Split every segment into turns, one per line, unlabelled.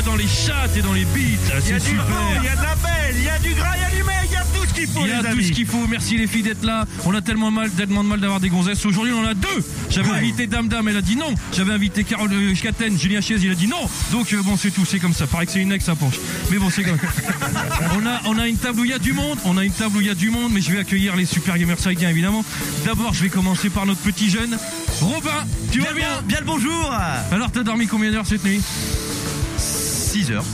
là, t'es dans les beats,
Il y
c'est
a du
super.
bon, il y a de la belle, il y a du gras, il y a du mec, il y a tout ce qu'il faut.
Il y a
les
tout
amis.
ce qu'il faut. Merci les filles d'être là. On a tellement mal, tellement de mal d'avoir des gonzesses. Aujourd'hui, on en a deux. J'avais invité Dame Dame, elle a dit non. J'avais invité Carole euh, Scaten, Julien Chiez, il a dit non. Donc euh, bon, c'est tout, c'est comme ça. Pareil que c'est une ex, ça penche. Mais bon, c'est comme on a, on a une table où il y a du monde. On a une table où il y a du monde. Mais je vais accueillir les super gamers saïdiens, évidemment. D'abord, je vais commencer par notre petit jeune, Robin. Tu vas
Bien,
bien
bien, bien le bonjour.
Alors, t'as dormi combien d'heures cette nuit
6 heures.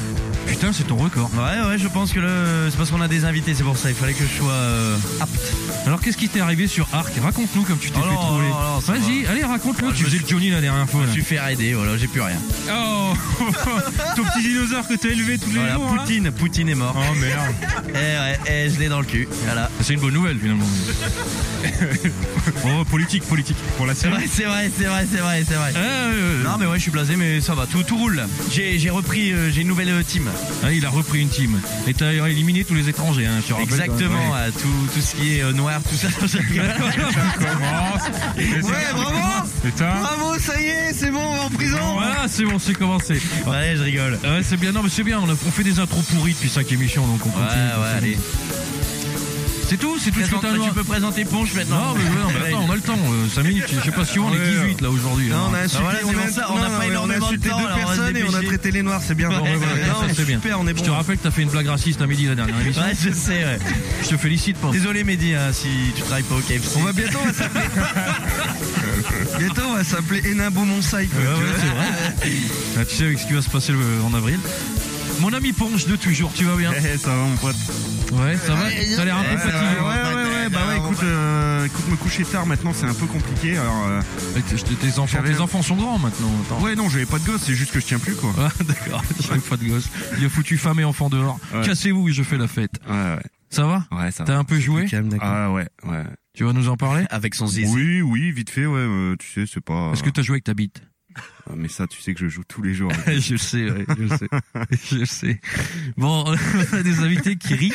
Putain, c'est ton record.
Ouais, ouais, je pense que le... c'est parce qu'on a des invités, c'est pour ça. Il fallait que je sois euh, apte.
Alors, qu'est-ce qui t'est arrivé sur Arc Raconte-nous comme tu t'es
Oh
fait
non,
trouver.
non, non, ça
Vas-y, allez, raconte-nous.
Ah,
Tu
je me
faisais le Johnny la dernière fois.
Je
là.
me suis fait raider, voilà, j'ai plus rien.
Oh Ton petit dinosaure que t'as élevé tous les
Voilà,
jours hein. là.
Poutine, Poutine est mort.
Oh merde
Eh ouais, eh, je l'ai dans le cul. Voilà.
C'est une bonne nouvelle finalement. oh politique, politique pour la Ah,
Ouais, c'est vrai, c'est vrai, c'est vrai, c'est
Eh,
vrai. Non mais ouais, je suis blasé, mais ça va, tout, tout roule. J'ai j'ai repris, euh, j'ai une nouvelle euh, team.
Ah, il a repris une team. Et t'as éliminé tous les étrangers, hein, je te rappelle, quand même.
Exactement,
Ouais.
euh, tout, tout ce qui est euh, noir, tout ça. ouais, bravo Bravo, ça y est, c'est bon, en prison
Voilà, c'est bon, c'est commencé.
Ouais, je rigole.
Ouais, c'est bien, non mais c'est bien, on, a- on fait des intros pourries depuis 5 émissions, donc on
Ouais,
continue.
ouais, allez.
C'est tout, c'est tout ce que
Présente-
t'as le droit.
tu peux présenter Ponche maintenant
Non mais, ouais, non, mais attends, on a le temps, 5 minutes, je sais pas si on est 18 là aujourd'hui. hein. là.
Non, on a
Ah,
insulté,
voilà, c'est
on a,
pour ça, on
non,
a pas
non,
énormément
on a insulté
de temps, alors
deux
on va se
personnes et on a
dépêcher.
traité les noirs, c'est bien.
Ouais,
Bon,
Ouais,
ouais,
ouais,
ouais,
ça,
non,
c'est bien.
super, on est bon.
Je te rappelle que t'as fait une blague raciste à midi la dernière émission.
Ouais, je sais, ouais.
Je te félicite pour ça.
Désolé, Mehdi, hein, si tu travailles pas au KFC.
On va bientôt,
hein.
on va s'appeler. bientôt, on va s'appeler Hénin Beaumont Psycho.
Ouais, ouais, c'est vrai. Ah, tu sais avec ce qui va se passer le- en avril. Mon ami Ponge de toujours, tu vas bien
Eh, ça va, mon pote. Eh,
Ouais, ça va T'as l'air un peu
Ouais,
fatigué. hein.
ouais, ouais, ouais, bah ouais, écoute, euh, écoute, me coucher tard maintenant, c'est un peu compliqué. Alors, euh,
Mais t- t- Tes enfants,
J'avais-
tes enfants sont grands maintenant. attends.
ouais, non, j'avais pas de gosse, c'est juste que je tiens plus, quoi.
Ah, d'accord, j'avais pas de gosse. Il a foutu femme et enfant dehors.
Ouais.
Cassez-vous et je fais la fête.
Ouais, ouais,
Ça va
ouais, ça
T'as un peu joué
Ah ouais, ouais.
Tu vas nous en parler
Avec son zizi.
Oui, oui, vite fait, ouais, euh, tu sais, c'est pas.
Est-ce que t'as joué avec ta bite
Ah, Mais ça, tu sais que je joue tous les jours.
Je le sais, ouais, je le sais. Je le sais. Bon, on a des invités qui rient.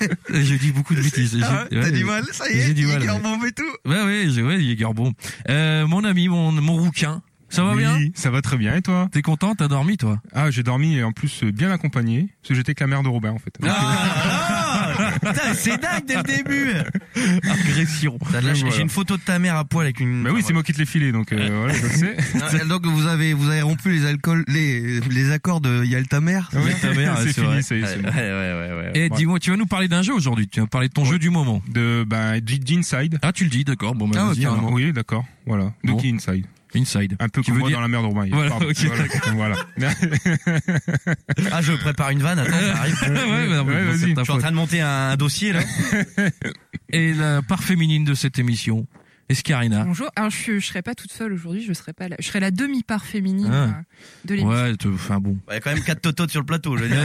Je dis beaucoup de bêtises.
Ah
J'ai- ouais,
mal, ça
J'ai du
il
mal,
est
ouais.
bon et tout.
Ouais, ouais, j'ai- ouais, Jäger, bon. Euh, mon ami, mon, mon rouquin, ça va bien
Oui, ça va très bien. Et toi
T'es content T'as dormi, toi
Ah, j'ai dormi et en plus euh, bien accompagné, parce que j'étais avec la mère de Robin en fait. Donc,
Ah, ah, putain, c'est dingue dès le début.
Agression.
T'as de la-
Voilà.
J'ai une photo de ta mère à poil avec une.
Mm.
euh, Bah oui, c'est moi qui te l'ai filé, donc euh, voilà, je le sais.
Ah,
Donc vous avez vous avez rompu les alcools les les accords de Yalta Mère.
Ouais.
ta mère,
Ah c'est
c'est vrai.
fini, ça y est,
Ouais,
c'est
ouais,
bon.
ouais, ouais. ouais.
Et
Ouais.
dis-moi, tu vas nous parler d'un jeu aujourd'hui. Tu vas parler de ton jeu du moment.
De ben G- Ginside.
Ah, tu le dis, d'accord. Bon, bah,
Ah,
vas-y,
ok,
alors.
carrément.
Oui, d'accord. Voilà. De
Bon.
qui Inside
Inside.
Un peu
Tu
comme
veux
moi
dire-
dans la mère de Robin.
Voilà,
Pardon.
ok,
voilà.
Ah, je prépare une vanne, attends, ça arrive.
ouais, ouais, non, mais
Ouais, bah
bon,
vas-y.
c'est ta
Je suis en
faute.
train de monter un, un dossier là.
Et la part féminine de cette émission, Escarina.
Oh.
Bonjour. Alors, je, ne serai pas toute seule aujourd'hui. Je serai pas. La, je serai la demi-part féminine
Ah.
euh, de l'émission.
Ouais, te- enfin bon.
Il y a quand même quatre tototes sur le plateau, je veux dire.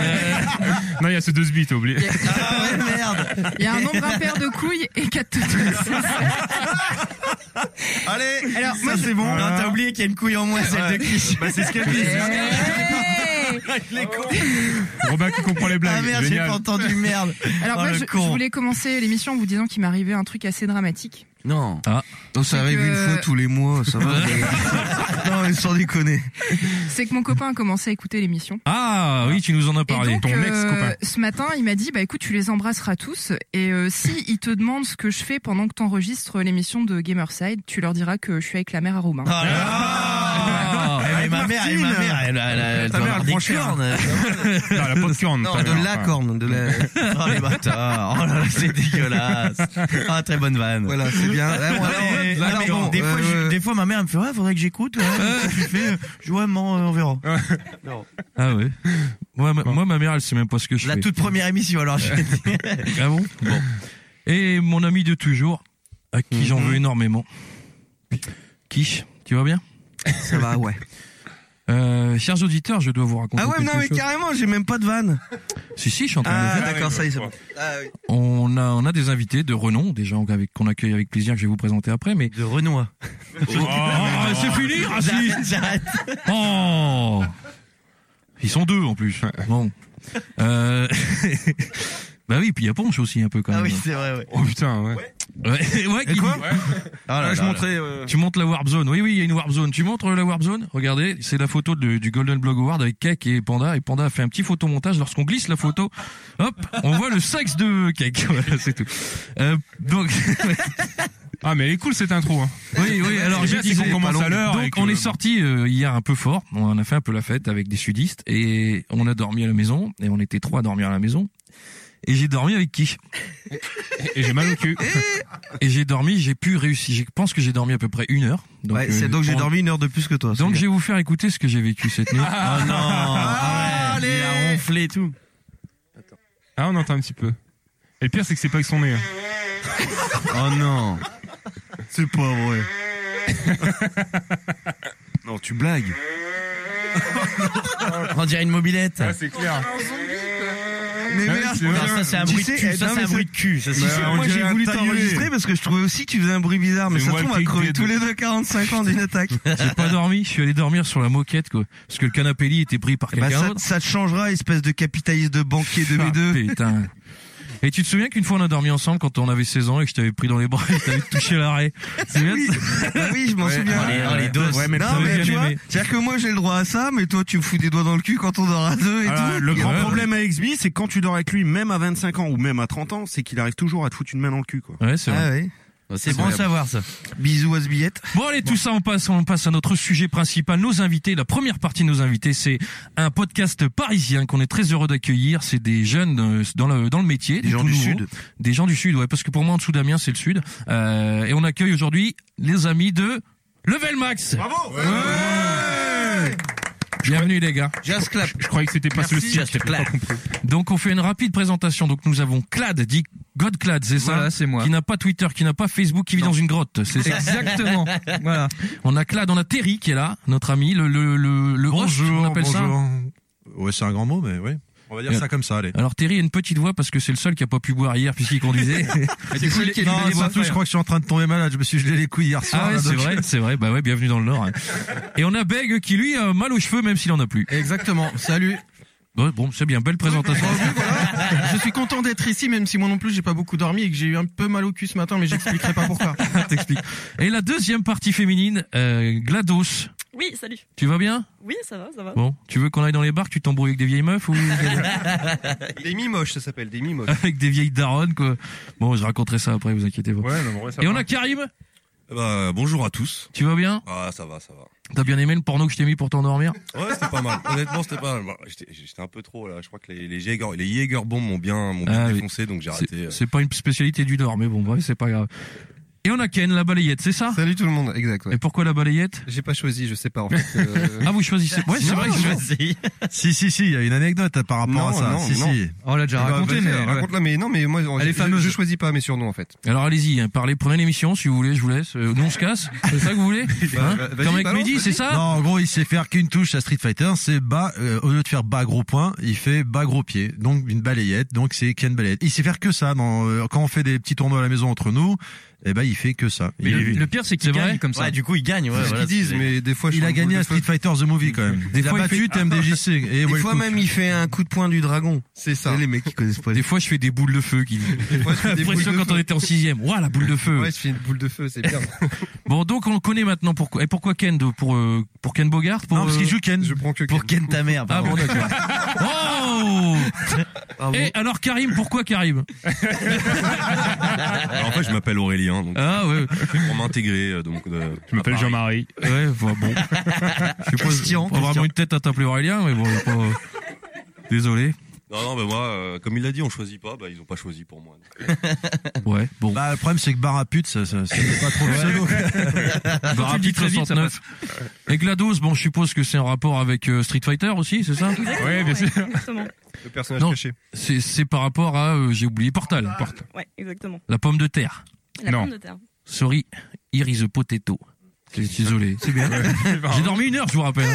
non, il y a ce deux bits, t'as oublié.
Ah ouais, merde.
Il y a un nombre impair de couilles et quatre toutous.
Allez.
Alors,
moi, c'est bon. Non, t'as oublié qu'il y a une couille en moins, celle de qui Bah, c'est ce qu'elle dit.
Hey
Robin qui comprend les blagues.
Ah merde, j'ai
Génial.
pas entendu, merde.
Alors,
Oh,
moi,
le
je, je
con.
voulais commencer l'émission en vous disant qu'il m'arrivait un truc assez dramatique.
Non.
ça
C'est
arrive
que-
une fois tous les mois, ça va. non, mais sans déconner.
C'est que mon copain a commencé à écouter l'émission.
Ah oui, tu nous en as
Et
parlé.
donc,
ton
euh,
ex-copain.
Ce matin, il m'a dit, bah écoute, tu les embrasseras tous. Et euh, si ils te demandent ce que je fais pendant que t'enregistres l'émission de Gamerside, tu leur diras que je suis avec la mère à Romain.
Oh là là.
Ah.
Eh, mais ma mère, eh, ma mère, elle, elle, elle, elle
Ta
doit
mère,
avoir
elle
des
prend cher.
cornes.
Non, elle a pas de corne,
Non,
ta mère,
de la
enfin.
corne, de la.
Oh les bâtards. Oh là là, c'est dégueulasse. Ah, très bonne vanne.
Voilà, c'est bien. Ouais, bon,
Non,
alors,
mais-
alors,
non, mais
bon,
des, fois,
ouais,
je-
ouais.
des fois, ma mère elle me fait Ouais, faudrait que j'écoute. Ouais, qu'est-ce que tu fais Je vois, maman, euh, on verra.
Ah ouais. Moi, ma,
Bon.
moi, ma mère, elle sait même pas ce que je
La
fais.
toute première émission, alors je vais dire.
Ah bon Bon. Et mon ami de toujours, à qui j'en veux énormément. Quiche, tu vas bien
ça va, ouais.
euh, Chers auditeurs, je dois vous raconter
Ah ouais,
quelque
non, mais
chose.
carrément, j'ai même pas de vanne.
Si, si, je suis en train de le
Ah,
faire.
d'accord, ça y est, c'est bon.
On a, on a des invités de renom, des gens avec- qu'on accueille avec plaisir, que je vais vous présenter après, mais...
De Renoir.
Oh,
Ah, c'est fini, raciste
J'arrête, j'arrête.
Oh Ils sont deux, en plus. Bon. Euh... Bah oui, puis il y a Ponche aussi un peu quand
Ah
même.
oui, c'est vrai, ouais.
Oh putain, ouais.
Ouais, ouais, qui-
quoi
Ah là
Ouais, je
là
montrais. euh,
Tu montes la Warp Zone. Oui, oui, il y a une Warp Zone. Tu montres euh, la Warp Zone. Regardez, c'est la photo de- du Golden Blog Award avec Cake et Panda. Et Panda a fait un petit photomontage. Lorsqu'on glisse la photo, hop, on voit le sexe de Cake. Voilà, c'est tout. Euh, donc,
Ah, mais elle est cool cette intro. Hein.
oui, oui. Alors,
Déjà,
j'ai
si
dit
on
c'est
commence
pas long.
à l'heure et
Donc,
que-
on est sorti euh, hier un peu fort. On a fait un peu la fête avec des sudistes et on a dormi à la maison et on était trois à dormir à la maison. Et j'ai dormi avec qui
Et j'ai mal au cul.
Et j'ai dormi, j'ai pu réussir. Je pense que j'ai dormi à peu près une heure. Donc,
Ouais, c'est
euh,
donc j'ai
on-
dormi une heure de plus que toi.
Donc je vais vous faire écouter ce que j'ai vécu cette nuit.
Ah non ah ouais, Il a ronflé et tout.
Ah, on entend un petit peu. Et le pire, c'est que c'est pas avec son nez. hein.
Oh non C'est pas vrai.
Non, tu blagues.
On dirait une mobilette.
c'est
Ah,
clair.
Mais merde,
c'est
Non, ça c'est un
Tu
bruit de
sais,
cul.
eh,
Ça
non, mais
c'est
Bah,
un
c'est-
bruit de cul. Ça,
Tu
c'est-
sais, moi j'ai voulu t'enregistrer parce que je trouvais aussi que tu faisais un bruit bizarre, mais
C'est
ça
moi
tombe
le
à
clic
crever
des
tous
deux.
les deux 45 ans d'une attaque. Bah,
J'ai pas dormi, je suis allé dormir sur la moquette, quoi. Parce que le canapé lit était pris par
Bah,
quelqu'un
ça,
d'autre.
ça te changera, espèce de capitaliste de banquier de mes
Ah,
deux.
putain. Et tu te souviens qu'une fois on a dormi ensemble quand on avait 16 ans et que je t'avais pris dans les bras et que t'avais touché l'arrêt C'est bien
Oui, Bah oui, je m'en souviens.
ah, les- ah, les doses.
Ouais, mais le
oh, non,
t'avais
problème-
mais
bien
tu vois,
aimé.
c'est-à-dire que moi j'ai le droit à ça, mais toi tu me fous des doigts dans le cul quand on dort à deux et
Alors,
tout.
le grand
Ouais, ouais.
problème avec Zmi, c'est que quand tu dors avec lui, même à 25 ans ou même à 30 ans, c'est qu'il arrive toujours à te foutre une main dans le cul, quoi.
Ouais, c'est vrai.
Ah ouais.
C'est bon à savoir ça.
Bisous à ce billette.
Bon allez, tout ça, on passe, on passe à notre sujet principal. Nos invités, la première partie de nos invités, c'est un podcast parisien qu'on est très heureux d'accueillir. C'est des jeunes euh, dans le, dans le métier.
Des gens
tout
du
nouveaux.
Sud.
Des gens du Sud, ouais, parce que pour moi, en dessous d'Amiens, c'est le Sud. Euh, et on accueille aujourd'hui les amis de Level Max.
Bravo!
Bienvenue les gars.
Just clap.
Je croyais que c'était pas
Merci.
le style.
Just clap.
Donc on fait une rapide présentation. Donc nous avons Clad, dit God Clad, c'est ça
Voilà, c'est moi.
Qui n'a pas Twitter, qui n'a pas Facebook, qui vit dans une grotte, c'est ça
Exactement. voilà.
On a Clad, on a Terry qui est là, notre ami, le le le, le host, on appelle ça.
Ouais, c'est un grand mot, mais ouais. On va dire
Euh,
ça comme ça, allez.
Alors Terry a une petite voix parce que c'est le seul qui a pas pu boire hier puisqu'il conduisait.
C'est cool, les- non, surtout, je crois
que je suis en train de tomber malade, je me suis gelé les couilles hier
ah ouais, c'est vrai, c'est vrai. Bah ouais, bienvenue dans le Nord. hein. Et on a Beg qui lui a mal aux cheveux même s'il en a plus.
Exactement. Salut.
Bon, bon, c'est bien, belle présentation.
Je suis content d'être ici, même si moi non plus j'ai pas beaucoup dormi et que j'ai eu un peu mal au cul ce matin, mais j'expliquerai pas pourquoi.
T'expliques. Et la deuxième partie féminine, euh, Glados.
Oui, salut.
Tu vas bien
Oui, ça va, ça va.
Bon, tu veux qu'on aille dans les bars, que tu t'embrouilles avec des vieilles meufs ou
Des mimoches, ça s'appelle, des mimoches.
avec des vieilles daronnes quoi. Bon, je raconterai ça après, vous inquiétez pas.
Ouais, non, mais ouais, ça
Et
va.
on a Karim,
Bah, bonjour à tous.
tu vas bien
Ah, ça va, ça va.
T'as bien aimé le porno que je t'ai mis pour t'endormir
Ouais, c'était pas mal. Honnêtement, c'était pas mal. Bah, J'étais j'étais un peu trop, là. Je crois que les, les Jaeger, les Jaeger bombes m'ont bien, m'ont bien
Ah oui.
défoncé, donc j'ai arrêté. euh.
C'est c'est pas une spécialité du Nord, mais bon, bref, c'est pas grave. Et on a Ken, la balayette, c'est ça
Salut tout le monde. Exact.
Et pourquoi la balayette
J'ai pas choisi, je sais pas en fait. euh.
Ah, vous choisissez Ouais, c'est vrai. que je-
Si, si, si, il y a une anecdote par rapport
Non,
à ça.
non,
si,
non. Eh
si.
On l'a déjà raconté, mais. ouais.
là, mais non, mais moi,
Elle est fameuse.
choisis pas mes surnoms, en fait.
Alors allez-y, hein, parlez, prenez l'émission si vous voulez, je vous laisse. Euh, nous on se casse, c'est ça que vous voulez
Bah,
Hein
euh,
vas-y,
Comme avec
balance,
Mehdi, c'est
Non,
ça
en gros, il sait faire qu'une touche à Street Fighter, c'est bas, euh, au lieu de faire bas gros point, il fait bas gros pied, donc une balayette, donc c'est Ken balayette. Il sait faire que ça, dans, euh, quand on fait des petits tournois à la maison entre nous, eh ben, il fait que ça.
Mais
Il-
le, le pire, c'est
C'est
qu'il gagne
vrai
comme ça.
du coup, il gagne, ouais.
C'est ce
voilà,
qu'ils disent,
c'est-
mais
des fois,
Il a gagné à Street Fighter The Movie quand même. il
fois,
a
il
battu TMDJC. Et
Des
ouais,
fois
le coup.
même il fait un coup de poing du dragon.
C'est
Tu
ça.
sais, les mecs qui connaissent pas.
Des fois je fais des boules de feu qui L'impression quand on était en sixième. Ouah, la boule de feu.
je fais une boule de feu, c'est bien.
Bon, donc on connaît maintenant pourquoi. Et pourquoi Ken de- pour euh, pour Ken Bogart pour,
Non, parce qu'il
euh,
joue Ken.
prends que.
Pour Ken ta mère,
Ah
pardon.
bon d'accord. Oh Et alors Karim, pourquoi Karim
Alors, en fait, je m'appelle Aurélien, donc
Ah ouais,
pour m'intégrer, euh, donc. euh,
Je m'appelle
à Paris.
Jean-Marie.
ouais, bah, bon. Je sais pas,
Christian,
pas vraiment
Christian.
une tête à t'appeler Aurélien, mais bon. pas, euh, Désolé.
Non, non, mais moi, euh, comme il l'a dit, on choisit pas, bah, ils ont pas choisi pour moi.
Ouais, bon.
Bah, le problème, c'est que Barapute, ça, ça, c'est pas trop le pseudo.
Bah,
tu le dis
rapide
très vite, ça
69. Et GLaDOS, bon, je suppose que c'est un rapport avec euh, Street Fighter aussi, c'est ça
Exactement,
Ouais, bien sûr.
Exactement.
Le personnage
Non.
caché.
C'est c'est par rapport à, euh, j'ai oublié,
Ah.
Portal.
Ouais, exactement.
La pomme de terre.
La
Non.
pomme de terre.
Sorry, here is a potato. Désolé. C'est bien. J'ai dormi une heure, je vous rappelle.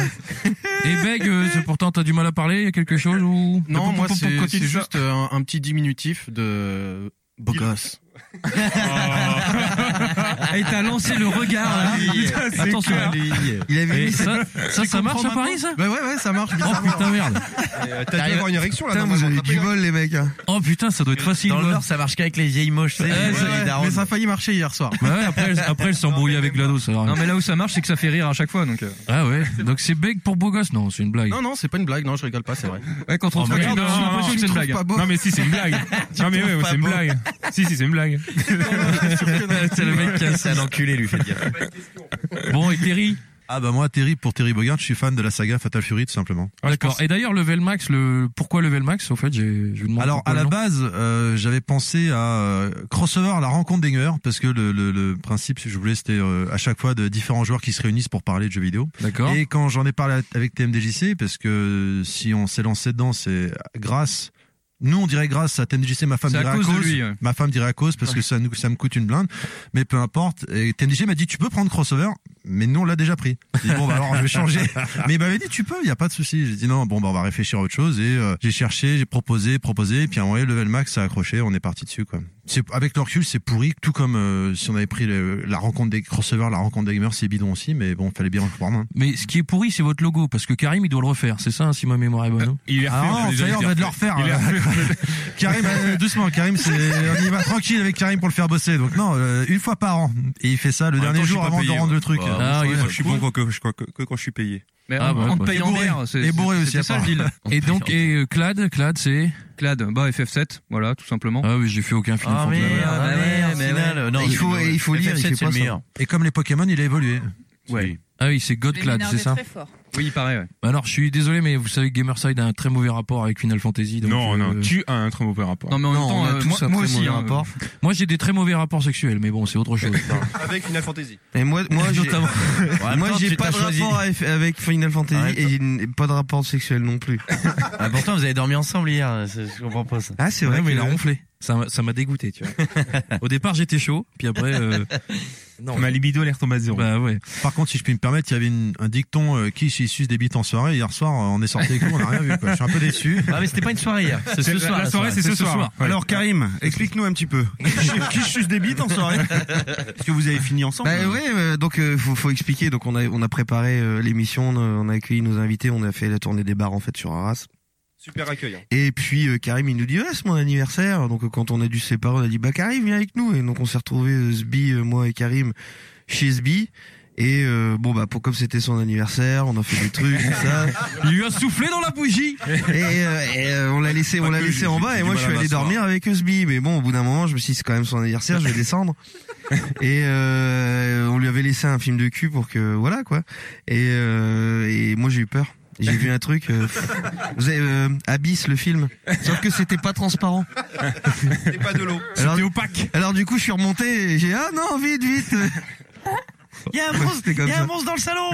Et Beg, euh, c'est pourtant, t'as du mal à parler, il y a quelque chose ou
Non, moi
Pour- pour- pour
c'est
continuer
c'est
ça.
juste euh, un, un petit diminutif de beau gosse.
Et t'as lancé le regard
Ah,
là.
Attention. hein.
Il avait
Et
mis
ça, ça, ça marche à Paris, ça
Bah ouais, ouais, ça marche.
Oh putain, merde.
euh, T'as dû avoir une érection là
Putain, vous avez du vol, les mecs. hein.
Oh putain, ça doit être facile.
Dans le
quoi.
Nord, ça marche qu'avec les vieilles moches. tu sais,
Eh,
les-
c'est-
les darons.
Mais ça a failli marcher hier soir.
Bah ouais, après, elle- après elle s'embrouille avec Glados. alors.
Non, mais là où ça marche, c'est que ça fait rire à chaque fois. Donc, euh.
Ah ouais, donc c'est bègue pour beau gosse Non, c'est une blague.
Non, non, c'est pas une blague. Non, je rigole pas, c'est vrai.
ouais, quand on
Oh,
se
mais
regarde,
non,
on a
non,
l'impression
non,
que c'est une blague.
pas beau.
Non mais si c'est une blague. non mais ouais, ouais, c'est une blague. Si si c'est une blague.
c'est le mec qui a ça.
C'est un enculé, lui, fait dire.
Bon, et Terry
Ah bah moi, Terry, pour Terry Bogard, je suis fan de la saga Fatal Fury, tout simplement.
Ah, D'accord. Et d'ailleurs, level max, le pourquoi level max Au fait, j'ai je vous demande.
Alors
pourquoi
à la
le nom.
base, euh, j'avais pensé à euh, crossover, la rencontre des gamers, parce que le, le, le principe, si je voulais, c'était euh, à chaque fois de différents joueurs qui se réunissent pour parler de jeux vidéo.
D'accord.
Et quand j'en ai parlé avec TMDJC, parce que euh, si on s'est lancé dedans, c'est grâce. Nous, on dirait grâce à TMDJC, ma femme
C'est à
dirait à
cause
cause.
de lui, ouais.
Ma femme dirait à cause parce que ça, nous, ça me coûte une blinde. Mais peu importe. Et TMDJC m'a dit, tu peux prendre crossover, mais nous, on l'a déjà pris. J'ai dit, bon, bah, alors, je vais changer. mais il m'avait dit, tu peux, il n'y a pas de souci. J'ai dit, non, bon, bah, on va réfléchir à autre chose. Et euh, j'ai cherché, j'ai proposé, proposé. Et puis, à un moment, donné, level max, ça a accroché, on est parti dessus, quoi. C'est- Avec le recul, c'est pourri, tout comme euh, si on avait pris le- la rencontre des crossovers, la rencontre des gamers, c'est bidon aussi, mais bon, fallait bien en prendre. hein.
Mais ce qui est pourri, c'est votre logo, parce que Karim, il doit le refaire. C'est ça, hein, si ma mémoire est bonne. hein
Il est
Ah
refait,
non,
déjà,
ça y est,
il
on
est
va de le
refait.
refaire.
Il est
euh,
refait.
Karim, euh, doucement, Karim, c'est, on y va tranquille avec Karim pour le faire bosser. Donc non, euh, une fois par an. Et il fait ça Ah, le
En même
dernier
temps, je suis
jour
pas
avant
payé,
de rendre
ouais.
le truc.
Bah,
Ah,
ouais.
oui,
Je suis bon quand- que- que que- que quand je suis payé.
Mais
Ah, bah,
on, on te
bah.
paye en
bourré.
bière. c'est-
Et bourré
c'est-
aussi,
C'était ça le deal.
Et donc, et euh, Clad, Clad, c'est
Clad, bah FF7, voilà, tout simplement.
Ah oui, j'ai fait aucun film. fantôme.
ah, merde, final, non,
Il
c'est-
faut- il faut lire, il
FF7,
fait
c'est
pas
le
ça.
meilleur.
Et comme les Pokémon, il a évolué.
Ouais.
Ah oui, c'est God
Je vais
Clad,
m'énerver
c'est ça. Bah
très fort.
Oui, pareil. Ouais.
Alors, je suis désolé, mais vous savez que Gamerside a un très mauvais rapport avec Final Fantasy. donc,
Non
euh,
non, tu as un très mauvais rapport.
Non, mais en
Non,
même temps,
on a
euh,
tous
moi,
un
moi
très
aussi,
mauvais
hein,
rapport. Moi, j'ai des très mauvais rapports sexuels, mais bon, c'est autre chose.
Avec Final Fantasy.
Et moi, moi, j'ai-
Notamment.
En même
moi,
temps,
j'ai
tu
pas
t'as
de
choisi-
rapport avec- avec Final
En
Fantasy
même
et
temps.
n- pas de rapport sexuel non plus.
Ah, pourtant, vous avez dormi ensemble hier. c'est- Je comprends pas ça.
Ah, c'est
Ouais,
vrai.
mais
que-
il a ronflé. Ça m'a- ça m'a dégoûté, tu vois. Au départ, j'étais chaud, puis après, euh, non.
Ma libido elle est retombée à zéro.
Bah ouais.
Par contre, si je puis me permettre, il y avait une- un dicton euh, qui s'y suce des bites en soirée. Hier soir, euh, on est sorti avec vous, on n'a rien vu. quoi. Je suis un peu déçu.
Ah, mais c'était pas une soirée hier. C'est ce
la-
soir.
la soirée, c'est ce soir. Ouais.
Alors Karim, explique-nous un petit peu. qui suce des bites en soirée Est-ce que vous avez fini ensemble
hein.
Bah ouais, euh, donc euh, faut, faut expliquer. Donc on a on a préparé euh, l'émission, on a- on a accueilli nos invités, on a fait la tournée des bars en fait sur Arras.
Super accueil. hein.
Et puis euh, Karim il nous dit ouais c'est mon anniversaire. Donc euh, quand on a dû se séparer, on a dit bah Karim viens avec nous. Et donc on s'est retrouvé Sbi, euh, moi et Karim chez Sbi. Et euh, bon bah pour comme c'était son anniversaire, on a fait des trucs tout ça.
Il lui a soufflé dans la bougie.
Et, euh, et, euh, on l'a laissé, on l'a
que,
laissé
j'ai-
en bas
j'ai du
et moi je
mal à
suis allé
m'asseoir.
dormir avec Usby. Mais bon, au bout d'un moment, je me suis dit c'est quand même son anniversaire, je vais descendre. et euh, on lui avait laissé un film de cul pour que voilà quoi. Et, euh, et moi j'ai eu peur. J'ai vu un truc, euh, vous avez euh, Abyss le film, sauf que c'était pas transparent.
Et pas de l'eau.
Alors,
opaque.
alors du coup je suis remonté et j'ai ah non vite vite.
Il y a un
Ouais,
monstre,
c'était comme
il y a un
ça.
monstre dans le salon.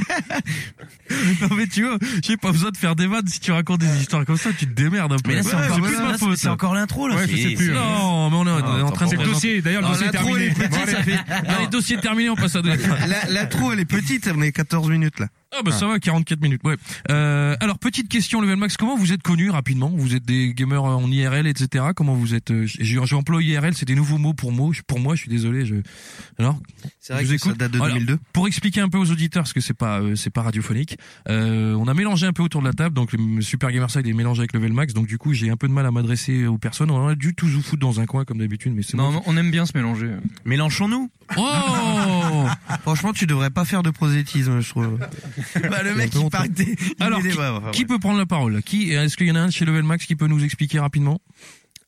Non mais tu vois, j'ai pas besoin de faire des vannes si tu racontes des histoires comme ça, tu te démerdes un peu.
Euh. Mais là, c'est
Ouais,
encore,
plus de
là,
ma
c'est-
faute.
c'est encore l'intro, là.
Ouais, je
C'est-
sais plus,
c'est-
Non, mais on est en- on est en train de
C'est le dossier. D'ailleurs le
Alors,
dossier est
la trou,
terminé.
elle est petite, ça fait-
Là, les dossiers terminés, on passe à deux.
la, la trou elle est petite, on est 14 minutes là.
Ah bah ça va, 44 minutes. Ouais. Euh, alors petite question, Level Max, comment vous êtes connu rapidement Vous êtes des gamers en IRL, etc. Comment vous êtes euh, j'ai- J'emploie IRL, c'est des nouveaux mots pour moi. Pour moi, je suis désolé. Je... Alors,
C'est vrai
Je vous
que
écoute.
ça date de
Alors,
2002.
pour expliquer un peu aux auditeurs, parce que c'est pas euh, c'est pas radiophonique, euh, on a mélangé un peu autour de la table. Donc le Super Gamerside est mélangé avec Level Max, donc du coup j'ai un peu de mal à m'adresser aux personnes. On a dû tous vous foutre dans un coin comme d'habitude, mais c'est
Non,
bon.
mais on aime bien se mélanger.
Mélenchons-nous.
Oh
Franchement, tu devrais pas faire de prosélytisme, je trouve. bah, le mec, il part des.
Alors,
des- ouais, enfin,
Qui peut prendre la parole Qui Est-ce qu'il y en a un de chez Level Max qui peut nous expliquer rapidement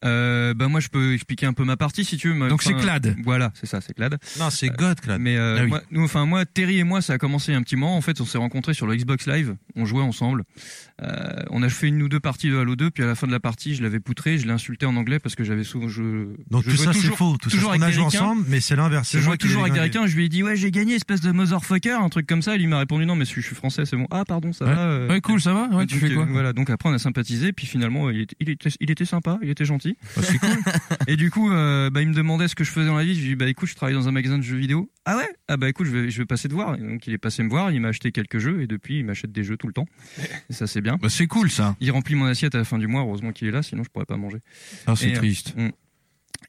Euh, bah, moi, je peux expliquer un peu ma partie, si tu veux. mais
Donc c'est
enfin,
Clad.
Voilà, c'est ça, c'est Clad.
Non, c'est God, là.
Mais euh,
Ah oui.
moi, nous, enfin moi, Terry et moi, ça a commencé un petit moment. En fait, on s'est rencontrés sur le Xbox Live. On jouait ensemble. Euh, on a fait une ou deux parties de Halo 2. Puis à la fin de la partie, je l'avais poutré, je l'ai insulté en anglais parce que j'avais souvent. Je,
Donc
je
tout
jouais
ça, c'est
toujours-
faux. Tout ça,
toujours
on a
avec
joué
quelqu'un.
ensemble, mais c'est l'inverse.
Je
C'est moi
jouais
qui l'ai
toujours avec
déglingué.
quelqu'un, je lui ai dit ouais j'ai gagné espèce de motherfucker, un truc comme ça, et lui m'a répondu non mais je suis français c'est bon. Ah pardon ça va. euh.
Ouais, cool, ça va. Ouais, tu
Donc,
fais quoi
euh, Voilà, donc après on a sympathisé, puis finalement euh, il était, il était, il était sympa, il était gentil.
Ah, C'est cool.
Et du coup, euh, bah, il me demandait ce que je faisais dans la vie. Je lui ai dit, bah écoute, je travaille dans un magasin de jeux vidéo. Ah ouais Ah bah écoute, je vais, je vais passer te voir. Et donc il est passé me voir, il m'a acheté quelques jeux, et depuis il m'achète des jeux tout le temps. Et ça c'est bien.
Bah, c'est cool ça.
Il remplit mon assiette à la fin du mois, heureusement qu'il est là, sinon je pourrais pas manger.
Ah, c'est
Et, euh,
triste.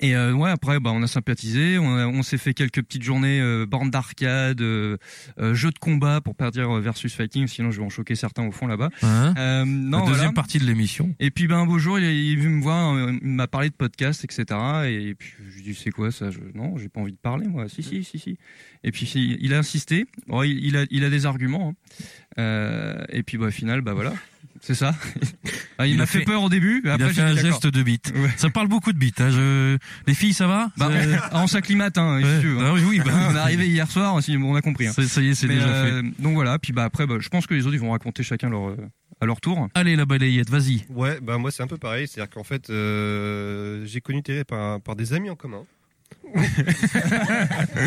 Et euh, ouais, après, bah, on a sympathisé, on, a- on s'est fait quelques petites journées euh, bornes d'arcade, euh, euh, jeux de combat, pour pas dire euh, versus fighting, sinon je vais en choquer certains au fond là-bas.
Hein
Euh, non,
La deuxième
voilà.
partie de l'émission.
Et puis ben un beau jour, il est il est venu me voir, euh, il m'a parlé de podcast, etc. Et puis je lui dis c'est quoi ça Je- Non, j'ai pas envie de parler moi. Si si si si. Et puis si- il a insisté. Bon, il, il a il a des arguments. hein. Euh, et puis bah au final bah voilà, c'est ça. Ah, il, m'a fait, peur au début. mais
Il
après,
a
j'ai
fait
dit,
un
d'accord.
geste de bite. Ça parle beaucoup de bite. hein, je- Les filles, ça va
Bah,
Euh,
Ah,
on s'acclimate, hein, si
Ouais.
tu veux, hein.
Ah oui, oui, bah.
on est arrivé hier soir, aussi, bon, on a compris. hein.
Ça- ça y est, c'est
Mais,
déjà
Donc voilà, puis bah après, bah, je pense que les autres ils vont raconter chacun leur euh, à leur tour.
Allez, la balayette, vas-y.
Ouais, bah moi c'est un peu pareil, c'est-à-dire qu'en fait euh, j'ai connu Thierry par, par des amis en commun.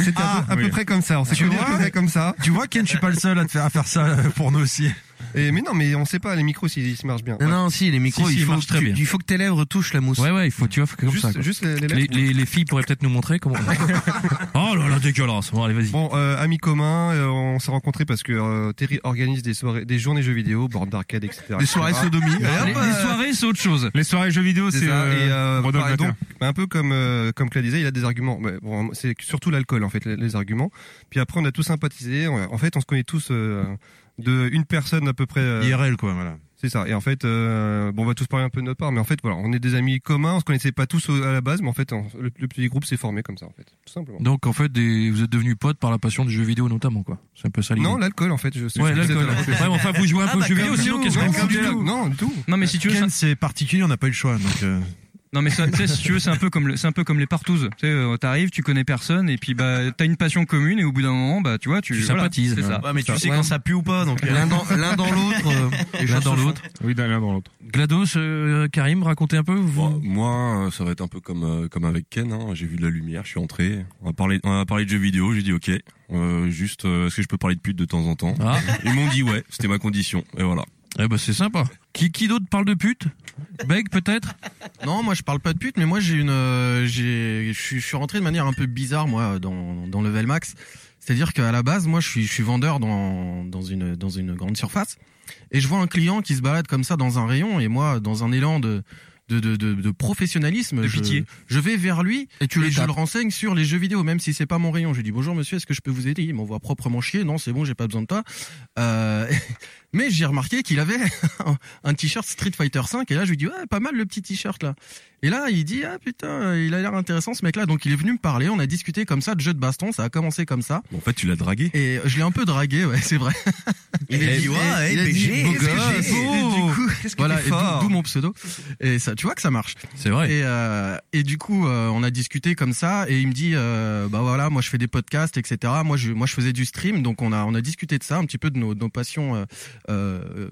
C'était à, peu, à peu près comme ça. On s'est
Ah, Tu
connus à
vois
peu près comme ça.
Tu vois, Ken, je suis pas le seul à, te faire, à faire ça euh, pour nous aussi.
Et, mais non, mais on sait pas, les micros s'ils ils se marchent bien.
Non, non, si, les micros,
Si, si,
il,
ils
faut,
marchent très
tu-
bien.
il faut que tes lèvres touchent la mousse.
Ouais, ouais, il faut, tu vois, faut comme
Juste-
ça. quoi.
juste les- les
les,
lettres.
les- les filles pourraient peut-être nous montrer comment. oh là là, dégueulasse. Bon, allez, vas-y.
Bon, euh, amis communs, euh, on s'est rencontrés parce que euh, Terry organise des soirées, des journées jeux vidéo, bornes d'arcade, etc.
Des soirées sodomie.
Et hop,
Les- les
euh,
soirées, c'est autre chose.
Les soirées jeux vidéo,
C'est
c'est.
ça.
euh,
Et, euh,
Rodolphe
pareil,
Matin.
donc, bah, un peu comme euh, comme Claude disait, il a des arguments. Mais bon, c'est surtout l'alcool en fait, les, les arguments. Puis après, on a tous sympathisé. On- En fait, on se connaît tous euh, de une personne à peu près. euh,
IRL, quoi, voilà.
C'est ça. Et en fait, euh, bon, on va tous parler un peu de notre part, mais en fait, voilà, on est des amis communs. On se connaissait pas tous au- à la base, mais en fait, on- le, le petit groupe s'est formé comme ça, en fait, tout simplement.
Donc, en fait, des- vous êtes devenus potes par la passion du jeu vidéo, notamment, quoi. C'est un peu ça l'idée.
Non, l'alcool en fait. Je,
Ouais, l'alcool. Ouais, mais
bah,
enfin, vous jouez un
ah,
peu aux jeux vidéo, sinon, qu'est-ce qu'on fout là
Non, du tout.
Non, mais si tu veux,
Ken, c'est particulier, on n'a pas eu le choix. Donc, euh,
Non mais ça, tu sais, si tu veux, c'est un peu comme le- c'est un peu comme les partouzes. Tu sais, euh, t'arrives, tu connais personne, et puis bah t'as une passion commune, et au bout d'un moment, bah tu vois, tu,
Tu
voilà,
sympathises.
c'est ça.
Ouais, mais tu sais
Ouais.
quand ça pue ou pas, donc, euh.
L'un dans, l'un dans l'autre. euh, les
l'un
choses
dans
se font.
l'autre.
Oui, l'un dans l'autre.
GLaDOS, euh, Karim, racontez un peu. Vous...
Moi, euh, ça va être un peu comme euh, comme avec Ken. hein. J'ai vu de la lumière, je suis entré. On a parlé, on a parlé de jeux vidéo. J'ai dit ok. euh, juste, euh, est-ce que je peux parler de pute de temps en temps
Ah.
Ils m'ont dit ouais. C'était ma condition. Et voilà.
Eh ben, c'est sympa. Qui, qui d'autre parle de pute Beg, peut-être
Non, moi je parle pas de pute, mais moi j'ai une, euh, j'ai, je suis- je suis rentré de manière un peu bizarre moi dans dans Level Max. C'est-à-dire qu'à la base, moi je suis, je suis vendeur dans dans une dans une grande surface et je vois un client qui se balade comme ça dans un rayon et moi dans un élan de de, de, de, de professionnalisme,
De
je-
pitié.
Je, vais vers lui et,
tu le
je
tapes.
le renseigne sur les jeux vidéo, même si c'est pas mon rayon. Je lui dis bonjour monsieur, est-ce que je peux vous aider Il m'envoie proprement chier. Non, c'est bon, j'ai pas besoin de toi. Euh, mais j'ai remarqué qu'il avait un t-shirt Street Fighter 5 et là je lui dis ouais pas mal le petit t-shirt là. Et là il dit ah putain il a l'air intéressant ce mec là donc il est venu me parler, on a discuté comme ça de jeux de baston, ça a commencé comme ça.
En fait, tu l'as dragué.
Et je l'ai un peu dragué ouais c'est vrai.
Il a dit, ouais,
il a dit,
PG,
beau
qu'est-ce que
gosse.
j'ai
Et du coup,
Qu'est-ce que
voilà,
t'es
et d'où-
fort
d'où mon pseudo. Et ça, tu vois que ça marche.
C'est vrai.
Et, euh, et du coup, euh, on a discuté comme ça, et il me dit, euh, bah voilà, moi je fais des podcasts, etc. Moi, je, moi, je faisais du stream, donc on a, on a discuté de ça, un petit peu de nos, de nos passions euh, euh,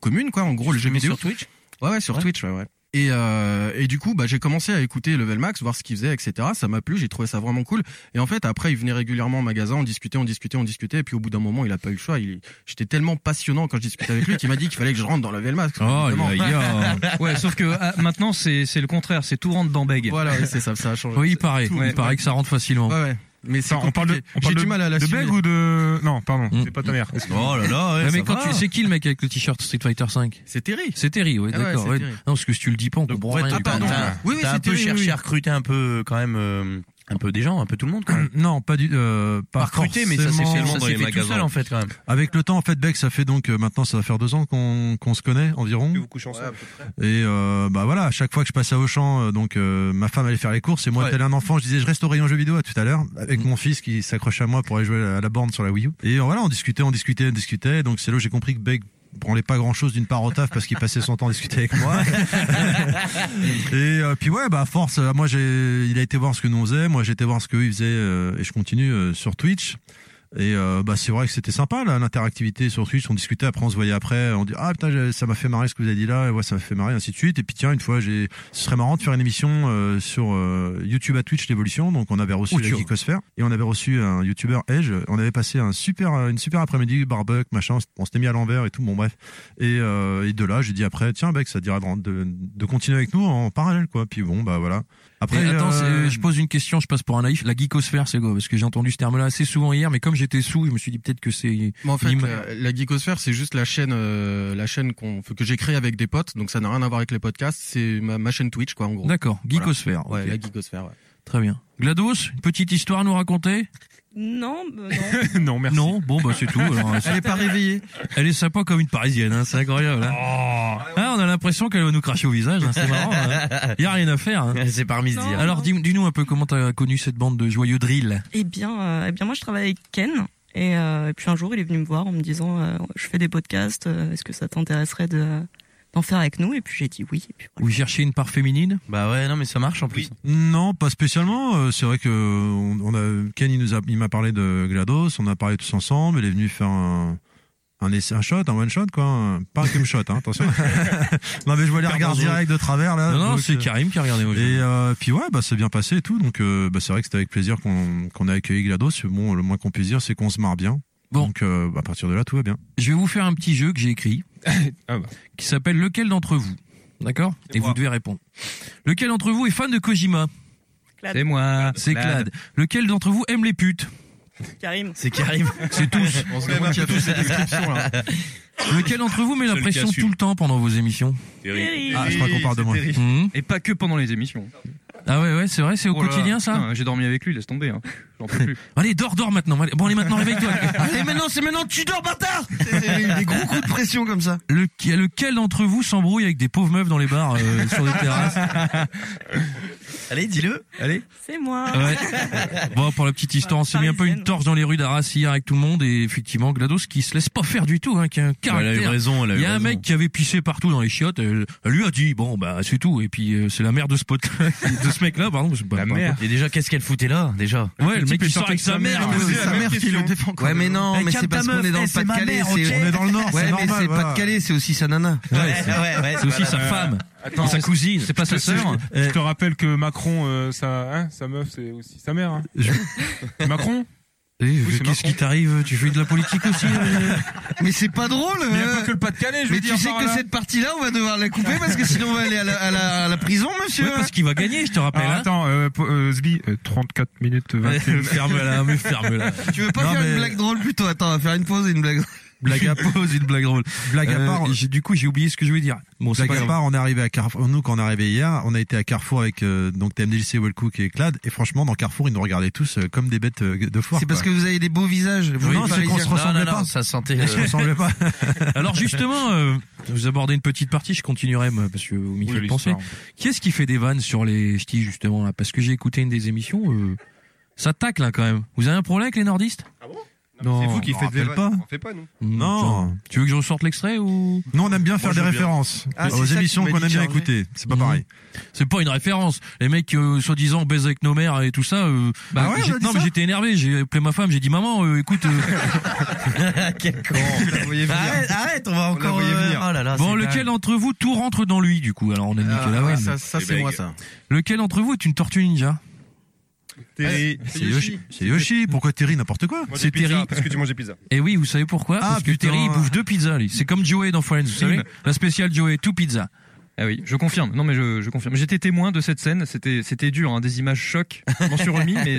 communes, quoi. En gros, le jeu vidéo.
sur Twitch
Ouais, ouais, sur Twitch, ouais, ouais. Et, euh, et du coup, bah, j'ai commencé à écouter Level Max, voir ce qu'il faisait, etc. Ça m'a plu, j'ai trouvé ça vraiment cool. Et en fait, après, il venait régulièrement au magasin, on discutait, on discutait, on discutait. Et puis au bout d'un moment, il a pas eu le choix. Il, j'étais tellement passionnant quand je discutais avec lui qu'il m'a dit qu'il fallait que je rentre dans Level Max.
Oh,
Évidemment.
les gars.
Ouais, sauf que ah, maintenant c'est c'est le contraire, c'est tout rentre dans bègue.
Voilà, oui, c'est ça, ça a changé.
Oui, il paraît.
Ouais,
il paraît que ça rentre facilement.
Ouais, ouais. Mais c'est
Attends, on parle de.
compliqué.
on parle
J'ai
de-
du mal à la
De
suivre.
Beg ou de. Non, pardon,
Mm.
c'est pas ta mère.
Oh là là,
ouais,
mais
ça
quand
va.
tu c'est qui le mec avec le t-shirt Street Fighter 5
C'est terrible.
C'est Terry, ouais,
Ah ouais,
d'accord.
c'est
ouais.
Terry.
Non, parce que si tu le dis pas, on comprend rien.
Ah,
du
pardon.
tout.
Oui, oui,
T'as un
c'était
peu
oui, oui.
cherché à recruter un peu, quand même, euh, un peu des gens, un peu tout le monde, quand même.
Non, pas du euh,
Pas
pas
recruter, mais ça s'est
forcément.
fait,
dans
ça
les
s'est fait tout
magasins.
seul, en fait, quand même.
Avec le temps, en fait, Beck, ça fait donc euh, maintenant, ça va faire deux ans qu'on qu'on se connaît environ.
Plus vous couchez ensemble.
Et euh, bah voilà, à chaque fois que je passais au champ, euh, donc euh, ma femme allait faire les courses et moi
Ouais.
tel un enfant, je disais je reste au rayon jeux vidéo à tout à l'heure avec mon fils qui s'accrochait à moi pour aller jouer à la borne sur la Wii U. Et euh, voilà, on discutait, on discutait, on discutait. Donc c'est là où j'ai compris que Beg branlait pas grand chose d'une part au taf parce qu'il passait son temps à discuter avec moi. et euh, puis ouais, bah à force, euh, moi j'ai, il a été voir ce que nous on faisait, moi j'ai été voir ce qu'eux ils faisaient euh, et je continue euh, sur Twitch. Et euh, bah c'est vrai que c'était sympa là l'interactivité sur Twitch, on discutait après, on se voyait après, on dit ah putain j'ai- ça m'a fait marrer ce que vous avez dit là, et ouais ça m'a fait marrer ainsi de suite. Et puis tiens une fois j'ai, ce serait marrant de faire une émission euh, sur euh, YouTube à Twitch l'évolution, donc on avait reçu
Oh,
la
tiens.
Geekosphère et on avait reçu un YouTuber Edge, on avait passé un super euh, une super après-midi barbecue machin, on s'était mis à l'envers et tout, bon bref. Et, euh, et de là j'ai dit après tiens mec ça te dira de, de, de continuer avec nous en parallèle quoi. Puis bon bah voilà. Après,
Et attends,
euh,
c'est- je pose une question, je passe pour un naïf. La geekosphère, c'est quoi Parce que j'ai entendu ce terme-là assez souvent hier, mais comme j'étais sous, je me suis dit peut-être que c'est.
Mais en fait,
l'im-
la, la geekosphère, c'est juste la chaîne, euh, la chaîne qu'on, que j'ai créée avec des potes. Donc ça n'a rien à voir avec les podcasts. C'est ma, ma chaîne Twitch, quoi, en gros.
D'accord,
Voilà.
geekosphère.
Ouais,
ok.
la geekosphère. Ouais.
Très bien. GLaDOS, une petite histoire à nous raconter
Non, bah,
Non, merci.
Non, bon, bah c'est tout. alors.
Elle est pas réveillée.
Elle est sympa comme une parisienne, hein, c'est incroyable. hein. Ah, on a l'impression qu'elle va nous cracher au visage, hein, c'est marrant. Il y a rien à faire. hein.
C'est parmi
se dire.
Alors dis- dis-nous un peu comment t'as connu cette bande de joyeux drill.
Eh bien, euh, eh bien, moi, je travaille avec Ken. Et, euh, et puis un jour, il est venu me voir en me disant euh, Je fais des podcasts, euh, est-ce que ça t'intéresserait de- d'en faire avec nous Et puis j'ai dit oui. Et puis,
Vous cherchez une part féminine
Bah ouais, non, mais ça marche en plus.
Non, pas spécialement. Euh, C'est vrai que euh, on, on a Ken il nous a, il m'a parlé de Glados, on a parlé tous ensemble. Il est venu faire un un, essai- un shot, un one shot quoi, un- pas un cum shot, hein, attention. non mais je vois les
Faire
regards
bonjour.
directs de travers là.
Non, non,
donc,
c'est
euh,
Karim qui a regardé aujourd'hui.
Et euh, puis ouais, bah c'est bien passé et tout. Donc euh, bah, c'est vrai que c'était avec plaisir qu'on qu'on a accueilli Glados. Bon, le moins qu'on puisse dire, c'est qu'on se marre bien. Donc euh, bah, à partir de là, tout va bien.
Je vais vous faire un petit jeu que j'ai écrit qui s'appelle Lequel d'entre vous D'accord Et vous devez répondre. Lequel d'entre vous est fan de Kojima
C'est moi.
C'est Clad.
Clad.
Lequel d'entre vous aime les putes
Karim.
C'est Karim. C'est tous.
On se demande qui a fait cette description, là.
Lequel d'entre vous met la
Celui qui
pression
assume.
tout le temps pendant vos émissions
Terry.
Ah, je crois qu'on parle de moi.
C'est Terry.
Mhm.
Et pas que pendant les émissions.
Ah ouais, ouais, c'est vrai, c'est au
Oh là là.
quotidien ça
Putain, J'ai dormi avec lui, laisse tomber. hein. J'en peux plus.
Allez, dors, dors maintenant. Allez, Bon, allez, maintenant, réveille-toi. allez, maintenant, c'est maintenant, tu dors, bâtard
Des gros coups de pression comme ça.
Le, lequel d'entre vous s'embrouille avec des pauvres meufs dans les bars euh, sur les terrasses
Allez, dis-le. Allez.
C'est moi.
Ouais. Bon, pour la petite histoire, on s'est mis un peu une torche dans les rues d'Arras hier avec tout le monde et effectivement, GLaDOS qui se laisse pas faire du tout, hein, qui a un caractère.
elle a eu raison, elle a eu
Il y a un
raison.
mec qui avait pissé partout dans les chiottes, elle, elle lui a dit, bon, bah, c'est tout. Et puis, euh, c'est la mère de ce pote, de ce mec-là, pardon. La
merde. Et déjà, qu'est-ce qu'elle foutait là, déjà
Ouais, le, mec qui sort avec sa mère.
Ah, mais c'est la même question.
Ouais, mais non,
Eh,
mais
calme
c'est
ta
parce qu'on
meuf,
est dans
eh,
le
c'est ma
Pas-de-Calais.
mère,
c'est-
ok
Ouais,
c'est
mais
normal,
c'est
voilà.
Pas-de-Calais, c'est aussi sa nana.
Ouais, c'est-
c'est aussi sa
Euh,
femme.
Attends,
Et sa
je-
cousine,
je-
c'est pas sa
je- je-
sœur.
Je, te rappelle que Macron, euh, sa, hein, sa meuf, c'est aussi sa mère. hein.
Eh,
Macron
Qu'est-ce qui t'arrive Tu fais de la politique aussi euh
Mais c'est pas drôle.
Mais y a
euh.
pas que le Pas-de-Calais, je
Mais
veux
tu
dire,
sais
par
que
là.
cette partie-là, on va devoir la couper parce que sinon on va aller à la, à la- à la prison, monsieur. Ah,
Ouais, parce qu'il va gagner, je te rappelle.
Alors,
hein.
attends, euh, po- euh, Zbi, euh, 34 minutes 21.
Ferme-la, mais ferme-la.
Tu veux pas
Non,
faire
mais-
une blague drôle plutôt Attends, on va faire une pause et une blague.
Blague à pause, une blague drôle. Blague à
Euh,
part.
j'ai- du coup, j'ai oublié ce que je voulais dire. Bon, c'est
Blague
pas
à
grave.
part, on est arrivé à Carrefour. Nous, quand on est arrivé hier, on a été à Carrefour avec euh, donc TMDJC, Wellcook et Clad. Et franchement, dans Carrefour, ils nous regardaient tous euh, comme des bêtes euh, de foire.
C'est parce que vous avez des beaux visages. Vous
non,
les
c'est qu'on
Parisiens.
se ressemblait
non,
pas.
ça sentait,
On
euh,
se ressemblait pas.
Alors justement, euh, vous abordez une petite partie, je continuerai moi, parce que vous m'y
Oui,
faites penser.
l'histoire.
Qui est-ce qui fait des vannes sur les ch'tis justement là Parce que j'ai écouté une des émissions, euh, ça tacle là quand même. Vous avez un problème avec les nordistes Ah bon Non,
C'est vous qui
on
faites des
rappelle
vannes.
pas.
On fait pas, nous.
Non.
Genre.
Tu veux que je ressorte l'extrait ou
Non, on aime bien
Moi,
faire
je
des
veux bien.
références
Ah,
aux
c'est ça
émissions
qui
qu'on
m'a
aime
dit
bien
Charles.
écouter. C'est pas pareil.
C'est pas une référence. Les mecs, euh, soi-disant, baisent avec nos mères et tout ça. euh,
Bah ouais,
j'ai-
on a dit
non, mais
ça.
j'étais énervé. J'ai appelé ma femme. J'ai dit, maman, euh, écoute. euh,
Quel con. Arrête, arrête, on va encore. euh, Oh là là.
bon,
c'est
lequel
dingue.
d'entre vous tout rentre dans lui du coup Alors on a dit
Ah,
que la
ah,
vanne.
ça- ça, c'est Les moi, blagues. ça.
Lequel d'entre vous est une tortue ninja Eh,
Terry.
C'est Yoshi. C'est Yoshi. Pourquoi Terry n'importe quoi
Moi,
C'est
des pizzas,
Terry.
Parce que tu manges des pizzas.
Et Eh oui, vous savez pourquoi
Ah,
Parce que
putain.
Terry il bouffe deux pizzas. lui. C'est comme Joey dans Friends, vous savez
Une.
La spéciale Joey, tout pizza.
Ah oui, je confirme. Non mais je, je confirme. J'étais témoin de cette scène. C'était c'était dur. hein, Des images choc. Je m'en suis remis. Mais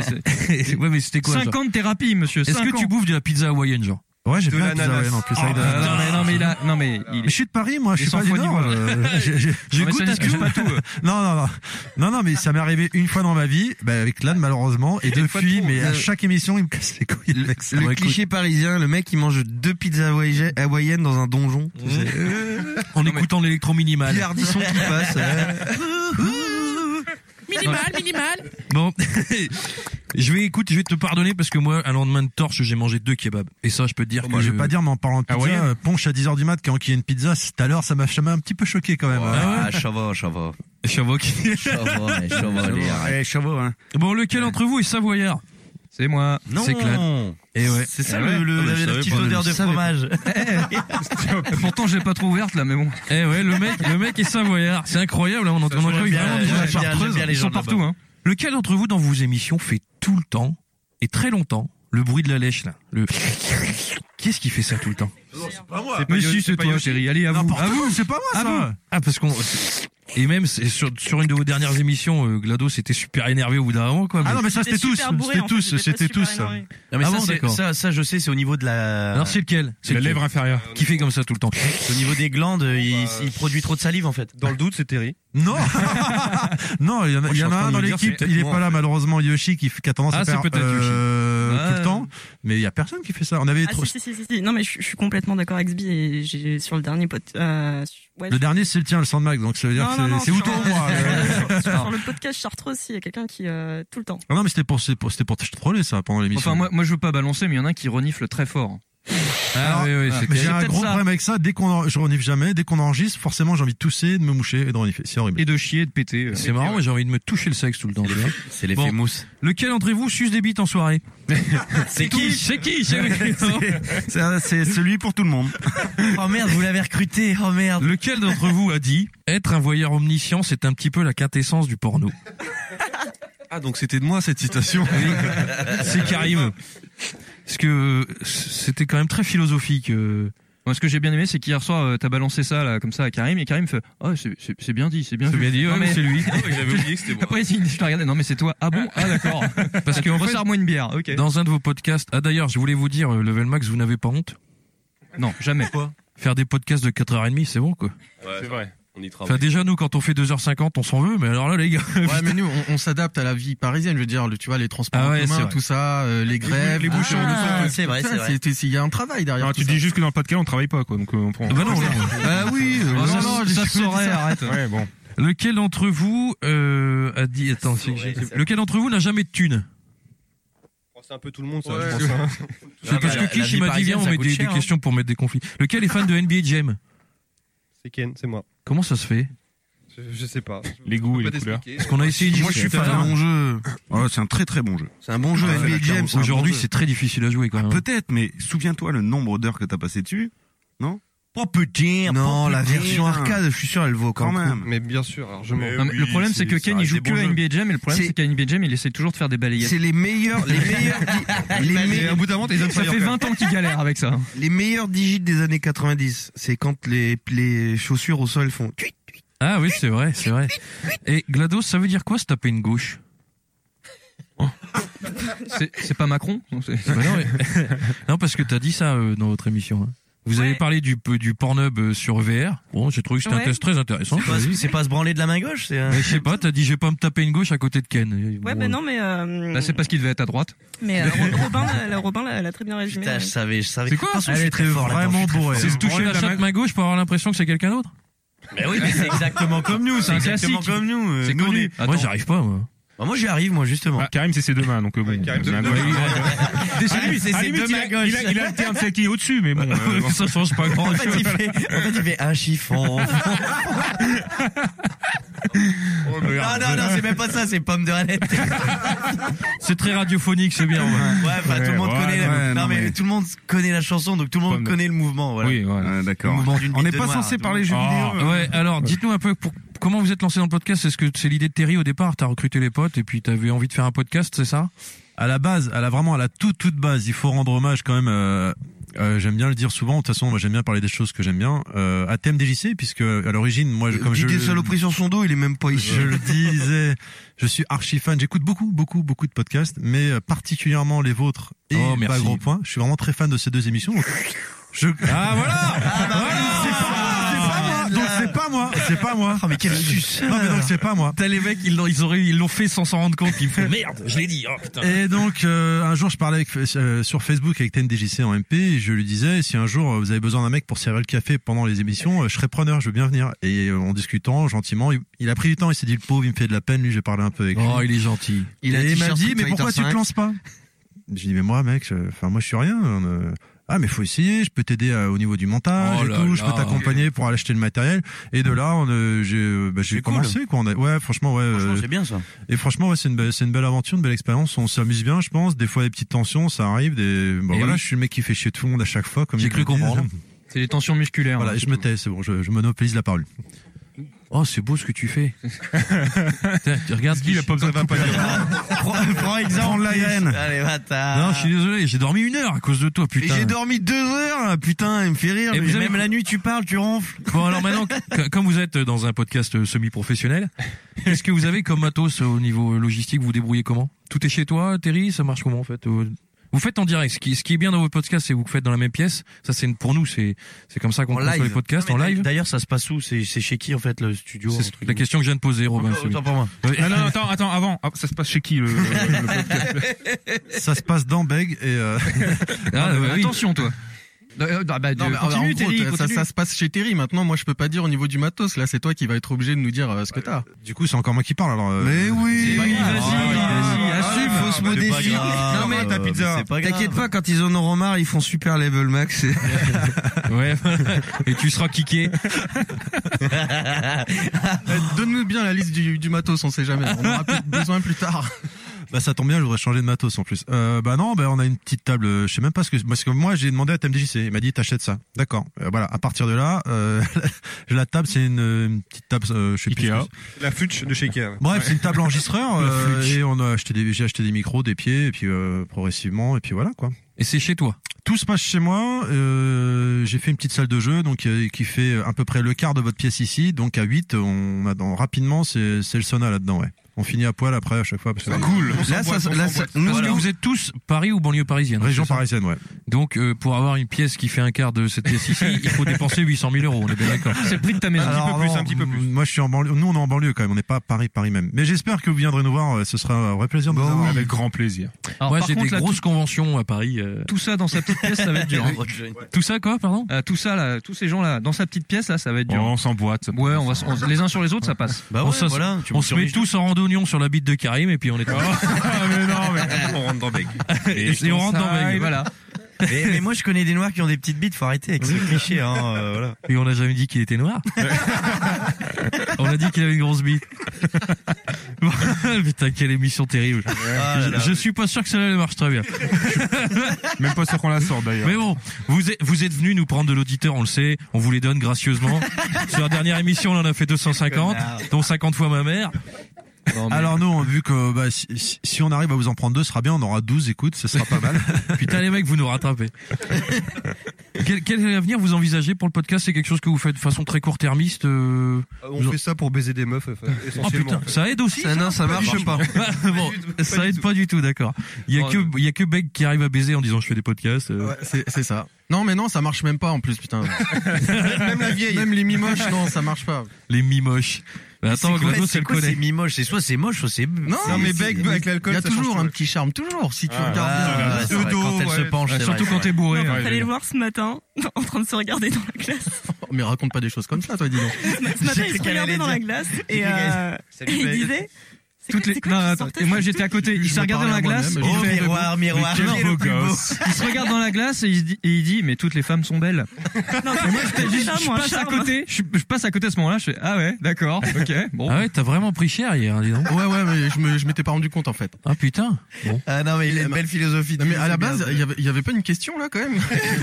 c'est-
ouais, mais c'était quoi genre
50 thérapies, monsieur.
Est-ce que
50.
tu bouffes de la pizza hawaïenne, genre
Ouais, j'ai
De
fait un
l'ananas.
pizza en plus.
Ah,
avec de
putain,
l'ananas.
mais non, mais il a- non, mais il est-
Je suis de Paris, moi.
Il
Je
est
suis
sans
pas du
foi ni
Nord.
loi.
euh, j'ai- j'ai-
Non, mais
J'écoute
ça
à
n'excuse
tout.
pas tout, euh.
Non, non, non. Non, non, mais ça m'est arrivé une fois dans ma vie, bah, avec l'âne, malheureusement, et depuis, mais à
Euh,
chaque émission, il me casse les couilles avec ça.
Le
Bon, écoute,
cliché parisien, le mec il mange deux pizzas hawaï- hawaïennes dans un donjon. tu sais.
Mmh. En écoutant l'électro minimal.
Petit hardisson qui passe. euh.
Minimal, minimal. Bon, je vais écoute, je vais te pardonner parce que moi, un lendemain de torche, j'ai mangé deux kebabs. Et ça, je peux te dire que
Oh, bah, je vais pas dire, mais en parlant de
Ah
pizza,
ouais
euh, Ponche à 10h du mat, quand il y a une pizza, tout à l'heure, ça m'a ça m'a un petit peu choqué quand même.
Ah,
Oh,
chavo, chavo.
Chavo qui.
Chavo, allez, chavo, allez, arrête.
chavo, hein. Bon, lequel entre vous est savoyard
C'est moi.
Non.
C'est Clad. Et ouais.
C'est ça
Eh ouais.
le, le-
Ah,
la,
mais je
la
savais
petite
pas, mais
odeur
je
de
savais pas.
fromage.
Pourtant, j'ai pas trop ouverte là, mais bon.
Eh ouais, le mec, le mec est savoyard. C'est incroyable, hein, on entend
Ça,
on
j'aime
entend
bien,
vraiment des gens
j'aime
de la
bien, j'aime
Chartreuse.
bien les
Ils
gens
sont
de là-bas.
partout, hein. Lequel d'entre vous dans vos émissions fait tout le temps et très longtemps le bruit de la lèche là Le qui est-ce qui fait ça tout le temps
c'est pas moi.
Mais si, c'est toi, chérie. Allez, à vous. À vous,
c'est pas moi,
À
ça.
vous. Ah, parce qu'on. Et même c'est sur, sur une de vos dernières émissions, euh, Glados était super énervé au bout d'un moment, quoi.
Ah non, mais ça, J'étais c'était tous, super bourré, c'était en fait, tous, j'étais pas c'était super tous, ça. énervé.
Non, mais
Ah
ça,
bon,
c'est-
d'accord.
ça, ça, je sais, c'est au niveau de la. Alors, c'est lequel C'est
La
lequel
lèvre inférieure.
Qui fait comme ça tout le temps.
Au niveau des glandes,
Oh,
il,
bah,
il produit trop de salive en fait.
Dans le doute, c'est Terry.
Non Non, il y en
Moi,
a,
je suis
il y en
en
a
train
un
de
dans
me dire,
l'équipe,
c'est peut-être
il est
moi,
pas
en
là
fait.
malheureusement, Yoshi qui, fait- qui a tendance
Ah,
à
c'est
faire
peut-être
euh,
Yoshi.
tout
Ouais.
le temps, mais il y a personne qui fait ça. On avait
Ah,
trop...
si, si, si, si, si. Non, mais je, je suis complètement d'accord avec Sbi et j'ai sur le dernier pot. euh, ouais,
Le dernier c'est le tien, le Sandmax, donc ça veut dire
Non,
que
non, non,
c'est- c'est où
sur-
toi ou moi
sur-
euh.
sur le podcast Chartreux aussi, il y a quelqu'un qui euh, tout le temps.
Ah non, mais c'était pour, c'est pour, c'était pour te troller ça pendant l'émission.
Enfin, moi, moi, je veux pas balancer, mais il y en a un qui renifle très fort.
Alors, euh, mais
clair.
J'ai un
C'est
gros
peut-être ça.
problème avec ça. Dès qu'on en- je renifle jamais, dès qu'on enregistre, forcément j'ai envie de tousser, de me moucher et de renifler. C'est horrible.
Et de chier, de péter. euh.
C'est marrant, moi j'ai envie de me toucher le sexe tout le temps. tu vois.
C'est l'effet
Bon.
mousse.
Lequel d'entre vous suce des bites en soirée
C'est
qui C'est qui C'est-
C'est c'est celui pour tout le monde. Oh merde, vous l'avez recruté. Oh merde.
Lequel d'entre vous a dit être un voyeur omniscient, c'est un petit peu la quintessence du porno
Ah, donc c'était de moi cette citation.
C'est Karim. Parce que euh, c'était quand même très philosophique. euh.
Moi, ce que j'ai bien aimé, c'est qu'hier soir, euh, t'as balancé ça, là, comme ça, à Karim, et Karim fait, oh, c'est- c'est c'est bien dit, c'est bien
C'est
vu.
bien dit, ouais,
Non,
mais c'est lui.
J'avais oublié que c'était moi.
Après, il- je l'ai regardé, non, mais c'est toi. Ah bon? Ah, d'accord.
Parce que en fait-
moi une bière, ok.
Dans un de vos podcasts. Ah d'ailleurs, je voulais vous dire, euh, Level Max, vous n'avez pas honte
Non, jamais.
Faire des podcasts de 4h30, c'est bon quoi.
Ah
c'est vrai. On y
Enfin,
travaille.
déjà, nous, quand on fait 2h50, on s'en veut, mais alors là, les gars.
Ouais, mais nous, on, on s'adapte à la vie parisienne. Je veux dire, le- tu vois, les transports
Ah ouais,
en
c'est
commun,
vrai.
tout ça, euh, les grèves, ah,
les bouchons, le temps, ouais.
c'est vrai,
Putain,
c'est vrai. c'est- Il y a un travail derrière.
Non,
tout
tu
ça.
dis juste que dans le Pas-de-Calais, on travaille pas, quoi. Donc, euh, on prend.
Bah non, non.
Bah oui, euh,
Oh,
Ah,
non,
ça- ça
non, j'ai-
saurait,
j'ai dit ça.
arrête.
Ouais, bon.
Lequel d'entre vous euh, a dit. Attends, c'est que j'ai- Lequel d'entre vous n'a jamais de thune
C'est un peu tout le monde, ça.
Ouais.
je pense, hein.
C'est
bah,
parce que Kish, il m'a dit, viens, on met des,
hein.
des questions pour mettre des conflits. Lequel est fan de NBA Jam
C'est Ken, c'est moi.
Comment ça se fait
Je, je sais pas.
Les
goûts
et les couleurs.
Parce qu'on a essayé
Moi, je suis fan d'un
Hmm.
bon jeu. Ouais, Oh, c'est un très très bon jeu.
C'est un bon
jeu,
Ouais,
NBA
la
Jam,
carte, un
Aujourd'hui,
bon jeu.
c'est très difficile à jouer quand même.
Ah, Peut-être, mais souviens-toi le nombre d'heures que t'as passé dessus, non
Pas petit.
Non,
pas
la
petit,
version
putain.
arcade, je suis sûr, elle vaut encore
Quand
le coup.
même.
Mais bien sûr, alors je
Mais
Non, mais le problème, c'est que Ken, il joue que à NBA Jam, et le problème,
C'est-
c'est qu'à NBA Jam, il essaie toujours de faire des balayettes.
C'est les meilleurs, les meilleurs, di- les
Mais
meilleurs,
au bout d'un moment, t'es Ça fait 20 ans qu'il galère avec ça.
les meilleurs digits des années 90. C'est quand les, les chaussures au sol font. Euh, tuit.
Ah oui, c'est vrai, c'est vrai. Et GLaDOS, ça veut dire quoi se taper une gauche
C'est c'est pas Macron? Non, c'est-
Bah non, mais- non, parce que t'as dit ça euh, dans votre émission. hein. Vous avez parlé du, peu- du Pornhub euh, sur VR. Bon, j'ai trouvé que c'était un
Ouais.
test très intéressant.
C'est pas, c'est pas se branler de la main gauche. C'est un-
Mais je sais pas, t'as dit je vais pas me taper une gauche à côté de Ken.
Ouais,
Bon, bah,
ben non, mais. euh,
Là, c'est parce qu'il devait être à droite.
Mais euh, Ro- Robin, euh, la Robin l'a l'a très bien résumé.
Putain, je savais, je savais.
C'est quoi
Ah, je suis très fort là-dedans, je suis très fort.
C'est se toucher la chatte main gauche pour avoir l'impression que c'est quelqu'un d'autre
Mais oui, mais c'est exactement comme nous. C'est
un
exactement
classique.
comme nous. euh,
C'est
nous, on
connu.
est-
Attends.
Moi, j'arrive
Ah,
pas, moi.
Bah, Moi, j'y arrive, moi, justement.
Karim, c'est ses deux mains, donc euh, bon.
deux-
Ah,
deux
bah,
mains.
il-
Ah, lui, c'est
à la
ses
limite,
deux
il
mains
a-
gauche.
il a- il alterne celle qui est au-dessus, mais bon. euh, bon.
Ça change pas
En
grand
fait, il fait, en fait, il fait un chiffon. non, non, non, c'est même pas ça, c'est pomme de Halette.
C'est très radiophonique, c'est bien. ouais.
Ouais, bah, tout le monde
ouais,
connaît. la...
ouais,
non,
non,
mais,
mais-
tout le monde connaît la chanson, donc tout le monde connaît le mouvement. Voilà.
Oui, voilà.
Ah, D'accord.
Le mouvement d'une
On
bite
n'est
de
pas
noir,
hein,
censé
tout
parler jeux
Ah.
vidéo.
Oh.
hein. euh.
Ouais, alors dites-nous un peu pour- comment vous êtes lancé dans le podcast. Est-ce que c'est l'idée de Terry au départ T'as recruté les potes et puis t'avais envie de faire un podcast, c'est ça
à la base, à la vraiment à la toute toute base, il faut rendre hommage quand même. euh, euh, j'aime bien le dire souvent. De toute façon, moi j'aime bien parler des choses que j'aime bien. Euh, à TMDJC, puisque à l'origine, moi, je-
Euh,
comme
Dit
je
des saloperies sur son dos, il est même pas ici.
je le disais, je suis archi fan. J'écoute beaucoup, beaucoup, beaucoup de podcasts, mais euh, particulièrement les vôtres et
Oh,
pas
merci.
gros point. Je suis vraiment très fan de ces deux émissions. Donc, je... Ah voilà, donc c'est pas moi, c'est pas moi.
Ah, mais quel suceur.
Non mais donc c'est pas moi.
T'as les mecs, ils l'ont ils auraient- ils l'ont fait sans s'en rendre compte. Ils me font merde, je l'ai dit. Oh putain.
Et donc euh, un jour je parlais avec, euh, sur Facebook avec TNDJC en MP et je lui disais si un jour euh, vous avez besoin d'un mec pour servir le café pendant les émissions euh, je serais preneur je veux bien venir et euh, en discutant gentiment il, il a pris du temps il s'est dit le pauvre il me fait de la peine lui j'ai parlé un peu avec lui
Oh, il est gentil.
Il a
et
un
il m'a
t-shirt
dit
Street
mais pourquoi
Fighter
tu te
5.
lances pas J'ai dit mais moi mec, je- enfin moi je suis rien. euh, Ah mais faut essayer, je peux t'aider euh, au niveau du montage
Oh
et
là
tout, je
là.
peux t'accompagner pour aller acheter le matériel. Et de là, on, euh, j'ai euh, bah, j'ai
C'est cool.
commencé quoi. On a- ouais franchement ouais.
Franchement,
euh,
c'est bien ça.
et franchement ouais c'est une belle c'est une belle aventure, une belle expérience. On s'amuse bien je pense. Des fois des petites tensions, ça arrive. Des bon,
Et
voilà,
oui.
je suis le mec qui fait chier tout le monde à chaque fois. comme
J'ai
ils
cru
le disent.
comprendre.
C'est des tensions musculaires.
Voilà,
hein,
et je
c'est
me
tout.
tais, c'est bon, je, je monopolise la parole.
Oh, c'est beau ce que tu fais. Tiens, tu regardes. il a pas besoin
Prends exemple.
la hyène.
Allez, bâtard.
Non, je suis désolé, j'ai dormi une heure à cause de toi, putain.
Et j'ai dormi deux heures, là, putain, il me fait rire.
Et
mais
vous avez-
Même la nuit, tu parles, tu ronfles.
Bon, alors maintenant, que- comme vous êtes dans un podcast euh, semi-professionnel, qu'est-ce que vous avez comme matos euh, au niveau logistique Vous vous débrouillez comment Tout est chez toi, Terry Ça marche comment en fait Euh, vous faites en direct. Ce qui, ce qui est bien dans vos podcasts, c'est que vous faites dans la même pièce. Ça, c'est une- pour nous, c'est c'est comme ça qu'on
En
conçoit
live.
les podcasts
Non,
en
mais
live.
D'ailleurs, ça se passe où C'est c'est chez qui, en fait, le studio
C'est la question que je viens de poser, Robin. Euh,
Autant
celui-
pour moi.
Oui.
Non, non, attends, attends, avant. Ah, ça se passe chez qui le, le podcast
Ça se passe dans Beg et. euh,
Ah,
mais
oui.
Attention, toi. Euh, ah, bah,
Non, mais,
continue,
en gros,
Terry, ça,
ça- ça
se passe chez Terry. Maintenant, moi, je peux pas dire au niveau du matos. Là, c'est toi qui vas être obligé de nous dire euh, ce que t'as.
Du coup, c'est encore moi qui parle alors. euh,
Mais
oui,
oui,
vas-y,
assume,
Ah,
faut se modérer. Non mais ta pizza. T'inquiète pas, quand ils en auront marre, ils font super level max.
ouais. Et tu seras kické.
Euh, Donne-nous bien la liste du, du matos, on sait jamais. On aura peut-être besoin plus tard.
Bah ça tombe bien, j'aurais changé de matos en plus. Euh, bah non, bah on a une petite table, euh, je sais même pas ce que parce que moi j'ai demandé à TMDJC, il m'a dit t'achètes ça. D'accord. Euh, voilà, à partir de là, euh, la table c'est une, euh, une petite table euh, je sais plus. ce que
La futch de chez Ikea.
c'est. Bref, c'est une table enregistreur euh, et on a acheté des j'ai acheté des micros, des pieds et puis euh, progressivement et puis voilà quoi.
Et c'est chez toi.
Tout se passe chez moi. euh, j'ai fait une petite salle de jeu, donc euh, qui fait à peu près le quart de votre pièce ici. Donc à 8 on a dans rapidement c'est c'est le sauna là-dedans ouais. On finit à poil après à chaque fois. parce
Ah,
que-
Là, ça, là, ça- nous, parce que vous êtes tous Paris ou banlieue parisienne.
Région
c'est ça
parisienne, ouais.
Donc, euh, pour avoir une pièce qui fait un quart de cette pièce ici, il faut dépenser 800 000 euros. On est bien d'accord.
C'est le prix de ta maison.
Alors, non, m- Moi, je suis en banlieue. Nous, on est en banlieue quand même. On n'est pas à Paris, Paris même. Mais j'espère que vous viendrez nous voir. euh, Ce sera un vrai plaisir de vous avoir.
Avec grand plaisir.
Alors,
Moi,
par
j'ai des
contre, là,
grosses conventions à Paris. euh,
Tout ça dans sa petite pièce, ça va être dur. hein.
Tout ça, quoi,
Hein
pardon
Euh, Tout ça, là, tous ces gens-là, dans sa petite pièce, là, ça va être dur.
On s'emboîte. ça
Ouais, on va, s- on- les uns sur les autres, ça passe.
on s'as- on se met tous en randonnion sur la bite de Karim et puis on est.
Ah, mais non, mais on rentre dans Beg.
Et, et on rentre dans Beg, voilà.
mais, mais moi, je connais des noirs qui ont des petites bites, faut arrêter avec ce cliché, hein, euh, voilà.
Et on n'a jamais dit qu'il était noir. on a dit qu'il avait une grosse bite. Putain, quelle émission terrible.
là
je,
là.
je suis pas sûr que celle-là elle marche très bien.
Même pas sûr qu'on la sort d'ailleurs.
Mais bon, vous êtes, vous êtes venus nous prendre de l'auditeur, on le sait, on vous les donne gracieusement. Sur la dernière émission, on en a fait 250,
Connard.
dont 50 fois ma mère.
Alors, non, vu que bah, si, si- si on arrive à vous en prendre deux, ce sera bien. On aura 12 écoutes. Ce sera pas mal.
Putain, les mecs, vous nous rattrapez. quel, quel avenir vous envisagez pour le podcast C'est quelque chose que vous faites de façon très court-termiste euh,
On
vous en-
fait ça pour baiser des meufs, euh,
Oh
essentiellement.
putain, ça aide aussi
Ça, non, ça marche pas.
Bon, ça aide pas du tout, d'accord. Il y a
Oh,
que il y a que Beck qui arrive à baiser en disant je fais des podcasts. euh.
c'est c'est ça. Non, mais non, ça marche même pas en plus, putain. même la vieille. Même les mimoches, non, ça marche pas.
Les mimoches. Mais attends,
C'est quoi-
Glados,
c'est
elle
quoi
connaît.
C'est mi-moche, c'est soit c'est moche, soit c'est.
Non, mais bec, avec l'alcool,
il y a
ça
toujours
change un petit charme, toujours. Si tu
Ah,
regardes
ouais,
bien,
ouais, c'est vrai, quand elle se penche, c'est vrai, c'est vrai.
bourré.
Non, fallait le voir ce matin, en train de se regarder dans la glace.
Mais raconte pas des choses comme ça, toi, dis donc.
Ce matin, il se regardait dans la glace et, euh, et il disait. c'est
Toutes
quoi-
les-
c'est quoi
non,
qui
attends,
sortait
et moi j'étais à côté, il s'est regardé dans la glace.
Oh,
il fait-
miroir,
Mais
miroir,
quel
non,
beau
le plus beau.
gosse. Il se regarde dans la glace et il, se dit, et il dit mais toutes les femmes sont belles.
Non,
Et moi j'étais juste-
c'est
je
moi,
passe à
Charles.
côté, je, je passe à côté à ce moment-là, je fais ah ouais, d'accord, ok, bon.
Ah ouais, t'as vraiment pris cher hier, dis donc.
Ouais, ouais, mais je, me, je m'étais pas rendu compte en fait.
Ah putain. Bon.
Ah non, mais il a une belle philosophie.
Non, mais à la
C'est bien.
base, il y avait- il y avait pas une question là quand même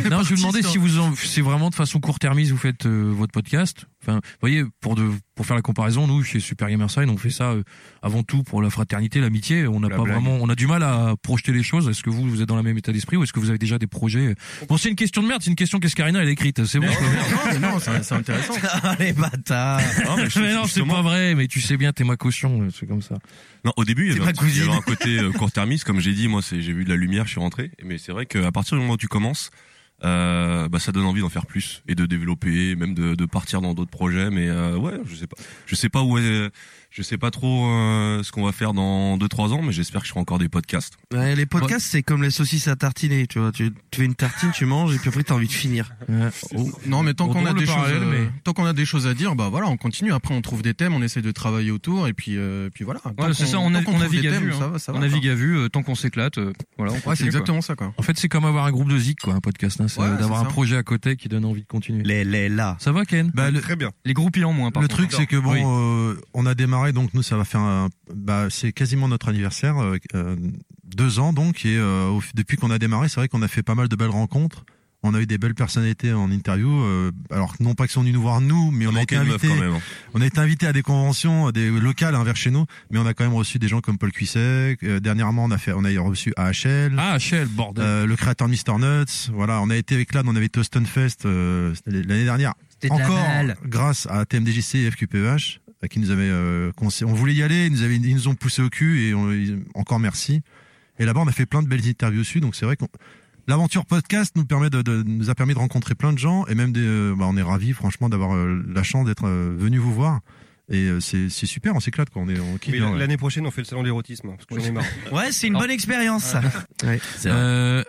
Non, je vous demandais
Parti,
si vous en, c'est vraiment de façon court-termiste vous faites euh, votre podcast. Enfin, vous voyez, pour de, pour faire la comparaison, nous chez Super Gamerside, on fait ça euh, avant tout pour la fraternité, l'amitié. On n'a
La
pas
blague.
vraiment, on a du mal à projeter les choses. Est-ce que vous, vous êtes dans le même état d'esprit ou est-ce que vous avez déjà des projets Bon, c'est une question de merde. C'est une question qu'Escarina elle a écrite. C'est bon. je peux-
Non, non, c'est c'est intéressant.
Ah, les bâtards.
mais non, c'est pas vrai. Mais tu sais bien, t'es ma caution. euh, C'est comme ça.
Non, au début, il y
C'est
avait, un,
ma
petit- il y
cousine.
avait un côté euh, court-termiste, comme j'ai dit. Moi, c'est, j'ai vu de la lumière, je suis rentré. Mais c'est vrai qu'à partir du moment où tu commences, euh, bah, ça donne envie d'en faire plus et de développer, même de, de partir dans d'autres projets. Mais euh, ouais, je sais pas, je sais pas où, est- je sais pas trop euh, ce qu'on va faire dans 2-3 ans, mais j'espère que je ferai encore des podcasts.
Ouais, les podcasts, c'est comme les saucisses à tartiner, tu vois. Tu, tu fais une tartine, tu manges, et puis après, t'as envie de finir.
Non, mais tant
On
qu'on a
drôle le
des choses,
parallèle,
euh,
mais-
tant qu'on a des choses à dire, bah voilà, on continue. Après, on trouve des thèmes, on essaie de travailler autour, et puis, euh, puis voilà. Tant
Ouais, c'est
qu'on-
ça, on, a,
tant qu'on
on
trouve
navigue
des
à
thèmes,
vue. hein.
ça va, ça
on
va,
navigue
quoi.
à vue, euh, tant qu'on s'éclate, euh, voilà. on
Ouais, c'est
continue, quoi.
exactement ça, quoi.
En fait, c'est comme avoir un groupe de zik, quoi, un podcast. hein, c'est
Ouais,
d'avoir
c'est
un
ça.
projet à côté qui donne envie de continuer.
Les, les, là.
Ça va, Ken
Bah, le,
Très bien.
Les groupies en moins, par
le
contre.
truc, c'est que bon,
Oui.
euh, on a démarré, donc nous, ça va faire, un- bah, c'est quasiment notre anniversaire, euh, euh, deux ans donc, et euh, au- depuis qu'on a démarré, c'est vrai qu'on a fait pas mal de belles rencontres. On a eu des belles personnalités en interview. euh, alors non pas que sont venus nous voir nous, mais on a
manquait
été
de meufs
invité.
quand même, hein.
On a été invité à des conventions, à des locales hein, vers chez nous, mais on a quand même reçu des gens comme Paul Cuisset. euh, dernièrement, on a fait, on a reçu AHL.
Ah,
AHL, bordel.
Euh, le créateur de Mr Nuts. Voilà, on a été avec Lad, on avait été au Stunfest euh, c'était l'année dernière.
C'était de la
Encore
balle.
grâce à TMDJC et FQPH E à qui nous avaient euh, conseillé. On voulait y aller, ils nous, avaient, ils nous ont poussé au cul et on- ils- encore merci. Et là-bas, on a fait plein de belles interviews dessus, donc c'est vrai qu'on L'aventure podcast nous permet de, de- nous a permis de rencontrer plein de gens et même des, euh, bah, on est ravis franchement d'avoir euh, la chance d'être venu venus vous voir et euh, c'est c'est super on s'éclate quoi on est on kiffe
Mais
bien, ouais.
L'année prochaine, on fait le salon de l'érotisme. hein, Parce que j'en ai marre.
Ouais, c'est une bonne expérience, ça.
Euh,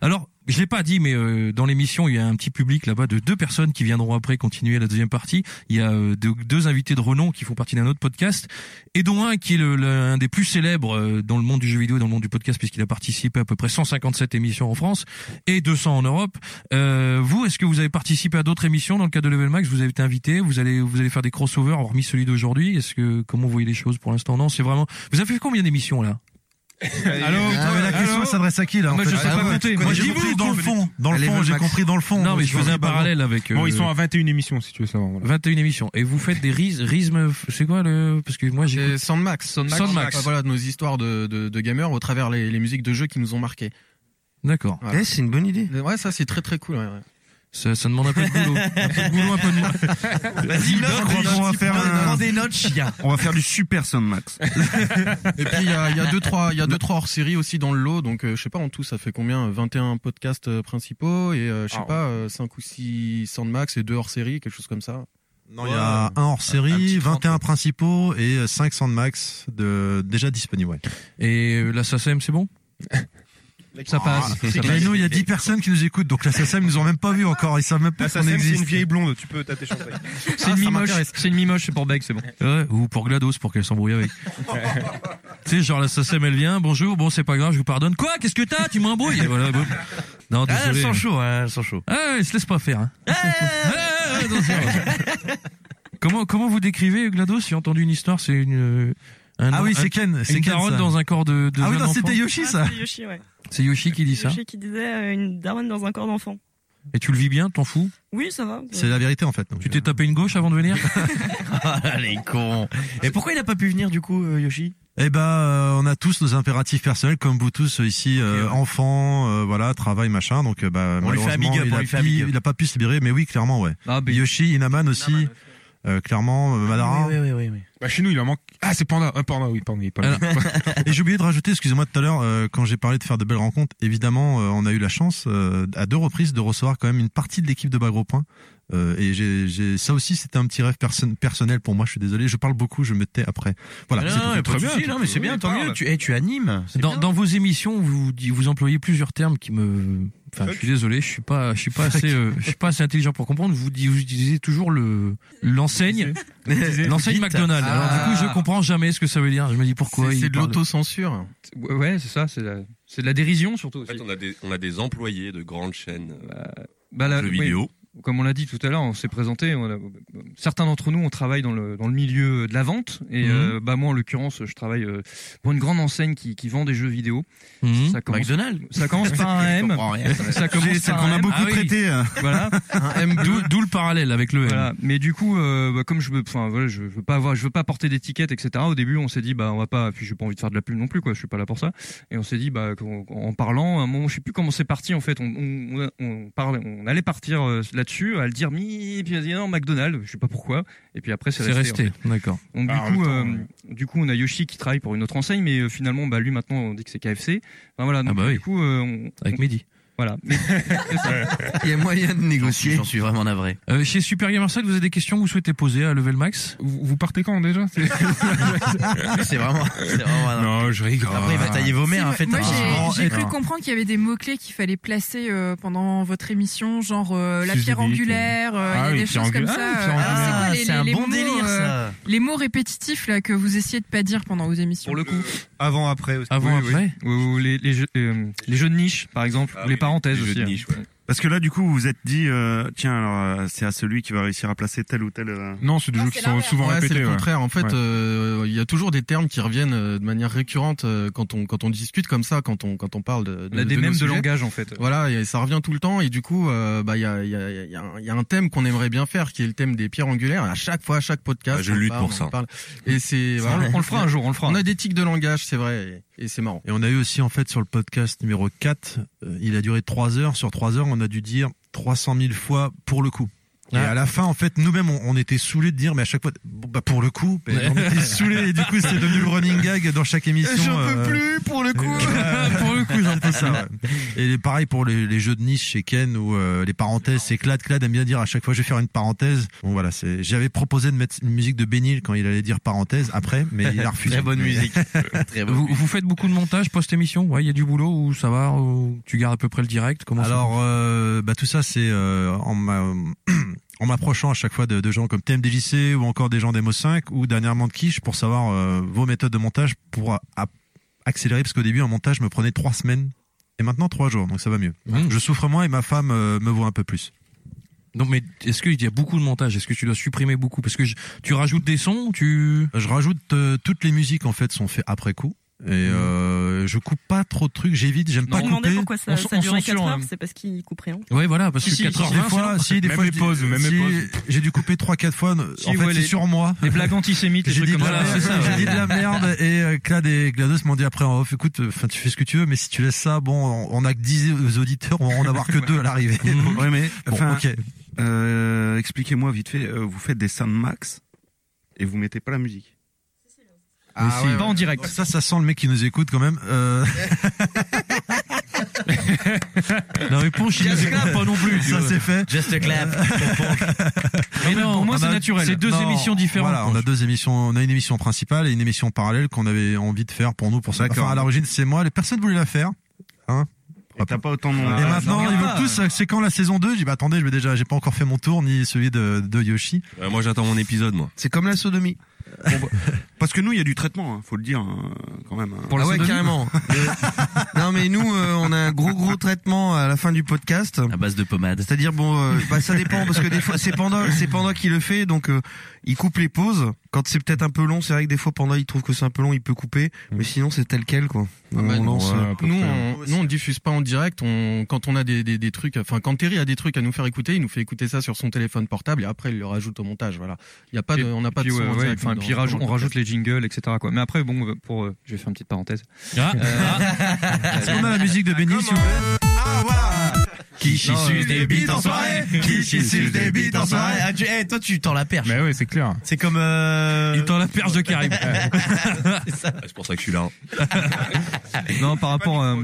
alors, je l'ai pas dit, mais euh, dans l'émission, il y a un petit public là-bas de deux personnes qui viendront après continuer la deuxième partie. Il y a euh, deux, deux invités de renom qui font partie d'un autre podcast, et dont un qui est le- l'un des plus célèbres euh, dans le monde du jeu vidéo et dans le monde du podcast, puisqu'il a participé à peu près 157 émissions en France et 200 en Europe. Euh, vous, est-ce que vous avez participé à d'autres émissions dans le cadre de Level Max Vous avez été invité Vous allez vous allez faire des crossovers, hormis celui d'aujourd'hui Est-ce que comment vous voyez les choses pour l'instant Non, c'est vraiment. Vous avez fait combien d'émissions là
Allô Ah, mais la question elle s'adresse à qui là en
Moi,
fait
je sais
Ah,
pas
ouais,
compter.
tu
Moi,
connais-
j'ai
j'ai
compris
compris dans le fond. Dans le fond, j'ai compris dans le fond.
Non, mais
Donc,
je faisais un parallèle
euh,
avec.
Bon, ils sont à
21 émissions si tu veux savoir. 21 émissions. Et vous faites des ris- rismes. C'est quoi le. Parce que moi j'ai.
Sandmax. Sandmax.
Sandmax.
Enfin, Voilà, de nos histoires de, de, de gamers au travers les, les musiques de jeux qui nous ont marqués.
D'accord.
Eh, c'est une bonne idée. Ouais, ça, c'est très très cool. ouais, ouais.
Ça, ça demande un peu de boulot. un peu de boulot, un peu de moi.
Vas-y,
Doc,
note,
on va
note,
prendre-
note,
un-
prends des notes, chien.
On va faire du super Max.
Et puis il y a, il y a deux trois, il y a deux trois hors séries aussi dans le lot. Donc euh, je sais pas en tout ça fait combien euh, 21 podcasts euh, principaux et euh, je sais
Ah,
pas euh, cinq ou six Sandmax et deux hors séries, quelque chose comme ça.
Non, Il y a un hors série, 21 principaux et 500 de max de, déjà disponibles. Ouais.
Et euh, la SACEM, c'est bon Ça passe.
Ah,
Ça
mais
passe.
nous, il y a 10 personnes qui nous écoutent, donc la SACEM, ils nous ont même pas vu encore, ils savent même pas
Ah, ça,
qu'on
Sam, c'est
existe.
une vieille blonde. Tu peux tâter chanter.
Ah,
Ah,
C'est une mimoche. C'est une mimoche, c'est pour Beck, c'est bon.
Ouais, ou pour GLaDOS pour qu'elle s'embrouille avec. tu sais, genre la SACEM elle vient, bonjour, bon c'est pas grave, je vous pardonne. Quoi Qu'est-ce que t'as Tu m'embrouilles Et voilà, bon. Non,
Ah,
désolé.
elles sont chauds, hein, elles sont chauds. Eh,
Ah, ils se laissent pas faire. hein. Ah, ouais, non, c'est vrai. comment, comment vous décrivez GLaDOS J'ai entendu une histoire, c'est une. euh, un-
Ah oui,
un-
c'est Ken, c'est
Une
Ken,
carotte
ça.
dans un corps de. de
Ah
jeune
oui, non,
enfant.
c'était Yoshi,
Ah, c'est Yoshi, ouais.
C'est Yoshi qui dit ça.
Yoshi qui disait euh, une daronne dans un corps d'enfant.
Et tu le vis bien, t'en fous
Oui, ça va.
la vérité en fait.
Tu t'es tapé une gauche avant de venir
Ah, les cons. Et pourquoi il a pas pu venir, du coup, euh, Yoshi
Eh ben, euh, on a tous nos impératifs personnels, comme vous tous euh, ici, euh, enfants, euh, voilà, travail, machin. Donc, euh, bah,
On lui fait un big
malheureusement,
up,
il
on
a
lui fait un
pu-
big up.
il a pas pu se libérer, mais oui, clairement, ouais. Yoshi, Inaman aussi, euh, clairement, euh, Madara.
Oui, oui, Ah, oui. oui.
Bah, chez nous, il en manque. Ah, c'est Panda. Ah, Panda, oui, Panda, il est pas là.
Et j'ai oublié de rajouter, excusez-moi tout à l'heure, euh, quand j'ai parlé de faire de belles rencontres, évidemment, euh, on a eu la chance euh, à deux reprises de recevoir quand même une partie de l'équipe de Bagro Point. Euh, et j'ai, j'ai- ça aussi, c'était un petit rêve perso- personnel pour moi. Je suis désolé, je parle beaucoup, je me tais après. Voilà.
Ah Non,
c'est tout.
non, mais pas de souci, non, mais c'est bien, tant mieux. Tu, eh, tu animes. c'est
Dans,
bien.
dans vos émissions, vous dis- vous employez plusieurs termes qui me.
eh,
Enfin, je suis désolé, je suis pas, je suis pas assez, euh, je suis pas assez intelligent pour comprendre. Vous, dis- vous utilisez toujours le l'enseigne,
Vous Ah.
l'enseigne
dites.
McDonald's. Alors du coup, je comprends jamais ce que ça veut dire. Je me dis pourquoi.
C'est-
il
c'est de
parle
l'autocensure.
Ouais, ouais, c'est ça, c'est la- c'est de la dérision surtout.
En fait, on a des, on a des employés de grandes chaînes euh,
Bah, la-
jeux
oui.
vidéo.
Comme on l'a dit tout à l'heure, on s'est présenté. on a- certains d'entre nous, on travaille dans le, dans le milieu de la vente. Et
Mhm.
euh, bah, moi, en l'occurrence, je travaille euh, pour une grande enseigne qui, qui vend des jeux vidéo.
Mhm.
McDonald's.
Ça commence par un
Je
M.
comprends rien.
Ça commence
C'est celle
par un
qu'on a
M.
beaucoup
Ah oui.
traité, hein.
Voilà.
Un M2. D'où- le parallèle avec le M.
Voilà. Mais du coup, euh, bah, comme je veux, enfin voilà, je veux pas avoir, je veux pas porter d'étiquette, etc. Au début, on s'est dit, bah on va pas, puis j'ai pas envie de faire de la pub non plus, quoi. Je suis pas là pour ça. Et on s'est dit, bah qu'en- en parlant, à un moment, je sais plus comment c'est parti en fait. On, on, on- on parlait, on allait partir euh, là-dessus, à le dire, mi, puis à dire non McDonald's, je sais pas pourquoi. Et puis après, c'est
C'est resté,
en fait.
d'accord.
Donc
Ah, en même
du coup,
temps,
euh, du coup, on a Yoshi qui travaille pour une autre enseigne, mais euh, finalement, bah lui maintenant, on dit que c'est KFC. Enfin, voilà. Donc,
bah oui.
Du coup, euh, on-
Avec
on-
Mehdi.
Voilà.
Il y a moyen de négocier. J'en suis vraiment navré.
Euh, chez Super Gamer Side, vous avez des questions que vous souhaitez poser à Level Max
vous, vous partez quand déjà C'est-
Ah, C'est vraiment, c'est vraiment.
Non, je rigole.
Après, il va tailler vos mères, en fait.
Moi,
hein.
j'ai-
Bon,
j'ai
et-
cru
non.
comprendre qu'il y avait des mots-clés qu'il fallait placer euh, pendant votre émission, genre euh, la
Suzuki,
pierre angulaire, euh, il
Ah
y a
oui,
des
pierre
choses comme
angulaire.
ça.
Ah, pierre
euh,
angulaire.
c'est quoi
Ah,
les-
c'est un
les
bon
mots,
délire,
euh,
ça.
Les mots répétitifs là que vous essayez de pas dire pendant vos émissions.
Pour le coup.
Avant, après aussi.
Avant,
Oui, oui.
Ah
après Ou les, les, jeux, euh, les jeux de niche, par exemple, ou les parenthèses aussi. hein.
Parce que là, du coup, vous vous êtes dit, euh, tiens, alors euh, c'est à celui qui va réussir à placer tel ou tel. euh,
Non, c'est des jeux qui sont souvent
Ouais, Ah,
répétés.
C'est le
ouais.
contraire. En fait,
Ouais.
euh, il y a toujours des termes qui reviennent euh, de manière récurrente euh, quand on quand on discute comme ça, quand on quand on parle de, de
On a des
nos
mêmes de
sujets.
langage, en fait.
Voilà, et ça revient tout le temps. Et du coup, euh, bah il y a il y a- il y a un- il y a un thème qu'on aimerait bien faire, qui est le thème des pierres angulaires. À chaque fois, à chaque podcast,
Ah, je
on
lutte
parle,
pour ça.
on parle. Et c'est
Ça,
voilà.
on le fera un jour, on le fera.
On a des tics de langage, c'est vrai, et, et c'est marrant.
Et on a eu aussi, en fait, sur le podcast numéro 4, euh, il a duré 3 heures. Sur 3 heures, on a dû dire 300 000 fois pour le coup. Et à la fin, en fait, nous-mêmes, on, on était saoulés de dire, mais à chaque fois, bon, bah, pour le coup, bah, on était saoulés. Et du coup, c'était devenu le running gag dans chaque émission. euh,
pour le coup.
pour le coup, c'est un peu ça. ouais. Et les- pareil pour les, les jeux de niche chez Ken où euh, les parenthèses, c'est Clad. Clad aime bien dire à chaque fois je vais faire une parenthèse. Bon voilà, c'est. J'avais proposé de mettre une musique de Bénil quand il allait dire parenthèse après, mais il a refusé.
Très bonne
Mais-
musique. Très bonne
vous,
musique.
vous faites beaucoup de montage post-émission Ouais, il y a du boulot ou ça va ou Tu gardes à peu près le direct comment ça
Alors, euh, bah, tout ça, c'est euh, en m'a- en m'approchant à chaque fois de, de gens comme TMDJC ou encore des gens d'Emo5 ou dernièrement de Quiche pour savoir euh, vos méthodes de montage pour a- a- accélérer parce qu'au début, un montage me prenait trois semaines et maintenant trois jours, donc ça va mieux.
Mmh.
Je souffre moins et ma femme euh, me voit un peu plus.
Non, Ah, mais est-ce qu'il y a beaucoup de montage Est-ce que tu dois supprimer beaucoup Parce que je- tu rajoutes des sons, tu.
Je rajoute euh, toutes les musiques en fait sont faites après coup.
Mmh.
Et euh, je coupe pas trop de trucs, j'évite, j'aime
Je
pas
me demandais
couper.
pourquoi ça, ça durait 4
euh.
heures, c'est parce qu'il hein. coupe rien.
Ouais, voilà, parce que
Si, si,
4
si, des fois, si, des fois, je dis- si, J'ai dû couper 3-4 fois. en fait,
ouais,
c'est
les-
sur moi.
Les blagues antisémites, les
J'ai
trucs
dit, de
comme
la
ça.
merde,
c'est ça, ouais.
j'ai dit de la merde et euh, Clad et GLaDOS m'ont dit après en off, écoute, euh, enfin tu fais ce que tu veux, mais si tu laisses ça, bon, on, on a que 10 auditeurs, on va en avoir que deux à l'arrivée. Donc,
Ouais, mais
bon,
enfin,
ok.
euh, expliquez-moi vite fait. euh, vous faites des soundmax et vous mettez pas la musique.
Ah
Mais si.
ouais, ouais. Ça, ça sent le mec qui nous écoute quand même. Euh... non mais Ponche, il nous écoute pas non plus. Ça c'est fait. Euh,
Just a clap.
Mais non,
on a-
C'est deux
non,
émissions différentes.
Voilà, on a deux émissions, on a une émission principale et une émission parallèle qu'on avait envie de faire pour nous, pour ça.
D'accord.
Enfin, à l'origine, c'est moi, les personnes voulaient la faire. Hein
Et t'as pas autant de monde.
et maintenant, ils veulent tous, c'est quand la saison 2 J'ai dit, bah attendez, je vais déjà, j'ai pas encore fait mon tour, ni celui de, de Yoshi. bah.
Euh, moi, j'attends mon épisode, moi.
C'est comme la sodomie.
Parce que nous, il y a du traitement, hein, faut le dire hein, quand même. hein.
ah ouais, carrément. Mais- non mais nous, euh, on a un gros gros traitement à la fin du podcast.
À base de pommade.
C'est-à-dire bon, euh, bah, ça dépend parce que des fois c'est Panda, c'est Panda qui le fait, donc euh, il coupe les pauses. Quand c'est peut-être un peu long, c'est vrai que des fois Panda il trouve que c'est un peu long, il peut couper,
Mm.
mais sinon c'est tel quel quoi.
Ah bah,
on lance. euh,
nous,
hein.
on, nous, on diffuse pas en direct. On, quand on a des, des, des trucs, enfin, quand Terry a des trucs à nous faire écouter, il nous fait écouter ça sur son téléphone portable et après il le rajoute au montage. Voilà. Il y a pas de, on n'a pas
puis,
de son
ouais,
en
ouais,
direct
enfin,
dans-
puis
dans
rajoute-
le
on rajoute
podcast.
les jingles, etc. Quoi. Mais après, bon, euh, pour, euh, je vais faire une petite parenthèse.
euh,
Ah.
Est-ce qu'on a la musique de Benny, s'il vous plaît
Qui
Non,
euh,
suce des bites en soirée Qui suce des bites en soirée ah, tu, eh, Toi, tu tends la perche.
Mais ouais, c'est clair.
C'est comme... Euh...
Il tend la perche de Karim.
C'est pour ça que Ah, je suis là.
non, par rapport. euh,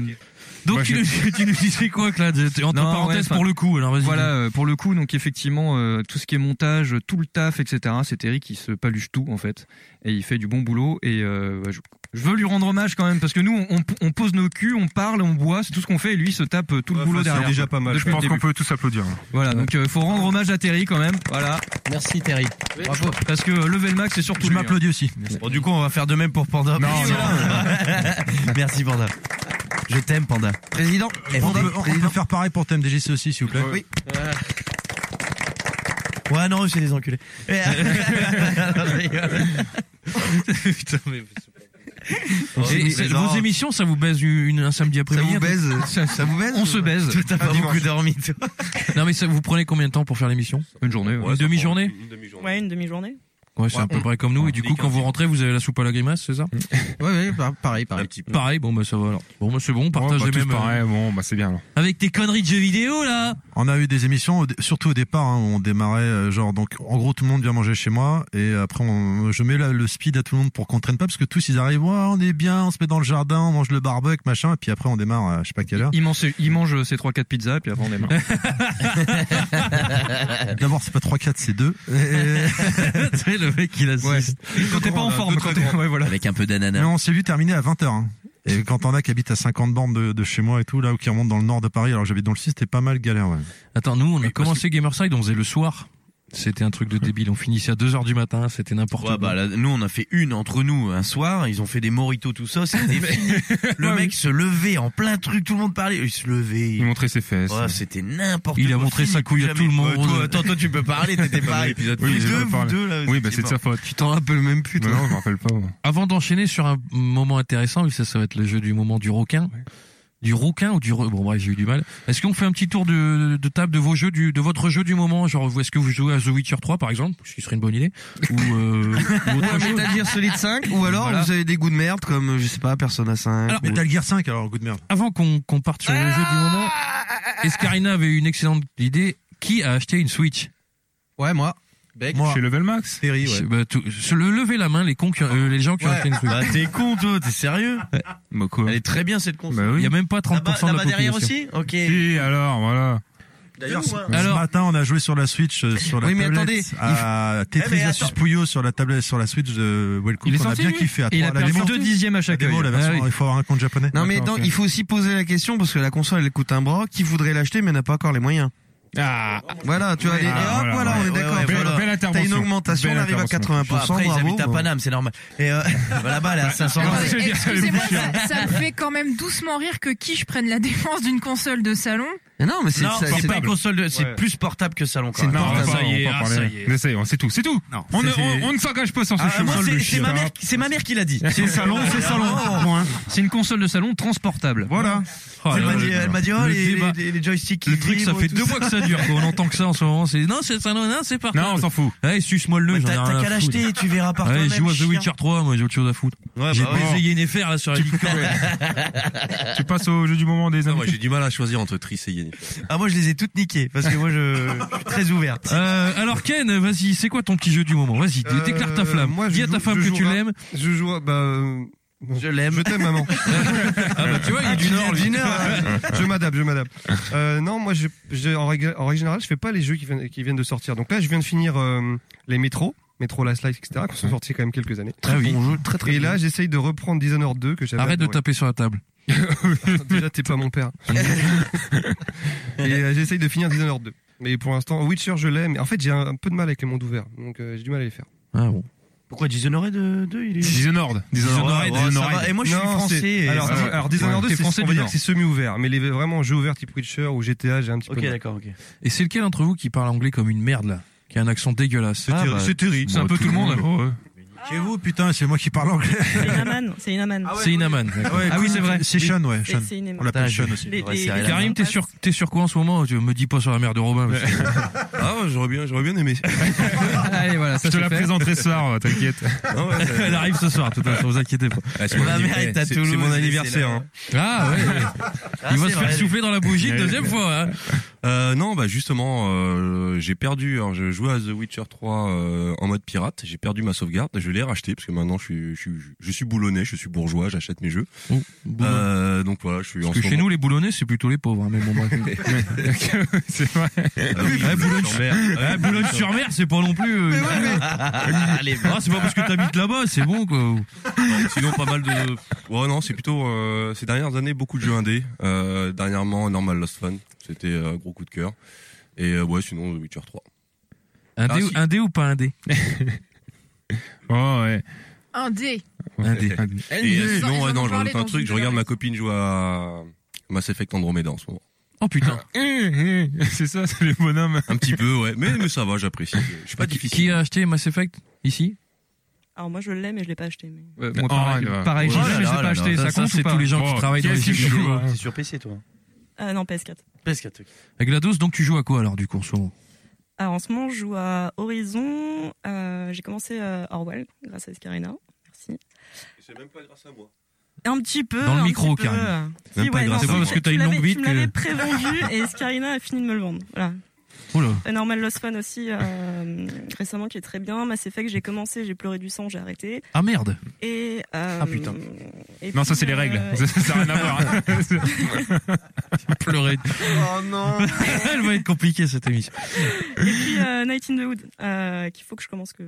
Donc
moi,
tu,
j'ai-
nous, tu nous disais quoi, Clad Entre
Non, ouais,
parenthèses,
enfin,
pour le coup, alors vas-y.
Voilà, euh, pour le coup, donc effectivement, euh, tout ce qui est montage, tout le taf, etc., c'est Terry qui se paluche tout, en fait. Et il fait du bon boulot. Et euh, ouais, je, je veux lui rendre hommage quand même, parce que nous, on, on- on pose nos culs, on parle, on boit, c'est tout ce qu'on fait, et lui, il se tape euh, tout le boulot
Enfin,
derrière.
C'est déjà pas
quoi,
mal.
depuis
Je
le
pense qu'on
début.
peut tous applaudir.
Voilà, donc il faut rendre hommage à Terry quand même. Voilà.
Merci, Terry. Bravo.
Parce que euh, lever le max, c'est surtout.
Je
lui, hein.
m'applaudis aussi.
Bon, du coup, on va faire de même pour Panda. Merci, Panda. Merci, Panda. Je t'aime, Panda.
Président,
Eh,
On
Panda,
peut, on peut faire pareil pour TMDJC aussi, s'il vous plaît.
Oui.
Ouais, Ah non, c'est des enculés. Eh, non, je rigole. Putain, mais.
Et- et- vos
émissions
émissions, ça vous baise une- un samedi
Ça
après-midi
vous baise Ça, ça vous baise
On se baise.
T'as pas beaucoup dormi, toi.
Non, mais ça, vous prenez combien de temps pour faire l'émission
Une journée.
Une demi-journée
Ouais, une demi-journée.
Ouais, c'est à peu près comme nous. Et du coup, quand vous rentrez, vous avez la soupe à la grimace, c'est ça
Ouais, ouais, bah, pareil, pareil.
Pareil, bon, bah ça va alors. Bon, bah c'est bon, on
Ouais,
partage
bah,
les
tous
mêmes. euh,
pareil, bon, bah c'est bien. alors.
Avec tes conneries de jeux vidéo là
On a eu des émissions, au dé- surtout au départ, hein, où on démarrait, euh, genre, donc, en gros, tout le monde vient manger chez moi, et après, on- euh, je mets la- le speed à tout le monde pour qu'on traîne pas, parce que tous, ils arrivent, ouais, on est bien, on se met dans le jardin, on mange le barbecue, machin, et puis après, on démarre, à je sais pas quelle heure.
Il mange, il mange euh, ses 3-4 pizzas, et puis avant, on démarre.
D'abord, c'est pas 3-4, c'est 2.
Tu sais, le mec, il assiste. Oh,
Quand t'es pas en forme, quand t'es. Ouais, voilà.
Avec un peu d'ananas.
Mais on s'est vu terminer à 20h. Et quand on a qui habite à 50 bornes de, de chez moi et tout, là, ou qui remonte dans le nord de Paris, alors que j'habite dans le 6, c'était pas mal galère, ouais.
Attends, nous, on a commencé Gamerside, on faisait le soir. C'était un truc de débile. On finissait à 2h du matin, c'était n'importe
Ouais,
quoi.
bah, là, nous, on a fait une entre nous un soir. Ils ont fait des moritos, tout ça. C'était fini. Le mec se levait en plein truc. Tout le monde parlait. Il se levait. Il
montrait ses fesses.
Ouais, c'était n'importe quoi.
Il a montré
Philippe,
sa couille à
jamais-
tout le monde.
Ouais, toi, attends, toi, tu peux parler. T'étais
Dans
pareil.
l'épisode
Vous
précédent,
deux,
on
vous
parlait.
deux, là.
Oui,
vous
bah,
étiez
c'est de sa
morts.
faute.
Tu t'en rappelles même plus,
toi. Non, je me rappelle pas.
Avant d'enchaîner sur un moment intéressant, ça, ça va être le jeu du moment du requin. Du requin ou du re- bon bref j'ai eu du mal. Est-ce qu'on fait un petit tour de, de table de vos jeux du de votre jeu du moment genre est-ce que vous jouez à The Witcher 3 par exemple ce qui serait une bonne idée ou, euh, ou
Ou
autre
à
chose.
Metal Gear Solid 5 ou alors
Voilà.
vous avez des goûts de merde comme je sais pas Persona 5
Alors,
ou-
Metal Gear 5 alors goût de merde. Avant qu'on qu'on parte sur le jeu du moment,
Ah
Escarina avait une excellente idée qui a acheté une Switch
Ouais moi. Moi.
Chez Level Max.
Terry, ouais. levez la main les cons qui- euh, les gens qui ont acheté une Switch. Bah,
Bah, t'es con, toi. T'es sérieux?
Elle
est très bien, cette console.
Il y a même pas 30%
Là-bas-
de la
là-bas bah, derrière
population.
aussi? Ok. hein.
Si, alors, voilà.
D'ailleurs,
Alors, ce matin, on a joué sur la Switch, euh, sur la
Oui, mais
tablette,
attendez, il
à
Eh, mais
Tetris
attends.
versus Puyo sur la tablette, sur la Switch de Wellcook.
Il est
On a
sorti,
bien
lui
kiffé à
Et il
trois.
a
La
perdu
démo-
deux dixièmes à chaque
la démo,
œil.
la version,
Ah oui.
il faut avoir un compte japonais.
Non mais non, il faut aussi poser la question parce que la console elle coûte un bras. Qui voudrait l'acheter mais n'a pas encore les moyens.
Ah,
voilà, tu vois.
Ouais,
les- et
ah,
hop,
voilà,
voilà, on est
ouais,
d'accord.
ouais,
Voilà.
voilà. Belle
T'as une
intervention.
augmentation, on
Belle
arrive à
intervention.
80%.
Bon, après, ils
bravo,
habitent à
bon.
Paname, c'est normal. Et euh, là-bas, elle est à 500
Non, mais Excusez-moi, ça, ça me fait quand même doucement rire que qui je prenne la défense d'une console de salon.
Mais Non, mais c'est
Non,
ça-
c'est
c'est-
pas une console, de- c'est
Ouais.
plus portable que salon. quand
C'est
même.
une portable.
ça y est,
On va
ah,
parler.
ça y est.
Mais ça y est, c'est tout, c'est tout. On ne- on- on ne s'engage pas sur ce
Ah,
chemin.
moi,
Console
c'est-
de
C'est
chien.
ma mère, c'est ma mère qui l'a dit.
C'est salon, c'est salon.
Oh.
Point. C'est une console de salon transportable.
Voilà.
Oh
elle
là
m'a
là
dit,
là
elle
là.
m'a dit, oh,
Le
les,
débat.
les- les joysticks.
Le
qui
truc, ça
vibrent,
fait
tout
deux mois que ça dure. quoi. On entend que ça en ce moment. C'est non, c'est ça, non, non, c'est pas.
Non, on s'en fout.
Allez, suce-moi le nœud.
Mais
j'en ai
t'as-
rien
t'as
à
qu'à
foutre.
l'acheter, tu verras par
Ouais,
toi-même,
je joue à The
chien.
Witcher 3, moi j'ai autre chose à foutre.
bah
J'ai
ouais.
baisé Yennefer là sur la licorne.
Tu passes au jeu du moment des amis.
J'ai du mal à choisir entre Tris et Yennefer.
Ah, moi, je les ai toutes niquées parce que moi, je je suis très ouvert.
Euh, alors Ken, vas-y, c'est quoi ton petit jeu du moment Vas-y, dé- déclare ta
Euh,
flamme.
moi, je
Dis à ta
joue-
femme
je
que tu
jouerai-
l'aimes.
Je joue, à- bah, euh, je l'aime. Je t'aime, maman.
Ah bah tu vois, il est du Nord. lui.
hein. je m'adapte, je m'adapte. Euh, non, moi, je, je- en, règle, en règle générale, je fais pas les jeux qui viennent, qui viennent de sortir. Donc là, je viens de finir euh, les métros, métro Last Light, etc., qui sont sortis quand même quelques années.
Très bon
jeu, très très Et là, j'essaye de reprendre Dishonored 2 que j'avais.
Arrête de
adoré.
taper sur la table.
Déjà, t'es pas mon père. Et euh, j'essaye de finir Dishonored 2. Mais pour l'instant, Witcher, je l'aime. Mais en fait, j'ai un, un peu de mal avec les mondes ouverts. Donc, euh, j'ai du mal à les faire.
Ah bon.
Pourquoi Dishonored 2 il est.
Dishonored.
Dishonored, Dishonored. ça va. Et moi, je suis
Non,
français,
c'est-
et
Alors,
ça va.
alors, Dishonored
Ouais,
2,
t'es
c'est-
français
on
du
va dire
Nord.
que c'est semi-ouvert. Mais les vraiment jeux ouverts type Witcher ou GTA, j'ai un petit peu.
Ok,
de mal.
d'accord, ok.
Et c'est lequel d'entre vous qui parle anglais comme une merde là Qui a un accent dégueulasse
C'est Terry. C'est Terry.
C'est un peu tout le monde.
Chez vous, putain, c'est moi qui parle anglais.
C'est Inaman. C'est Inaman.
C'est Inaman. d'accord.
Ah
Ah
Ouais, écoute, C'est Sean, ouais.
C'est-
Sean.
c'est une-
On l'appelle Sean
Putain,
aussi.
les- les- les-
Karim, t'es sur, t'es sur quoi en ce moment Tu me dis pas sur la mère de Robin. parce que-
Ah, ouais, j'aurais bien, j'aurais bien aimé.
Allez, voilà,
Je te la présenterai ce soir, ouais, t'inquiète.
Elle arrive ce soir, de toute façon, vous inquiétez pas.
Ah, c'est mon
La
anniv-
mère est
eh,
à
c'est-
Toulouse,
C'est mon
laissez-la.
anniversaire. hein.
Ah ouais.
Ah,
Il va
c'est
se faire
vrai.
souffler dans la bougie une deuxième fois. hein.
Euh, non, bah justement, euh, j'ai perdu. Alors, je jouais à The Witcher 3 euh, en mode pirate. J'ai perdu ma sauvegarde. Je l'ai racheté parce que maintenant, je suis, je suis, je suis boulonnais, je suis bourgeois, j'achète mes jeux.
Bon, bon.
Euh, donc voilà, je suis en
Parce
ce
que chez
moment-
nous, les boulonnais, c'est plutôt les pauvres. hein, mais bon, bref. euh,
c'est vrai.
Ouais, Boulogne-sur-Mer, Ouais, Boulogne-sur-Mer, c'est pas non plus. euh, Ah, c'est pas parce que t'habites là-bas, c'est bon quoi.
Non, sinon pas mal de ouais non c'est plutôt euh, ces dernières années beaucoup de jeux indés Euh, dernièrement Normal Lost Fun c'était euh, gros coup de cœur et euh, ouais sinon The Witcher 3
Un
Ah,
dé, ou,
si.
un dé ou pas un dé
Oh, ouais.
Un dé.
Un dé.
et euh,
Eh, Ils en- ils
sinon ouais,
en ont
non j'en
parlé
ai un
dans une
truc je
de leurs
regarde ma copine jouer à Mass Effect Andromeda en ce moment
Oh putain.
c'est ça, c'est les bonhommes.
un petit peu ouais mais mais ça va j'apprécie je suis pas
Qui-
difficile
Qui a acheté Mass Effect ici
Alors moi je l'ai mais je l'ai pas acheté. mais-
Ouais, moi, pareil,
euh,
Oh, là, là.
pareil, j'ai
Oh
jamais-
là
j'ai
là
pas
là
acheté.
là,
Ça,
ça,
compte
c'est
ou pas
tous les gens qui travaillent dans les jeux vidéo.
C'est sur PC, toi.
Euh, non PS4.
PS4, ok.
Glados, donc tu joues à quoi alors du coup en ce moment
Alors en ce moment je joue à Horizon. euh, J'ai commencé euh, Orwell grâce à Scarina. Merci.
c'est même pas grâce à moi
Un petit peu.
Dans le
un
micro,
petit peu,
Karine.
euh,
Même
si,
pas
ouais,
grâce
non,
à moi.
tu-
que t'as
tu
une longue
l'avais-
bite
Tu me
que-
l'avais prévendu et Scarina a fini de me le vendre. Voilà.
Oula.
Euh, Normal Lost Fun aussi euh, récemment qui est très bien. Mass Effect j'ai commencé, j'ai pleuré du sang, j'ai arrêté.
Ah merde
Et euh,
Ah, putain.
et
Non, ça,
puis,
c'est les
euh,
règles. Ça, ça a rien à voir. hein.
Pleurer.
Oh non.
Elle va être compliquée cette émission.
Et puis euh, Night in the Wood euh, qu'il faut que je commence que.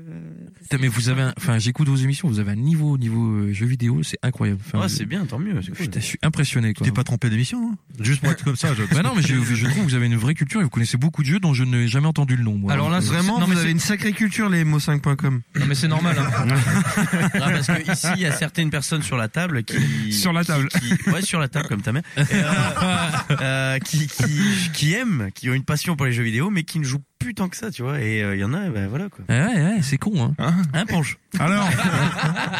Putain, mais vous avez un- Enfin, j'écoute vos émissions, vous avez un niveau niveau euh, jeux vidéo, c'est incroyable. Enfin,
Ouais,
vous-
c'est bien, tant mieux. c'est cool.
Putain, je suis impressionné quoi.
T'es pas trompé d'émission, hein Juste pour être comme ça, je.
Bah non, mais je, je trouve que vous avez une vraie culture et vous connaissez beaucoup de jeux, dont je n'ai jamais entendu le nom. moi.
Alors là,
Euh,
vraiment,
non, mais
vous
c'est-
avez une sacrée culture, les mo5.com.
Non, mais c'est normal, hein.
Non, parce que ici, il y a certaines personnes sur la table qui sur la table, ouais, sur la table comme ta mère, Et, euh, euh, qui, qui qui aiment, qui ont une passion pour les jeux vidéo, mais qui ne jouent plus tant que ça, tu vois. Et euh, il y en a, ben voilà quoi.
Ouais, ouais, c'est con, hein.
Hein, Ponge
Alors,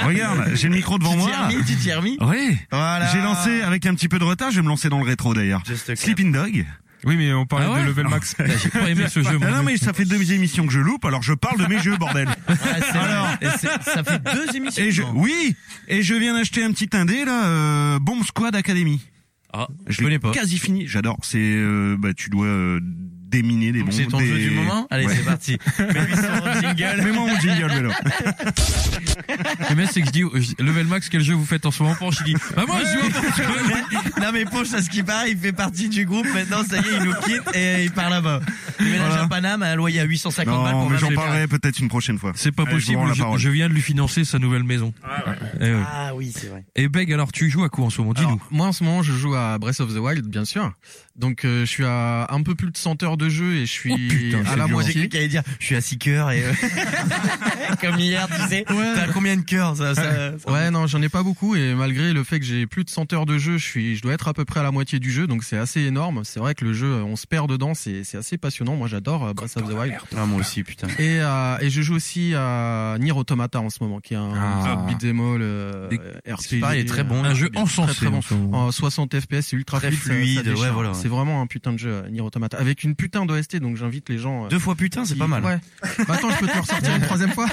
regarde, j'ai le micro devant
Tu t'y
moi.
es remis, tu t'y es remis
Oui.
Voilà.
J'ai lancé avec un petit peu de retard. Je vais me lancer dans le rétro d'ailleurs. Sleeping Dog. Oui, mais on
parlait Ah ouais de Level Max. Ah, j'ai pas aimé ce jeu, moi.
Non, non, mais ça fait deux émissions que je loupe. Alors je parle de mes jeux, bordel. Alors,
ça fait deux émissions.
Et je, oui. Et je viens d'acheter un petit indé là, euh, Bomb Squad Academy.
Ah,
je l'ai pas. Quasi fini. J'adore. C'est, euh, bah, tu dois euh, déminer des bombes.
C'est ton
des-
jeu du moment Allez,
Ouais.
c'est parti. Mets-lui son jingle.
Mets-moi mon jingle, Vélo.
Le mec, c'est que je dis, je dis, level max, quel jeu vous faites en ce moment, Ponche? Il dit, bah moi, je joue à Ponche.
non mais Ponche à ce qui paraît, il fait partie du groupe maintenant, ça y est, il nous quitte et il part là-bas. Il ménage à Paname, un loyer à 850 balles
Non,
pour
mais
20
j'en
balles.
parlerai peut-être une prochaine fois.
C'est pas
Allez, je vous
possible,
rends la
je,
parole.
je viens de lui financer sa nouvelle maison. Eh ouais.
Ah oui, c'est vrai.
Et Beg, alors, tu joues à quoi en ce moment? Dis-nous.
Alors, moi en ce moment je joue à Breath of the Wild bien sûr. Donc euh, je suis à un peu plus de 100 heures de jeu et je
Oh,
suis à la moitié.
qui allait dire, je suis à 6 cœurs et euh, comme hier, tu sais, t'as combien de cœurs ça, ça- ça-
Ouais non j'en ai pas beaucoup et malgré le fait que j'ai plus de 100 heures de jeu je suis je dois être à peu près à la moitié du jeu donc c'est assez énorme c'est vrai que le jeu on se perd dedans c'est c'est assez passionnant moi j'adore euh, Breath of the Wild
Ah, moi aussi, putain.
et, euh, et je joue aussi à Nier Automata en ce moment qui est un
Ah.
beat'em all euh, RPG
pareil, très bon,
euh,
un jeu
bien,
encensé
très, très
en
bon.
ce moment.
en 60 FPS c'est ultra
Très
fluide, ça- ça
fluide,
déchire.
ouais, voilà.
c'est vraiment un putain de jeu euh, Nier Automata avec une putain d'OST donc j'invite les gens euh,
Deux fois putain, c'est
qui-
pas mal.
ouais Bah, attends je peux te le ressortir une troisième fois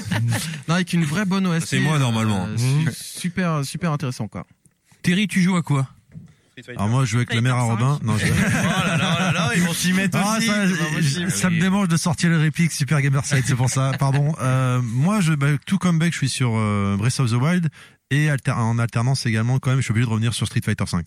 non avec une vraie bonne OST
C'est moi,
euh,
normalement.
su- super super intéressant quoi
Terry tu joues à quoi
Alors moi, je joue avec la mère à Robin. Non, je...
Oh ils vont s'y mettre
Ah,
aussi.
ça,
c'est pas possible.
ça me démange de sortir les répliques Super Gamer Side, c'est pour ça. Pardon. Euh, moi, je, bah, tout comme Beck, je suis sur euh, Breath of the Wild et alter- en alternance également quand même. Je suis obligé de revenir sur Street Fighter 5.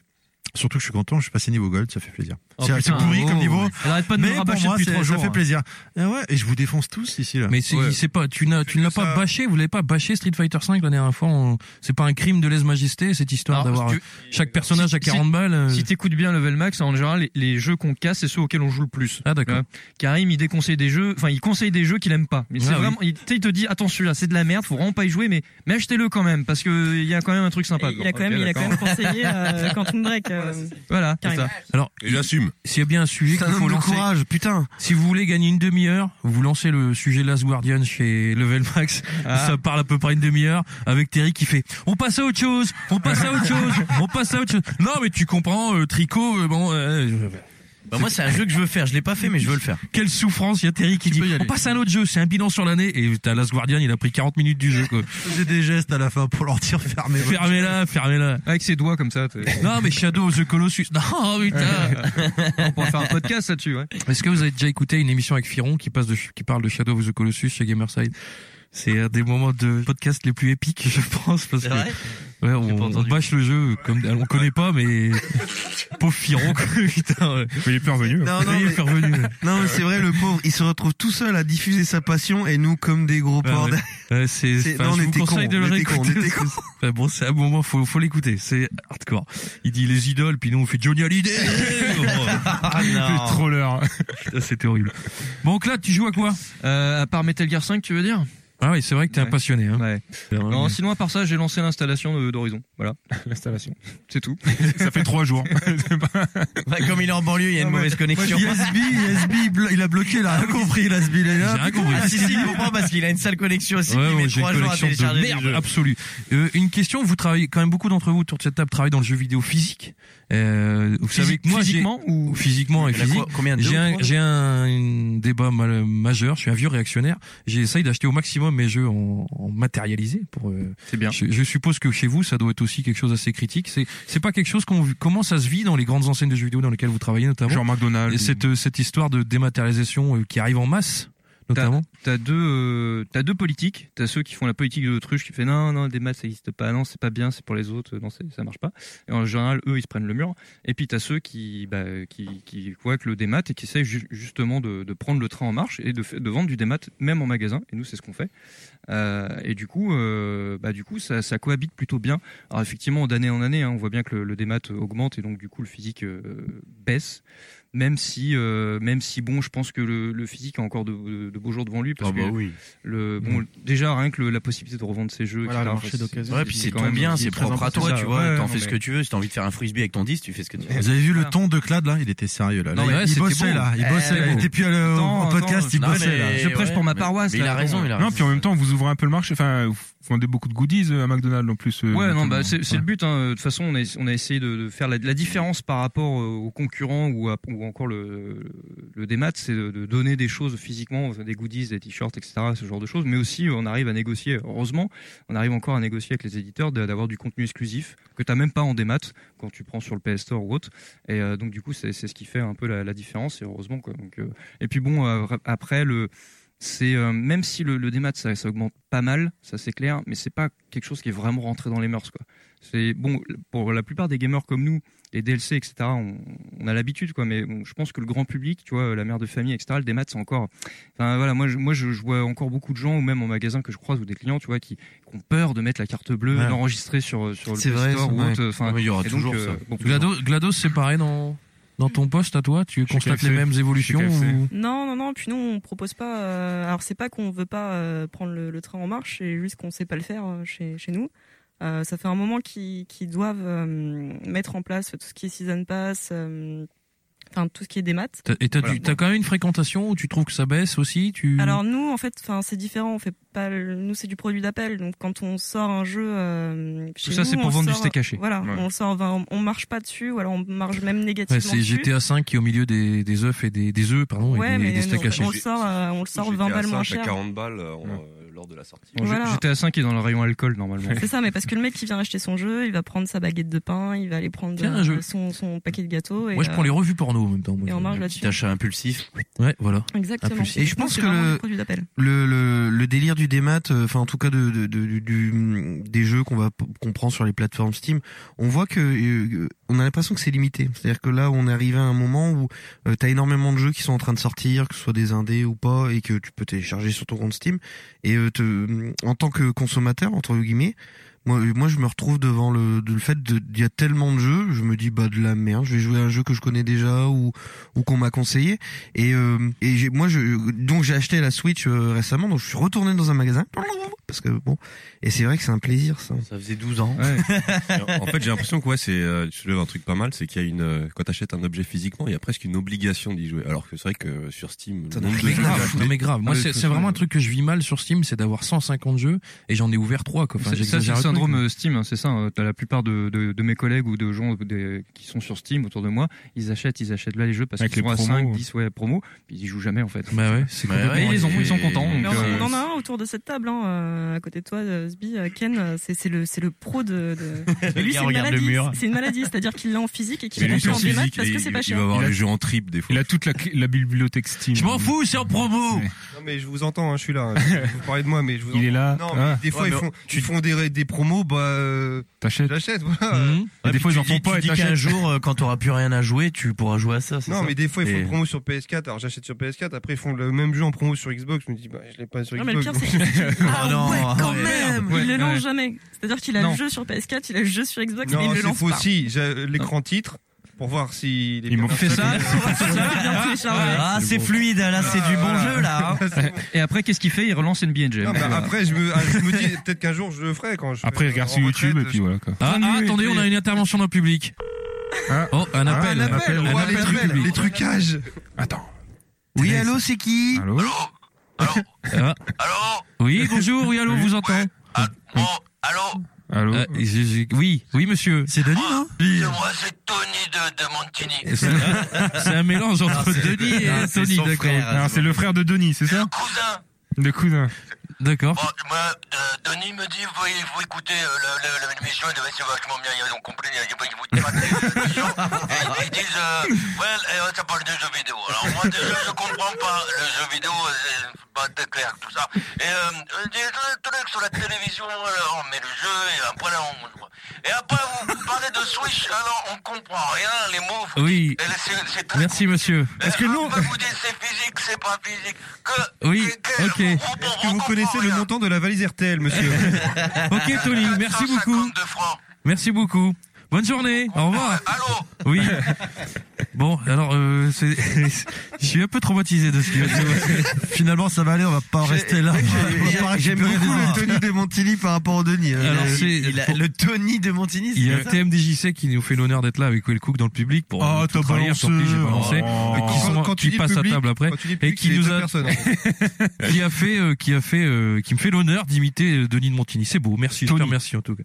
Surtout que je suis content, je suis passé niveau gold, ça fait plaisir.
Oh,
c'est c'est
putain,
pourri
oh,
comme niveau,
ouais. Elle arrête pas de nous
mais pour
rabâcher
moi,
depuis
c'est-
trois jours,
Ça fait
hein.
plaisir. Et ouais, et je vous défonce tous ici là.
Mais c'est
Ouais.
il sait pas, tu n'as, tu ne l'as pas bâché, vous l'avez pas bâché Street Fighter 5 la dernière fois. on- C'est pas un crime de lèse-majesté cette histoire
Alors,
d'avoir
si
euh, chaque personnage à 40
si,
balles. euh,
Si t'écoutes bien Level Max, en général, les, les jeux qu'on casse, c'est ceux auxquels on joue le plus.
Ah d'accord.
Karim, il déconseille des jeux, enfin, il conseille des jeux qu'il aime pas. Mais c'est
Ah, oui.
vraiment, il, tu sais, il te dit, attention celui-là, c'est de la merde, faut vraiment pas y jouer, mais, mais achetez-le quand même, parce que il y a quand même un truc sympa.
Il a quand même, il a quand même conseillé euh, Quantum Break. euh,
Voilà, c'est
Karim.
ça.
Alors,
il assume.
S'il y a bien un sujet
C'est un
qu'il
homme
faut
de
lancer,
courage,
putain. Si vous voulez gagner une demi-heure, vous lancez le sujet Last Guardian chez Level Max.
Ah.
Ça parle à peu près une demi-heure avec Terry qui fait "On passe à autre chose, on passe à autre chose, on passe à autre chose." Non, mais tu comprends, euh, tricot, euh, bon. euh, euh,
Bah, moi, c'est un jeu que je veux faire. Je l'ai pas fait, mais je veux le faire.
Quelle souffrance, il y a Terry qui dit On passe à un autre jeu, c'est un bilan sur l'année et t'as Last Guardian, il a pris 40 minutes du jeu quoi.
J'ai des gestes à la fin pour leur dire fermez.
fermez-la, fermez-la.
Avec ses doigts comme ça.
Non mais Shadow of the Colossus.
oh,
Non putain.
On pourrait faire un podcast là-dessus, ouais.
Est-ce que vous avez déjà écouté une émission avec Firon qui passe de qui parle de Shadow of the Colossus chez Gamerside C'est un des moments de podcast les plus épiques, je pense, parce
C'est
que
vrai
ouais, on, on bâche le jeu comme on connaît pas, mais pauvre Firon, quoi, putain. ouais.
Il est plus revenu.
hein.
Non, non,
hein. Il est
mais-
revenu, ouais.
Non, mais c'est vrai, le pauvre, il se retrouve tout seul à diffuser sa passion et nous, comme des gros
Ah Ouais,
bordels.
ouais. Ouais, c'est,
C'est-
enfin,
non, on
je vous
était cons,
conseille de le
on était cons, on
réécouter.
était cons.
Enfin, bon, c'est un moment, faut, faut l'écouter. C'est hardcore. Il dit les idoles, puis nous on fait Johnny Hallyday.
Ah,
non.
trop l'heure. C'était horrible. Bon, donc là, tu joues à quoi
euh, À part Metal Gear 5, tu veux dire
Ah oui, c'est vrai que t'es un passionné. Hein.
Non, sinon à part ça, j'ai lancé l'installation de- d'Horizon. Voilà, l'installation. C'est tout.
Ça fait trois jours.
Bah, comme il est en banlieue, il y a une mauvaise connexion.
USB, USB, blo- il a bloqué, il a rien compris, il a ce billet là.
Ah, si, si, il comprend parce qu'il a une sale connexion aussi.
Ouais,
il
ouais,
met
j'ai une
trois jours à
collection
télécharger
de
les
merde
jeux.
absolue. Euh, une question, vous travaillez quand même beaucoup d'entre vous autour de cette table travaillent dans le jeu vidéo physique. Euh, vous savez que moi j'ai-
physiquement ou
physiquement et
Il y en a
physique.
quoi- combien, deux
J'ai
ou
un,
trois
j'ai un débat mal- majeur. Je suis un vieux réactionnaire. J'essaye d'acheter au maximum mes jeux en, en matérialisé pour. euh,
C'est bien.
Je, je suppose que chez vous, ça doit être aussi quelque chose d'assez critique. C'est, c'est pas quelque chose qu'on comment ça se vit dans les grandes enseignes de jeux vidéo dans lesquelles vous travaillez notamment.
Genre McDonald's
Et
ou-
cette euh, cette histoire de dématérialisation euh, qui arrive en masse notamment.
T'as deux, euh, t'as deux politiques. T'as ceux qui font la politique de l'autruche qui fait non, non, des maths ça n'existe pas, non, c'est pas bien, c'est pour les autres, non, c'est- ça marche pas. Et en général, eux, ils se prennent le mur. Et puis t'as ceux qui, bah, qui, qui voient que le démat et qui essayent ju- justement de, de prendre le train en marche et de, fa- de vendre du démat même en magasin. Et nous, c'est ce qu'on fait. Euh, et du coup, euh, bah, du coup, ça, ça cohabite plutôt bien. Alors effectivement, d'année en année, hein, on voit bien que le, le démat augmente et donc du coup, le physique euh, baisse. Même si, euh, même si bon, je pense que le, le physique a encore de, de- de beaux jours devant lui. Parce
Ah bah
que
oui.
le, bon,
Mm.
déjà, rien que le- la possibilité de revendre ses jeux.
Voilà,
etc.,
le marché
enfin,
d'occasion. Ouais, puis c'est
quand
ton
même-
bien,
c'est
c'est
très
propre à
important,
toi,
ça.
tu vois.
Ouais,
t'en
non,
fais ce
mais-
que tu veux. Si t'as envie de faire un frisbee avec ton 10, tu fais ce que tu veux.
Vous avez vu le ton de Clad là Il était sérieux
Euh,
là. Là,
Non, mais
il,
ouais,
il
c'était
bossait
beau.
là. Il
Eh,
bossait là. Il
bon.
était plus à la-
Attends,
en podcast, il
attends, non,
bossait
mais-
là.
Je prêche pour ma paroisse, là, attends.
non, puis en même temps, vous ouvrez un peu le marché. Enfin, vous vendez beaucoup de goodies euh, à McDonald's en plus. euh,
Ouais, non,
notamment.
bah, c'est c'est
Ouais.
le but. hein. De toute façon, on a, on a essayé de, de faire la, la différence par rapport euh, aux concurrents ou, à- ou encore le, le démat, c'est de, de donner des choses physiquement, enfin, des goodies, des t-shirts, etc., ce genre de choses. Mais aussi, on arrive à négocier, heureusement, on arrive encore à négocier avec les éditeurs d'a- d'avoir du contenu exclusif que tu même pas en démat quand tu prends sur le PS Store ou autre. Et euh, donc, du coup, c'est c'est ce qui fait un peu la, la différence, et heureusement. Quoi. Donc, euh, Et puis, bon, euh, après, le c'est euh, même si le, le démat ça, ça augmente pas mal, ça c'est clair, mais c'est pas quelque chose qui est vraiment rentré dans les mœurs quoi. C'est bon pour la plupart des gamers comme nous, les DLC etc. On, on a l'habitude quoi, mais bon, je pense que le grand public, tu vois, la mère de famille etc. Le démat c'est encore, enfin voilà, moi je, moi je, je vois encore beaucoup de gens ou même en magasin que je croise ou des clients, tu vois, qui, qui ont peur de mettre la carte bleue,
Ouais.
d'enregistrer sur sur le
C'est
Play
vrai,
store
ça,
ou
ouais.
autre. Enfin,
Ah, mais il y aura
et donc,
toujours
euh,
ça.
bon,
Glados, Glados, c'est pareil dans, dans ton poste à toi Tu constates les
KFC.
mêmes évolutions
Chez KFC.
ou-
Non, non, non, puis nous on propose pas. euh, alors c'est pas qu'on veut pas euh, prendre le, le train en marche, c'est juste qu'on sait pas le faire euh, chez, chez nous. Euh, ça fait un moment qu'ils qu'ils doivent euh, mettre en place tout ce qui est season pass, euh, enfin tout ce qui est des maths.
T'as- Et t'as
Voilà.
du- t'as quand même une fréquentation où tu trouves que ça baisse aussi tu...
Alors nous, en fait, enfin c'est différent. On fait pas. le- Nous, c'est du produit d'appel. Donc quand on sort un jeu, euh, chez
ça,
nous,
c'est pour
on
vendre du
sort-
steak haché.
Voilà,
Ouais.
on le sort. enfin, on on marche pas dessus, ou alors on marche même négativement.
Ouais, c'est
dessus.
GTA 5 qui est au milieu des, des œufs et des, des œufs pardon
Ouais,
et des,
mais
des steaks
on-
hachés.
on le sort, euh, on le sort 20
GTA
balles moins
5 à
cher.
40 balles euh, en, euh, lors de la sortie.
Bon,
Voilà.
GTA 5 est dans le rayon alcool normalement.
C'est ça, mais parce que le mec qui vient acheter son jeu, il va prendre sa baguette de pain, il va aller prendre
Tiens,
euh,
un jeu.
son, son paquet de gâteaux. Et,
Moi, je prends
euh,
les revues porno en même temps. moi.
et on marche là-dessus.
Petit achat impulsif.
Ouais, voilà.
Exactement.
Et je pense
c'est
que
vraiment
le,
du produit d'appel.
le, le, le délire du démat, euh, enfin en tout cas de, de- de- du- des jeux qu'on va qu'on prend sur les plateformes Steam, on voit que euh, on a l'impression que c'est limité. C'est-à-dire que là, on est arrivé à un moment où tu t'as énormément de jeux qui sont en train de sortir, que ce soit des indés ou pas, et que tu peux télécharger sur ton compte Steam. Et euh, te- en tant que consommateur, entre guillemets. Moi, moi, je me retrouve devant le, de- le fait de- il y a tellement de jeux, je me dis bah de la merde, je vais jouer à un jeu que je connais déjà ou ou qu'on m'a conseillé. Et, euh, et j'ai- moi, je, donc j'ai acheté la Switch euh, récemment, donc je suis retourné dans un magasin parce que bon, et c'est vrai que c'est un plaisir ça.
Ça faisait 12 ans.
en fait, j'ai l'impression que ouais, c'est euh, tu soulèves un truc pas mal, c'est qu'il y a une euh, quand t'achètes un objet physiquement, il y a presque une obligation d'y jouer. Alors que c'est vrai que euh, sur Steam, le nombre de
mais
jeux que j'ai
grave,
achetés-
non mais grave. Moi,
Ah, mais
c'est
ce
c'est
sont-
vraiment un truc que je vis mal sur Steam, c'est d'avoir 150 jeux et j'en ai ouvert 3 quoi. Enfin,
C'est- ça, c'est
j'exagère
le
le truc,
syndrome
mais-
euh, Steam, hein, c'est ça. euh, T'as la plupart de, de- de mes collègues ou de gens euh, des- qui sont sur Steam autour de moi, ils achètent, ils achètent là les jeux parce
Avec
qu'ils
les
sont à
promos,
5,
ouais.
10, ouais, promo, puis ils y jouent jamais en fait.
Bah ouais, c'est
Mais
complètement-
ouais, ils les ont, ils sont
et-
contents.
Mais
donc, euh,
on, on en a un autour de cette table, hein, euh, à côté de toi, euh, Sbi, euh, Ken, euh, c'est c'est le, c'est le pro de. de...
Le
Mais lui,
gars
c'est une
regarde le
maladie.
mur.
C'est une maladie, c'est-à-dire qu'il l'a en physique et qu'il
Mais
l'a
lui,
acheté en
sur
démat
physique,
parce
et
que c'est
il-
pas
Il
cher.
va avoir
Il a-
les jeux en trip des fois.
Il a toute la, la bibliothèque Steam.
Je m'en fous, c'est en promo.
Non mais je vous entends, hein, je suis là. hein. Vous parlez de moi, mais je vous.
Il est
entends.
là.
Non, Hein. mais
Ah.
des fois
Ouais,
ils
mais
font, ils font des, des promos, bah. euh,
T'achètes.
J'achète, voilà.
Ouais,
des
puis
fois,
tu
ils en font
dis-
pas
Tu
et
dis qu'un
t'achètes.
jour, euh, quand t'auras plus rien à jouer, tu pourras jouer à ça. c'est
Non,
ça
mais des fois, ils font
Et-
une promo sur PS4, alors j'achète sur PS4, après ils font le même jeu en promo sur Xbox, je me dis, bah, je l'ai pas sur
Non, mais le
Xbox.
pire,
donc-
c'est que- Ah ouais, quand même
Ouais,
Il le lance
ouais.
jamais. C'est-à-dire qu'il a
Non.
le jeu sur PS4, il a le jeu sur Xbox, mais il
Non,
le
c'est
lance
faux
pas.
aussi, j'ai l'écran titre pour voir si.
Ils m'ont fait ça.
hein.
Ah, c'est fluide, là, c'est du bon jeu, là. hein.
Et après, qu'est-ce qu'il fait Il relance une BNG.
Non, mais
bah,
après, je me, ah, je me dis, peut-être qu'un jour je le ferai quand je.
Après, il regarde sur YouTube et puis voilà quoi.
Ah, ah, attendez, on a une intervention dans le public. Oh, un appel,
un appel, on voit les
du
appels,
public.
les trucages.
Oui,
allô,
c'est qui
Allô Allô Oui, bonjour, oui, allô, vous entend
Allô
Euh, je- je- Oui, oui, monsieur. C'est Denis, non C'est moi, c'est Tony de, Montini. C'est un mélange entre Denis et
Ah,
Tony, d'accord.
Alors, c'est le frère de Denis, c'est ça Le cousin. Oh,
D'accord.
euh, Denis me dit, vous, vous écoutez euh, le- le- le- l'émission, elle devait- c'est vachement bien, ils ont compris, il y a pas vous Et ils disent, euh, ouais, euh, ça parle de jeux vidéo. Alors moi déjà, je comprends pas, le jeu vidéo, euh, c'est pas très clair, tout ça. Et euh, euh, des trucs sur la télévision, alors on met le jeu, et après là, on... Et après, vous parlez de Switch, alors on comprend rien, les mots...
Oui.
Et c'est- c'est très
Merci, monsieur.
Est-ce que nous... Vous dites, c'est physique, c'est pas physique. Que...
Oui, ok.
Est-ce que vous connaissez le montant de la valise RTL, monsieur
Ok, Tony, merci beaucoup. Merci beaucoup. Bonne journée. Au revoir. Allô Oui. Bon, alors, euh, c'est- je suis un peu traumatisé de ce qu'il a dit.
Finalement, ça va aller, on va pas rester là.
J'aime beaucoup le Tony de Montilly par rapport au Denis. hein.
Alors, c'est- pour-
Tony de Montigny,
Il y a TMDJC qui nous fait l'honneur d'être là avec Will Cook dans le public pour
Oh,
euh,
t'as
tout trahir sur
balancé.
qui j'ai balancé
Oh.
et qui,
Quand-
sont-
quand tu
qui
dis
passe
public-
à table après
quand tu dis
et
public,
qui
c'est
nous
deux
a
personnes, hein.
qui a fait euh, qui a fait euh, qui me fait l'honneur d'imiter euh, Denis de Montigny c'est beau merci je te remercie en tout cas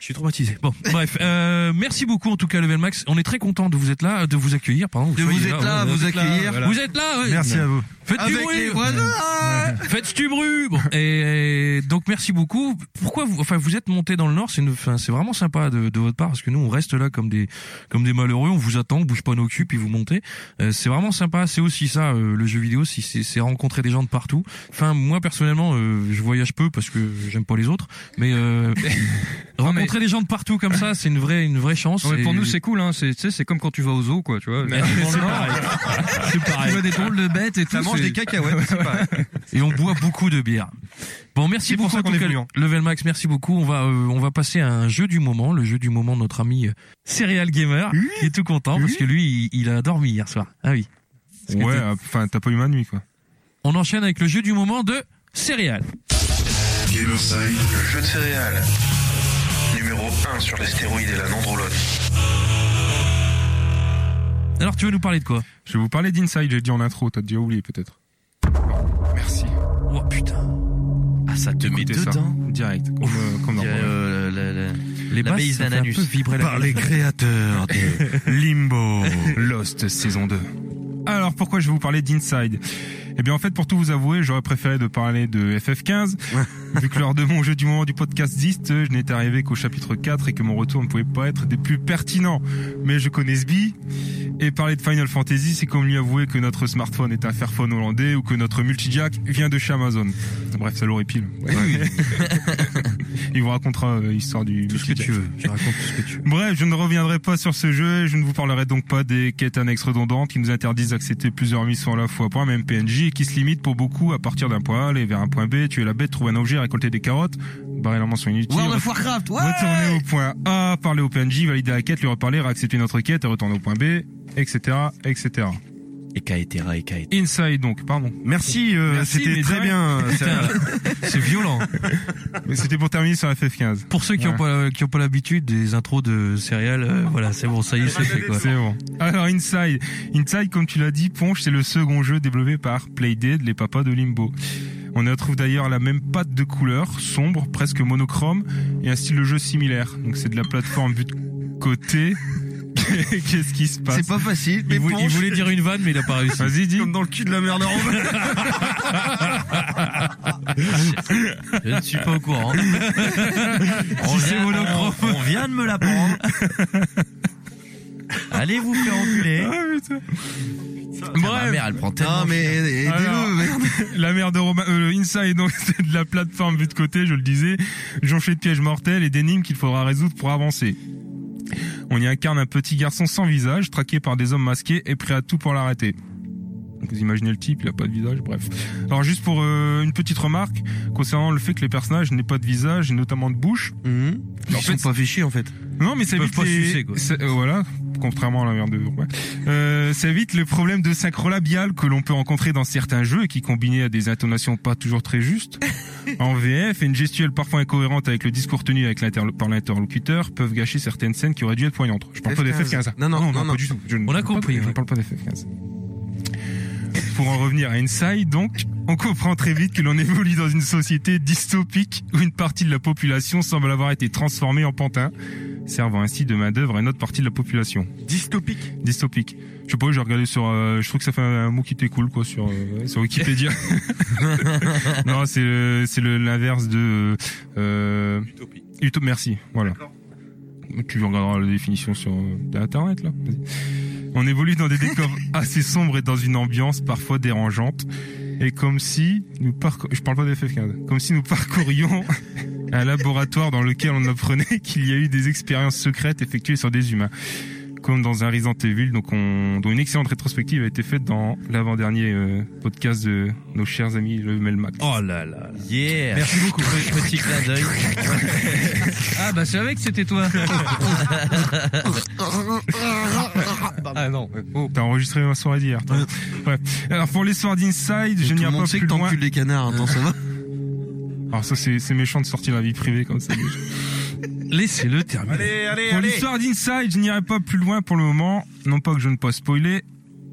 je suis traumatisé. Bon, bref, euh, merci beaucoup en tout cas Level Max. On est très content de vous être là, de vous accueillir, pardon.
De
soyez
vous être là,
ouais,
vous
êtes
accueillir.
voilà. Vous êtes là. ouais.
Merci à vous.
Faites du
Avec
bruit.
les voisins.
Faites du bruit. Bon, et donc merci beaucoup. Pourquoi vous, enfin, vous êtes monté dans le Nord, c'est une- enfin, c'est vraiment sympa de, de votre part parce que nous on reste là comme des comme des malheureux, on vous attend, on bouge pas nos culs puis vous montez. Euh, c'est vraiment sympa. C'est aussi ça euh, le jeu vidéo, si c'est c'est rencontrer des gens de partout. Enfin, moi personnellement, euh, je voyage peu parce que j'aime pas les autres, mais euh, rencontrer des gens de partout comme ça, c'est une vraie une vraie chance.
Non, mais pour
Et-
nous c'est cool hein, c'est tu sais, c'est comme quand tu vas au zoo quoi, tu vois.
Mais c'est pareil. C'est pareil.
Tu vois des drôles de bêtes et
Ça
tout.
mange
c'est-
des cacahuètes, c'est pareil. Et on boit beaucoup de bière. Bon, merci
C'est
pour
pour
ça,
ça
en tout
qu'on est
cas,
venu, hein.
Level Max, merci beaucoup. On va, euh, on va passer à un jeu du moment, le jeu du moment de notre ami euh, Serial Gamer, qui est tout content parce que lui, il, il a dormi hier soir. Ah oui. Parce que
Ouais,
t'es-
enfin, t'as pas eu ma nuit, quoi.
On enchaîne avec le jeu du moment de Serial.
Gamerside, le jeu de céréales. Numéro 1 sur les stéroïdes et la nandrolone.
Alors, tu veux nous parler de quoi
Je vais vous parler d'Inside, j'ai dit en intro, t'as déjà oublié peut-être. Merci.
Oh putain.
Ah, ça te met
Écoutez ça,
dedans.
Direct, comme, euh, comme dans
Les la basses, base ça fait un d'Ananus. peu vibrer la Par gueule. les créateurs de
Limbo Lost saison 2. Alors pourquoi je vais vous parler d'Inside Eh bien en fait pour tout vous avouer, j'aurais préféré de parler de FF15 vu que lors de mon jeu du moment du podcast Zist, je n'étais arrivé qu'au chapitre 4 et que mon retour ne pouvait pas être des plus pertinents. Mais je connais Sbi et parler de Final Fantasy, c'est comme lui avouer que notre smartphone est un Fairphone hollandais ou que notre multijack vient de chez Amazon. Bref, ça l'aurait pile. Il vous racontera euh, l'histoire du tout ce que tu veux.
Je raconte tout ce que tu
Bref, je ne reviendrai pas sur ce jeu et je ne vous parlerai donc pas des quêtes annexes redondantes qui nous interdisent d'accepter plusieurs missions à la fois pour un même PNJ et qui se limitent pour beaucoup à partir d'un point A, aller vers un point B, tuer la bête, trouver un objet, récolter des carottes, barrer la mention inutile.
World of Warcraft, ouais
Retourner au point A, parler au PNJ, valider la quête, lui reparler, réaccepter notre quête et retourner au point B, etc., etc.
Et Kaetera et Kaetera.
Inside donc, pardon.
Merci, euh, c'était
mais
très
de
bien, euh,
rien.
c'est-
C'est violent.
Mais c'était pour terminer sur FF15.
Pour ceux qui n'ont
Ouais.
pas, qui ont pas l'habitude des intros de Serial, euh, voilà, c'est bon, ça y est, c'est fait quoi.
Ah, C'est bon. Alors Inside, Inside comme tu l'as dit, Ponche, c'est le second jeu développé par Playdead, les papas de Limbo. On y retrouve d'ailleurs la même patte de couleur, sombre, presque monochrome, et un style de jeu similaire. Donc c'est de la plateforme vue de côté. Qu'est-ce qui se passe
C'est pas facile,
Il
mais
vou- il
Ponche-
voulait
dire une vanne, mais il a pas réussi.
Vas-y, dis.
Comme dans le cul de la merde
Je ne suis pas au courant. on,
c'est
vient,
monochrome.
on- on vient de me l'apprendre. Allez vous faire enculer.
Ah,
Bref.
Ma mère, elle prend tellement
Non, mais
cher. Ah,
Alors, La mère de Romain, euh, le Inside, donc, c'est de la plateforme vue de côté, je le disais, jonchée de pièges mortels et d'énigmes qu'il faudra résoudre pour avancer. On y incarne un petit garçon sans visage, traqué par des hommes masqués et prêt à tout pour l'arrêter. Vous imaginez le type, il a pas de visage, bref. Alors juste pour euh, une petite remarque concernant le fait que les personnages n'aient pas de visage, et notamment de bouche.
Mmh. Ils sont pas fait chier, en fait.
Non, mais ça
Ils
évite
peuvent pas
les-
sucer, quoi.
ça- euh, voilà, contrairement à la merde de ouais. Euh, ça évite le problème de synchro labial que l'on peut rencontrer dans certains jeux et qui combiné à des intonations pas toujours très justes en VF et une gestuelle parfois incohérente avec le discours tenu avec l'interlo- par l'interlocuteur peuvent gâcher certaines scènes qui auraient dû être poignantes. Je parle pas des FF15.
Non, non, non, non.
hein. pas du tout. Je ne-
On a
je ne parle pas-
compris,
Je ne
ouais.
parle pas des FF15. Pour en revenir à Inside, donc, on comprend très vite que l'on évolue dans une société dystopique où une partie de la population semble avoir été transformée en pantin, servant ainsi de main-d'œuvre à une autre partie de la population.
Dystopique
Dystopique. Je sais pas, j'ai regardé sur. euh, je trouve que ça fait un mot qui était cool, quoi, sur, euh, sur Wikipédia. non, c'est le- c'est le- l'inverse de. Euh, Utopie. merci, voilà. Tu regarderas la définition sur euh, internet là. Vas-y. On évolue dans des décors assez sombres et dans une ambiance parfois dérangeante. Et comme si nous parcour... je parle pas des FF15, comme si nous parcourions un laboratoire dans lequel on apprenait qu'il y a eu des expériences secrètes effectuées sur des humains. comme dans un Resident Evil, donc on, dont une excellente rétrospective a été faite dans l'avant-dernier euh, podcast de nos chers amis le Melmac.
Oh là là. Yeah. Merci beaucoup. Petit clin d'œil.
Ah bah je savais que c'était toi.
Ah non, t'as enregistré ma soirée d'hier. toi. Ouais. Alors pour les soirs d'Inside, je n'irai
monde
pas
sait
plus
que
loin.
t'encules les canards, hein, non, ça va
Alors ça c'est c'est méchant de sortir la vie privée comme ça.
Laissez-le terminer.
pour
allez.
l'histoire d'Inside, je n'irai pas plus loin pour le moment. Non pas que je ne pas spoiler.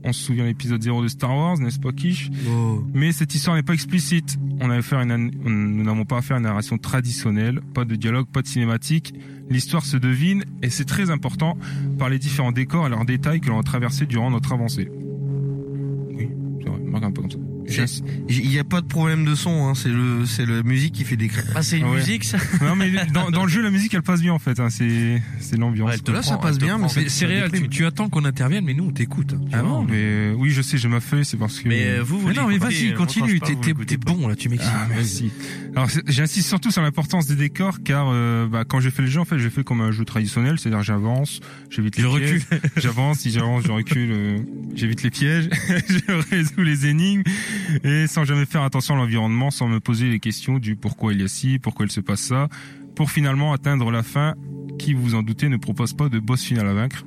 On se souvient de l'épisode 0 de Star Wars, n'est-ce pas, Kish
Oh.
Mais cette histoire n'est pas explicite. On avait affaire à une an- on- nous n'avons pas affaire à une narration traditionnelle. Pas de dialogue, pas de cinématique. L'histoire se devine, et c'est très important, par les différents décors et leurs détails que l'on a traversés durant notre avancée. Oui, c'est vrai. Marque un peu comme ça.
Il n'y a pas de problème de son, hein, c'est le, c'est la musique qui fait des cris.
Ah, c'est une
Ouais.
musique ça
Non mais dans, dans le jeu la musique elle passe bien en fait, hein, c'est c'est l'ambiance.
Là, ça passe bien, mais c'est c'est réel. Tu, tu attends qu'on intervienne, mais nous, on t'écoute. hein. Tu
Ah
vois,
non
on-
mais oui je sais j'ai ma feuille c'est parce que.
Mais euh, non, mais vas-y, continue. T'es t'es- t'es bon là, tu m'excites.
Ah, merci. Alors c'est- j'insiste surtout sur l'importance des décors car euh, bah, quand j'ai fait le jeu en fait j'ai fait comme un jeu traditionnel c'est-à-dire j'avance j'évite les
Je
pièges,
recule.
j'avance si j'avance je recule euh, j'évite les pièges je résous les énigmes et sans jamais faire attention à l'environnement sans me poser les questions du pourquoi il y a ci pourquoi il se passe ça pour finalement atteindre la fin qui vous en doutez ne propose pas de boss final à vaincre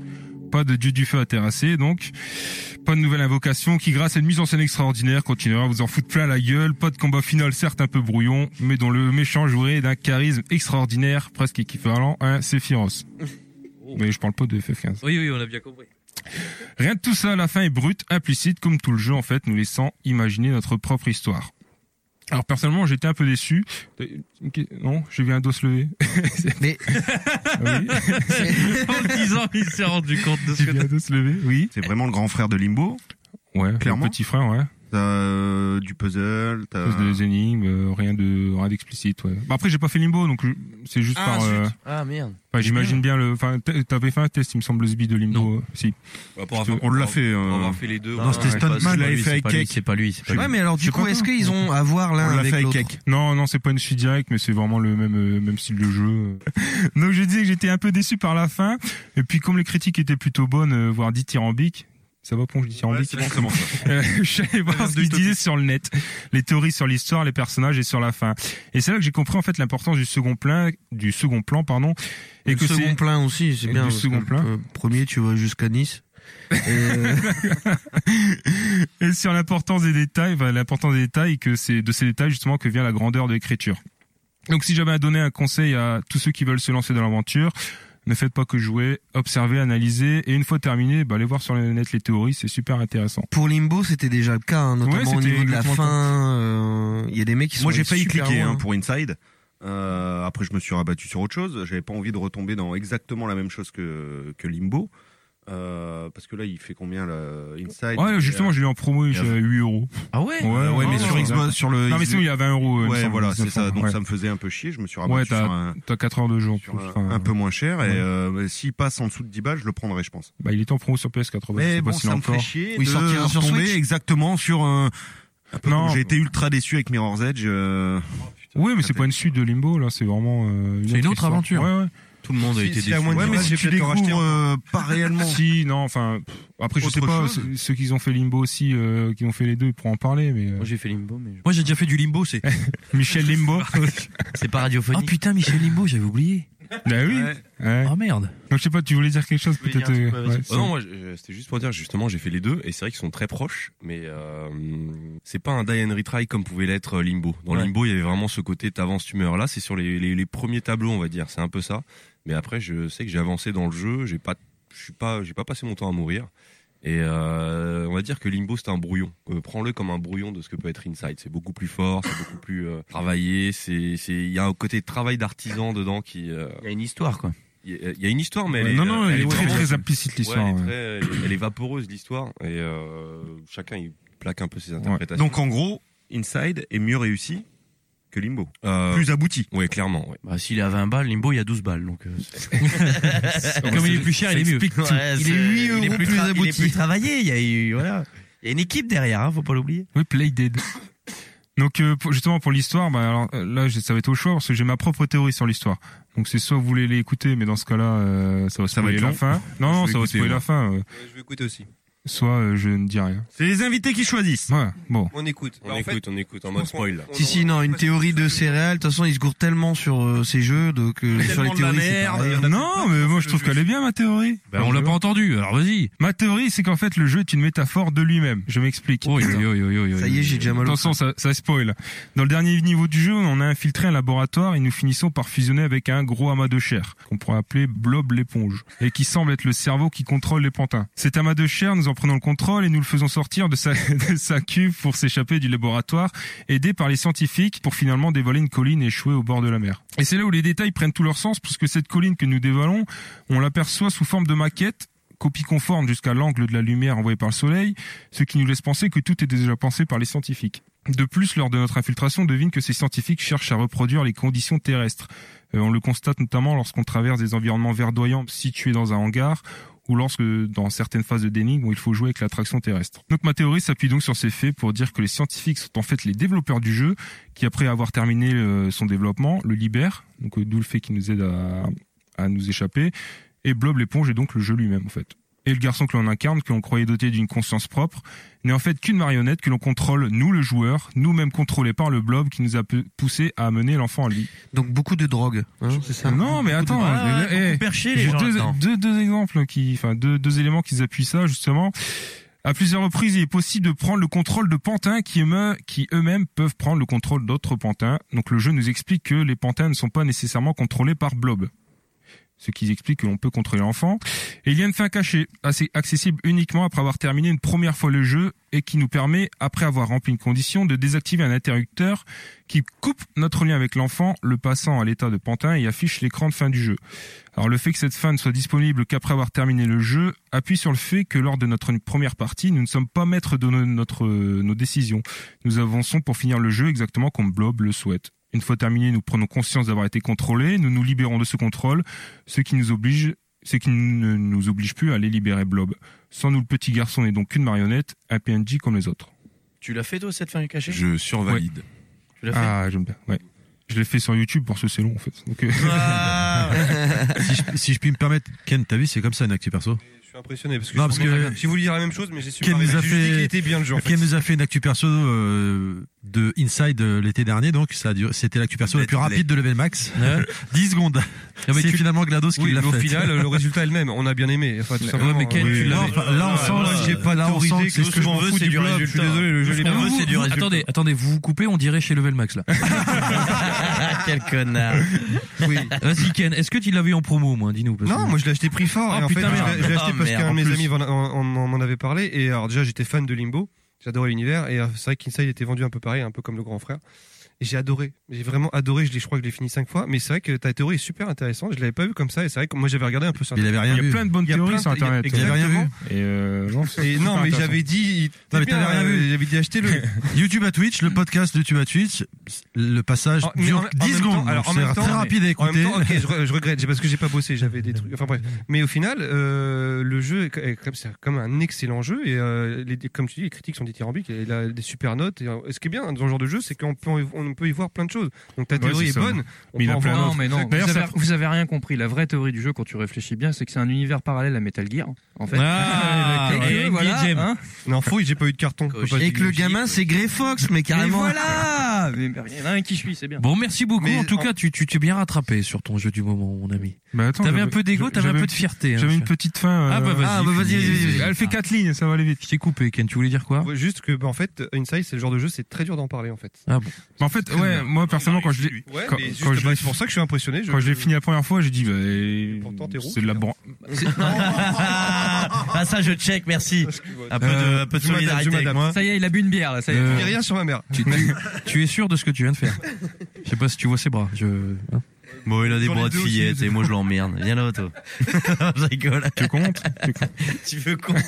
pas de dieu du feu à terrasser, donc pas de nouvelle invocation qui, grâce à une mise en scène extraordinaire, continuera à vous en foutre plein la gueule. Pas de combat final, certes un peu brouillon, mais dont le méchant jouerait d'un charisme extraordinaire, presque équivalent à un Sephiroth. Mais je parle pas de FF15.
Oui, oui, on a bien compris.
Rien de tout ça, la fin est brute, implicite, comme tout le jeu en fait, nous laissant imaginer notre propre histoire. Alors personnellement, j'étais un peu déçu. Euh, ok, Non, j'ai vu un dos se lever.
Mais
Ah
en disant, il s'est rendu compte de
ce que. se lever, oui.
C'est vraiment le grand frère de Limbo.
Ouais,
clairement.
petit frère, ouais.
T'as euh, du puzzle, t'as.
Pose des énigmes, euh, rien de rien d'explicite. Ouais. Bah après j'ai pas fait Limbo donc je- c'est juste
Ah,
par.
zut.
euh,
Ah, merde.
enfin, J'imagine bien le. Enfin t- t'avais fait un test il me semble le sbi de Limbo. euh, Si.
Bah, pour
Je-
avoir- pour avoir-
euh,
pour avoir fait les deux.
Non,
ouais.
c'était Stuntman.
Je l'avais fait avec Cake.
Ouais, mais alors du coup, est-ce qu'ils ont à voir l'un avec l'autre
Non, non, c'est pas une suite directe, mais c'est vraiment le même euh, même style de jeu. Donc je disais que j'étais un peu déçu par la fin, et puis comme les critiques étaient plutôt bonnes, euh, voire dithyrambiques. Ça va, Ponge, dithyrambique
Ouais, c'est exactement ça.
Euh, Je savais
Vers
voir ce
de
qu'ils disaient sur le net. Les théories sur l'histoire, les personnages et sur la fin. Et c'est là que j'ai compris en fait l'importance du second plan, du second plan, pardon. Et
Le
que
second
c'est-
plein aussi, c'est
et
bien.
Du
parce
second
que,
plan.
euh, Premier, tu vas jusqu'à Nice. Et, euh,
et sur l'importance des détails, enfin, l'importance des détails, que c'est de ces détails justement que vient la grandeur de l'écriture. Donc si j'avais à donner un conseil à tous ceux qui veulent se lancer dans l'aventure, ne faites pas que jouer, observez, analysez, et une fois terminé, bah, allez voir sur le net les théories, c'est super intéressant.
pour Limbo, c'était déjà le cas, hein, notamment
Ouais,
au
c'était
niveau de la
exactement
fin. euh, Il y a des mecs qui sont.
Moi, j'ai
allés
failli
super
cliquer
loin.
hein, pour Inside. Euh, après, je me suis rabattu sur autre chose. J'avais pas envie de retomber dans exactement la même chose que, que Limbo. Euh, parce que là, il fait combien là, Inside
Ouais,
Et,
justement,
euh,
je l'ai en promo, il
il y
fait
a-
8 euros.
Ah ouais Ouais, ouais, mais sur Xbox, sur le-
Non, mais sinon, il y avait 1 euro. euh, il me
Ouais,
semble,
voilà, c'est
19
ça.
euros,
Donc,
ouais.
ça me faisait un peu chier. Je me suis rabattu
Ouais,
sur
t'as
un,
t'as 4 heures de jeu en plus. enfin,
un peu moins cher. Et
ouais.
euh, s'il passe en dessous de 10 balles, je le prendrai, je pense.
Bah, il est en promo sur PS80. je sais
Mais
pas
bon,
s'il est
ça me fait
encore.
chier
Oui,
de
sortira sur
retomber
Switch.
exactement sur un. un peu
Non.
comme J'ai été ultra déçu avec Mirror's Edge. euh,
Oui, mais c'est pas une suite de Limbo, là, c'est vraiment. euh,
C'est une autre
histoire.
aventure.
Ouais, ouais.
Tout le monde a Si- été si déçu. à moins de
Ouais,
dix
mais
balles,
si
j'ai
tu
peut-être racheté
découvres,
un.
euh, pas réellement. Si, non, enfin. pff, Après, je
Autre
sais pas,
chose
ceux- ceux qui ont fait Limbo aussi, euh, qui ont fait les deux, ils pourront en parler, mais. euh. Moi,
j'ai fait Limbo, mais.
Moi, j'ai déjà fait du limbo, c'est.
Michel Limbo.
C'est pas radiophonique.
Oh putain, Michel Limbo, j'avais oublié.
Bah oui.
Ouais.
Oh
merde. Oh,
Donc, je sais pas, tu voulais dire quelque chose, peut-être. euh, ouais.
Ah non, moi, je- je- c'était juste pour dire, justement, j'ai fait les deux, et c'est vrai qu'ils sont très proches, mais euh, c'est pas un die and retry comme pouvait l'être euh, Limbo. Dans
Ouais.
Limbo, il y avait vraiment ce côté t'avances, tu meurs. Là, c'est sur les, les, les premiers tableaux, on va dire, c'est un peu ça. Mais après, je sais que j'ai avancé dans le jeu, j'ai pas, je suis pas, j'ai pas passé mon temps à mourir. Et euh, on va dire que Limbo c'est un brouillon. Euh, Prends-le comme un brouillon de ce que peut être Inside. C'est beaucoup plus fort, c'est beaucoup plus euh, travaillé. C'est, c'est, il y a un côté travail d'artisan dedans qui. euh, Il
y a une histoire quoi.
Il y, a- il y a une histoire, mais
Ouais,
elle
non,
est-
non, elle est très,
vaporeuse.
très implicite, l'histoire,
Ouais, elle, est
ouais.
très- elle- elle est vaporeuse l'histoire et euh, chacun il plaque un peu ses interprétations.
Donc, en gros, Inside est mieux réussi que Limbo.
Euh,
Plus abouti.
Oui, clairement. ouais.
Bah, s'il est à 20 balles, Limbo, il y a 12 balles. Donc, euh, c'est-
Comme il est plus cher,
Ça
il est mieux.
explique tout.
Ouais,
il
c'est-
est 8
il est
euros
plus
plus,
tra-
abouti. Il est plus travaillé. Il y a eu, voilà. Il y a une équipe derrière, hein, faut pas l'oublier.
Oui, Play Dead. Donc euh, pour- justement pour l'histoire, bah, alors euh, là je- ça va être au choix parce que j'ai ma propre théorie sur l'histoire. Donc c'est soit vous voulez les écouter, mais dans ce cas-là, euh, ça va
Ça va
spoiler
être
la
long.
fin. Non, non,
Je vais
ça va
écouter,
spoiler
moi.
la fin. euh,
Je vais écouter aussi.
Soit euh, je ne dis rien.
C'est les invités qui choisissent.
Ouais, bon.
On écoute.
On écoute, on écoute, Bah, en mode spoil.
Si, si, non, une théorie de céréales. De toute façon, ils se gourent tellement sur euh, ces jeux, donc euh, sur les théories. c'est pareil. hein.
Non, mais moi je Ben, trouve qu'elle est bien ma théorie.
Bah, on l'a pas
entendu, alors vas-y. Ma théorie, c'est qu'en fait le jeu est une métaphore de lui-même. Je m'explique.
Ça y est, j'ai déjà mal au
Attention, ça, ça spoil. Dans le dernier niveau du jeu, on a infiltré un laboratoire et nous finissons par fusionner avec un gros amas de chair, qu'on pourrait appeler Blob l'éponge, et qui semble être le cerveau qui contrôle les pantins. Cet amas de chair, nous en prenons le contrôle et nous le faisons sortir de sa, de sa cuve pour s'échapper du laboratoire, aidé par les scientifiques pour finalement dévoiler une colline échouée au bord de la mer. Et c'est là où les détails prennent tout leur sens, puisque cette colline que nous dévoilons, on l'aperçoit sous forme de maquette copie conforme jusqu'à l'angle de la lumière envoyée par le soleil, ce qui nous laisse penser que tout est déjà pensé par les scientifiques. De plus, lors de notre infiltration, on devine que ces scientifiques cherchent à reproduire les conditions terrestres. Euh, on le constate notamment lorsqu'on traverse des environnements verdoyants situés dans un hangar ou lorsque, dans certaines phases de d'énigmes, où il faut jouer avec l'attraction terrestre. Donc ma théorie s'appuie donc sur ces faits pour dire que les scientifiques sont en fait les développeurs du jeu, qui après avoir terminé euh, son développement, le libèrent, donc euh, d'où le fait qu'ils nous aident à, à nous échapper, et Blob l'éponge est donc le jeu lui-même en fait. Et le garçon que l'on incarne, que l'on croyait doté d'une conscience propre, n'est en fait qu'une marionnette que l'on contrôle, nous le joueur, nous-mêmes contrôlés par le blob qui nous a peu- poussé à amener l'enfant à lui. Donc beaucoup de drogue, hein, c'est ça Non mais attends,
Ouais, ouais,
mais-
beaucoup Ah,
eh,
perché, les
j'ai
gens,
deux,
là-dedans.
deux, deux exemples qui, enfin deux, deux éléments qui appuient ça justement. À plusieurs reprises, il est possible de prendre le contrôle de pantins qui, eux- qui eux-mêmes peuvent prendre le contrôle d'autres pantins. Donc le jeu nous explique que les pantins ne sont pas nécessairement contrôlés par blob ce qui explique que l'on peut contrôler l'enfant. Et il y a une fin cachée, assez accessible uniquement après avoir terminé une première fois le jeu et qui nous permet, après avoir rempli une condition, de désactiver un interrupteur qui coupe notre lien avec l'enfant, le passant à l'état de pantin et affiche l'écran de fin du jeu. Alors le fait que cette fin ne soit disponible qu'après avoir terminé le jeu appuie sur le fait que lors de notre première partie, nous ne sommes pas maîtres de no- notre, euh, nos décisions. Nous avançons pour finir le jeu exactement comme Blob le souhaite. Une fois terminé, nous prenons conscience d'avoir été contrôlés, nous nous libérons de ce contrôle, ce qui nous oblige, ce qui ne nous oblige plus à aller libérer Blob. Sans nous, le petit garçon n'est donc qu'une marionnette, un PNJ comme les autres.
Tu l'as fait toi cette fin cachée
Je survalide.
Tu l'as fait
Ah, j'aime bien, ouais. Je l'ai fait sur YouTube parce que c'est long en fait. Donc, euh,
Ah. si, je, si je puis me permettre, Ken, t'as vu, c'est comme ça une actu perso.
Je suis impressionné parce que,
Non,
je-
parce que-
j'ai voulu dire la même chose, mais j'ai su.
Ken nous a
J'ai juste dit qu'il
fait,
était bien le jeu. en fait.
Ken nous a fait une actu perso euh, de Inside euh, l'été dernier, donc ça a duré- c'était l'actu perso la plus rapide de Level Max.
Ouais.
10 secondes.
mais
C'est
tu-
finalement GLaDOS qui
Oui,
l'a
mais au
fait.
final, le résultat est le même. On a bien aimé. Enfin, tout
Ouais,
simplement.
mais Ken, tu l'as-
Ouais,
Là, on- là, on sent-
ouais,
là,
j'ai pas
là, on
théorisé
sent que c'est
que
ce que
je
je
m'en
veux,
fous
c'est
du
du
blog. Je suis
résultat.
désolé, le jeu
Ce
est
qu'on
pas
veut,
bon.
c'est du résultat.
Attendez, attendez, vous vous coupez, on dirait chez Level Max là.
Quel connard.
Oui. Vas-y Ken, est-ce que tu l'avais en promo au moins, dis-nous parce
Non,
que-
moi je l'ai acheté prix fort.
Ah,
et en
putain,
fait, je
merde.
l'ai- je l'ai acheté
Ah,
parce
merde,
qu'un de mes
en plus.
amis en- en- en- m'en avait parlé. Et alors déjà, j'étais fan de Limbo. J'adorais l'univers. Et euh, c'est vrai qu'Inside était vendu un peu pareil, un peu comme le grand frère. Et j'ai adoré. J'ai vraiment adoré. Je, l'ai- je crois que je l'ai fini cinq fois. Mais c'est vrai que ta théorie est super intéressante. Je l'avais pas vu comme ça. Et c'est vrai que moi j'avais regardé un peu sur
Il avait
Internet.
rien
y a
vu.
plein de bonnes
Il y a
théories
plein de-
sur
il y a-
Internet.
il y avait rien
Exactement.
Et euh, non, c'est
Et non,
super
mais
intéressant.
j'avais dit.
Non, mais t'avais rien vu.
euh, J'avais dit achetez-le.
YouTube à Twitch, le podcast de YouTube à Twitch, le passage
En- mais en-
dure
en
10
même temps-
secondes.
alors, en
donc
même
C'est
temps,
très
mais-
rapide à
en même
écouter.
temps, ok, je, re- je regrette, c'est parce que j'ai pas bossé, j'avais des trucs. Enfin bref. Mais au final, euh, le jeu est c- est comme- c'est comme un excellent jeu et euh, les, comme tu dis, les critiques sont dithyrambiques. et Il a des super notes. Et, euh, ce qui est bien dans ce genre de jeu, c'est qu'on peut, en y- on peut y voir plein de choses. Donc ta
Ouais,
théorie
c'est
est,
ça.
bonne. on
Mais il
peut
a
en
plein
voir d'autres.
d'autres. mais non.
D'ailleurs,
vous,
ça-
avez, vous avez rien compris. La vraie théorie du jeu, quand tu réfléchis bien, c'est que c'est un univers parallèle à Metal Gear, en fait.
Ah,
Et que,
Eric
voilà,
Guillem.
hein.
Non, fouille, j'ai pas eu de carton.
Et que le gamin, c'est Grey Fox, mais
Mais
carrément.
voilà Mais il y en a un qui suit, c'est bien.
Ah, Bon, merci beaucoup.
Mais
en tout
en-
cas, tu tu t'es bien rattrapé sur ton jeu du moment, mon ami.
Bah, attends,
T'avais un
j'avais-
peu d'ego, t'avais un
j'avais
peu
une
de fierté. hein,
J'avais une
monsieur.
petite fin. euh,
Ah bah vas-y. finis.
Elle fait 4 lignes, ça va aller vite.
Je t'ai coupé, Ken. Tu voulais dire quoi
Ouais, Juste que, bah, en fait, Inside, c'est le genre de jeu, c'est très dur d'en parler en fait.
Ah bon.
Bah, en fait,
Très
ouais,
bien.
moi personnellement, quand je l'ai.
Ouais,
quand-
mais
quand
juste,
je l'ai-
bah, c'est pour ça que je suis impressionné. je-
Quand je l'ai fini la première fois, j'ai dit, bah.
t'es hein. roux,
C'est de la bran-
Ah ça je check, merci. Un peu de, un peu de
Euh,
solidarité avec moi.
Ça y est, il a bu une bière là. Ça y est.
Euh,
Fais rien sur ma mère.
Tu, tu- tu es sûr de ce que tu viens de faire Je sais pas si tu vois ses bras. Je. hein
Bon, il a des
Sur les
bras de
deux aussi,
fillette
les
et moi je l'emmerde. Viens là, toi. je rigole.
Tu comptes
Tu veux compte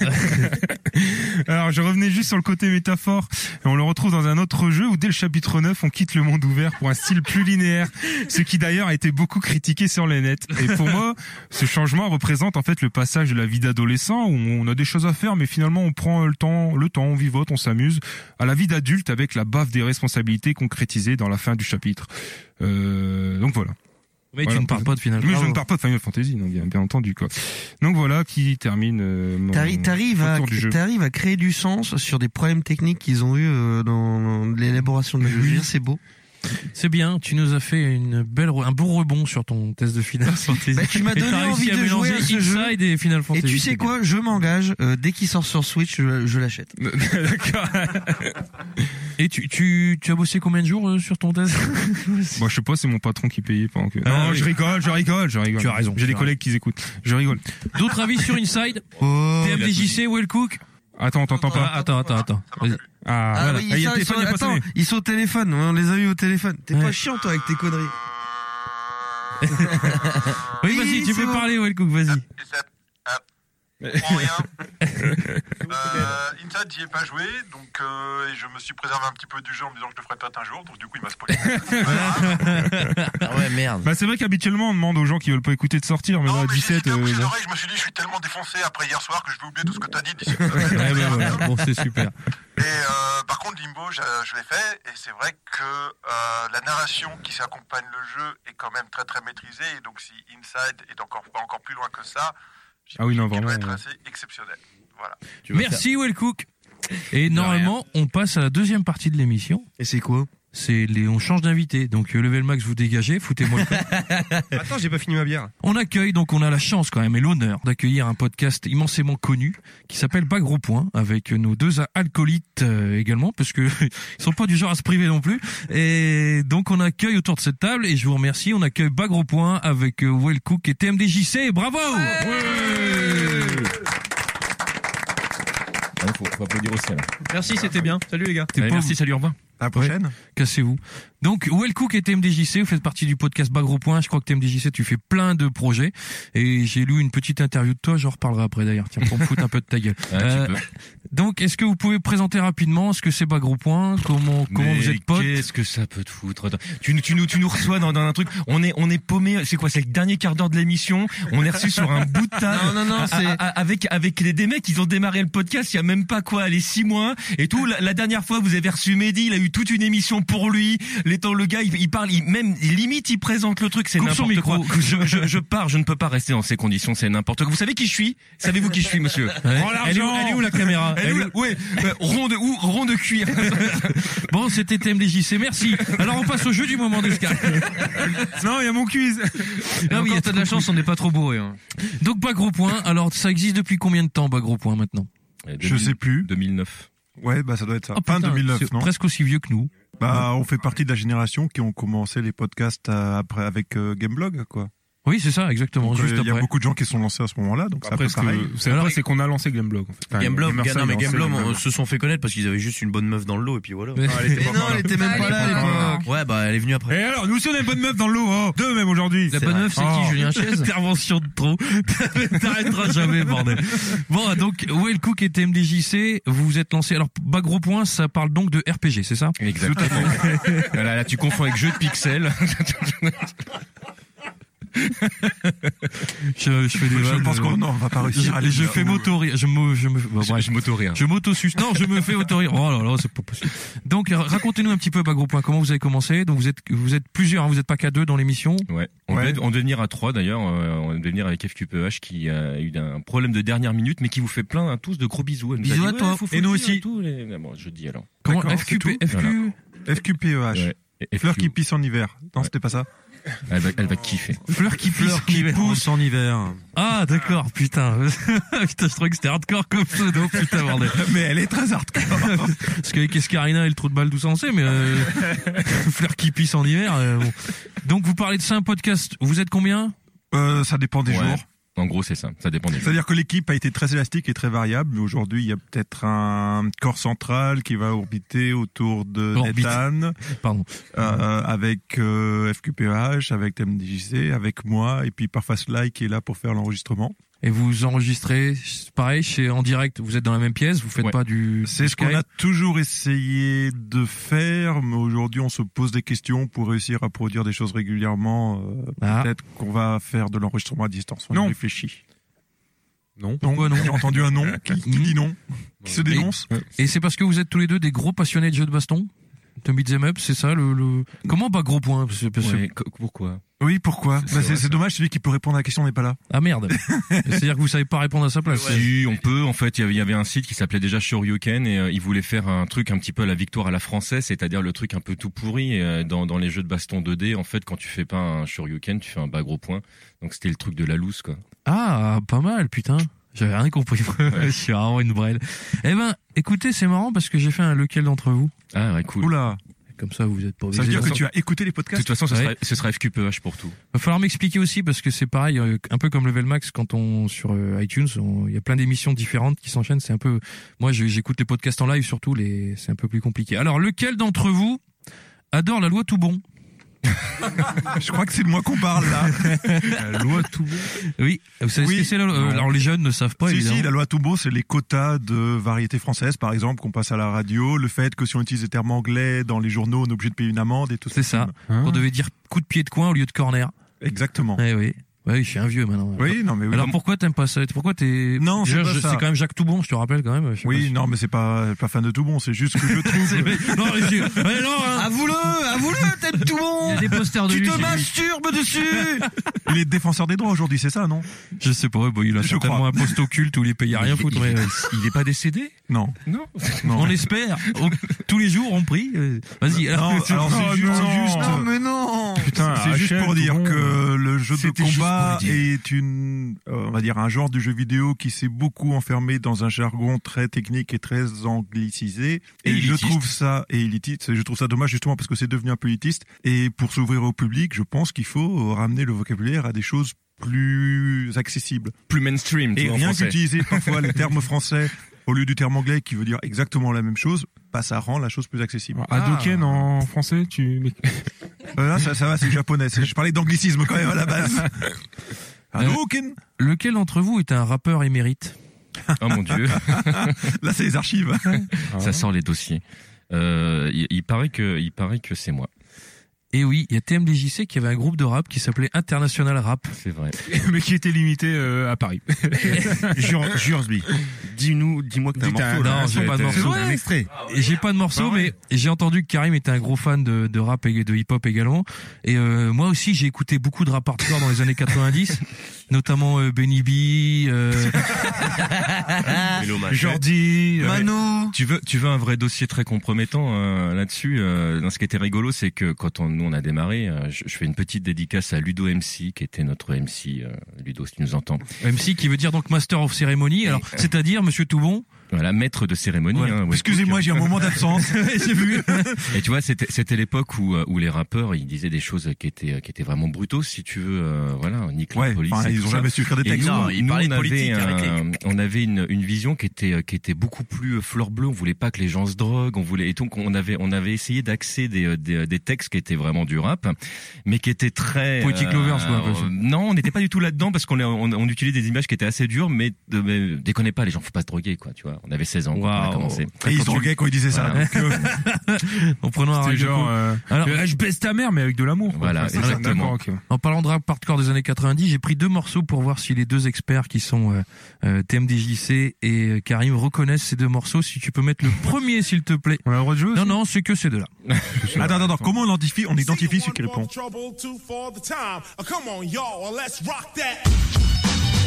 Alors, je revenais juste sur le côté métaphore. Et on le retrouve dans un autre jeu où, dès le chapitre 9, on quitte le monde ouvert pour un style plus linéaire. Ce qui d'ailleurs a été beaucoup critiqué sur les nets. Et pour moi, ce changement représente en fait le passage de la vie d'adolescent où on a des choses à faire, mais finalement on prend le temps, le temps, on vivote, on s'amuse, à la vie d'adulte avec la baffe des responsabilités concrétisées dans la fin du chapitre. Euh, donc voilà.
Mais tu ne parles pas de Final
Mais je
Fantasy.
ne parle pas de Final Fantasy, donc bien, bien entendu quoi. Donc voilà qui termine. euh, mon
T'arri- T'arrives hein, à,
tour du jeu.
t'arrives à créer du sens sur des problèmes techniques qu'ils ont eu euh, dans l'élaboration de la jeu. C'est beau.
C'est bien, tu nous as fait une belle, re- un beau rebond sur ton test de Final Fantasy.
Bah, tu m'as
Et
donné
t'as réussi
envie
à
de jouer
mélanger
à ce jeu.
Inside et Final Fantasy.
Et tu sais quoi Je m'engage. euh, dès qu'il sort sur Switch, je, je l'achète.
D'accord. Et tu, tu, tu as bossé combien de jours euh, sur ton
Ah,
test
Bon, je sais pas, c'est mon patron qui payait pendant que.
Ah
non,
oui.
je rigole, je rigole, je rigole.
Tu as raison,
J'ai
tu
des
as
collègues qui écoutent. Je rigole.
D'autres avis sur Inside
Oh,
TMDJC, Wellcook
Attends, on t'entend pas.
Attends, attends, attends. Vas-y.
Ah, voilà.
oui,
Ah, il y a
ça,
le
ça,
téléphone, il y a pas
attends,
sonné.
ils sont au téléphone. On les a eu au téléphone. T'es
Ouais.
pas chiant toi avec tes conneries.
Oui, vas-y, tu
c'est
peux
bon.
parler, Wellcook, vas-y.
comprends rien. Euh, Inside, j'y ai pas joué, donc euh, et je me suis préservé un petit peu du jeu en me disant que je le ferais peut-être un jour, donc du coup il m'a spoilé.
ouais, merde. Bah, c'est vrai qu'habituellement, on demande aux gens qui veulent pas écouter de sortir, mais là, à 17. euh, bon.
je me suis dit, je suis tellement défoncé après hier soir que je vais oublier tout ce que t'as dit d'ici.
Ouais, bah, voilà. Bon, c'est super.
Et euh, par contre, Limbo, je, je l'ai fait, et c'est vrai que euh, la narration qui s'accompagne le jeu est quand même très très maîtrisée, et donc si Inside est encore, va encore plus loin que ça,
Ah oui, non,
il
vraiment.
doit être
ouais.
assez exceptionnel. Voilà.
Merci, Wellcook. Et normalement, on passe à la deuxième partie de l'émission.
Et c'est quoi
c'est les, on change d'invité. Donc, euh, level max, vous dégagez, foutez-moi le camp.
Attends, j'ai pas fini ma bière.
On accueille, donc on a la chance quand même et l'honneur d'accueillir un podcast immensément connu qui s'appelle Pas Gros Point avec nos deux alcoolites euh, également parce que ils sont pas du genre à se priver non plus. Et donc on accueille autour de cette table et je vous remercie, on accueille Pas Gros Point avec euh, Well Cook et TMDJC. Bravo
Ouais, faut, faut applaudir aussi hein. alors.
Merci, c'était bien. Salut les gars.
T'es pauvre.
merci, salut Urbain.
À la prochaine. Cassez-vous. Donc, Well Cook et TMDJC, vous faites partie du podcast Bas Gros Point. Je crois que TMDJC, tu fais plein de projets. Et j'ai lu une petite interview de toi, j'en reparlerai après d'ailleurs. Tiens, pour me foutre un peu de ta gueule.
Ouais, tu
Euh,
peux.
donc, est-ce que vous pouvez présenter rapidement ce que c'est Bas Gros Point Comment, comment
Mais
vous êtes potes
Qu'est-ce que ça peut te foutre Attends, tu, nous- tu, nous, tu nous reçois dans, dans un truc. On est, on est paumé. C'est quoi C'est le dernier quart d'heure de l'émission. On est reçu sur un bout de table.
Non, non, non,
A-
c'est-
a- a- Avec, avec les, des mecs, ils ont démarré le podcast il y a même pas quoi, les six mois et tout. La, la dernière fois, vous avez reçu Mehdi. Il a eu toute une émission pour lui. Les temps, le gars, il, il parle, il, même limite, il présente le truc. C'est Coupe son n'importe quoi. micro. Je, je, je pars. Je ne peux pas rester dans ces conditions. C'est n'importe quoi. Vous savez qui je suis Savez-vous qui je suis, monsieur
Ouais.
Oh, l'argent
Elle est où- elle est où, la caméra
Elle est où, la- Ouais, euh, rond de où Rond de cuir.
Bon, c'était TMDJC, merci. Alors, on passe au jeu du moment d'escale.
Non, il y a mon quiz.
Ah oui, t'as de la chance, on n'est pas trop bourré. hein. Donc, Bas Gros Point, alors ça existe depuis combien de temps, Bas Gros Point maintenant
Euh,
Je sais plus.
2009.
Ouais, bah ça doit être ça.
Oh,
fin
putain,
2009,
c'est
non
presque aussi vieux que nous.
Bah, on fait partie de la génération qui ont commencé les podcasts euh, après avec euh, Gameblog, quoi.
Oui, c'est ça, exactement.
Donc, euh,
juste
Il y a
après.
beaucoup de gens qui se sont lancés à ce moment-là, donc c'est à peu
Après, ce
pareil.
que, c'est vrai, c'est qu'on a lancé Gameblog, en fait. Enfin,
Gameblog,
Gamerside
non,
a
mais
lancé
Gameblog euh, se sont fait connaître parce qu'ils avaient juste une bonne meuf dans le lot et puis voilà.
Mais-
Ah, elle était
Mais
pas
non,
encore
elle était même
Ah,
pas là, à
encore
l'époque.
Ouais, bah elle est venue après.
Et alors, nous aussi on a une bonne meuf dans le lot, oh, deux même aujourd'hui. Ah,
La bonne meuf, c'est qui, Julien Chaise Intervention de trop. T'arrêteras jamais, bordel. Bon, ah, donc, Well Cook et TMDJC, vous vous êtes lancé. Alors, bas gros point, ça parle donc de RPG, c'est ça
Exactement. là, là, tu confonds avec jeu de pixels.
je, je fais des
Je
vannes,
pense
euh,
qu'on- non, on va pas réussir à
je-
les
Je
dire.
fais m'autorire. Je me, je me, bah,
Je-
bref.
je m'auto-rire.
Je m'auto-suce. Non, je me fais autorire. Oh là là, c'est pas possible. Donc, ra- racontez-nous un petit peu, bas gros point, comment vous avez commencé. Donc, vous êtes, vous êtes plusieurs, hein, vous n'êtes pas qu'à deux dans l'émission.
Ouais. On, devait, on devait venir à 3 d'ailleurs, euh, on devait venir avec FQPH qui a eu un problème de dernière minute mais qui vous fait plein à tous de gros bisous. Elle nous a
Bisous
dit,
à
ouais,
toi.
faut- faut
Et
le
nous
dire
aussi.
tout. Et- ah bon, je dis alors.
Comment
D'accord,
FQP,
c'est tout
FQ?
FQPEH.
FQ.
E Fleur qui pisse en hiver. Non, c'était pas ça.
Elle va, elle va kiffer.
Fleur qui pisse en hiver.
pousse en hiver.
Ah d'accord, putain. putain, je trouvais que c'était hardcore comme pseudo, putain bordel.
Mais elle est très hardcore.
Parce qu'avec Escarina et le trou de balle, tout ça on sait, mais euh, fleur qui pisse en hiver. euh, bon. Donc vous parlez de ça un podcast. Vous êtes combien
Euh, ça dépend des
Ouais.
jours.
En gros, c'est ça. Ça dépend des jours.
C'est-à-dire que l'équipe a été très élastique et très variable. mais Aujourd'hui, il y a peut-être un corps central qui va orbiter autour de
Orbite.
Nathan.
Pardon.
Euh, avec euh, FQPH, avec TMDJC, avec moi, et puis parfois Sly qui est là pour faire l'enregistrement.
Et vous enregistrez pareil chez en direct. Vous êtes dans la même pièce. Vous faites pas du.
C'est
du
ce qu'on
Skype
a toujours essayé de faire, mais aujourd'hui on se pose des questions pour réussir à produire des choses régulièrement. euh,
Ah.
Peut-être qu'on va faire de l'enregistrement à distance. On
Non.
y réfléchit.
Non.
Non.
Pourquoi non Hmm.
J'ai entendu un non qui, qui dit non, qui se dénonce.
Et, et c'est parce que vous êtes tous les deux des gros passionnés de jeux de baston, de beat'em up. C'est ça le, le- Comment pas gros point Parce- parce-
Ouais, co- pourquoi
Oui, pourquoi
C'est
Bah,
vrai,
C'est c'est dommage, celui qui peut répondre à la question n'est pas là.
Ah merde. C'est-à-dire que vous savez pas répondre à sa place.
Si, on peut. En fait, il y avait- il y avait un site qui s'appelait déjà Shoryuken et euh, ils voulaient faire un truc un petit peu à la victoire à la française, c'est-à-dire le truc un peu tout pourri Et, euh, dans, dans les jeux de baston 2D. En fait, quand tu fais pas un Shoryuken, tu fais un bas gros point. Donc c'était le truc de la loose, quoi.
Ah, pas mal, putain. J'avais rien compris. Je suis vraiment une brêle. Eh ben, écoutez, c'est marrant parce que j'ai fait un lequel d'entre vous.
Ah ouais, cool.
Oula.
Comme ça, vous êtes pas
Ça veut dire que tu as
écouté les podcasts
De toute façon, ce,
Ouais.
sera, ce sera FQPH pour tout.
Va falloir m'expliquer aussi parce que c'est pareil, euh, un peu comme Level Max quand on sur euh, iTunes, on- il y a plein d'émissions différentes qui s'enchaînent. C'est un peu, moi je- j'écoute les podcasts en live surtout, les c'est un peu plus compliqué. Alors lequel d'entre vous adore la loi tout bon
Je crois que c'est de moi qu'on parle là.
La loi tout bon. Oui, vous savez ce que c'est la loi euh, Alors les jeunes ne savent pas
Si,
évidemment.
si, la loi Toubo, c'est les quotas de variétés françaises, par exemple, qu'on passe à la radio, le fait que si on utilise des termes anglais dans les journaux, on est obligé de payer une amende et tout ça.
C'est ça. On devait dire coup de pied de coin au lieu de corner.
Exactement.
Eh oui. Oui, je suis un vieux maintenant.
Oui, non, mais oui.
Alors pourquoi t'aimes pas ça Pourquoi t'es
Non, c'est
Déjà,
pas
je-
ça.
c'est quand même Jacques Toubon, je te rappelle quand même.
Oui, non, mais c'est pas, pas fan de Toubon, c'est juste que je trouve.
non, mais c'est- mais non, hein.
Avoue-le, avoue-le, t'aimes Toubon.
Il y a des posters de
tu
lui
te
chez lui.
masturbes dessus. Il est défenseur des droits aujourd'hui, c'est ça, non
Je sais pas, bon, il a certainement un poste occulte où les pays à rien foutre. mais, euh,
Il est pas décédé
Non.
Non.
On espère. On- tous les jours, on prie. euh, Vas-y.
Non, alors, c'est juste, juste- Putain, c'est juste pour dire que le jeu de
C'était juste
combat
pour le dire.
est une, euh, on va dire un genre du jeu vidéo qui s'est beaucoup enfermé dans un jargon très technique et très anglicisé. Et, je trouve ça et élitiste. Je trouve ça dommage justement parce que c'est devenu un peu élitiste. Et pour s'ouvrir au public, je pense qu'il faut ramener le vocabulaire à des choses plus accessibles.
Plus mainstream, tu
Et
vois, en
rien
français.
qu'utiliser parfois les termes français au lieu du terme anglais qui veut dire exactement la même chose, bah ça rend la chose plus accessible.
Hadoken
Ah.
en français, tu.
Euh, là, ça, ça va, c'est japonais. C'est- Je parlais d'anglicisme quand même à la base.
Ah,
Hadouken.
Euh, Lequel d'entre vous est un rappeur émérite
Oh mon dieu.
Là, c'est les archives.
Ça sort les dossiers. Euh, il, il paraît que, il paraît que c'est moi.
Et oui, il y a TMDJC qui avait un groupe de rap qui s'appelait International Rap.
C'est vrai.
Mais qui était limité euh, à Paris.
Jure-
Jursby.
Dis-nous, dis-moi que t'as un
Dis-t'un,
morceau.
non, j'ai pas de morceau.
un extrait.
Et j'ai pas de morceau, mais j'ai entendu que Karim était un gros fan de, de rap et de hip-hop également. Et euh, moi aussi, j'ai écouté beaucoup de rap hardcore dans les années 90, notamment euh, Benny B. euh,
Ah, Jordi,
euh,
Tu veux, tu veux un vrai dossier très compromettant euh, là-dessus. euh, dans ce qui était rigolo, c'est que quand on, nous on a démarré, euh, je, je fais une petite dédicace à Ludo MC, qui était notre MC. euh, Ludo, si tu nous entends.
MC qui veut dire donc Master of Ceremony. Alors, c'est-à-dire, Monsieur Toubon.
Voilà, maître de cérémonie.
Voilà.
hein, ouais.
Excusez-moi, j'ai un moment d'absence.
j'ai vu.
Et tu vois, c'était c'était l'époque où, euh, où les rappeurs, ils disaient des choses qui étaient, qui étaient vraiment brutaux, si tu veux, euh, voilà, Nick la
Ouais,
police.
enfin,
et
ils
tout
ont
ça.
jamais su écrire des
Et
textes.
nous,
Non, ils
nous,
parlaient de
on avait
politique avec les-
un- on avait une, une vision qui était, qui était beaucoup plus euh, fleur bleue. On voulait pas que les gens se droguent. On voulait, et donc, on avait, on avait essayé d'axer des, euh, des, des textes qui étaient vraiment du rap, mais qui étaient très. euh,
Poetic lovers, quoi, un peu, ça.
Non, on n'était pas du tout là-dedans parce qu'on, est- on, on utilisait des images qui étaient assez dures, mais, de- mais déconnez pas, les gens, faut pas se droguer, quoi, tu vois. On avait 16 ans quand on a
Waouh.
commencé.
Et ils se droguaient quand ils disaient ça, donc, euh, En prenant un
C'était
radio
genre,
cool.
euh,
euh, je baisse ta mère, mais avec de l'amour. quoi.
Voilà,
Enfin, c'est ça,
exactement.
d'accord, ok.
En parlant de rap hardcore des années 90, j'ai pris deux morceaux pour voir si les deux experts qui sont euh, euh, TMDJC et euh, Karim reconnaissent ces deux morceaux. Si tu peux mettre le premier, s'il te plaît. Non, non, c'est que ces deux-là.
Attends, attends, comment on identifie, on identifie celui qui répond
trouble two for the time. Oh, come on, y'all, well, let's rock that.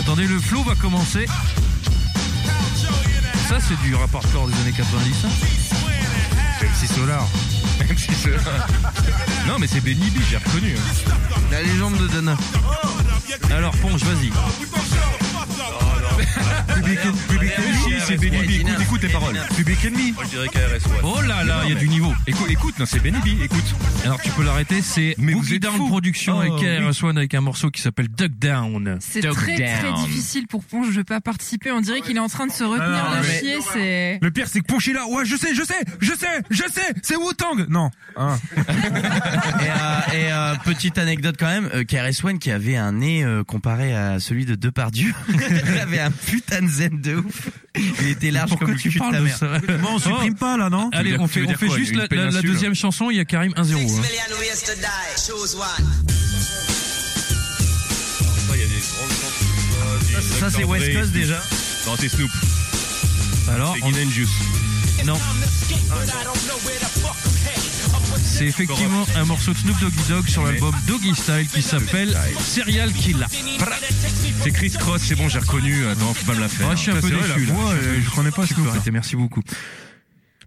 Attendez, le flow va commencer. Ça, c'est du rap hardcore des années 90. hein.
MC Solar. MC Solar. non, mais c'est Benny B, j'ai reconnu. hein.
La légende de Dana. Alors, Ponge, vas-y.
Public,
Ah,
Public Enemy, c'est Benny B. Écoute, écoute les paroles. Public Enemy.
Je dirais KRS.
Oh là là, il y a du niveau.
Écoute, écoute non, c'est Benny B, écoute.
Alors, tu peux l'arrêter, c'est Boogie Down Production
Oh,
et KRS One avec un morceau qui s'appelle Duck Down.
C'est très très difficile pour Ponge de pas participer. On dirait qu'il est en train de se retenir
Ah,
de
mais-
chier. C'est
Le pire, c'est que Ponché là. Ouais, je sais, je sais, je sais, je sais, c'est Wu-Tang. Non.
Hein.
Et, euh, et, euh, petite anecdote quand même, euh, KRS One qui avait un nez euh, comparé à celui de Depardieu, il avait un putain de zen de ouf. Il était large
Pourquoi
comme le
tu
cul de
parles
ta
de
mère.
ça Bon, on supprime
pas là, non
Allez, on fait, on fait juste la, la- la deuxième chanson, il y a Karim 1-0. hein.
million ways to die. Choose one.
Ça,
c'est West Coast, déjà.
Non, c'est Snoop.
Alors,
c'est Guinan Juice.
Non. C'est effectivement un morceau de Snoop Doggy Dogg sur l'album Doggy Style qui s'appelle Serial Killer.
C'est Chris Cross, c'est bon, j'ai reconnu. Attends, faut pas me la faire.
Ah, je suis un
Ça,
peu
c'est vrai,
déçu,
la
là.
voix,
Je suis un peu
euh,
déçu.
je connais pas
Je peux arrêter, Merci beaucoup.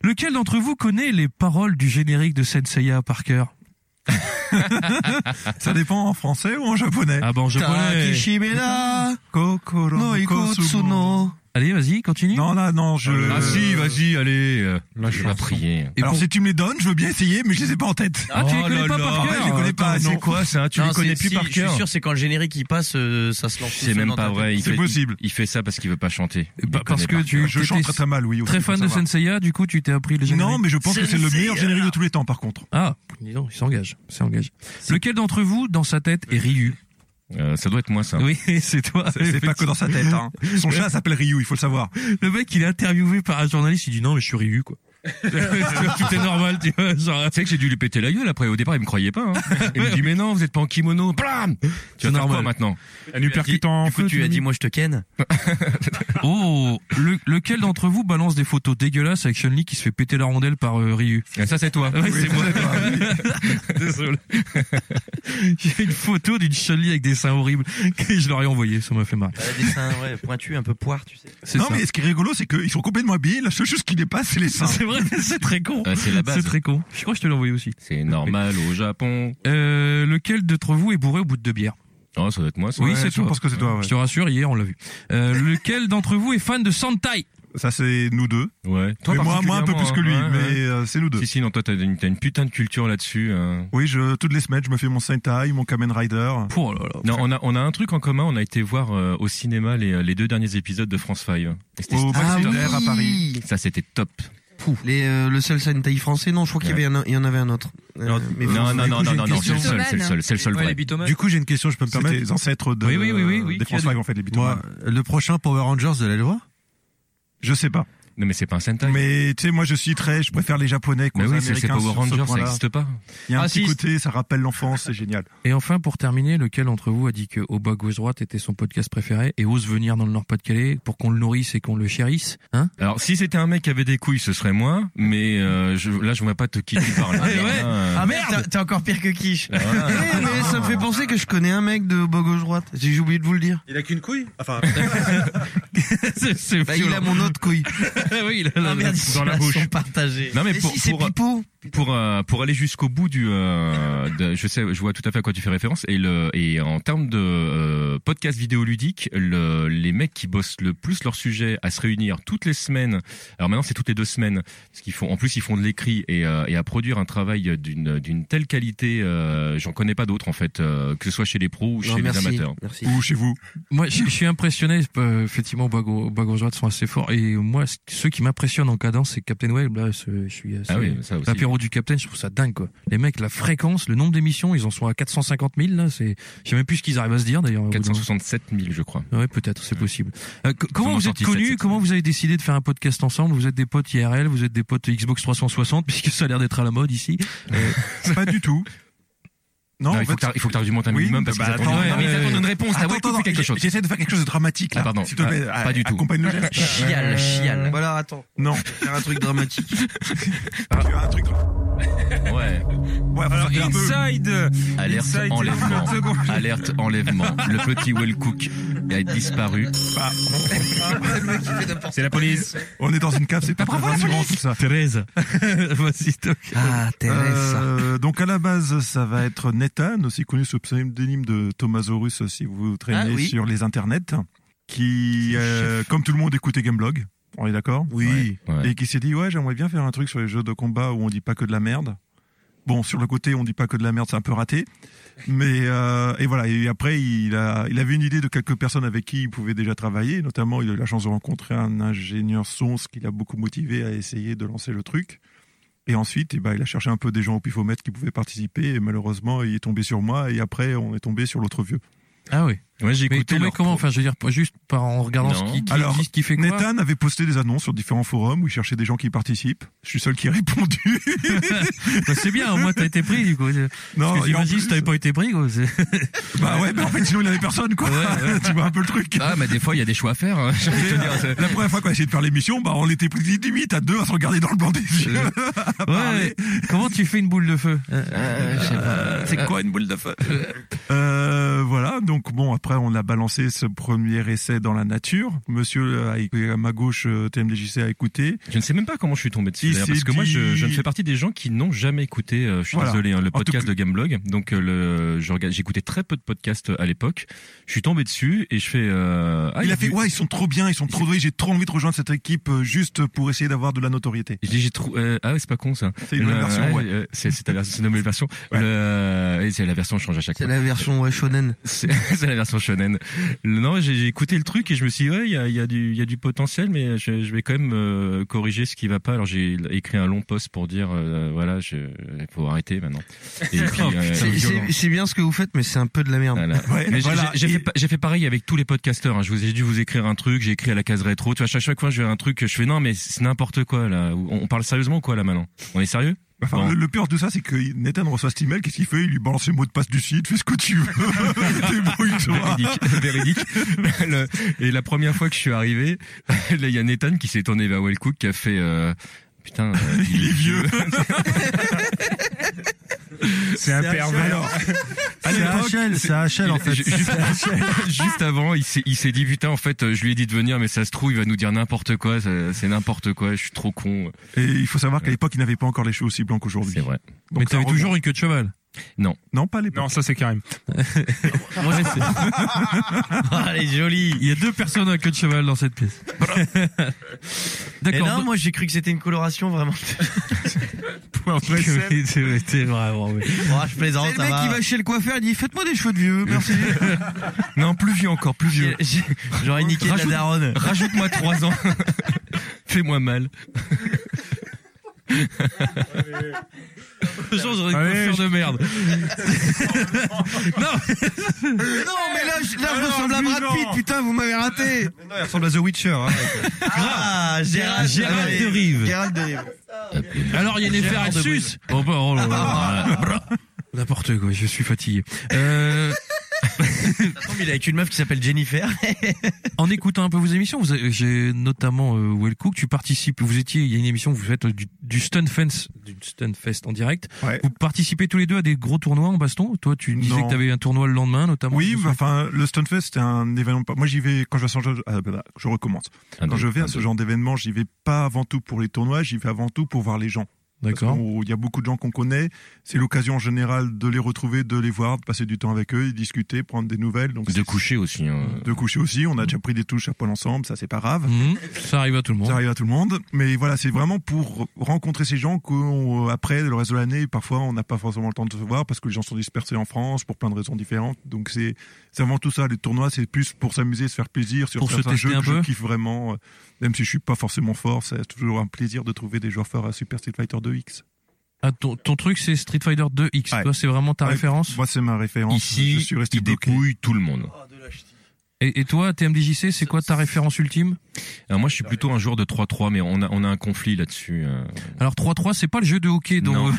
Lequel d'entre vous connaît les paroles du générique de Senseiya par cœur
Ça dépend en français ou en japonais
Ah bon, en japonais.
Kokoro
no ikotsu no. Allez, vas-y, continue.
Non, là, non, je...
Ah si, vas-y, allez. euh, Je vais prier.
Alors si tu me les donnes, je veux bien essayer, mais je Ah, les ai pas en tête.
Ah,
Oh là là.
Ouais, Je les connais pas, non.
Non, c'est- si, Je suis sûr, c'est quand le générique il passe, euh, ça se lance. tout
C'est
seul
même
dans ta
pas
tête.
vrai. il fait- Il, il fait ça parce qu'il veut pas chanter. Il
Bah,
les
Parce
connaît
que
par
tu
cœur.
t'étais Très fan de Senseiya, du coup, tu t'es appris le générique.
Non, mais je pense que c'est le meilleur générique de tous les temps, par contre.
Ah, dis donc, il s'engage, il s'engage. Lequel d'entre vous, dans sa tête, est Ryu
Euh, ça doit être moi ça.
Oui, c'est toi.
C'est- c'est pas que dans sa tête, hein. Son chat s'appelle
Ryu, il faut le savoir. Le mec, il est interviewé par un journaliste, il dit non, mais je suis Ryu, quoi. Tout est normal, tu vois. Genre...
Tu sais que j'ai dû lui péter la gueule après. Au départ, il me croyait pas. hein. Il me dit mais non, vous êtes pas en kimono. Blam. Tu vas faire quoi maintenant
Tu lui as dit- Du coup, tu lui as dit, moi je te ken.
Oh, le- lequel d'entre vous balance des photos dégueulasses avec Chun-Li qui se fait péter la rondelle par euh, Ryu
Ça c'est toi.
Ouais, c'est moi. Désolé. J'ai une photo d'une Chun-Li avec des seins horribles que je leur ai envoyé, ça m'a fait marrer.
Des seins, Ah, ouais, pointus, un peu poire, tu sais.
C'est
non,
ça.
mais ce qui est rigolo, c'est qu'ils sont complètement habillés. La seule chose qui les passe, c'est les seins.
C'est vrai, c'est très con.
Ouais, Bah, c'est la base.
C'est très con. Je crois que je te l'ai envoyé aussi.
C'est normal au Japon.
Euh, lequel d'entre vous est bourré au bout de deux bières
Oh, ça doit être moi. ça.
Oui,
Ouais,
c'est
je
toi.
pense que c'est toi, ouais.
Je te rassure, hier on l'a vu. Euh, lequel d'entre vous est fan de Sentai
Ça, c'est nous deux.
Ouais.
Toi, Mais moi- moi, un peu plus que lui,
particulièrement, hein.
mais, euh, c'est nous deux.
Si, si, non, toi, t'as une, t'as une putain de culture là-dessus. hein.
Oui, je, toutes les semaines, je me fais mon Sentai, mon Kamen Rider. Oh,
Non, on a, on a un truc en commun. On a été voir euh, au cinéma les, les deux derniers épisodes de France 5. Et c'était-
Au
Ah
Maximaire
oui.
à Paris.
Ça, c'était top.
Les, euh, le seul Sentai français, non, je crois qu'il y, avait un- il y en avait un autre. Euh, mais
non,
faut-
non,
du
non,
coup, j'ai
non,
une
non,
question.
c'est le seul, c'est le seul, c'est le seul Ouais, vrai. les bitomanes.
Ah, Du coup, j'ai une question, je peux me
C'était
permettre
les ancêtres de- Oui, oui, oui, oui, oui, des qui a Français du- en fait, les Bitomanes.
Moi, Le prochain Power Rangers de la loi
Je sais pas.
Non, mais c'est pas un Sentai.
Mais tu sais, moi, je suis très, je préfère les Japonais qu'aux
Mais oui, c'est-
Américains.
c'est Power
sur ce
Rangers, ça
point-là.
existe pas.
Il y a un
Ah,
petit
si.
côté, ça rappelle l'enfance, c'est génial.
Et enfin, pour terminer, lequel d'entre vous a dit que Au bas gauche droite était son podcast préféré et ose venir dans le Nord-Pas-de-Calais pour qu'on le nourrisse et qu'on le chérisse hein
Alors, si c'était un mec qui avait des couilles, ce serait moi. Mais euh, je, là, je vois pas de qui tu parles.
Ah,
Eh
mais ouais.
Hein.
Ah merde, t'es encore pire que Quiche.
Eh, mais ça me fait penser que je connais un mec de bas gauche droite. J'ai j'ai oublié de vous le dire.
Il a qu'une couille Enfin.
Bah, il a mon autre couille.
oui,
il a la-
Ah, merde,
dans la
ils
bouche.
sont partagés.
Non mais,
Mais
pour
si, c'est
pour,
Pipo.
pour, euh, pour aller jusqu'au bout du euh, de- je sais je vois tout à fait à quoi tu fais référence et le et en termes de euh, podcast vidéoludique le, les mecs qui bossent le plus leur sujet à se réunir toutes les semaines alors maintenant c'est toutes les deux semaines parce qu'ils font en plus ils font de l'écrit et, euh, et à produire un travail d'une d'une telle qualité euh, j'en connais pas d'autres en fait euh, que ce soit chez les pros ou
Non,
chez
merci,
les amateurs
merci.
ou chez vous
Moi, je, je suis impressionné. euh, effectivement, Bago, Bago droite sont assez forts. Et moi, c- ceux qui m'impressionnent en cadence, c'est Captain Web. Là, ce- je suis. assez-
Ah oui, ça aussi.
L'apéro du Captain, je trouve ça dingue. Quoi. Les mecs, la fréquence, le nombre d'émissions, ils en sont à 450 000. Là, c'est. Je sais même plus ce qu'ils arrivent à se dire d'ailleurs. au bout d'un moment.
467 000 je crois
Ouais, peut-être, c'est possible. Euh, co- comment
ont
vous êtes
sorti
connus
700.
Comment vous avez décidé de faire un podcast ensemble Vous êtes des potes IRL, vous êtes des potes Xbox 360, puisque ça a l'air d'être à la mode ici. Euh,
pas du tout. Non, en
Non, Ah, il faut
fait-
que t'ar- il faut que t'argumentes un
Oui,
minimum parce
bah,
qu'ils attendent-
attends,
Non, mais ils
ouais,
attendent
ouais.
une réponse. Ah T'as
Attends,
pas tout
attends,
fait quelque chose.
J'essaie de faire quelque chose de dramatique là.
Ah, pardon.
S'il te plaît,
Ah, pas du tout.
Accompagne le geste.
Chial, chial.
Voilà, Euh, attends.
Non.
Faire un truc dramatique.
un truc.
Ouais.
Ah,
Alors,
Inside Alerte
Inside,
enlèvement.
c'est la seconde.
Alerte enlèvement. Le petit Will Cook a disparu. C'est la police.
On est dans une cave, c'est pas très rassurant tout ça.
Thérèse. Voici
Ah,
Euh, donc à la base, ça va être Nathan, aussi connu sous le pseudonyme de Thomasaurus, si vous traînez
Ah, oui.
sur les internets, qui, euh, comme tout le monde, écoutait Gameblog. On est d'accord Oui.
Ouais.
Et qui s'est dit, ouais, j'aimerais bien faire un truc sur les jeux de combat où on dit pas que de la merde. Bon, sur le côté, on dit pas que de la merde, c'est un peu raté. Mais euh, et voilà. Et après, il a, il avait une idée de quelques personnes avec qui il pouvait déjà travailler. Notamment, il a eu la chance de rencontrer un ingénieur son, ce qui l'a beaucoup motivé à essayer de lancer le truc. Et ensuite, eh ben, il a cherché un peu des gens au pifomètre qui pouvaient participer. Et malheureusement, il est tombé sur moi. Et après, on est tombé sur l'autre vieux.
Ah oui.
Ouais, j'ai
Mais
écouté
tombé
leur
comment Enfin, je veux dire, juste par, en regardant ce qui, qui
Alors,
existe, qui fait quoi.
Nathan avait posté des annonces sur différents forums où il cherchait des gens qui participent. Je suis seul qui a répondu.
Bah, c'est bien, au moins t'as été pris du coup.
Non,
Parce
et en
que j'imagine
plus-
si t'avais pas été pris. Quoi, c'est-
bah ouais, mais en fait, sinon il avait personne quoi. tu vois un peu le truc.
Ah, mais des fois, il y a des choix à faire. hein, j'ai envie de te dire. C'est-
La première fois qu'on a essayé de faire l'émission, bah on était plus limite à deux à se regarder dans le blanc des yeux. à parler.
Euh, Comment tu fais une boule de feu
Euh,
C'est quoi
une boule de feu Euh, Voilà, donc bon, après on a balancé ce premier essai dans la nature. Monsieur euh, a écouté, à ma gauche, euh, TMDJC a écouté.
Je ne sais même pas comment je suis tombé dessus.
Il
d'ailleurs, Parce
s'est
que moi, je,
dit-
je ne fais partie des gens qui n'ont jamais écouté, euh, je suis
Voilà.
désolé, hein, le
En tout
podcast de Gameblog. Donc, euh, le, je regarde- j'écoutais très peu de podcasts euh, à l'époque. Je suis tombé dessus et je fais. euh, ah,
il a
du-
fait, ouais, ils sont trop bien, ils sont trop doués, j'ai trop envie de rejoindre cette équipe euh, juste pour essayer d'avoir de la notoriété.
Je dis, j'ai trou- euh, ah ouais, c'est pas con ça.
C'est une nouvelle
Le-
version, ouais.
euh, C'est c'est ta version- c'est une nouvelle version. Le- et c'est la version change à chaque fois.
C'est la version ouais, shonen.
C'est c'est la version shonen. Le- Non, j'ai j'ai écouté le truc et je me suis dit, ouais, il y a, il y a du- il y a du potentiel, mais je, je vais quand même euh, corriger ce qui va pas. Alors j'ai écrit un long post pour dire, euh, voilà, je- il faut arrêter maintenant. Et
Oh,
puis, euh,
C'est- c'est- C'est bien ce que vous faites, mais c'est un peu de la merde.
mais j'ai- j'ai j'ai fait, pa- j'ai fait pareil avec tous les podcasteurs. hein. Je vous ai dû vous écrire un truc, j'ai écrit à la case rétro. Tu vois, chaque, chaque fois, je fais un truc, je fais non, mais c'est n'importe quoi là. On on parle sérieusement ou quoi là maintenant On est sérieux
Enfin,
Bon.
le, le pire de ça, c'est que Nathan reçoit cet email, qu'est-ce qu'il fait Il lui balance le mot de passe du site, fais ce que tu veux, débrouille-toi.
Véridique, véridique. Le- et la première fois que je suis arrivé, là, il y a Nathan qui s'est tourné vers Wellcook qui a fait euh, putain, euh, il est vieux.
C'est un C'est pervers. HL.
À
Ah,
C'est
l'époque,
HL, c'est HL,
il-
en fait.
ju- Juste, juste avant, il s'est, il s'est dit putain, en fait, euh, je lui ai dit de venir, mais ça se trouve, il va nous dire n'importe quoi. ça- C'est n'importe quoi. Je suis trop con.
Et il faut savoir qu'à l'époque, il n'avait pas encore les cheveux aussi blancs qu'aujourd'hui.
C'est vrai.
Donc,
Mais t'avais
ça remonte.
toujours une queue de cheval Non.
Non, pas les
Non, ça c'est Karim.
Ah, elle est jolie. Il y a deux personnes à queue de cheval dans cette pièce.
Et
D'accord.
là,
donc-
moi, j'ai cru que c'était une coloration vraiment.
Oui, c'est- c'est vraiment. oui.
Oh, je plaisante,
C'est le
ça
mec
va.
qui va chez le coiffeur, il dit faites-moi des cheveux de vieux, merci.
non, plus vieux encore, plus vieux.
J'aurais niqué de la daronne.
Rajoute-moi trois ans. Fais-moi mal.
Genre, j'aurais une coiffure de merde.
Euh, non, mais là, je, là, je ressemble à
lui,
Brad Pitt,
non.
putain, vous m'avez raté.
Non, il ressemble à The Witcher. hein.
Ah,
Gérald, Gérald
allez.
de Rive.
Gérald de Rive.
Alors, il y a des
Gérard
fers
de Brune.
sus. Oh, bah, oh là là. Voilà. N'importe quoi, je suis fatigué. Euh...
Il est avec une meuf qui s'appelle Jennifer.
en écoutant un peu vos émissions, vous avez- j'ai notamment euh, Will Cook, tu participes, vous étiez, il y a une émission, où vous faites euh, du, du Stun Fence, du Stun Fest en direct. Vous participez tous les deux à des gros tournois en baston. Toi, tu disais
Non.
que t'avais un tournoi le lendemain, notamment.
Oui, bah, enfin, le Stonefest, c'était un événement. pas- Moi, j'y vais quand je vais à San Jorge- ah, bah, bah, je recommence.
Un
Quand
deux,
je vais
un
à ce
deux.
genre d'événement, j'y vais pas avant tout pour les tournois, j'y vais avant tout pour voir les gens. Parce
D'accord.
qu'on- Il y a beaucoup de gens qu'on connaît. C'est l'occasion en général de les retrouver, de les voir, de passer du temps avec eux, de discuter, prendre des nouvelles. Donc,
De coucher aussi. hein.
de coucher aussi. On a déjà pris des touches à poil ensemble, ça c'est pas grave.
Mhm. Ça arrive à tout le monde.
Ça arrive à tout le monde. Mais voilà, c'est vraiment pour rencontrer ces gens qu'après, le reste de l'année, parfois on n'a pas forcément le temps de se voir parce que les gens sont dispersés en France pour plein de raisons différentes. Donc c'est c'est avant tout ça, les tournois, c'est plus pour s'amuser, se faire plaisir sur
Pour se
certains
tester
jeux
un
que je
peu.
kiffe vraiment. euh, Même si je suis pas forcément fort, c'est toujours un plaisir de trouver des joueurs forts à Super Street Fighter 2X.
Ah, ton, ton truc, c'est Street Fighter 2X.
Ouais.
Toi, c'est vraiment ta
Ouais,
référence.
Moi, c'est ma référence.
Ici,
je suis resté
il
bloqué.
dépouille
tout le monde.
Et, et toi, TMDJC, c'est quoi ta référence ultime
Alors moi, je suis plutôt un joueur de 3-3, mais on a, on a un conflit là-dessus. euh.
Alors 3-3, c'est pas le jeu de hockey dont
Non,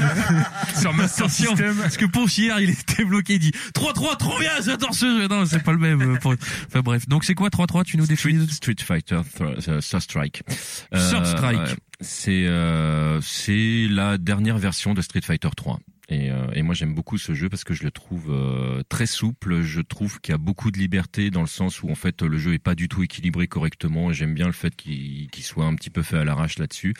sur Master System. Parce que Ponchière, il était bloqué, il dit 3-3, trop bien, j'adore ce jeu. Non, c'est pas le même. euh, pour- Enfin bref. Donc c'est quoi 3-3 Tu nous définis
Street Fighter Thir- euh, Third Strike. Euh,
Third Strike.
ouais, c'est euh, c'est la dernière version de Street Fighter 3. Et, euh, et moi j'aime beaucoup ce jeu parce que je le trouve euh, très souple. Je trouve qu'il y a beaucoup de liberté dans le sens où en fait le jeu est pas du tout équilibré correctement. Et J'aime bien le fait qu'il qu'il soit un petit peu fait à l'arrache là-dessus.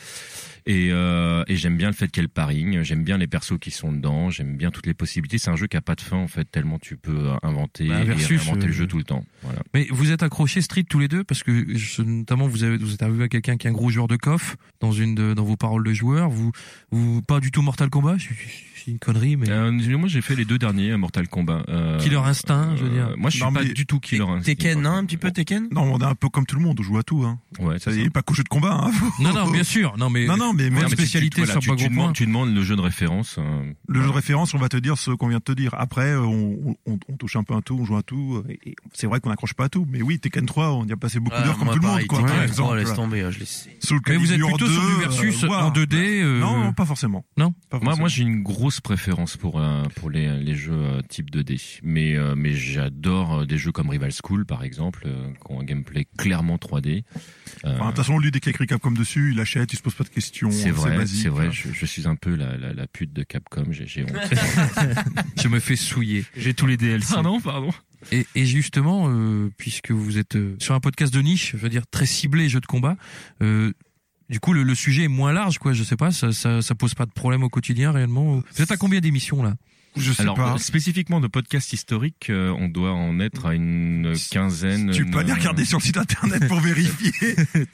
Et, euh, et j'aime bien le fait qu'elle paring. J'aime bien les persos qui sont dedans. J'aime bien toutes les possibilités. C'est un jeu qui a pas de fin en fait tellement tu peux euh, inventer
Bah,
et
versus,
inventer
euh,
le jeu tout le temps. Voilà.
Mais vous êtes accrochés Street tous les deux parce que je- notamment vous avez vous êtes arrivé à quelqu'un qui est un gros joueur de coff dans une de- dans vos paroles de joueur. Vous vous pas du tout Mortal Kombat. Si- si- si- une connerie, mais.
Euh, moi, j'ai fait les deux derniers, Mortal Kombat. Euh,
Killer Instinct, je veux dire.
euh, moi, je suis
Non,
pas
mais-
du tout Killer Instinct.
Tekken,
non
un petit peu Tekken Non, on est un peu comme tout le monde, on joue à tout. Hein.
Ouais,
ça
c'est
y
ça.
est, pas qu'au jeu de combat. Hein.
Non, non, bien sûr. Non, mais-
non, non, mais
Non,
moi,
mais tu- tu- voilà, tu- tu demandes- tu demandes le jeu de référence. euh,
Le jeu de référence, on va te dire ce qu'on vient de te dire. Après, euh, on, on- on touche un peu à tout, on joue à tout. euh, et- et c'est vrai qu'on n'accroche pas à tout. Mais oui, Tekken 3, on y a passé beaucoup
Ah,
d'heures comme
moi,
tout le monde.
pareil,
Quoi,
Tekken
par
3,
exemple.
laisse tomber,
hein,
je laisse.
Soul
Mais vous êtes
Calibur
plutôt sur du
2,
versus
euh,
en 2D, euh,
Non, non, pas forcément.
Non.
Pas
Moi,
forcément.
moi j'ai une grosse préférence pour euh, pour les, les jeux euh, type 2D, mais euh, mais j'adore euh, des jeux comme Rival School par exemple, euh, qui ont un gameplay clairement 3D. Euh,
Enfin, de toute façon, lui, dès qu'il y a écrit Capcom dessus, il achète, il se pose pas de questions.
c'est vrai,
basique. hein.
c'est vrai. Je, je suis un peu la, la, la pute de Capcom. J'ai j'ai honte.
je me fais souiller.
J'ai tous les DLC.
Pardon, pardon. Et, et justement, euh, puisque vous êtes euh, sur un podcast de niche, je veux dire très ciblé jeu de combat, euh, du coup le, le sujet est moins large, quoi. Je sais pas, ça, ça, ça pose pas de problème au quotidien réellement. Vous êtes à combien d'émissions là
Alors, euh, spécifiquement de podcasts historiques, euh, on doit en être à une quinzaine.
Tu peux aller regarder sur le site internet pour vérifier.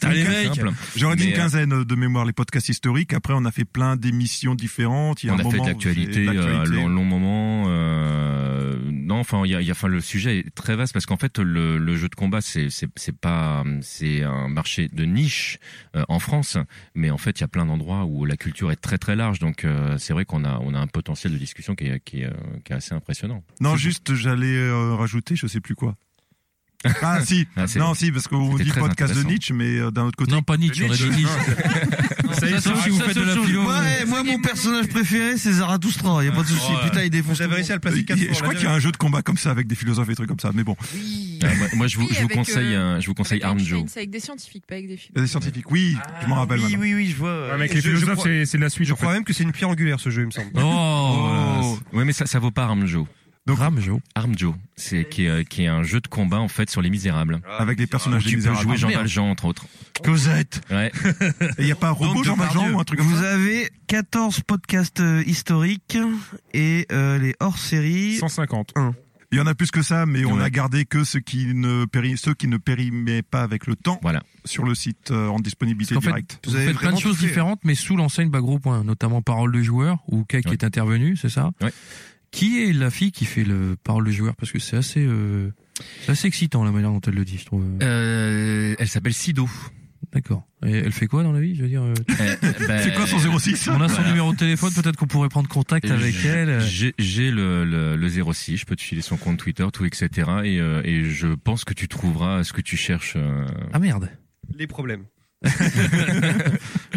Allez,
Une
mec.
quinzaine. J'aurais dit
Mais,
une
euh,
quinzaine de mémoire, les podcasts historiques. Après, on a fait plein d'émissions différentes. Il y a
on
un
a fait
moment,
de l'actualité,
c'est de
euh, un
l'actualité.
long, long moment. euh, non, enfin, il y a, il y a- enfin, le sujet est très vaste parce qu'en fait, le, le jeu de combat, c'est, c'est, c'est pas, c'est un marché de niche euh, en France, mais en fait, il y a plein d'endroits où la culture est très, très large. Donc, euh, c'est vrai qu'on a, on a un potentiel de discussion qui est, qui est, euh, qui est assez impressionnant.
Non, juste, j'allais euh, rajouter, je sais plus quoi. Ah si,
Ah, c'est-
non si parce qu'on
c'était
dit
très
podcast de
intéressant.
Nietzsche, mais euh, d'un autre côté. Non
pas
Nietzsche,
on a dit Nietzsche.
Ça y est, sauf si vous faites de la philo.
Ouais, moi, mon personnage préféré, c'est Zarathustra. Y a pas de souci.
Oh, ouais.
Putain, il défonce. J'avais réussi à le placer
Je crois qu'il y a un jeu de combat comme ça avec des philosophes et des trucs comme ça, mais bon.
Euh, moi, moi, je vous,
Oui,
je vous
avec,
conseille,
euh,
un- je vous conseille
Avec Ah.
Arm
Einstein,
Joe.
C'est avec des scientifiques, pas avec des films.
Des scientifiques, oui, je m'en rappelle. maintenant.
oui, je vois.
Ouais, mais avec les
Je- je
philosophes,
crois-
c'est c'est de la suite. Je crois même que c'est une pierre angulaire ce jeu, il me semble.
Oh, Ouais, mais ça, ça vaut pas Arm Joe.
Donc,
Arm Joe.
Arm Joe, c'est qui est, euh, qui est un jeu de combat en fait sur les Misérables.
Ah, Avec les personnages des
tu peux
Misérables.
jouer Jean
Ah, merde.
Valjean entre autres.
Cosette.
Ouais.
Il n'y a pas un robot,
Donc,
Jean Valjean
Depardieu,
ou un truc
Vous avez 14 podcasts euh, historiques et euh, les hors-série.
150. Il y en a plus que ça, mais on a gardé que ceux qui ne péri- ceux qui ne périmaient pas avec le temps.
Voilà.
Sur le site euh, en disponibilité
En fait,
directe.
vous faites plein de choses différentes, mais sous l'enseigne Bagro Point, notamment Parole de joueur, où Kay qui est intervenu, c'est ça Qui est la fille qui fait le Parole de joueur Parce que c'est assez, euh, c'est assez excitant la manière dont elle le dit, je trouve.
euh, elle s'appelle Sido.
D'accord. Et elle fait quoi dans la vie Je veux dire. euh,
C'est quoi son 06?
On a son
Voilà.
numéro de téléphone. Peut-être qu'on pourrait prendre contact avec
J'ai-
elle. euh,
J'ai j'ai le, le, le 06, je peux te filer son compte Twitter, tout, etc. Et, euh, et je pense que tu trouveras ce que tu cherches. euh.
Ah merde.
Les problèmes.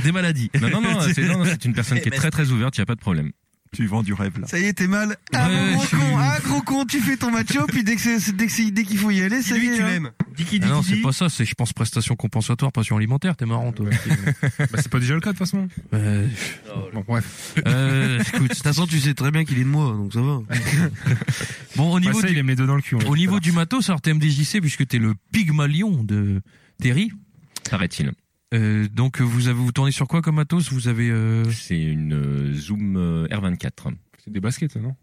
Des maladies.
Non, non, non, c'est non, non, c'est une personne qui est
Mais-
très très ouverte, il n'y a pas de problème.
Tu vends du rêve là.
Ça y est, t'es mal. Ah,
Ouais,
gros
je suis-
con, ah, gros con, tu fais ton macho, puis dès que c'est- dès que c'est- dès qu'il faut y aller, ça y est. hein.
Ah non, c'est pas ça. C'est je pense prestation compensatoire, passion alimentaire. T'es euh, marrant toi.
Bah, c'est pas déjà le cas de toute façon.
bon bref. Euh,
Écoute, de toute façon, tu sais très bien qu'il est de moi, donc ça va.
Bon, au
Bah,
niveau
ça,
du...
il aime les deux dans le cul, on l'a
Au
dit
niveau du matos, alors t'es MDJC puisque t'es le Pygmalion de Terry.
Paraît-il.
Euh, donc vous avez vous tournez sur quoi comme matos Vous avez euh,
C'est une euh, Zoom euh, R24.
C'est des baskets, hein, non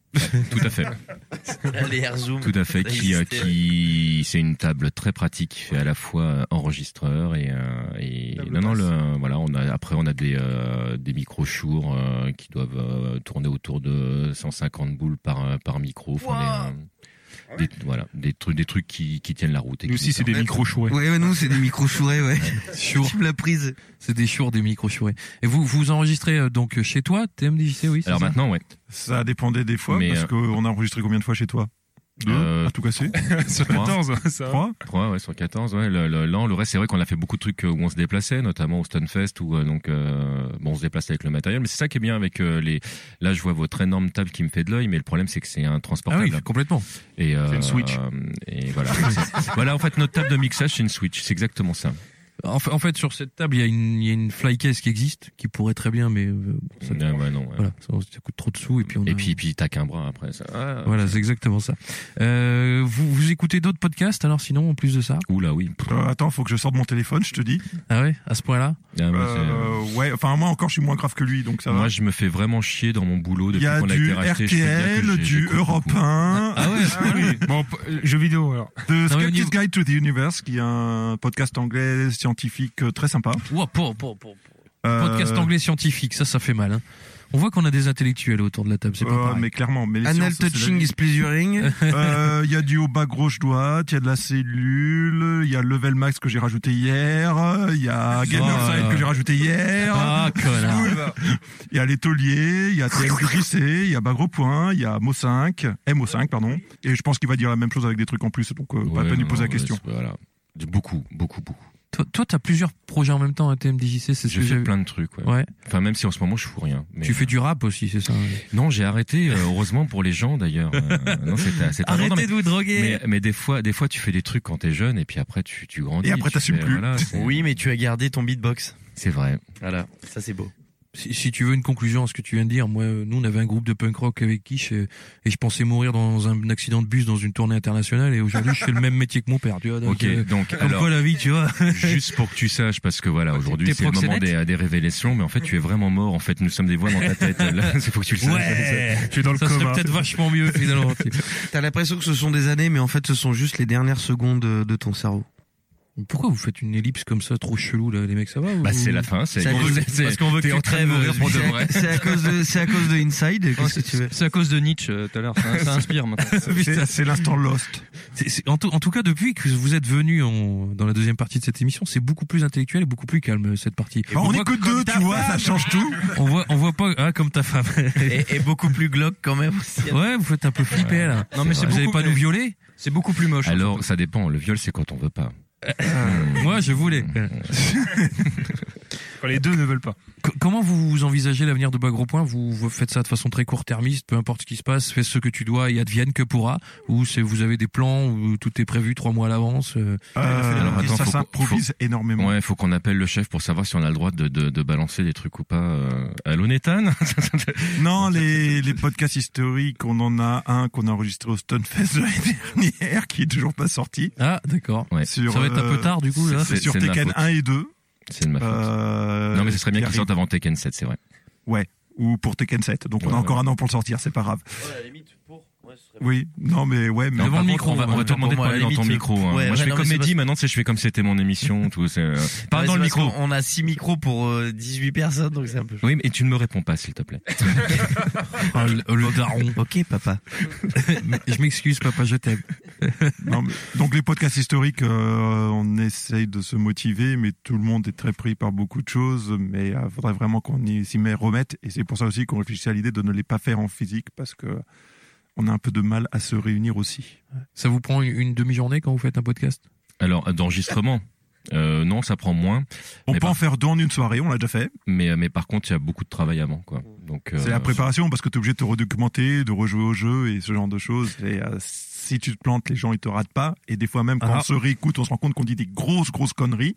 Tout à fait.
Allez, Air Zoom.
Tout à fait, qui, euh, qui c'est une table très pratique qui fait à la fois euh, enregistreur et, euh, et non non le, euh, voilà on a après on a des euh, des micros Shure euh, qui doivent euh, tourner autour de 150 boules par euh, par micro. Enfin, des, euh, des- voilà des trucs des trucs qui, qui tiennent la route. Et
Nous
qui
aussi, c'est des
permettent-
micros chouettes.
Ouais, ouais, nous, c'est des micros chourés, ouais.
Shure.
Tu me l'as prise.
C'est des chours, des micros chourés. Et vous vous enregistrez euh, donc chez toi, t'es MDJC, oui c'est ça
ouais.
Ça dépendait des fois
Mais,
parce
euh,
qu'on a enregistré combien de fois chez toi Deux,
Euh,
à tout casser.
Sur 14,
ça.
3
3 ouais sur 14 ouais le, le, là, le reste c'est vrai qu'on a fait beaucoup de trucs euh, où on se déplaçait notamment au Stunfest où euh, donc euh, bon on se déplaçait avec le matériel mais c'est ça qui est bien avec euh, les là je vois votre énorme table qui me fait de l'œil mais le problème c'est que c'est un transportable
Ah oui, complètement
et euh,
C'est une Switch.
euh, et voilà voilà en fait notre table de mixage c'est une Switch c'est exactement ça
En fait, en fait, sur cette table, il y a une, il y a une flycase qui existe, qui pourrait très bien, mais euh, ça,
Ah ouais, non, ouais.
voilà, ça, ça coûte trop de sous et puis on a-
et puis puis t'as qu'un bras après ça Ah,
voilà,
ok.
c'est exactement ça. Euh, vous, vous écoutez d'autres podcasts alors sinon en plus de ça
Oula oui.
Euh, attends, faut que je sorte mon téléphone, je te dis.
Ah ouais, à ce point-là
Euh, ouais, enfin moi encore, je suis moins grave que lui, donc ça va.
moi je me fais vraiment chier dans mon boulot
Il
depuis
y a
qu'on a
du
été racheté je peux dire que
RTL,
j'ai-
du
j'écoute
Europe 1.
Ah ouais,
Bon, p- euh, jeux vidéo alors.
The
Non, mais au
Skeptic's
niveau-
Guide to the Universe, qui est un podcast anglais scientifique euh, très sympa.
Ouah, pour, pour, pour, pour.
Euh,
Podcast anglais scientifique, ça, ça fait mal. hein. On voit qu'on a des intellectuels autour de la table, c'est pas
Euh,
pareil.
mais clairement, mais les
Anal
sciences, ça, c'est la
touching
vie.
is pleasuring.
Euh, Il y a du haut bas gauche droite, il y a de la cellule, il y a level max que j'ai rajouté hier, il y a Gamerside
Ah.
que j'ai rajouté hier.
Ah, connard.
Cool, va. Il y a les tauliers, il y a TMQJC, il y a bas gros point, il y a MO5, MO5 pardon. Et je pense qu'il va dire la même chose avec des trucs en plus, donc euh, pas la peine de lui
non,
poser la
ouais,
question.
c'est- Voilà. De- Beaucoup, beaucoup, beaucoup.
Toi, toi, t'as plusieurs projets en même temps à TMDJC, c'est ce
J'ai
que
fait
j'ai
plein de trucs. Ouais.
Ouais.
Enfin, même si en ce moment je fous rien. mais- euh,
Tu fais du rap aussi, c'est ça ouais.
Non, j'ai arrêté. euh, Heureusement pour les gens d'ailleurs. Euh, non, c'était- c'était
Arrêtez
important, mais-
de vous droguer.
Mais, mais des fois, des fois, tu fais des trucs quand t'es jeune et puis après tu, tu grandis. tu fais- voilà, c'est-
oui, mais tu as gardé ton beatbox.
C'est vrai.
Voilà, ça c'est beau.
Si, si tu veux une conclusion à ce que tu viens de dire, moi, euh, nous, on avait un groupe de punk rock avec qui je- et je pensais mourir dans un accident de bus dans une tournée internationale et aujourd'hui, je fais le même métier que mon père, tu vois.
Ok,
euh,
donc
comme
alors,
quoi la vie, tu vois.
juste pour que tu saches, parce que voilà, aujourd'hui
t'es
c'est le moment
proxénète
des, des révélations, mais en fait tu es vraiment mort. En fait, nous sommes des voix dans ta tête. Là, c'est faut que tu le saches.
Ouais.
Tu es dans le
Ça serait
coma.
peut-être vachement mieux, finalement.
T'as l'impression que ce sont des années, mais en fait, ce sont juste les dernières secondes euh, de ton cerveau.
Pourquoi vous faites une ellipse comme ça, trop chelou, là, les mecs, ça va ou-
Bah, c'est la fin, c'est-
à cause-
c'est- Parce qu'on veut
t'es
que tu
en train de
crèves,
mourir pour de
c'est à-
vrai.
c'est à cause de-
c'est à cause de Inside.
Non, Oh, c'est- C'est à cause de Nietzsche euh, tout à l'heure. Ça, ça inspire maintenant.
C'est l'instant Lost.
en, tout, en tout cas, depuis que vous êtes venu dans la deuxième partie de cette émission, c'est beaucoup plus intellectuel et beaucoup plus calme cette partie.
Bah, on est que deux, tu vois, ça change tout.
On voit, on voit pas
hein,
ah, comme ta femme.
Et, et beaucoup plus glauque quand même aussi.
Ouais, vous faites un peu flipper là.
Non, mais c'est
vous allez
beaucoup-
pas nous violer
C'est beaucoup plus moche.
Alors, ça dépend. Le viol, c'est quand on veut pas.
Euh, Moi, je voulais.
Quand les deux ne veulent pas.
Comment vous vous envisagez l'avenir de Bagro Point vous, vous faites ça de façon très court-termiste, peu importe ce qui se passe, fais ce que tu dois et advienne que pourra Ou c'est vous avez des plans où tout est prévu trois mois à l'avance euh
Alors, attends,
ça
faut qu'on-
s'improvise
faut-
énormément.
Ouais, faut qu'on appelle le chef pour savoir si on a le droit de, de, de balancer des trucs ou pas. Euh, allô, Nathan
Non, les, les podcasts historiques, on en a un qu'on a enregistré au Stunfest de l'année dernière, qui est toujours pas sorti.
Ah, d'accord.
Sur,
Ça va être un peu
euh,
tard du coup là.
C'est sur Tekken 1 et 2.
C'est de ma faute.
Euh,
non, mais ce serait bien
qui
qu'il sorte avant Tekken 7, c'est vrai.
Ouais. Ou pour Tekken 7. Donc on
Ouais,
a encore
ouais.
un an pour le sortir, c'est pas grave. Oui, non, mais ouais, mais.
Non, par contre,
hein,
on ben, va, on va te demander de parler dans ton micro. hein. Moi, je fais comme Mehdi, maintenant, tu sais, je fais comme si c'était mon émission, tout. c'est, euh, Parle
Ouais,
dans
c'est
le
parce
micro.
qu'on- On a 6 micros pour euh, 18 personnes, donc c'est un peu chaud.
Oui, mais tu ne me réponds pas, s'il te plaît.
le, daron.
Ok, papa.
je m'excuse, papa, je t'aime.
Non, mais- donc les podcasts historiques, euh, on essaye de se motiver, mais tout le monde est très pris par beaucoup de choses. Mais il faudrait vraiment qu'on y- s'y met, remette. Et c'est pour ça aussi qu'on réfléchit à l'idée de ne les pas faire en physique, parce que on a un peu de mal à se réunir aussi.
Ça vous prend une, une demi-journée quand vous faites un podcast
Alors, euh, d'enregistrement euh, Non, ça prend moins.
On
mais
peut en
par-
faire deux en une soirée, on l'a déjà fait.
Mais, euh, mais par contre, il y a beaucoup de travail avant, quoi. Donc, euh,
C'est la préparation parce que tu es obligé de te redocumenter, de rejouer au jeu et ce genre de choses. Et euh, si tu te plantes, les gens ils te ratent pas. Et des fois même quand
Ah.
on se réécoute, on se rend compte qu'on dit des grosses grosses conneries.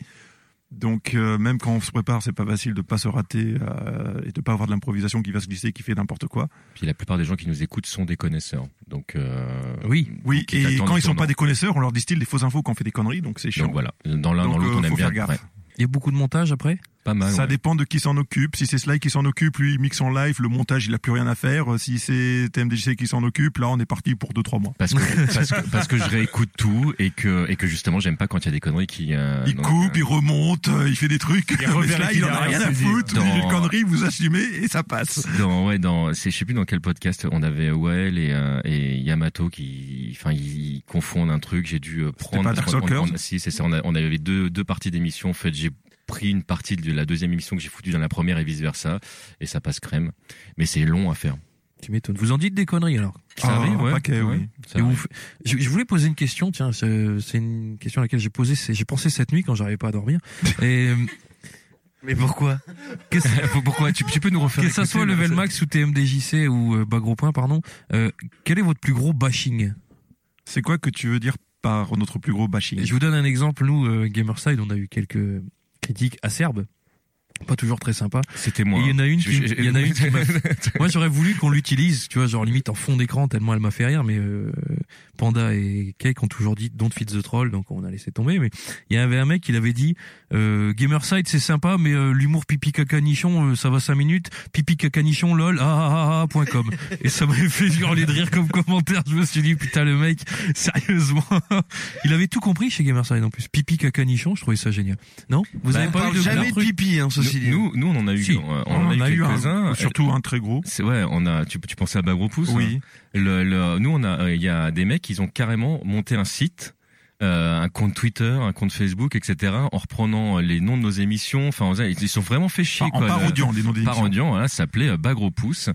Donc euh, même quand on se prépare, c'est pas facile de pas se rater euh, et de pas avoir de l'improvisation qui va se glisser, qui fait n'importe quoi.
Puis la plupart des gens qui nous écoutent sont des connaisseurs. Donc, euh,
oui.
donc, ils
Et
t'attendent
quand ils
au
sont pas
tournant.
des connaisseurs, on leur distille des fausses infos quand on fait des conneries, donc c'est chiant.
Donc voilà, dans l'un, dans
Donc,
l'autre,
euh,
on aime
faut
bien.
faire gaffe.
ouais.
Il y a beaucoup de montage après
Pas mal.
Ça
ouais.
dépend de qui s'en occupe. Si c'est Sly qui s'en occupe, lui, il mixe en live, le montage, il a plus rien à faire. Euh, Si c'est TMDJC qui s'en occupe, là, on est parti pour 2-3 mois.
Parce que, parce, que, parce que je réécoute tout et que, et que justement, j'aime pas quand il y a des conneries qui. euh,
Il
donc,
coupe,
euh,
il remonte, euh, il fait des trucs.
Il
mais
revérifie
là, il en a
derrière,
rien à
c'est dit.
foutre.
Dans-
Il dit une connerie, vous assumez et ça passe.
dans ouais dans c'est je sais plus dans quel podcast on avait Well et, euh, et Yamato qui enfin ils confondent un truc j'ai dû euh, prendre
pas
parce
Dark
qu'on- on-
Souls
on- si c'est ça on, a- on avait deux deux parties d'émission en fait j'ai pris une partie de la deuxième émission que j'ai foutue dans la première et vice versa et ça passe crème mais c'est long à faire
Tu m'étonnes. Vous en dites des conneries alors
Ça Ah, arrive, ouais. un paquet, oui. Ça
Et vous
arrive.
f- je, je voulais poser une question, tiens, c'est c'est une question à laquelle j'ai posé, c'est- j'ai pensé cette nuit quand j'arrivais pas à dormir. Et... euh,
Mais pourquoi
Pourquoi tu, peux nous refaire
Que ça
écouter,
soit
là,
Level
ça-
Max ou TMDJC ou euh, Bas Gros Point, pardon, euh, quel est votre plus gros bashing
C'est quoi que tu veux dire par notre plus gros bashing
Je vous donne un exemple, nous, euh, Gamerside, on a eu quelques critiques acerbes. Pas toujours très sympa.
C'était moi. hein.
Et Il y en a une
Je-
qui,
je-
il y en a une qui m'a- Moi, j'aurais voulu qu'on l'utilise, tu vois, genre limite en fond d'écran, tellement elle m'a fait rire, mais euh, Panda et Cake ont toujours dit Don't feed the troll, donc on a laissé tomber. Mais il y avait un mec, il avait dit euh, Gamerside, c'est sympa, mais euh, l'humour pipi caca nichon, euh, ça va 5 minutes. Pipi caca nichon, lol, ah ah ah, ah, point com. Et ça m'avait fait hurler de rire comme commentaire. Je me suis dit putain le mec, sérieusement, il avait tout compris chez Gamerside en plus. Pipi caca nichon, je trouvais ça génial. Non, vous
Bah,
avez
on
pas eu
parle
de
jamais de
truc
pipi, hein, ce
concilier.
Nous, nous, on en a eu,
Si.
on, en a eu quelques-uns.
un, surtout un très gros.
C'est ouais, on a. Tu, tu pensais à Bagro Pouce
Oui.
hein. Le, le- nous, on a. euh, Il y a des mecs, ils ont carrément monté un site. euh, un compte Twitter, un compte Facebook, etc. En reprenant les noms de nos émissions, enfin, on- ils se sont vraiment fait chier.
En
quoi.
parodiant les noms des émissions.
Parodiant, voilà, ça s'appelait euh, Bagro Pouce,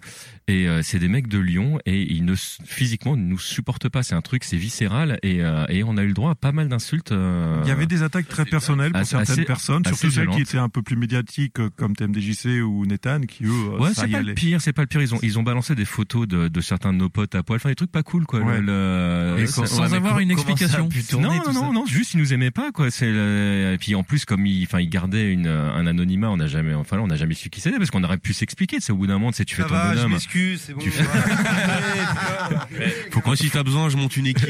et euh, c'est des mecs de Lyon et ils ne s- physiquement ne nous supportent pas. C'est un truc, c'est viscéral et, euh, et on a eu le droit à pas mal d'insultes. euh,
Il y avait des attaques très personnelles pour
assez-
certaines
assez-
personnes,
assez
surtout celles qui
violentes.
étaient un peu plus médiatiques euh, comme TMDJC ou Nathan, qui eux, euh,
Ouais,
ça
c'est
y
pas
allait.
le pire, c'est pas le pire. Ils ont, ils ont balancé des photos de, de certains de nos potes à poil. Enfin, des trucs pas cool, quoi. Ouais. Le- Et le- quand- ça- sans mais avoir com- une comment ça a explication. pu tourner, non, tout non, ça non, non, juste ils nous aimaient pas, quoi. C'est le- Et puis en plus, comme ils, enfin, ils gardaient une, un anonymat, on n'a jamais, enfin, là, on n'a jamais su qui c'était parce qu'on aurait pu s'expliquer. C'est au bout d'un moment, tu sais, tu fais
Ça
ton
va, je
bonhomme.
m'excuse, c'est bon.
Moi, si t'as besoin, je monte une équipe.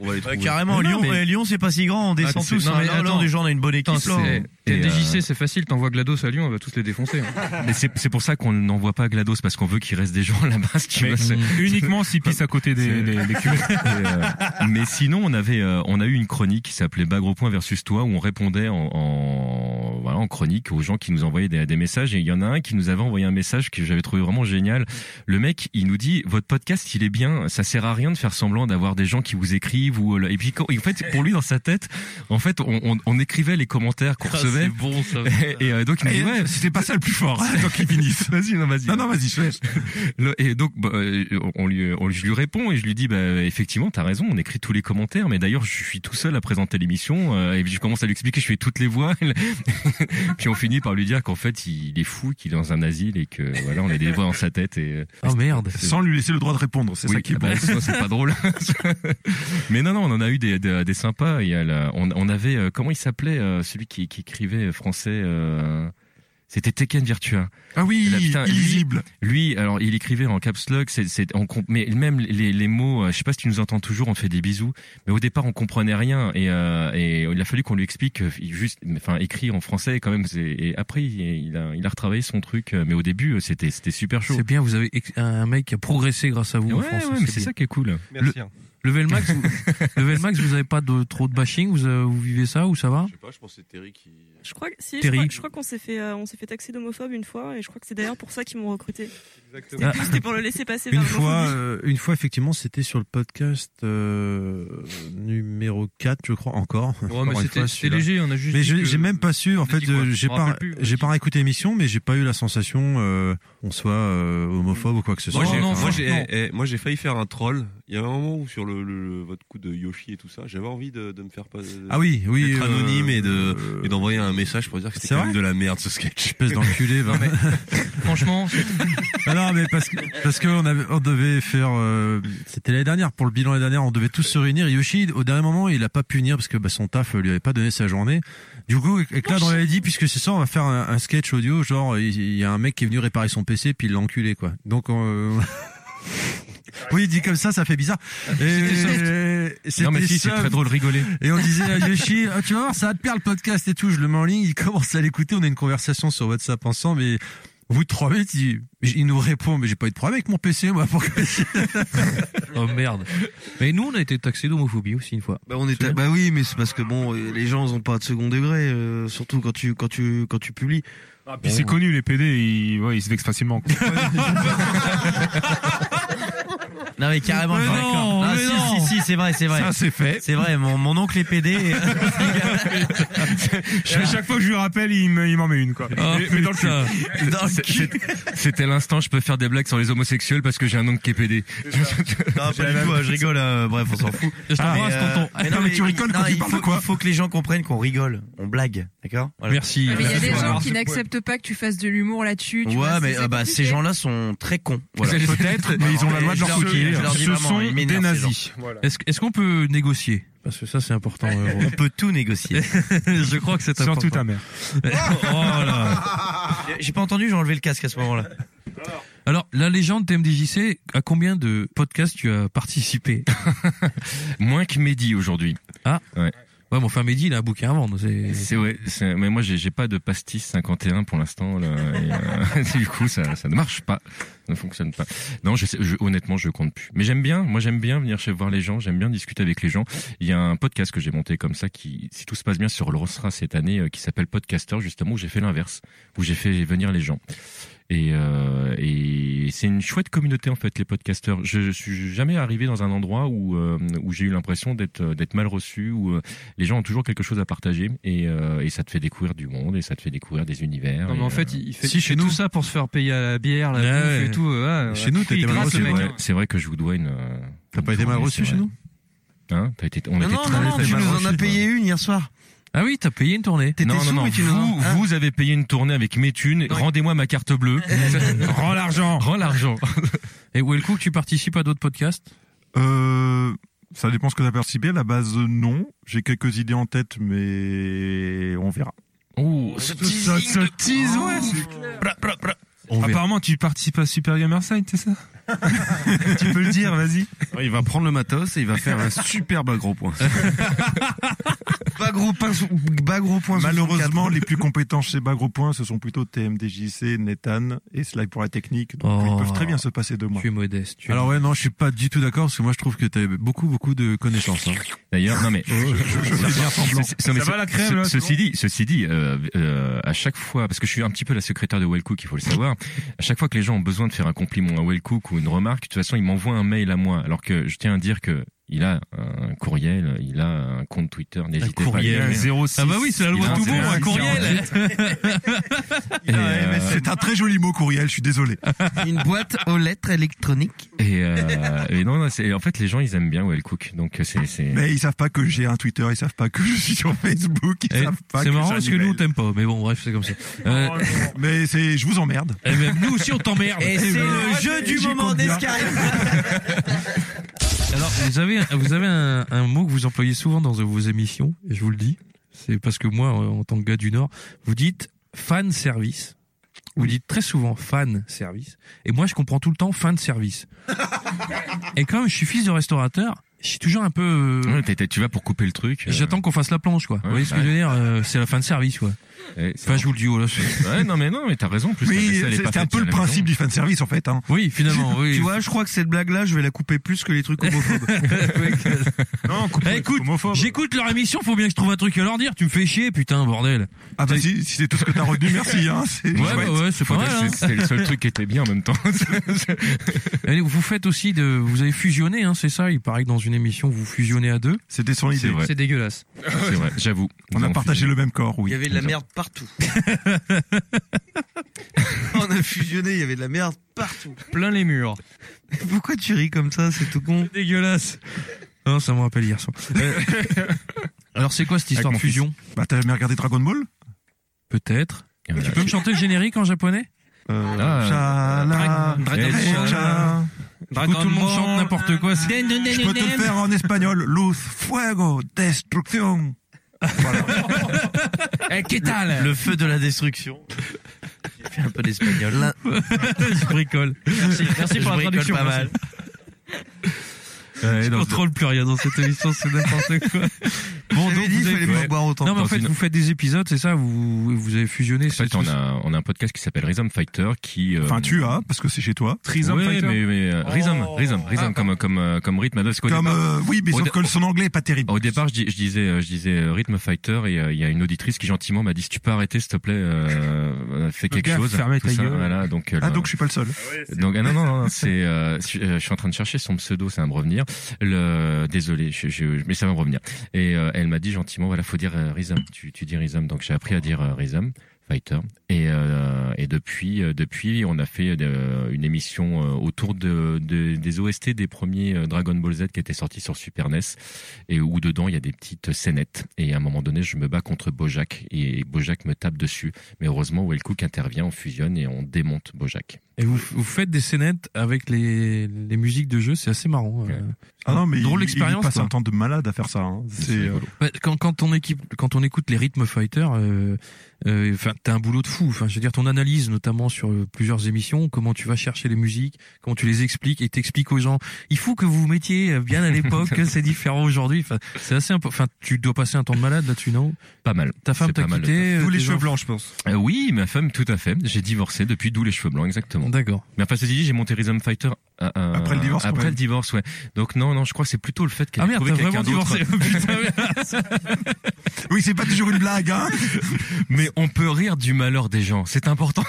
On, va les
Ouais, Bah, carrément, Lyon, eh, Lyon, c'est pas si grand, on descend tous. hein. Là, là, on est genre, on a une bonne équipe.
Eh,
là,
euh,
on-
DJC,
DJC, c'est facile, t'envoies GLaDOS à Lyon, on va tous les défoncer.
hein. Mais c'est c'est pour ça qu'on n'envoie pas Glados parce qu'on veut qu'il reste des
Oh,
gens là-bas. si tu
Mais
veux, c'est-
uniquement s'ils pissent à côté des, des, euh, des cuvettes.
euh, mais sinon, on avait, euh, on a eu une chronique qui s'appelait Bagro Point versus toi, où on répondait en, en- voilà, en chronique aux gens qui nous envoyaient des, des messages. Et il y en a un qui nous avait envoyé un message que j'avais trouvé vraiment génial. Le mec, il nous dit, votre podcast, il est bien. Ça sert à rien de faire semblant d'avoir des gens qui vous écrivent ou, euh, et puis, quand- en fait, pour lui, dans sa tête, en fait, on, on- on écrivait les commentaires qu'on
Ah,
recevait.
c'est bon, ça.
Et, et, euh, donc, il nous dit,
Et
ouais.
c'était pas ça le plus fort,
hein,
donc ils finissent.
Vas-y, non, vas-y.
Non, non, vas-y, je laisse.
Le- et donc, bah, euh, on lui, on, je lui réponds et je lui dis, bah, effectivement, t'as raison, on écrit tous les commentaires, mais d'ailleurs, je suis tout seul à présenter l'émission, euh, et puis je commence à lui expliquer, je fais toutes les voix, puis on finit par lui dire qu'en fait, il est fou, qu'il est dans un asile et que, voilà, on a des voix dans sa tête et...
Oh,
merde.
Sans lui laisser le droit de répondre, c'est
Oui,
ça qui est
ah
bon.
bah, sinon, c'est pas drôle. mais non, non, on en a eu des, des, des sympas. Il y a la- on, on avait, euh, comment il s'appelait, euh, celui qui, qui écrivait français, euh, c'était Tekken Virtua.
Ah oui,
Là, putain, lui-
illisible.
Lui, alors, il écrivait en caps lock, c'est, c'est, on comp- mais même les, les mots, euh, je sais pas si tu nous entends toujours, on te fait des bisous, mais au départ, on comprenait rien, et, euh, et il a fallu qu'on lui explique, que il- juste, enfin, écrit en français, quand même, c'est- et après, il, il a, il a retravaillé son truc, euh, mais au début, euh, c'était, c'était super chaud.
C'est bien, vous avez ex- un mec qui a progressé grâce à vous. en
Ouais,
France,
ouais, mais c'est
bien.
ça qui est cool.
Le- Level Max, vous, Level Max, vous avez pas de trop de bashing, vous, euh, vous vivez ça ou ça va
Je sais pas, je pense que c'est Terry qui.
Je crois, que- si, je
Terry.
crois, je crois qu'on s'est fait, euh, on s'est fait taxer d'homophobe une fois, et je crois que c'est d'ailleurs pour ça qu'ils m'ont recruté. C'était plus- C'était pour le laisser passer
Ah. Une
vers
fois,
l'homophobie.
euh, une fois, effectivement, c'était sur le podcast euh, numéro 4, je crois, encore.
mais
Encore une
c'était-
fois,
c'était
celui-là.
léger, on a juste
Mais
dit
je-
que-
j'ai même pas su, en
on a
fait,
dit quoi
euh,
Je
j'ai
me
pas,
rappelle plus,
j'ai pas réécouté l'émission, mais j'ai pas eu la sensation euh, on soit euh, homophobe ou quoi que ce soit.
Moi, j'ai,
Enfin,
moi, j'ai,
non.
eh, eh, moi, j'ai failli faire un troll. Il y a un moment où sur le, le- le- votre coup de Yoshi et tout ça, j'avais envie de, de me faire pas.
Ah oui, oui,
d'être
euh,
anonyme et de et d'envoyer un message pour dire que
C'est
c'était quand même
vrai
de la merde ce sketch.
Espèce d'enculé, va.
Franchement,
Ah ben. non, mais parce que parce qu'on avait on devait faire euh, c'était l'année dernière pour le bilan l'année dernière on devait tous se réunir Yoshi au dernier moment il a pas pu venir parce que bah, son taf euh, lui avait pas donné sa journée du coup avec là on avait dit puisque c'est ça on va faire un, un sketch audio genre il, il y a un mec qui est venu réparer son PC puis il l'a enculé quoi donc euh, Oui, dit comme ça, ça fait bizarre. Et-
Non, mais
c'était
si, c'est
ça.
très drôle, rigoler.
Et on disait à Yoshi, Ah, tu vas voir, ça va te plaire le podcast et tout. Je le mets en ligne, il commence à l'écouter. On a une conversation sur WhatsApp ensemble et au bout de trois minutes, il, il nous répond, mais j'ai pas eu de problème avec mon PC, moi, pour que je-
Oh merde. Mais nous, on a été taxés d'homophobie aussi une fois.
Bah on est à- bah oui mais c'est parce que bon euh, les gens ils ont pas de second degré euh, surtout quand tu quand tu quand tu publies.
Ah, Puis c'est connu, les PD, ils, ouais, ils se vexent facilement. quoi.
Non mais carrément, je suis d'accord. Ah, si, si, si, c'est vrai, c'est vrai.
Ça, c'est fait.
C'est vrai, mon, mon oncle est PD.
Je- à chaque fois que je lui rappelle, il me- il m'en met une,
Oh,
quoi. Mais- mais dans le
putain.
cul.
Ah, C'est- c'est- C'était l'instant, je peux faire des blagues sur les homosexuels parce que j'ai un oncle qui est pédé.
Non, pas du tout, hein, je rigole, euh, bref, on s'en fout.
Je t'embrasse,
Mais, euh,
tonton.
mais non, mais il- non, il
parles
faut- Il faut que les gens comprennent qu'on rigole, on blague, d'accord
Merci.
Mais il y a des gens qui n'acceptent pas que tu fasses de l'humour là-dessus. tu
Ouais,
vois,
mais
c'est-
euh, bah, ces gens-là sont très cons. Voilà.
Peut-être, mais ils ont la loi de leur
cookie.
cookie. Ce sont des nazis. Est-ce est-ce qu'on peut négocier Parce que ça, c'est important. euh,
On peut tout négocier.
Je crois que c'est important. Oh
Surtout ta mère. J'ai pas entendu, j'ai enlevé le casque à ce moment-là.
Alors, la légende TMDJC, à combien de podcasts tu as participé
Moins que Mehdi aujourd'hui.
Ah.
Ouais.
Ouais, mais enfin, Mehdi, il a un bouquin à vendre.
C'est ouais, mais moi j'ai pas de pastis 51 pour l'instant. là, et, euh, du coup, ça, ça ne marche pas, ça ne fonctionne pas. Non, je, sais, je honnêtement, je compte plus. Mais j'aime bien, moi j'aime bien venir chez voir les gens, j'aime bien discuter avec les gens. Il y a un podcast que j'ai monté comme ça qui, si tout se passe bien, sur le Rosra cette année, euh, qui s'appelle Podcaster justement où j'ai fait l'inverse, où j'ai fait venir les gens. Et, euh, et c'est une chouette communauté en fait les podcasteurs. Je, je suis jamais arrivé dans un endroit où euh, où j'ai eu l'impression d'être euh, d'être mal reçu où euh, les gens ont toujours quelque chose à partager et, euh, et ça te fait découvrir du monde et ça te fait découvrir des univers.
Non, mais
et, euh,
en fait, il fait,
si
il fait tout ça pour se faire payer à la bière, la
Ouais,
bouffe
ouais.
et tout. Ah, euh, ouais,
Chez
ouais.
nous,
Il
t'étais mal
gratte le
reçu,
mec,
ouais.
hein.
c'est vrai que je vous dois une. euh,
T'as pas
une
été mal
tournée,
reçu
c'est
chez
vrai.
nous
Hein T'as été. On a
Mais
été
non,
très
non, non,
très
tu
mal
nous en
reçus. hein.
as
payé une hier soir.
Ah oui, t'as payé une tournée.
non, non, non, vous, vous avez payé une tournée avec mes thunes. Rendez-moi ma carte bleue.
Rends l'argent.
Rends l'argent.
Et où est le coup que tu participes à d'autres podcasts
Euh, ça dépend ce que t'as percibé. À la base, euh, non. J'ai quelques idées en tête, mais on verra.
Oh,
ce
Ça se tease, ouais.
Oh.
c'est- Apparemment, tu participes à Super Gamer Side, c'est ça
Tu peux le dire, vas-y.
Il va prendre le matos et il va
faire un
superbe gros point.
Pas gros pain sous- pas gros point sous-
Malheureusement, les plus compétents chez Bagro Point, ce sont plutôt TMDJC, Nathan et Slack pour la technique. Donc,
Oh.
ils peuvent très bien se passer de moi.
Tu es modeste. tu es
Alors ouais, non, je suis pas du tout d'accord parce que moi je trouve que t'avais beaucoup beaucoup de connaissances. hein.
D'ailleurs, non mais.
fais bien semblant.
Ceci- non, mais
Ça va, la crème,
ce-
là, c'est
Ceci dit, ceci dit, euh, euh, à chaque fois, parce que je suis un petit peu la secrétaire de Wellcook, il faut le savoir. À chaque fois que les gens ont besoin de faire un compliment à Wellcook ou une remarque, de toute façon, ils m'envoient un mail à moi. Alors que je tiens à dire que il a un courriel, il a un compte Twitter, n'hésitez pas. à
courriel,
euh,
le lire.
06. Ah bah oui, c'est la loi
Il a
tout bon,
06,
un courriel.
48.
Il a un
Et, euh,
MSN. C'est un très joli mot courriel, je suis désolé.
Une boîte aux lettres électroniques.
Et, euh, et non, non, c'est- en fait, les gens, ils aiment bien Wellcook. Donc, c'est, c'est.
Mais ils savent pas que j'ai un Twitter, ils savent pas que je suis sur Facebook, ils
Eh,
savent pas
C'est
que
marrant
j'ai un
parce que
email.
nous on t'aime pas, mais bon bref c'est comme ça. Euh,
Oh,
Ah.
Mais c'est, je vous emmerde.
et même nous aussi on t'emmerde. Eh ben,
Et c'est le jeu du
J'y
moment
compte bien. Alors vous avez vous avez un, un mot que vous employez souvent dans vos émissions et je vous le dis, c'est parce que moi euh, en tant que gars du Nord, vous dites fan service. Vous dites très souvent fan service et moi je comprends tout le temps fan service. et comme je suis fils de restaurateur, je suis toujours un peu euh,
Ouais, t'es- t'es- tu vas pour couper le truc. euh.
J'attends qu'on fasse la planche, quoi.
Ouais,
Vous voyez ce que
ouais.
je veux dire Euh, C'est la fin de service, quoi. Enfin, je vous le dis, oh là. c'est-
Ouais, non, mais non, mais t'as raison. en Plus la
Mais
vaisselle est
c'est
pas
c'est un
faite
peu
à
le
la maison.
principe du fan service en fait. Hein.
Oui, finalement, oui.
Tu vois, je crois que cette blague-là, je vais la couper plus que les trucs homophobes.
non,
Eh, écoute, j'écoute leur émission, faut bien que je trouve un truc à leur dire. Tu me fais chier, putain, bordel.
Ah bah si, si c'est tout ce que t'as retenu, merci. Hein, c'est
Ouais, bah ouais, c'est
Faut
pas
dire
mal.
que c'est-
hein.
C'était le seul truc qui était bien en même temps.
Allez, vous faites aussi de, vous avez fusionné, hein, c'est ça. Il paraît que dans une émission, vous fusionnez à deux.
C'était son
idée. vrai.
C'est dégueulasse.
C'est vrai, j'avoue.
On
Nous
a
avons
partagé
fait-
le même corps, oui.
Il y avait de la merde partout.
On a fusionné, il y avait de la merde partout.
Plein les murs.
Pourquoi tu ris comme ça C'est tout con.
Dégueulasse. Non, ça me rappelle hier soir. Euh, Alors, c'est quoi cette histoire de
Avec mon
fusion
fils. Bah t'as jamais regardé Dragon Ball
Peut-être.
Et voilà.
Tu peux me chanter le générique en japonais
Euh,
Ah, Chala,
Dragon
eh,
Ball.
chala.
Où tout le monde chante n'importe quoi. c'est-
Je peux te le faire en espagnol. Luz, fuego, destruction.
Eh, qu'est-ce que t'as, là
Le feu de la destruction. J'ai fait un peu d'espagnol.
Je bricole.
Merci,
merci pour la traduction,
Pas mal.
Je contrôle plus rien dans cette émission, c'est n'importe quoi. Bon,
J'avais dit,
vous
il
avez-
fallait pas boire autant.
Non, mais en
Dans
fait,
une-
vous faites des épisodes, c'est ça Vous vous avez fusionné.
En fait, on a, on a un podcast qui s'appelle Rhythm Fighter qui. euh,
Enfin tu as, parce que c'est chez toi.
Rhythm
ouais,
Fighter
hein. mais, mais euh, Rhythm, Rhythm, Rhythm, comme, comme, euh, comme rythme. Parce qu'au
Oh. Ah. Comme,
départ-
euh, oui, mais
au
sauf
dé-
que son anglais est pas terrible.
Au départ, je, dis- je disais, euh, je disais euh, rythme fighter et euh, il y a une auditrice qui gentiment m'a dit si tu peux arrêter s'il te plaît, euh, euh, fais quelque
gaffe,
chose.
fermez
tout
ta
ça,
gueule.
voilà, donc, euh,
Ah
le-
donc je suis pas le seul.
donc ah non non, non c'est euh, je euh, je suis en train de chercher son pseudo ça va me revenir le désolé je, je- mais ça va me revenir et euh, elle m'a dit gentiment voilà faut dire euh, Rhythm tu, tu dis Rhythm donc j'ai appris à dire euh, Rhythm Fighter et euh, et depuis euh, depuis on a fait euh, une émission euh, autour de, de- des OST des premiers euh, Dragon Ball Z qui étaient sortis sur Super NES et où dedans il y a des petites scénettes et à un moment donné je me bats contre Bojack et Bojack me tape dessus mais heureusement Wellcook intervient on fusionne et on démonte Bojack
Et vous, vous faites des scénettes avec les, les musiques de jeu, c'est assez marrant. euh.
Ah non mais
Drôle
il, il
expérience.
passe
quoi.
un temps de malade à faire ça. hein. C'est euh,
Ouais, Quand, quand on équipe, quand on écoute les rythmes fighter, euh, euh, enfin t'as un boulot de fou. Enfin, je veux dire, ton analyse, notamment sur euh, plusieurs émissions, comment tu vas chercher les musiques, comment tu les expliques et t'expliques aux gens. Il faut que vous vous mettiez euh, bien à l'époque, que c'est différent aujourd'hui. Enfin, c'est assez impo- Enfin, tu dois passer un temps de malade là-dessus, non
Pas mal.
Ta femme
C'est
t'a
pas mal de
quitté,
taf.
euh,
D'où les
tes
cheveux
enfants-
blancs,
je pense.
Euh, oui, ma femme, tout à fait. J'ai divorcé depuis, d'où les cheveux blancs, exactement.
D'accord.
Mais enfin, ceci dit, j'ai monté Rhythm Fighter. euh, euh, Après le divorce, quand Après même. le divorce, ouais. Donc non, non, je crois que c'est plutôt le fait qu'elle
Ah
ait
merde,
trouvé
t'as
quelqu'un
vraiment
d'autre.
divorcé.
oui, c'est pas toujours une blague, hein. Mais on peut rire du malheur des gens. C'est important.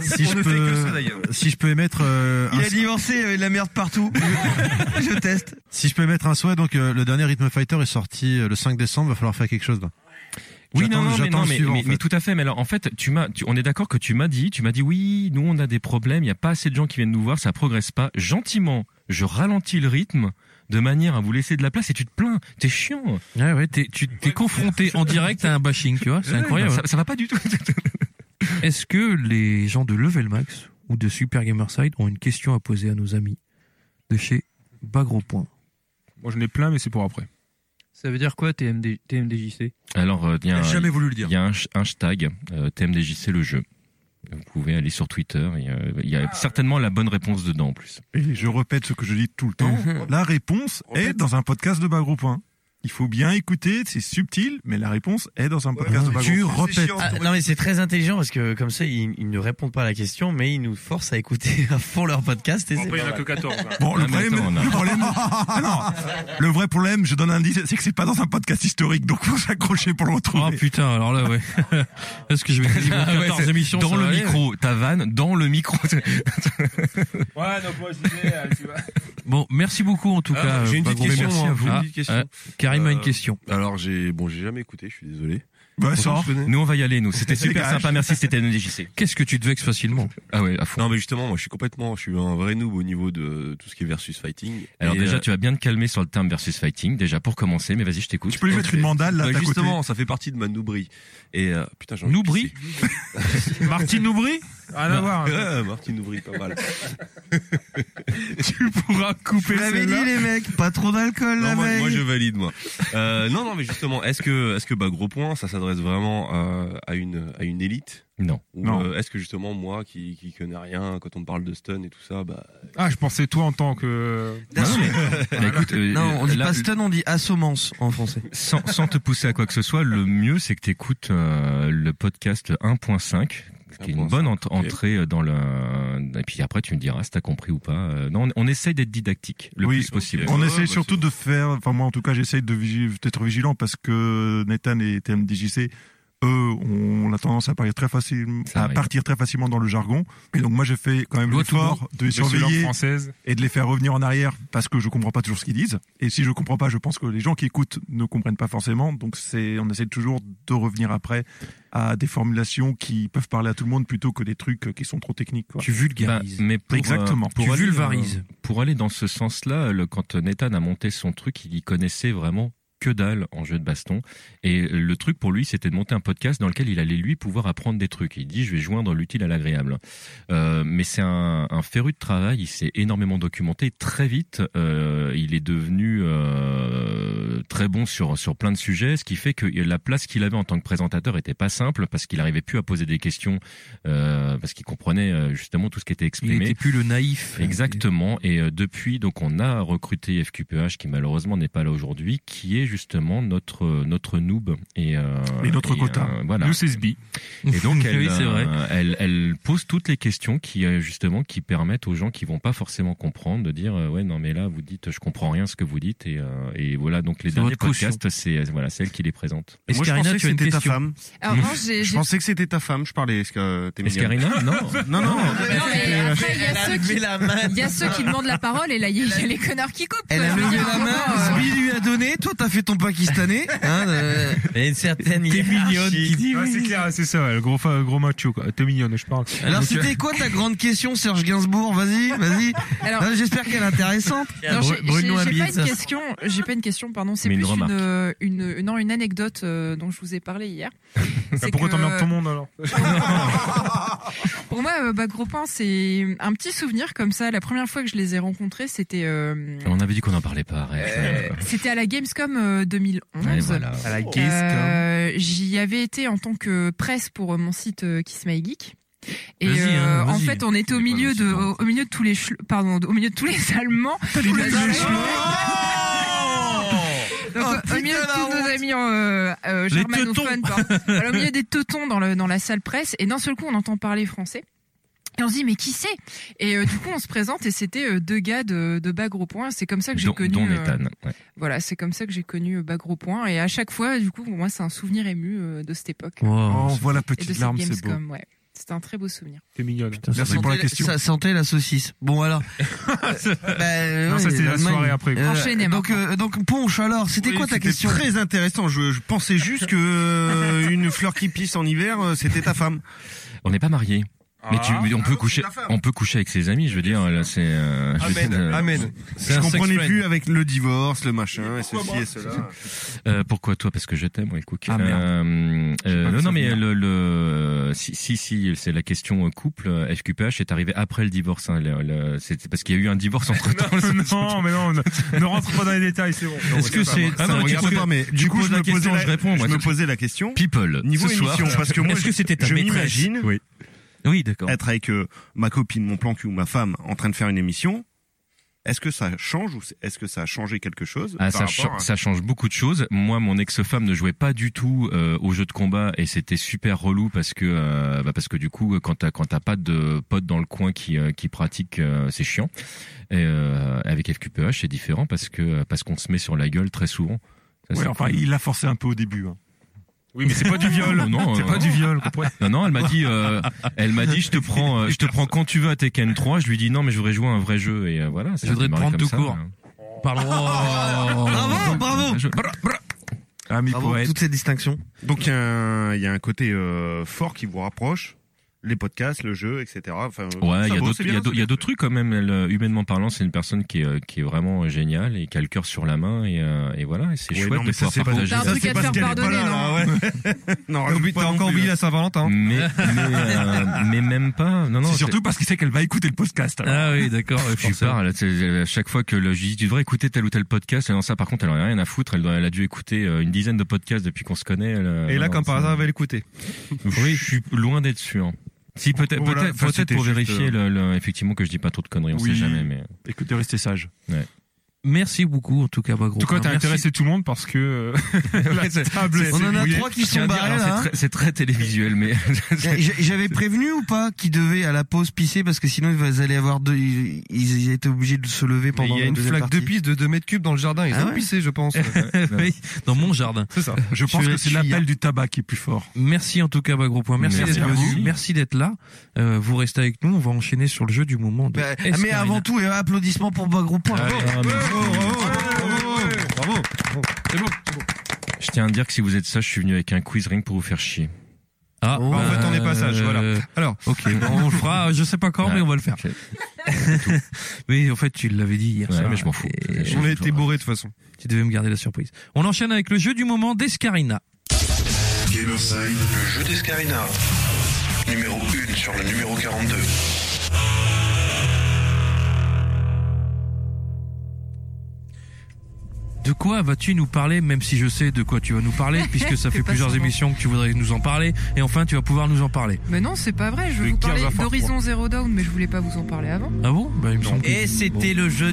Si je, peux, si je peux émettre euh,
Il
un
a divorcé, il y avait de la merde partout. Je teste.
si je peux émettre un souhait donc euh, le dernier Rhythm Fighter est sorti euh, le 5 décembre va falloir faire quelque chose là.
Oui,
J'attends-
non, non, mais,
j'attends
non,
le
mais,
suivant,
mais-
en fait.
mais tout à fait. Mais alors, en fait, tu m'as, tu- on est d'accord que tu m'as dit, tu m'as dit, oui, nous, on a des problèmes, il n'y a pas assez de gens qui viennent nous voir, ça progresse pas. Gentiment, je ralentis le rythme de manière à vous laisser de la place et tu te plains. T'es chiant.
Ouais, ouais, t'es, tu t'es confronté en direct à un bashing, tu vois. C'est
Ouais,
incroyable.
bah, ça- ça va pas du tout.
Est-ce que les gens de Level Max ou de Super Gamerside ont une question à poser à nos amis de chez Bagro Point
Moi, je l'ai plein, mais c'est pour après.
Ça veut dire quoi TMD, TMDJC
Alors, euh, il y a
Il a
un-
jamais voulu le dire.
Il y a un, sh- un hashtag, euh, TMDJC le jeu. Vous pouvez aller sur Twitter, et, euh, il y a certainement la bonne réponse dedans en plus.
Et je répète ce que je dis tout le temps. La réponse est dans un podcast de Bagro Point. Il faut bien écouter, c'est subtil, mais la réponse est dans un podcast de Bagro Point.
Ah, non mais c'est très intelligent parce que comme ça ils, ils ne répondent pas à la question mais ils nous forcent à écouter à fond leur podcast. Et c'est
après, il y en a
pas
que
mal.
14, hein. Bon, le Ah, mais problème- attends, on a- le problème- Ah Le vrai problème, je donne un indice, c'est que c'est pas dans un podcast historique, donc faut s'accrocher pour le retrouver.
Ah putain, alors là, ouais. Est-ce que je vais quasiment
Ah ouais,
14
c'est-
émissions
dans
ça va
le
aller,
micro, ta vanne dans le micro.
Ouais, donc moi, je disais,
hein,
tu vois.
Bon, merci beaucoup en tout
Ah,
cas.
j'ai une
Bagro
petite
Point.
question,
Euh, Merci
moi.
à vous.
J'ai une
Ah,
petite question.
ah, Karim a une
hein. Euh,
question.
Alors j'ai bon j'ai jamais écouté, je suis désolé.
Bah, sors. Nous, on va y aller, nous. C'était super
Dégage.
sympa. Merci, c'était NDJC.
Qu'est-ce que tu te vexes facilement
Ah ouais, à fond.
Non mais justement, moi je suis complètement, je suis un vrai noob au niveau de tout ce qui est versus fighting.
Alors
Et,
déjà,
euh,
tu vas bien te calmer sur le terme versus fighting, déjà pour commencer, mais vas-y, je t'écoute.
Ok. Bah, Justement, ça fait partie de ma noobrie. Et euh, putain, j'ai envie de
Noobrie
pisser.
Martine Noubry Rien Ah, à voir. hein.
Ouais, Martine Noubry, pas mal.
tu pourras couper
Vous l'avez dit, les mecs, pas trop d'alcool
Non,
la
moi,
veille.
moi, je valide moi. Euh, non non mais justement est-ce que est-ce que bah gros point ça s'adresse vraiment euh, à une à une élite
Non.
Ou,
Non.
euh, est-ce que justement moi qui qui connais rien quand on me parle de stun et tout ça bah
Ah, je pensais toi en tant que.
euh,
non, on dit pas stun, on dit assommance en français.
sans, sans te pousser à quoi que ce soit, le mieux c'est que tu écoutes le podcast 1.5 qui est une
1.5,
bonne ent-
ok.
entrée euh, dans le et puis après tu me diras si t'as compris ou pas Euh, non on, on essaie d'être didactique le plus possible
On essaie surtout de faire, enfin moi en tout cas j'essaie de vigi- d'être vigilant parce que Nathan et TMDJC, eux, ont la tendance à partir très facilement,
Ça
à
arrive.
partir très facilement dans le jargon. Et donc moi j'ai fait quand même
Loi
l'effort
tout bon.
de les
Laisse-leur
surveiller
française.
et de les faire revenir en arrière parce que je comprends pas toujours ce qu'ils disent. Et si je comprends pas, je pense que les gens qui écoutent ne comprennent pas forcément. Donc c'est, on essaie toujours de revenir après à des formulations qui peuvent parler à tout le monde plutôt que des trucs qui sont trop techniques. Quoi.
Bah, mais pour,
Exactement.
euh, pour aller, euh, pour aller dans ce sens-là, le- quand Nathan a monté son truc, il y connaissait vraiment que dalle en jeu de baston. Et euh, le truc pour lui, c'était de monter un podcast dans lequel il allait lui pouvoir apprendre des trucs. Il dit, je vais joindre l'utile à l'agréable. Euh, mais c'est un, un féru de travail, il s'est énormément documenté. Très vite, euh, il est devenu euh, très bon sur, sur plein de sujets, ce qui fait que la place qu'il avait en tant que présentateur était pas simple parce qu'il arrivait plus à poser des questions, euh, parce qu'il comprenait euh, justement tout ce qui était exprimé.
Il n'était plus le naïf.
Exactement. Et euh, depuis, donc, on a recruté FQPH qui malheureusement n'est pas là aujourd'hui, qui est justement notre euh, notre noob et, euh,
Et notre quota.
voilà.
Nous, c'est Sbi.
Et donc, elle,
Oui, c'est vrai.
euh, elle, elle pose toutes les questions qui euh, justement qui permettent aux gens qui vont pas forcément comprendre de dire euh, ouais non mais là vous dites je comprends rien ce que vous dites et, euh, et voilà donc les
C'est
derniers
votre caution.
podcasts c'est euh, voilà celle qui les présente.
Moi, je pensais que c'était ta femme.
Alors, non, j'ai-
Je
j'ai-
pensais que c'était ta femme, je parlais. Est-ce que euh, t'es
Escarina
Non,
Non.
euh, non.
Non, mais après, il y a
Elle a
ceux
levé
qui-
la main.
il y a ceux qui demandent la parole et là, il y a- il y a les connards qui coupent.
Elle
quoi.
a
Je veux
levé
dire,
la
vraiment,
main,
euh,
Sbi lui a donné, toi t'as fait ton pakistanais. Hein, euh,
Mais une certaine
T'es mignonne,
hiérarchie.
Ah, c'est clair, c'est ça, le gros, fa- gros macho, quoi. T'es mignonne, je parle.
Alors
Donc, euh,
c'était quoi ta grande question, Serge Gainsbourg Vas-y, vas-y.
Alors-
Non, J'espère qu'elle est intéressante.
Non, j'ai- j'ai- j'ai pas une question. J'ai pas une question. Pardon, c'est
Mais
plus
une
une,
remarque.
ah,
euh, une, non, une anecdote euh, dont je vous ai parlé hier. C'est
Pourquoi
que-
t'emmerdes tout le monde alors
Pour moi, euh, Bac Gropin, c'est un petit souvenir comme ça. La première fois que je les ai rencontrés, c'était euh,
On avait dit qu'on n'en parlait pas, arrête.
Eh,
c'était à la Gamescom euh, 2011.
Ouais, voilà. À la Gamescom.
Euh, J'y avais été en tant que presse pour euh, mon site euh, Kiss My Geek. Et
Vas-y, hein,
euh, en
vas-y.
fait, on était au milieu de au, au milieu de tous les chle- pardon, au milieu de tous les Allemands. Parce- Donc,
Oh,
au- au milieu de
putain,
tous
la
nos
honte.
amis euh, euh,
Les
germanophones, pardon. Voilà, au milieu des teutons dans, le, dans la salle presse, et d'un seul coup, on entend parler français. Et on se dit, mais qui c'est Et euh, du coup, on se présente, et c'était euh, deux gars de, de Bagro Point. C'est comme ça que j'ai
Dont-
connu.
dont
euh,
Nathan, ouais.
Voilà, c'est comme ça que j'ai connu euh, Bagro Point. Et à chaque fois, du coup, pour moi, c'est un souvenir ému euh, de cette époque.
Wow. Oh,
Et de
voilà,
cette
petite larme, c'est beau.
Gamescom, ouais. C'était un très beau souvenir.
T'es mignonne.
Merci pour la question.
Ça sentait la saucisse. Bon alors.
Non, ça, c'est la soirée après, quoi. Enchaînez,
donc, euh, donc Ponche alors, c'était
Oui,
quoi ta question
Très intéressant. Je, je pensais juste que euh, une fleur qui pisse en hiver, euh, c'était ta femme.
On n'est pas mariés. Mais tu, mais on peut coucher,
Ah. c'est la femme.
on peut coucher avec ses amis, je veux dire, là, c'est, euh, je veux
Amen,
dire, euh,
amen.
c'est
Je
un sex
comprenais
friend.
plus avec le divorce, le machin, et ceci et cela.
Euh, pourquoi toi Parce que je t'aime, ouais, Cook.
Ah, merde.
Euh, euh,
pas de
non, non, mais
souvenir.
le, le- si, si, si, c'est la question euh, couple. euh, FQPH est arrivé après le divorce. hein, le- le- c'est c'est parce qu'il y a eu un divorce entre temps.
Non, mais non, ne, ne rentre pas dans les détails, c'est bon.
Est-ce que c'est-
Ah,
Ah, non,
non,
tu
regarde
peux
pas,
pas,
mais
du coup, je me posais la- je me
posais la question.
People.
Niveau
ce soir.
émission, parce que moi,
Est-ce que c'était ta
je
maîtresse
m'imagine
Oui. Oui, d'accord.
être avec euh, ma copine, mon plan cul ou ma femme en train de faire une émission. Est-ce que ça change ou est-ce que ça a changé quelque chose
Ah,
par
ça,
rapport
cha-
à-
ça change beaucoup de choses. Moi, mon ex-femme ne jouait pas du tout euh, aux jeux de combat et c'était super relou parce que euh, bah, parce que du coup, quand t'as quand t'as pas de potes dans le coin qui euh, qui pratiquent, euh, c'est chiant. Et euh, avec FQPH, c'est différent parce que parce qu'on se met sur la gueule très souvent. Ça,
Ouais,
c'est
enfin,
cool.
il l'a forcé un peu au début. hein.
Oui, mais c'est pas du viol. Non,
C'est pas du
viol. Non, non, elle m'a dit, euh, elle m'a dit, je te prends, euh, je te prends quand tu veux à Tekken 3. Je lui dis non, mais je voudrais jouer à un vrai jeu et euh, voilà. ça
Je voudrais
a
te
démarré
prendre
comme
tout
ça,
court.
hein.
Ah, Bravo, bravo.
Ami
Bravo,
poète.
toutes ces distinctions. Donc il y, a un- il y a un côté euh, fort qui vous rapproche, les podcasts, le jeu, etc. Enfin, euh,
Ouais,
ça
il y a
vaut,
d'autres-
c'est
il y a
bien,
d'autres- il y a d'autres trucs quand même. Elle, euh, humainement parlant, c'est une personne qui est, euh, qui est vraiment euh, géniale et qui a le cœur sur la main et, euh, et voilà. Et c'est
Ouais,
chouette
non, mais
de
ça,
pouvoir
c'est pas-
partager.
T'as un
ça.
truc à te faire
parce qu'elle est pas
pardonner,
là,
non
là, ouais.
Non,
rajoute
oublié-
pas
T'as
non
encore
plus, hein.
oublié
là.
la Saint-Valentin.
Mais, mais, euh, mais même pas. Non, non.
C'est surtout parce qu'il sait qu'elle va écouter le podcast. alors.
Ah oui, d'accord. Je parle. tu sais, À chaque fois que le- je dis, tu devrais écouter tel ou tel podcast, et non, ça, par contre, elle en a rien à foutre. Elle, doit- elle a dû écouter euh, une dizaine de podcasts depuis qu'on se connaît. elle, euh,
Et là,
non,
comme par
ça-
hasard, elle va l'écouter.
Oui, je suis loin d'être sûr. Si peut-être,
Voilà,
peut-être,
enfin,
peut-être
c'était
pour
juste,
vérifier
euh,
le, le- effectivement que je dis pas trop de conneries. On
Oui.
sait jamais, mais. euh.
Écoutez, restez sage.
Ouais.
Merci beaucoup, en tout cas, Bagro.
En tout cas, t'as
bah, Merci.
intéressé tout le monde parce que euh, la table,
On
c'est
en a
mouillé.
trois qui
Je tiens à
sont
dire,
barrés,
alors,
là,
c'est
hein.
très- C'est très télévisuel, mais.
J- J'avais prévenu ou pas qu'ils devaient à la pause pisser parce que sinon ils allaient avoir deux, ils, ils étaient obligés de se lever pendant
Il y a
la
une
deuxième
flaque de
partie.
pisse de 2 mètres cubes dans le jardin. Ils
Ah
ont
ouais
pissé, je pense.
Oui, dans mon jardin.
C'est ça.
Je pense que c'est l'appel du tabac qui est plus fort.
Merci en tout cas, Bagro Point. Merci,
Merci
d'être
à vous.
venu. Merci d'être là. Euh, vous restez avec nous. On va enchaîner sur le jeu du moment. De
ah,
Bah, mais avant tout, euh, applaudissements pour Bagro Point.
Ouais,
Bravo.
ouais,
Bravo.
C'est bon.
Je tiens à dire que si vous êtes sage, je suis venu avec un quiz ring pour vous faire chier.
Ah,
en fait, on est pas sage,
euh,
voilà. Alors.
ok, bah, on le fera. Je sais pas quand, mais on va le faire. Mais en fait, tu l'avais dit hier
Ouais,
soir.
mais je m'en fous.
Et-
On a été bourrés de toute façon.
Tu devais me garder la surprise. On enchaîne avec le jeu du moment d'Escarina.
Gamerside, le jeu d'Escarina. Numéro 1 sur le numéro 42.
De quoi vas-tu nous parler, même si je sais de quoi tu vas nous parler, puisque ça
Fais
fait
pas
plusieurs
semblant.
émissions que tu voudrais nous en parler, et enfin tu vas pouvoir nous en parler.
Mais non, c'est pas vrai. Je vais
Le
vous parler
15 à Fort
d'Horizon Zero Dawn, mais je voulais pas vous en parler avant.
Ah bon Bah, il me semble que-
Et c'était le jeu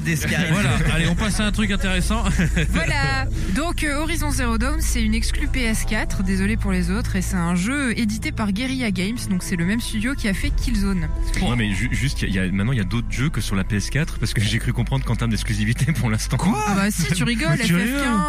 d'Escarina.
Voilà, allez, on passe à un truc intéressant.
Voilà. Donc euh, Horizon Zero Dawn, c'est une exclue PS4. Désolé pour les autres, et c'est un jeu édité par Guerrilla Games. Donc c'est le même studio qui a fait Killzone.
Ouais, mais ju- juste, il y a- maintenant, il y a d'autres jeux que sur la PS4 parce que j'ai cru comprendre qu'en termes d'exclusivité pour l'instant. Quoi
Ah bah si, tu rigoles, FF15.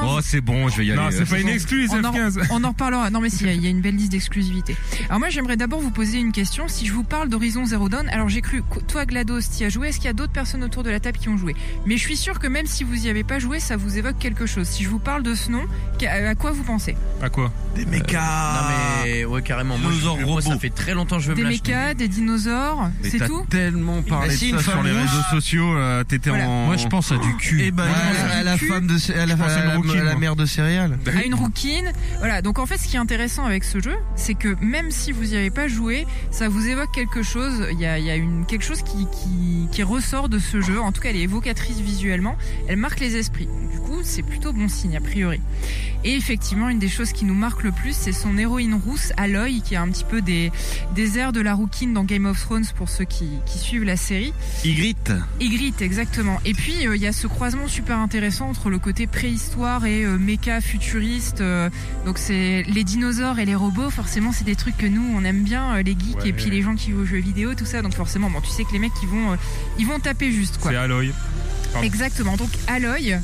Oh, c'est bon, je vais y aller.
Non, c'est pas une exclue,
On en,
F15.
on en reparlera. Non, mais si, il y a une belle liste d'exclusivité. Alors, moi, j'aimerais d'abord vous poser une question. Si je vous parle d'Horizon Zero Dawn, alors j'ai cru, co- toi, GLaDOS, t'y as joué. Est-ce qu'il y a d'autres personnes autour de la table qui ont joué Mais je suis sûr que même si vous y avez pas joué, ça vous évoque quelque chose. Si je vous parle de ce nom, qu'à- à quoi vous pensez
À quoi
Des
Euh,
mechas.
Non mais ouais carrément. Moi, je-
Dinosaures
moi, ça fait très longtemps que je veux
Des
me l'acheter.
mechas, des dinosaures,
Mais
c'est
t'as
tout
tellement
On parlait de ça sur les réseaux sociaux, euh, t'étais en.
Moi, je pense
à du cul.
Et bah, Eh ben, à la femme de, à la,
Je pense à une
la-
rouquine,
la
moi.
mère de céréales.
à une rouquine. Voilà, donc en fait, ce qui est intéressant avec ce jeu, c'est que même si vous n'y avez pas joué, ça vous évoque quelque chose. Il y a, il y a une, quelque chose qui, qui, qui ressort de ce jeu. En tout cas, elle est évocatrice visuellement. Elle marque les esprits. Donc, Du coup, c'est plutôt bon signe, a priori. Et effectivement, une des choses qui nous marque le plus, c'est son héroïne rousse, Aloy, qui a un petit peu des, des airs de la rouquine dans Game of Thrones pour ceux qui, qui suivent la série.
Ygritte.
Ygritte, exactement. Et puis, euh, il y a ce croisement super intéressant entre le côté préhistoire et euh, méca futuriste. euh, donc, c'est les dinosaures et les robots, forcément, c'est des trucs que nous, on aime bien, euh, les geeks,
Ouais.
et puis les gens qui jouent aux jeux vidéo, tout ça. Donc, forcément, bon, tu sais que les mecs, ils vont, euh, ils vont taper juste, quoi.
C'est Aloy. Pardon.
Exactement. Donc, Aloy.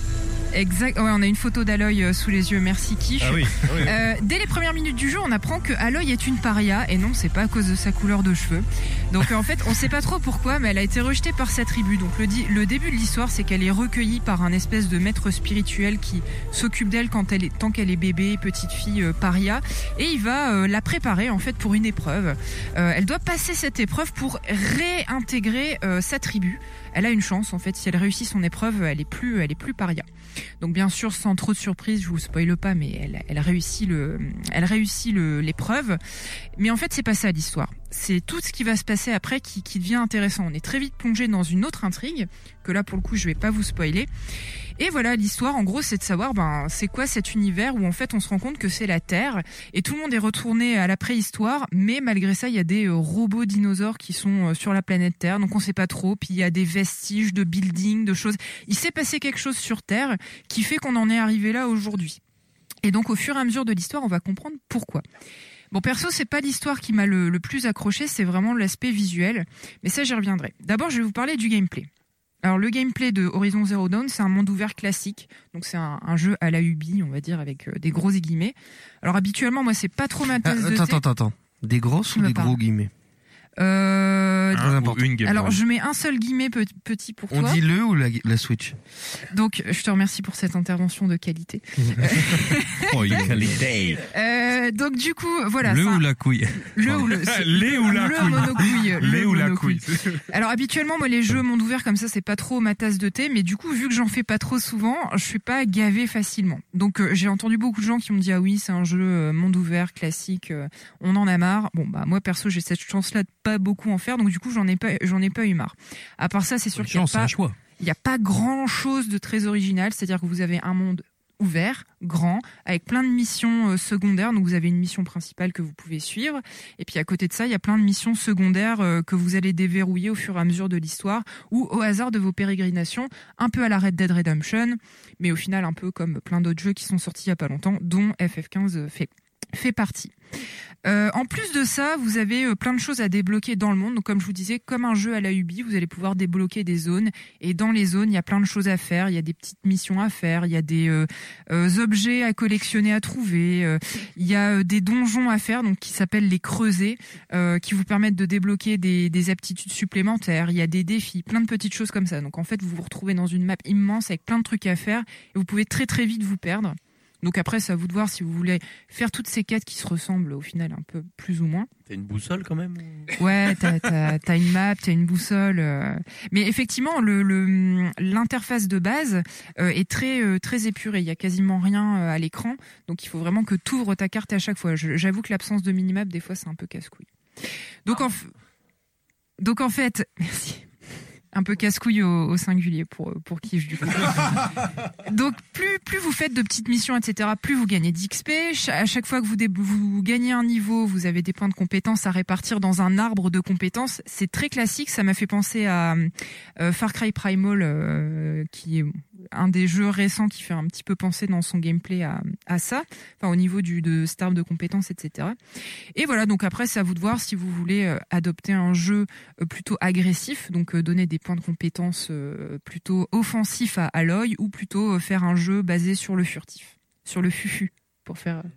Exact. Ouais, on a une photo d'Aloy euh, sous les yeux. Merci Kish.
Ah oui, ah oui.
Euh, dès les premières minutes du jeu, on apprend que Aloy est une paria et non, c'est pas à cause de sa couleur de cheveux. Donc euh, en fait, on sait pas trop pourquoi, mais elle a été rejetée par sa tribu. Donc le, di- le début de l'histoire, c'est qu'elle est recueillie par un espèce de maître spirituel qui s'occupe d'elle quand elle est tant qu'elle est bébé, petite fille euh, paria, et il va euh, la préparer en fait pour une épreuve. Euh, elle doit passer cette épreuve pour réintégrer euh, sa tribu. Elle a une chance en fait. Si elle réussit son épreuve, elle est plus, elle est plus paria. Donc bien sûr, sans trop de surprise, je vous spoile pas, mais elle, elle réussit le, elle réussit le- l'épreuve. Mais en fait, c'est pas ça l'histoire. C'est tout ce qui va se passer après qui, qui devient intéressant. On est très vite plongé dans une autre intrigue que là, pour le coup, je vais pas vous spoiler. Et voilà, l'histoire, en gros, c'est de savoir, ben, c'est quoi cet univers où en fait, on se rend compte que c'est la Terre et tout le monde est retourné à la préhistoire. Mais malgré ça, il y a des euh, robots dinosaures qui sont euh, sur la planète Terre, donc on sait pas trop. Puis il y a des vestiges de buildings, de choses. Il s'est passé quelque chose sur Terre qui fait qu'on en est arrivé là aujourd'hui. Et donc au fur et à mesure de l'histoire, on va comprendre pourquoi. Bon, perso, c'est pas l'histoire qui m'a le, le plus accroché, c'est vraiment l'aspect visuel. Mais ça, j'y reviendrai. D'abord, je vais vous parler du gameplay. Alors, le gameplay de Horizon Zero Dawn, c'est un monde ouvert classique. Donc, c'est un, un jeu à la Ubi, on va dire, avec euh, des gros guillemets. Alors, habituellement, moi, c'est pas trop ma
Ah,
tasse de
attends,
thé.
attends, attends. Des grosses ou
Bah,
des
pardon.
gros guillemets
Euh,
Très important.
Alors, je mets un seul guillemet pe- petit pour
On
toi.
dit le ou la, la Switch
Donc, je te remercie pour cette intervention de qualité.
Oh, il
Euh, donc, du coup, voilà.
le
c'est un-
ou la couille
Le ou le. c'est-
Les ou la
le
couille.
monocouille,
Les
le
ou la
monocouille. Alors habituellement, moi, les jeux monde ouvert comme ça, c'est pas trop ma tasse de thé. Mais du coup, vu que j'en fais pas trop souvent, je suis pas gavé facilement. Donc euh, j'ai entendu beaucoup de gens qui m'ont dit ah oui, c'est un jeu euh, monde ouvert classique, euh, on en a marre. Bon bah moi perso, j'ai cette chance-là de pas beaucoup en faire, donc du coup j'en ai pas, j'en ai pas eu marre. À part ça, c'est sûr
Une
qu'il y a
chance, c'est
pas-
un choix.
il n'y a pas grand chose de très original, c'est-à-dire que vous avez un monde ouvert, grand, avec plein de missions euh, secondaires. Donc vous avez une mission principale que vous pouvez suivre, et puis à côté de ça, il y a plein de missions secondaires euh, que vous allez déverrouiller au fur et à mesure de l'histoire ou au hasard de vos pérégrinations, un peu à la Red Dead Redemption, mais au final un peu comme plein d'autres jeux qui sont sortis il y a pas longtemps, dont FF15 euh, fait fait partie. Euh, en plus de ça, vous avez euh, plein de choses à débloquer dans le monde. Donc, comme je vous disais, comme un jeu à la Ubi, vous allez pouvoir débloquer des zones. Et dans les zones, il y a plein de choses à faire. Il y a des petites missions à faire. Il y a des euh, euh, objets à collectionner, à trouver. euh, il y a euh, des donjons à faire, donc qui s'appellent les creusets, euh, qui vous permettent de débloquer des, des aptitudes supplémentaires. Il y a des défis, plein de petites choses comme ça. Donc, en fait, vous vous retrouvez dans une map immense avec plein de trucs à faire. Et vous pouvez très très vite vous perdre. Donc après, c'est à vous de voir si vous voulez faire toutes ces quêtes qui se ressemblent au final un peu plus ou moins.
T'as une boussole quand même
Ouais, t'as, t'as- t'as une map, t'as une boussole. euh. Mais effectivement, le, le- l'interface de base euh, est très, euh, très épurée. Il y a quasiment rien euh, à l'écran. Donc il faut vraiment que tu ouvres ta carte à chaque fois. Je- j'avoue que l'absence de minimap, des fois, c'est un peu casse-couille. Donc, en, f- donc en fait, merci. Un peu casse-couille au, au singulier pour, pour Kif, du coup. Donc plus plus vous faites de petites missions, etc., plus vous gagnez d'XP. Cha- À chaque fois que vous, dé- vous gagnez un niveau, vous avez des points de compétences à répartir dans un arbre de compétences. C'est très classique. Ça m'a fait penser à euh, Far Cry Primal, euh, qui est un des jeux récents qui fait un petit peu penser dans son gameplay à, à ça, enfin au niveau du de cet arbre de compétences, etc. Et voilà. Donc après, c'est à vous de voir si vous voulez euh, adopter un jeu euh, plutôt agressif, donc euh, donner des points de compétences euh, plutôt offensifs à Aloy ou plutôt euh, faire un jeu basé sur le furtif, sur le fufu, pour faire euh,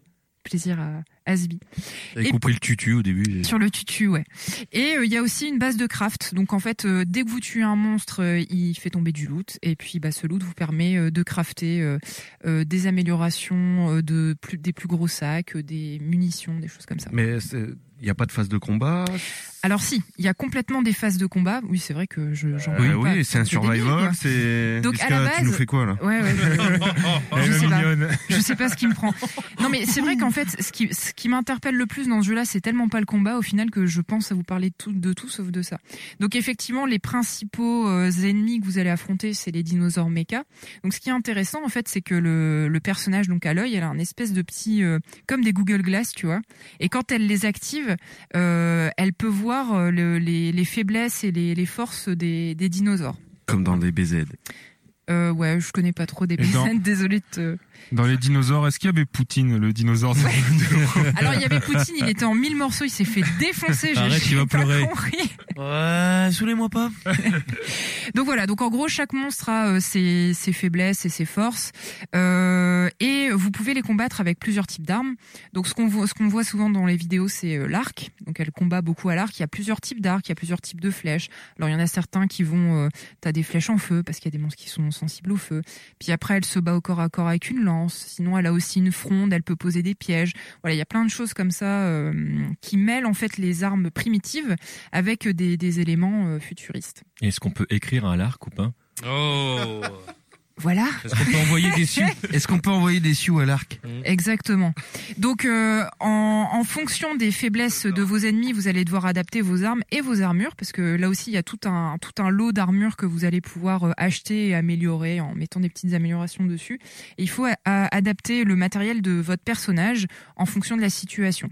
plaisir à Asbi.
J'avais
Et
compris le tutu au
Mm.
début.
sur le tutu, ouais. Et euh, il y a aussi une base de craft. Donc en fait, euh, dès que vous tuez un monstre, euh, il fait tomber du loot. Et puis bah, ce loot vous permet euh, de crafter euh, euh, des améliorations, euh, de plus, des plus gros sacs, euh, des munitions, des choses comme ça.
Mais il n'y a pas de phase de combat
Alors si, il y a complètement des phases de combat. Oui, c'est vrai que je
Euh,
j'en
Bah oui,
parle pas.
oui, c'est un
débile, quoi.
survival, c'est.
Donc, à
Niska,
la base-
tu nous fais quoi là
Ouais, ouais.
Elle
je
est
sais pas.
mignonne.
Je sais pas ce qui me prend. Non, mais c'est vrai qu'en fait, ce qui, ce qui m'interpelle le plus dans ce jeu-là, c'est tellement pas le combat au final que je pense à vous parler tout, de tout sauf de ça. Donc, effectivement, les principaux euh, ennemis que vous allez affronter, c'est les dinosaures méca. Donc, ce qui est intéressant, en fait, c'est que le, le personnage, donc à l'œil, elle a un espèce de petit. euh, comme des Google Glass, tu vois. Et quand elle les active, euh, elle peut voir euh, le- les, les faiblesses et les, les forces des, des dinosaures.
Comme dans les BZ.
Euh, ouais, je connais pas trop des
Et dans-
personnes, désolé de te...
Dans les dinosaures, est-ce qu'il y avait Poutine, le dinosaure de-
Alors il y avait Poutine, il était en mille morceaux, il s'est fait défoncer. j'ai-
Arrête,
j'ai
il va
pas
pleurer.
compris.
Ouais, saoulez-moi pas.
Donc voilà, donc en gros chaque monstre a euh, ses, ses faiblesses et ses forces, Euh, et vous pouvez les combattre avec plusieurs types d'armes. Donc ce qu'on voit, ce qu'on voit souvent dans les vidéos, c'est euh, l'arc. Donc elle combat beaucoup à l'arc. Il y a plusieurs types d'arc, il y a plusieurs types de flèches. Alors il y en a certains qui vont, euh, t'as des flèches en feu parce qu'il y a des monstres qui sont sensibles au feu. Puis après elle se bat au corps à corps avec une lance. Sinon elle a aussi une fronde, elle peut poser des pièges. Voilà, il y a plein de choses comme ça euh, qui mêlent en fait les armes primitives avec euh, des, des éléments euh, futuristes.
Est-ce qu'on peut écrire à l'arc ou pas
Oh
Voilà.
Est-ce qu'on peut envoyer des sioux
Est-ce qu'on peut envoyer des sioux à l'arc
Exactement. Donc, euh, en, en fonction des faiblesses de vos ennemis, vous allez devoir adapter vos armes et vos armures, parce que là aussi, il y a tout un, tout un lot d'armures que vous allez pouvoir euh, acheter et améliorer en mettant des petites améliorations dessus. Et il faut a- a- adapter le matériel de votre personnage en fonction de la situation.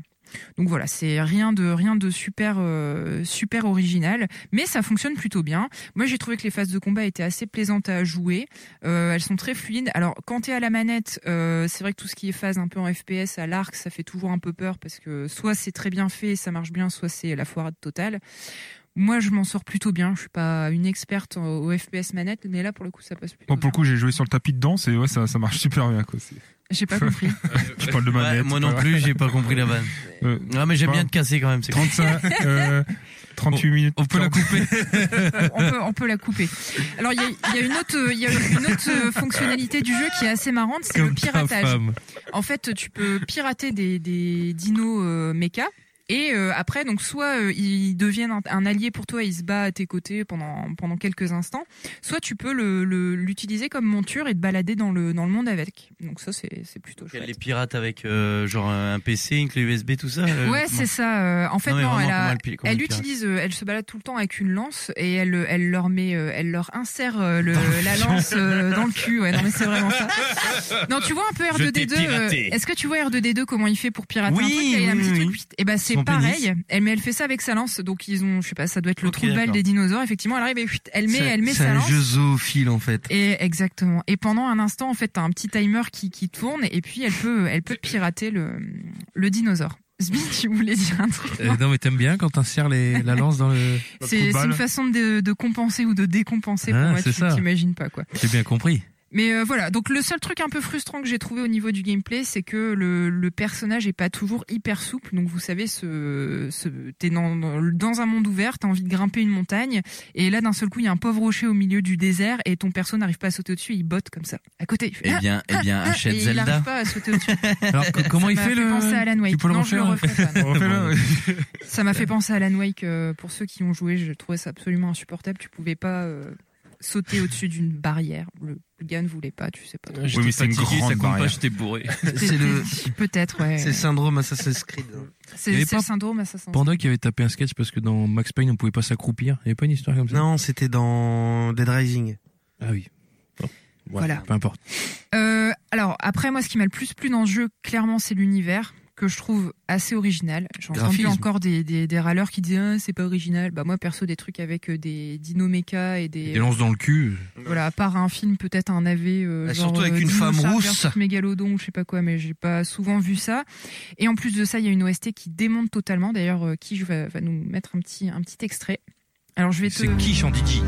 Donc voilà, c'est rien de rien de super euh, super original, mais ça fonctionne plutôt bien. Moi, j'ai trouvé que les phases de combat étaient assez plaisantes à jouer. Euh, elles sont très fluides. Alors, quand t'es à la manette, euh, c'est vrai que tout ce qui est phase un peu en FPS à l'arc, ça fait toujours un peu peur parce que soit c'est très bien fait et ça marche bien, soit c'est la foirade totale. Moi, je m'en sors plutôt bien. Je suis pas une experte au au FPS manette, mais là, pour le coup, ça passe plutôt
Moi, pour le coup, j'ai joué sur le tapis de danse et ouais, ça, ça marche super bien. Quoi. C'est-
J'ai pas compris.
Je parle de
Ouais,
manette.
moi non plus, j'ai pas compris la vanne.
Euh,
Non, mais j'aime
enfin,
bien te casser quand même. c'est
35, euh, 38 minutes. On peut la couper.
on peut, on peut la couper. Alors il y a, il y a une autre, euh, il y a une autre euh, fonctionnalité du jeu qui est assez marrante, c'est le
Comme ta
piratage.
femme.
En fait, tu peux pirater des, des dinos euh, méca. Et euh, après, donc soit euh, ils deviennent un, un allié pour toi, et ils se battent à tes côtés pendant pendant quelques instants, soit tu peux le- le- l'utiliser comme monture et te balader dans le dans le monde avec. Donc ça c'est c'est plutôt chouette.
Les pirates avec euh, genre un PC, une clé USB, tout ça. euh,
Ouais,
comment-
c'est ça. euh, en fait,
Non,
non,
mais vraiment,
elle, a-
comment elle pi- comment
elle
elle pirate
utilise, euh, elle se balade tout le temps avec une lance et elle, euh, elle leur met, euh, elle leur insère euh, le, la lance euh, dans le cul. Ouais, non, mais c'est vraiment ça. Non, tu vois un peu
Je t'ai
R2D2. euh,
piraté.
Est-ce que tu vois R2D2 comment il fait pour pirater
Oui,
un truc Il a un
oui,
petit
oui,
truc.
oui.
Et ben c'est
Son
pareil.
pénis.
Elle, mais elle fait ça avec sa lance. Donc ils ont, je sais pas, ça doit être le
Ok,
trou de balle
d'accord.
des dinosaures. Effectivement, elle arrive et chut, elle met,
C'est-
elle met
C'est
sa
un
lance.
jeu zoophile en fait.
Et exactement. Et pendant un instant, en fait, t'as un petit timer qui, qui tourne et puis elle peut, elle peut pirater le, le dinosaure. Sbi, tu voulais dire un truc
Eh,
non
Non, mais t'aimes bien quand t'insères les- la lance dans le.
C'est c'est une façon de, de compenser ou de décompenser pour
Euh, Ah,
moi,
c'est
tu
ça.
t'imagines pas quoi.
J'ai bien compris.
Mais euh, voilà, donc le seul truc un peu frustrant que j'ai trouvé au niveau du gameplay, c'est que le, le personnage est pas toujours hyper souple. Donc vous savez, ce, ce, t'es dans, dans un monde ouvert, t'as envie de grimper une montagne, et là d'un seul coup il y a un pauvre rocher au milieu du désert, et ton perso n'arrive pas à sauter au-dessus, il botte comme ça, à côté. Il fait,
Eh
Ah,
bien- eh
ah,
bien,
ah,
achète
et
Zelda.
Il n'arrive pas à sauter au-dessus.
Alors, co- comment
Ça
il
m'a
fait le.
penser à Alan Wake.
Tu peux le
Non, je
hein.
refaire
le referai pas, non.
Refais-le.
Ça m'a fait penser à Alan Wake. euh, pour ceux qui ont joué, je trouvais ça absolument insupportable. Tu pouvais pas euh, sauter au-dessus d'une barrière. Le le gars ne voulait pas, tu sais pas. trop.
Oui, mais c'est une
fatigué,
grande
ça compte pas,
barrière.
j'étais bourré.
C'est le-
Peut-être, ouais.
C'est le syndrome Assassin's Creed.
Il y
C'est
avait
c'est
pas
le syndrome Assassin's Creed.
Panda qui avait tapé un sketch parce que dans Max Payne on pouvait pas s'accroupir. Il y avait pas une histoire comme ça.
Non, c'était dans Dead Rising.
Ah oui. Bon,
Voilà.
Peu
Bah
importe.
Euh, alors, après, moi, ce qui m'a le plus plu dans le jeu, clairement, c'est l'univers que je trouve assez original. J'ai entendu
Graphisme.
encore des, des, des râleurs qui disaient Ah, c'est pas original. Bah moi perso des trucs avec euh, des dinomécas et des,
Des lances dans le cul.
Voilà, à part un film, peut-être un AV. euh,
Ah,
genre,
surtout avec
euh,
une femme
Dinosaure
rousse.
versus Mégalodon, ou je sais pas quoi, mais j'ai pas souvent vu ça. Et en plus de ça, il y a une OST qui démonte totalement. D'ailleurs, euh, Kish va, va nous mettre un petit, un petit extrait. Alors, je vais te.
C'est Kish en Didi.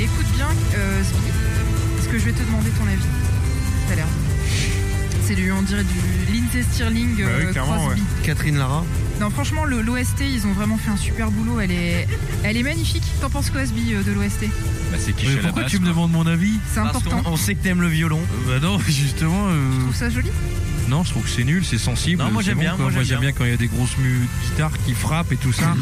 Écoute bien, euh, Spi- parce que je vais te demander ton avis tout
Bah
à l'heure. C'est du, on dirait du Lindsay Stirling, euh, Crosby.
Catherine Lara.
Non, franchement, le- l'OST, ils ont vraiment fait un super boulot. Elle est, elle est magnifique. T'en penses quoi, Sbi, euh, de l'OST
Bah, c'est qui
Mais
chez la
pourquoi
base,
tu me
quoi.
demandes mon avis
C'est important.
On sait que t'aimes le violon. bah non, justement. euh,
Je trouve ça joli.
Non, je trouve que c'est nul, c'est sensible.
Non, moi,
c'est
j'aime
bon,
bien,
quoi.
moi,
Moi
j'aime
j'aime bien quand il y a des grosses mu- guitares qui frappent et tout ça.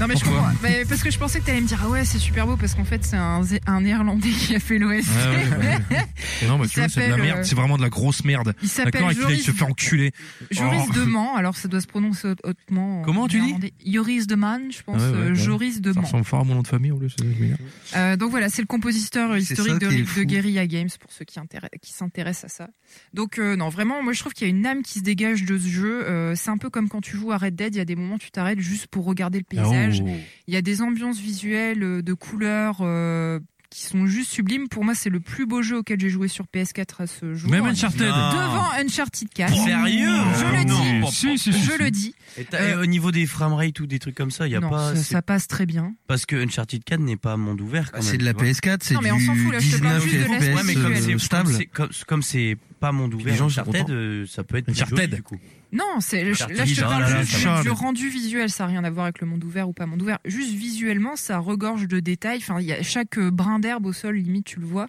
Non, mais je
Pourquoi
comprends. Mais parce que je pensais que t'allais me dire, ah ouais, c'est super beau, parce qu'en fait, c'est un, Zé- un néerlandais qui a fait l'OST.
Ouais, ouais, non, mais
Il
tu vois, c'est de la
s'appelle,
merde,
euh,
c'est vraiment de la grosse merde.
il s'appelle
D'accord, et qu'il aille
Joris-
se fait enculer.
Joris
Oh.
de Man, alors ça doit se prononcer haut- hautement. en
Comment tu dis
néerlandais. Joris de Man, je pense.
Ah ouais, ouais,
euh,
ouais.
Joris de
Ça
Man.
ressemble fort à mon nom de famille, en plus. c'est meilleur.
Euh, donc voilà, c'est le compositeur euh,
C'est ça
historique de,
qui est
de
fou.
Guerrilla Games pour ceux qui, intér- qui s'intéressent à ça. Donc euh, non, vraiment, moi je trouve qu'il y a une âme qui se dégage de ce jeu. Euh, c'est un peu comme quand tu joues à Red Dead, il y a des moments où tu t'arrêtes juste pour regarder le paysage.
Oh.
Il y a des ambiances visuelles, euh, de couleurs. euh, qui sont juste sublimes. Pour moi, c'est le plus beau jeu auquel j'ai joué sur PS4 à ce jour.
Même Uncharted. Non.
Devant Uncharted
Hein
4.
Sérieux
Je le dis.
Non.
Si, si, si,
je
si.
le dis. Euh,
Et t'as- et au niveau des framerate ou des trucs comme ça, il y a
non,
pas.
ça,
c'est-
ça passe très bien.
Parce que Uncharted 4 n'est pas un monde ouvert quand
Ah,
même.
c'est de la
tu vois.
PS4, c'est Non, mais on du s'en fout, là, je te parle 19 juste de euh, l'aspect
Ouais, mais comme
visuel.
c'est- comme
stable.
c'est- Comme comme c'est pas monde ouvert,
les gens sont
Uncharted,
contents.
euh, ça peut être. plus
Uncharted.
joli, du coup.
Non, c'est je- là je te
Uncharted.
parle
Ah là là,
juste
ça
du, du
va.
rendu visuel, ça n'a rien à voir avec le monde ouvert ou pas monde ouvert. Juste visuellement, ça regorge de détails. Enfin, il y a chaque euh, brin d'herbe au sol, limite tu le vois.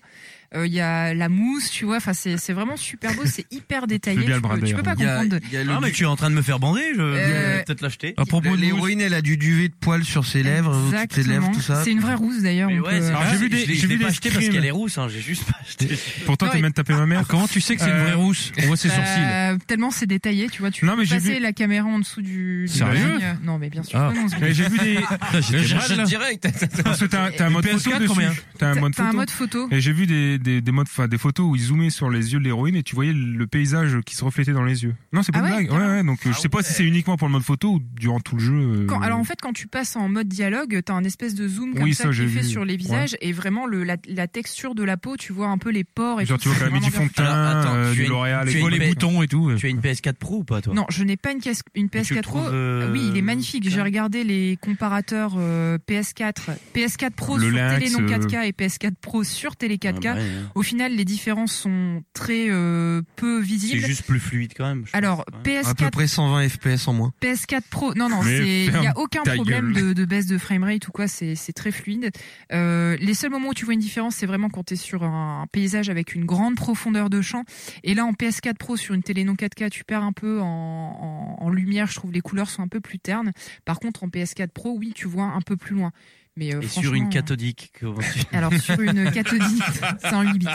Euh, Il y a la mousse, tu vois. Enfin, c'est c'est vraiment super beau, c'est hyper détaillé. Tu peux,
hein.
tu peux pas
Il y a-
comprendre.
il y a le- Ah, mais tu es en train de me faire bander, je
Euh,
vais peut-être l'acheter.
Ah,
À propos de
L'héroïne, elle a du duvet de poils sur ses lèvres, toutes ses lèvres,
Exactement.
tout ça.
C'est une vraie rousse d'ailleurs. on peut-
Alors,
j'ai vu des-
je l'ai- je
j'ai vu
l'ai
des
pas acheté parce
streams.
qu'elle est rousse, hein, j'ai juste pas acheté.
Pourtant, t'as même tapé ma mère.
Ah,
Euh,
Comment tu sais que c'est une vraie rousse On voit ses
Bah,
sourcils.
Tellement c'est détaillé, tu vois. Tu
Non,
peux
mais j'ai
passer
vu-
la caméra en dessous du. du
Sérieux
ligne. Non, mais bien sûr.
Ah.
que non, ce
Mais j'ai vu des-
Putain, j'étais
Je
malade,
rachète
là.
direct. Parce que t'as, t'as un
Une
mode
PS4
photo dessus.
combien
T'as un
T'as-
mode
t'as un
photo.
mode photo.
Et j'ai vu des, des, des modes, enfin, des photos où ils zoomaient sur les yeux de l'héroïne et tu voyais le paysage qui se reflétait dans les yeux. Non, c'est pas
Ah
une
ouais,
blague. Ouais,
carrément.
ouais, donc euh, je sais pas si c'est uniquement pour le mode photo ou durant tout le jeu. euh,
Quand- alors en fait, quand tu passes en mode dialogue, t'as un espèce de zoom comme
Oui,
ça,
ça,
qui est
j'ai
fait
vu.
sur les visages et vraiment le, la, la texture de la peau, tu vois un peu les pores et
Genre,
tout.
tu vois
c'est
quand même
vraiment
Midi
bien fait.
Fontaine, euh,
tu as
du
une-
L'Oréal,
tu
et
as
tout.
une-
et tout.
Tu as une PS4 Pro ou pas, toi
Non, je n'ai pas une, caisse- une PS4 Pro.
trouves, euh,
Oui, il est magnifique. J'ai regardé les comparateurs euh, PS4, PS4 Pro
Le
sur
Lynx,
télé non
euh,
4K et PS4 Pro sur télé 4K.
Ah bah ouais, ouais.
Au final, les différences sont très euh, peu
C'est
visibles.
juste plus fluide quand même. je pense,
Alors,
quand même.
PS4
À peu près 120 FPS en moins.
PS4 Pro, non, non,
Mais
c'est- il n'y
ferme
a aucun
ta
problème
gueule.
de, de baisse de framerate ou quoi, c'est c'est très fluide. Euh, les seuls moments où tu vois une différence, c'est vraiment quand tu es sur un, un paysage avec une grande profondeur de champ. Et là, en PS4 Pro, sur une télé non 4K, tu perds un peu en, en- en lumière, je trouve les couleurs sont un peu plus ternes. Par contre, en PS4 Pro, oui, tu vois un peu plus loin. Mais euh,
Et sur une
franchement,
cathodique. comment tu-
Alors, sur une cathodique, c'est en 8 bits.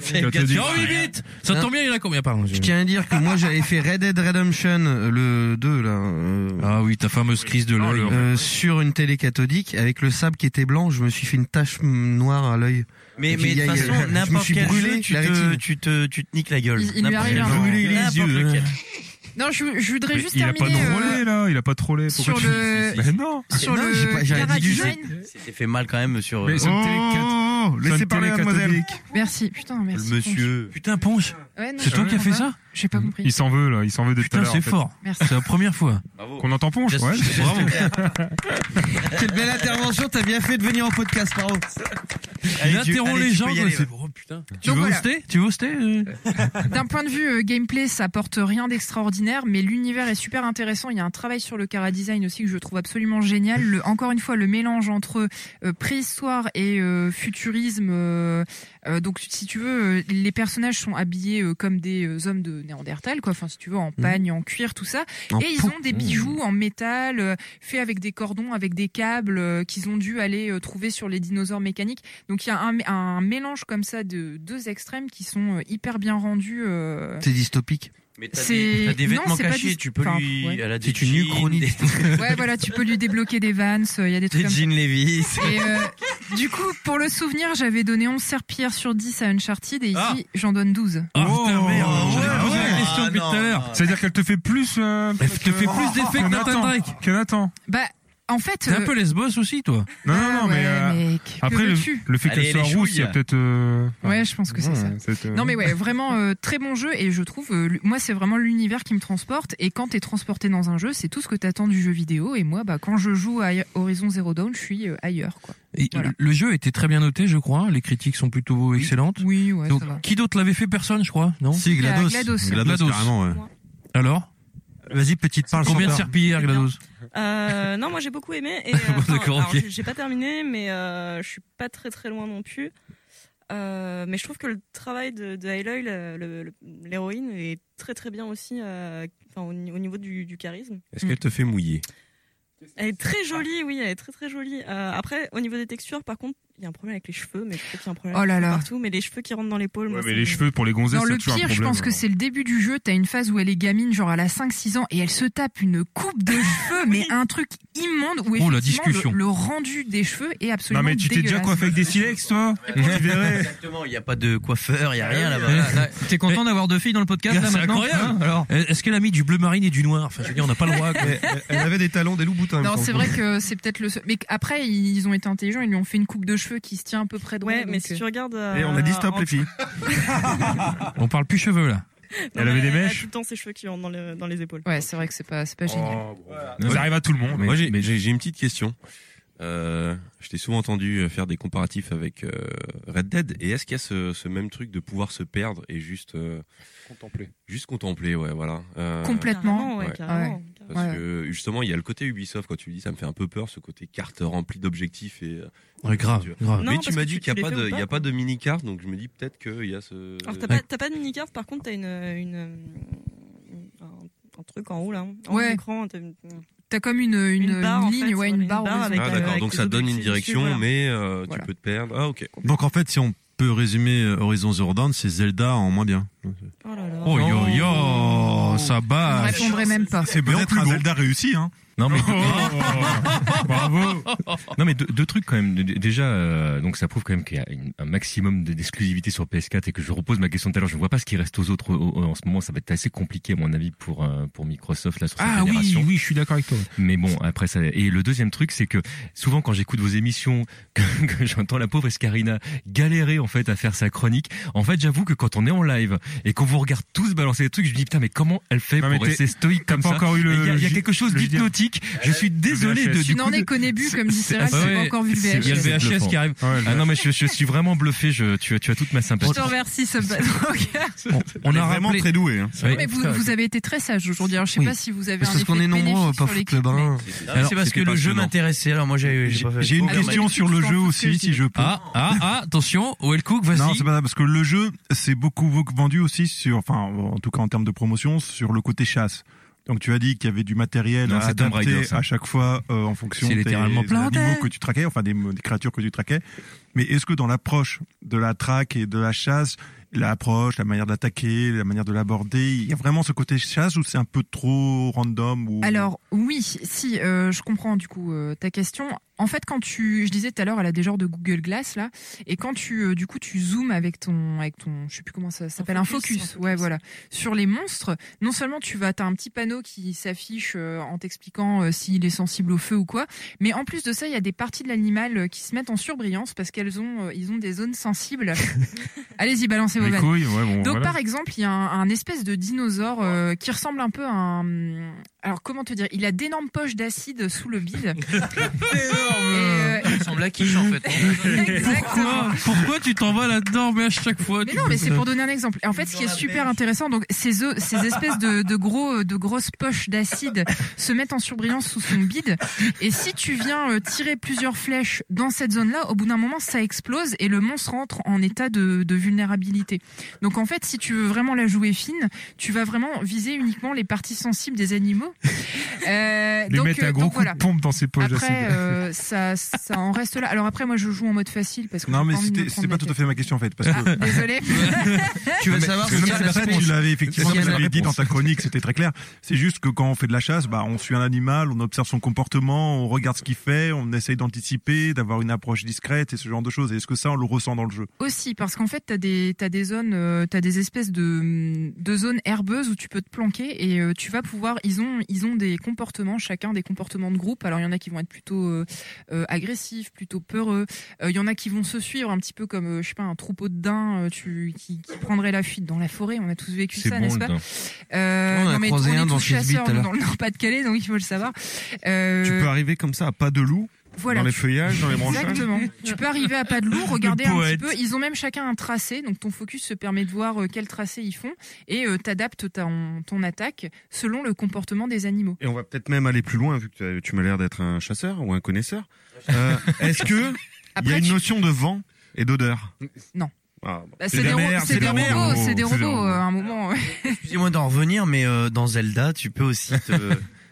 C'est
Quand
bien
tu dis,
sûr.
oh, 8 bits Ça tombe bien, il y en a combien Pardon,
Je tiens à dire que moi j'avais fait Red Dead Redemption euh, le 2 là.
ah oui, ta fameuse crise de
l'œil. sur une télé cathodique avec le sable qui était blanc, je me suis fait une tache mm, noire à l'œil.
Mais,
Et puis,
mais
il y
de
a-
toute
il y a- je
façon,
me
n'importe
suis
quel
brûlé
jeu, tu
la
te,
rétine.
tu, te, tu te niques la gueule.
Il- il lui arrive un-
Brûler les
N'importe
yeux.
lequel. euh, Non, je, je voudrais
Mais
juste
il a pas
terminer. euh,
trollé là, il a pas trollé. Pourquoi
sur
tu-
le-
Mais non.
sur
Non,
le
j'ai pas- j'aurais
Yara
dit du-
Design.
C'était fait mal quand même sur.
Mais sur Oh, une télé
Oh,
cat- sur une télé cathodique.
Merci, putain, merci.
Putain, Ponche
Ouais, non,
C'est toi
je
qui as fait
comprends
ça
pas. J'ai pas compris.
Il s'en veut là, il s'en veut de tout à
Putain,
l'heure.
c'est
en fait.
fort.
Merci.
C'est la première fois.
Qu'on entend ponche, ouais.
Bravo.
Quelle belle intervention, t'as bien fait de venir en podcast, Paro.
Il
Allez, tu-
interrompt
allez,
les
tu
gens.
peux y
quoi,
aller,
c'est-
va.
Oh, putain. Tu
Donc
veux
voilà.
hoster Tu veux hoster euh
D'un point de vue euh, gameplay, ça apporte rien d'extraordinaire, mais l'univers est super intéressant. Il y a un travail sur le cara design aussi que je trouve absolument génial. Le, encore une fois, le mélange entre euh, préhistoire et euh, futurisme. euh, euh, donc, si tu veux, euh, les personnages sont habillés euh, comme des euh, hommes de Néandertal, quoi. Enfin, si tu veux, en pagne, en cuir, tout ça.
En
et ils
pou-
ont des bijoux en métal euh, faits avec des cordons, avec des câbles euh, qu'ils ont dû aller euh, trouver sur les dinosaures mécaniques. Donc, il y a un, un mélange comme ça de deux extrêmes qui sont euh, hyper bien rendus. euh,
C'est dystopique.
Mais t'as
C'est-
des, t'as des
non,
vêtements
c'est pas
cachés,
du-
tu peux
enfin,
lui.
ouais.
Elle a
C'est
des
une
jeans,
uchronie.
des-
Ouais, voilà, tu peux lui débloquer des vannes, il y a des trucs
Des
comme ça.
jeans Levi's.
Et euh, du coup, pour le souvenir, j'avais donné 11 serpillères sur 10 à Uncharted et ici,
Ah.
j'en donne 12.
Oh, merde,
j'en ai posé la
Ah,
question depuis tout à l'heure.
C'est-à-dire qu'elle te fait plus. euh,
Elle te fait plus d'effet que Nathan
Nathan.
Drake.
Que Nathan.
Bah, en fait.
T'es un peu lesbos aussi, toi.
Non, non, non,
Ah ouais,
mais. euh,
mec, que
Après, le,
veux-tu
le fait qu'elle
Allez,
soit
les
rousse, il y a
chouilles.
peut-être. euh,
Ouais, je pense que c'est
ouais,
ça.
cette, euh,
Non mais ouais, vraiment euh, très bon jeu et je trouve, euh, l- moi c'est vraiment l'univers qui me transporte et quand t'es transporté dans un jeu, c'est tout ce que t'attends du jeu vidéo et moi bah quand je joue à Horizon Zero Dawn, je suis euh, ailleurs quoi.
Et
Voilà.
Le jeu était très bien noté, je crois. Les critiques sont plutôt excellentes.
Oui, ouais,
Donc,
ça va.
qui d'autre l'avait fait Personne, je crois, non
Si, Il y a GLaDOS. GLaDOS.
GLaDOS.
GLaDOS, carrément,
Alors
Vas-y, petite parle.
Combien de
Eh
serpillères, Glados
Euh, non, moi j'ai beaucoup aimé. Et, euh, enfin, alors, j'ai- J'ai pas terminé, mais euh, je suis pas très très loin non plus. Euh, mais je trouve que le travail de, de Aloy, le- le- le- l'héroïne, est très très bien aussi euh, enfin, au, ni- au niveau du, du charisme.
Est-ce qu'elle te fait mouiller
Elle est très jolie, oui, elle est très très jolie. Euh, après, au niveau des textures, par contre, il y a un problème avec les cheveux, mais je trouve qu'il y a un problème
Oh là
un peu
là.
partout. Mais les cheveux qui rentrent dans l'épaule, moi,
mais
ça
les
me-
cheveux pour les gonzesses,
Non,
c'est
le
toujours un
pire, je
problème. hein.
pense que c'est le début du jeu. T'as une phase où elle est gamine, genre elle a 5-6 ans, et elle se tape une coupe de cheveux, mais un truc immonde où
Oh,
effectivement,
la discussion.
Le, le rendu des cheveux est absolument
Non, mais tu t'es déjà
dégueulasse.
coiffé avec des silex, toi Tu verrais.
Hein Exactement, il n'y a pas de coiffeur, il n'y a rien là-bas.
Eh.
T'es content d'avoir deux filles dans le podcast là
Ah, C'est
maintenant
incroyable. Eh,
Hein, alors
Est-ce qu'elle a mis du bleu marine et du noir Enfin, je veux dire, on n'a pas le droit. quoi.
Elle avait des talons, des loups boutins.
Non, c'est vrai que c'est peut-être le seul. Mais après, ils ont été intelligents, ils lui ont fait une coupe de cheveux qui se tient à peu près droit.
Ouais, mais
donc,
si
euh,
tu regardes.
Et on a dit stop, les
filles.
On parle plus cheveux là.
elle avait des mèches. tout le temps ses cheveux qui rentrent dans les, dans les épaules.
Ouais, c'est vrai que c'est pas, c'est pas génial.
Oh,
Oh,
Ça arrive à tout le monde.
Moi, j'ai j'ai- j'ai une petite question. Euh, je t'ai souvent entendu euh, faire des comparatifs avec euh, Red Dead. Et est-ce qu'il y a ce, ce même truc de pouvoir se perdre et juste euh,
Contempler.
Juste contempler, ouais, voilà. Euh,
Complètement. Carrément, ouais, carrément,
Parce
carrément.
que justement, il y a le côté Ubisoft quand tu me dis, ça me fait un peu peur, ce côté carte remplie d'objectifs et. euh,
Ouais, grave,
tu-
grave.
Non,
Mais tu
parce
m'as
que
dit
tu-
qu'il
tu
n'y a
les
pas
fais
de,
ou
il y
pas
a pas de mini carte, donc je me dis peut-être qu'il y a ce.
Alors, t'as pas, t'as pas de mini-carte, par contre, t'as une, une, une- un, un truc en haut, là. hein. En haut
Ouais.
de l'écran, t'as une-
T'as comme une, une,
Une barre,
une
en
ligne,
fait,
ouais,
sur
une
une
barre.
barre
horizontale.
avec euh,
ah,
la-
d'accord,
avec
donc
les
ça donne une
objectifs dessus,
direction,
voilà.
mais euh, tu
Voilà.
peux te perdre. Ah, ok.
Donc en fait, si on peut résumer euh, Horizon Zero Dawn, c'est Zelda en moins bien.
Oh yo yo,
Je ne
ça
Ah,
bat.
répondrai même pas.
C'est peut-être un Zelda réussi, hein.
Non mais
Oh.
Oh.
bravo.
Non mais deux, deux trucs quand même. D- Déjà, euh, donc ça prouve quand même qu'il y a une- un maximum d- d'exclusivité sur PS4 et que je repose ma question de tout à l'heure. Je ne vois pas ce qui reste aux autres au- au- en ce moment. Ça va être assez compliqué à mon avis pour euh, pour Microsoft là sur cette
Ah oui,
génération.
oui, je suis d'accord avec toi.
Mais bon, après ça. Et le deuxième truc, c'est que souvent quand j'écoute vos émissions, que, que j'entends la pauvre Escarina galérer en fait à faire sa chronique. En fait, j'avoue que quand on est en live et qu'on vous regarde tous balancer des trucs, je me dis putain, mais comment elle fait
Non, mais
pour
t'es-
rester stoïque
t'as
comme
pas
ça
encore eu le-
Et Il y a- il y, a
le-
quelque chose
le-
d'hypnotique. Je suis désolé de. du
Tu n'en
coup, de-
es qu'au début, comme dit Cyril,
ah
c'est pas
ouais,
encore vu le
c'est-
VHS.
Il y a le VHS qui arrive. Ah non, mais je, je suis vraiment bluffé. Je, tu, tu as toute ma
Je
sympathie.
te remercie, ce bad
On a vraiment très doué.
Mais vous, vous avez été très sage aujourd'hui. Alors, je sais
Oui.
pas si vous avez
Mais c'est
un
parce
effet
qu'on est nombreux,
bénéfique
pas
sur
foutre
l'équipe,
le bain.
mais-
Non, mais c'est parce que le jeu m'intéressait, alors moi j'ai j'ai pas fait.
J'ai une
Alors,
question
mais-
sur le jeu aussi, si je peux.
Ah, ah, ah, attention, Well Cook, vas-y.
Non, c'est pas ça, parce que le jeu, c'est beaucoup beaucoup vendu aussi sur, enfin, en tout cas en termes de promotion, sur le côté chasse. Donc tu as dit qu'il y avait du matériel
Non,
à
c'est Tomb
adapter
Raider, ça.
à chaque fois euh, en fonction
C'est
des,
littéralement
des
planté.
animaux que tu traquais, enfin des, des créatures que tu traquais. Mais est-ce que dans l'approche de la traque et de la chasse, l'approche, la manière d'attaquer, la manière de l'aborder, il y a vraiment ce côté chasse ou c'est un peu trop random ou
Alors oui, si euh, je comprends du coup euh, ta question. En fait, quand tu, je disais tout à l'heure, elle a des genres de Google Glass là, et quand tu, euh, du coup, tu zoomes avec ton, avec ton, je sais plus comment ça s'appelle, un
focus,
focus,
un focus.
ouais, voilà, sur les monstres. Non seulement tu vas, t'as un petit panneau qui s'affiche euh, en t'expliquant euh, s'il est sensible au feu ou quoi, mais en plus de ça, il y a des parties de l'animal euh, qui se mettent en surbrillance parce qu'elles ont, euh, ils ont des zones sensibles. Allez-y, balancez vos
Les
vannes.
couilles, ouais, bon.
Donc
voilà.
par exemple, il y a un, un espèce de dinosaure euh, qui ressemble un peu à un... Alors comment te dire Il a d'énormes poches d'acide sous le bide.
Euh, Il ressemble à quiche en fait.
hein.
Exactement.
Pourquoi, pourquoi tu t'en vas là-dedans, mais à chaque fois
Mais non, mais c'est pour donner un exemple. En fait, ce qui est super intéressant, donc ces, œufs- ces espèces de, de gros, de grosses poches d'acide se mettent en surbrillance sous son bide. Et si tu viens euh, tirer plusieurs flèches dans cette zone-là, au bout d'un moment, ça explose et le monstre rentre en état de, de vulnérabilité. Donc en fait, si tu veux vraiment la jouer fine, tu vas vraiment viser uniquement les parties sensibles des animaux. Euh,
Les
donc,
mettre
euh,
un gros
donc
coup
voilà.
de pompe dans ses poches
Après,
d'acide.
euh, ça, ça en reste là. Alors après, moi, je joue en mode facile parce que
Non
j'ai
mais
pas envie de me
c'était
prendre
c'était pas
la
tout à
tête.
fait ma question en fait parce que
Désolé.
Tu veux savoir
Parce que
si
même
c'est la
ça,
réponse.
tu l'avais effectivement,
Est-ce qu'il y a
tu
la
l'avais dit dans
réponse
ta chronique, c'était très clair. C'est juste que quand on fait de la chasse, bah, on suit un animal, on observe son comportement, on regarde ce qu'il fait, on essaye d'anticiper, d'avoir une approche discrète et ce genre de choses. Et Est-ce que ça, on le ressent dans le jeu
Aussi, parce qu'en fait, t'as des, t'as des zones, euh, t'as des espèces de, de zones herbeuses où tu peux te planquer et euh, tu vas pouvoir. Ils ont, ils ont des comportements, chacun des comportements de groupe. Alors, il y en a qui vont être plutôt euh, euh, agressifs, plutôt peureux. Euh, Il y en a qui vont se suivre un petit peu comme, euh, je sais pas, un troupeau de daims euh, tu, qui, qui prendrait la fuite dans la forêt. On a tous vécu
C'est
ça,
bon,
n'est-ce
le
pas
daim.
euh,
On a
non, mais
croisé
on est
un dans
tous
Frisbee
chasseurs
tout
nous,
à l'heure.
dans le Nord-Pas-de-Calais, donc il faut le savoir. Euh,
arriver comme ça à pas de loup
Voilà,
dans les
tu-
feuillages, dans les branchages.
Exactement. tu peux arriver à pas de loup, regarder
Le
un petit
poète.
peu. Ils ont même chacun un tracé, donc ton focus se permet de voir euh, quel tracé ils font et euh, t'adaptes ton, ton attaque selon le comportement des animaux.
Et on va peut-être même aller plus loin, vu que tu- tu m'as l'air d'être un chasseur ou un connaisseur. Euh, Est-ce que il y a
Après,
une
tu-
notion de vent et d'odeur
Non.
Ah, bon.
Bah, c'est des, ro- c'est des robots, c'est des robots euh, à un moment. ouais.
Excusez-moi d'en revenir, mais euh, dans Zelda, tu peux aussi te.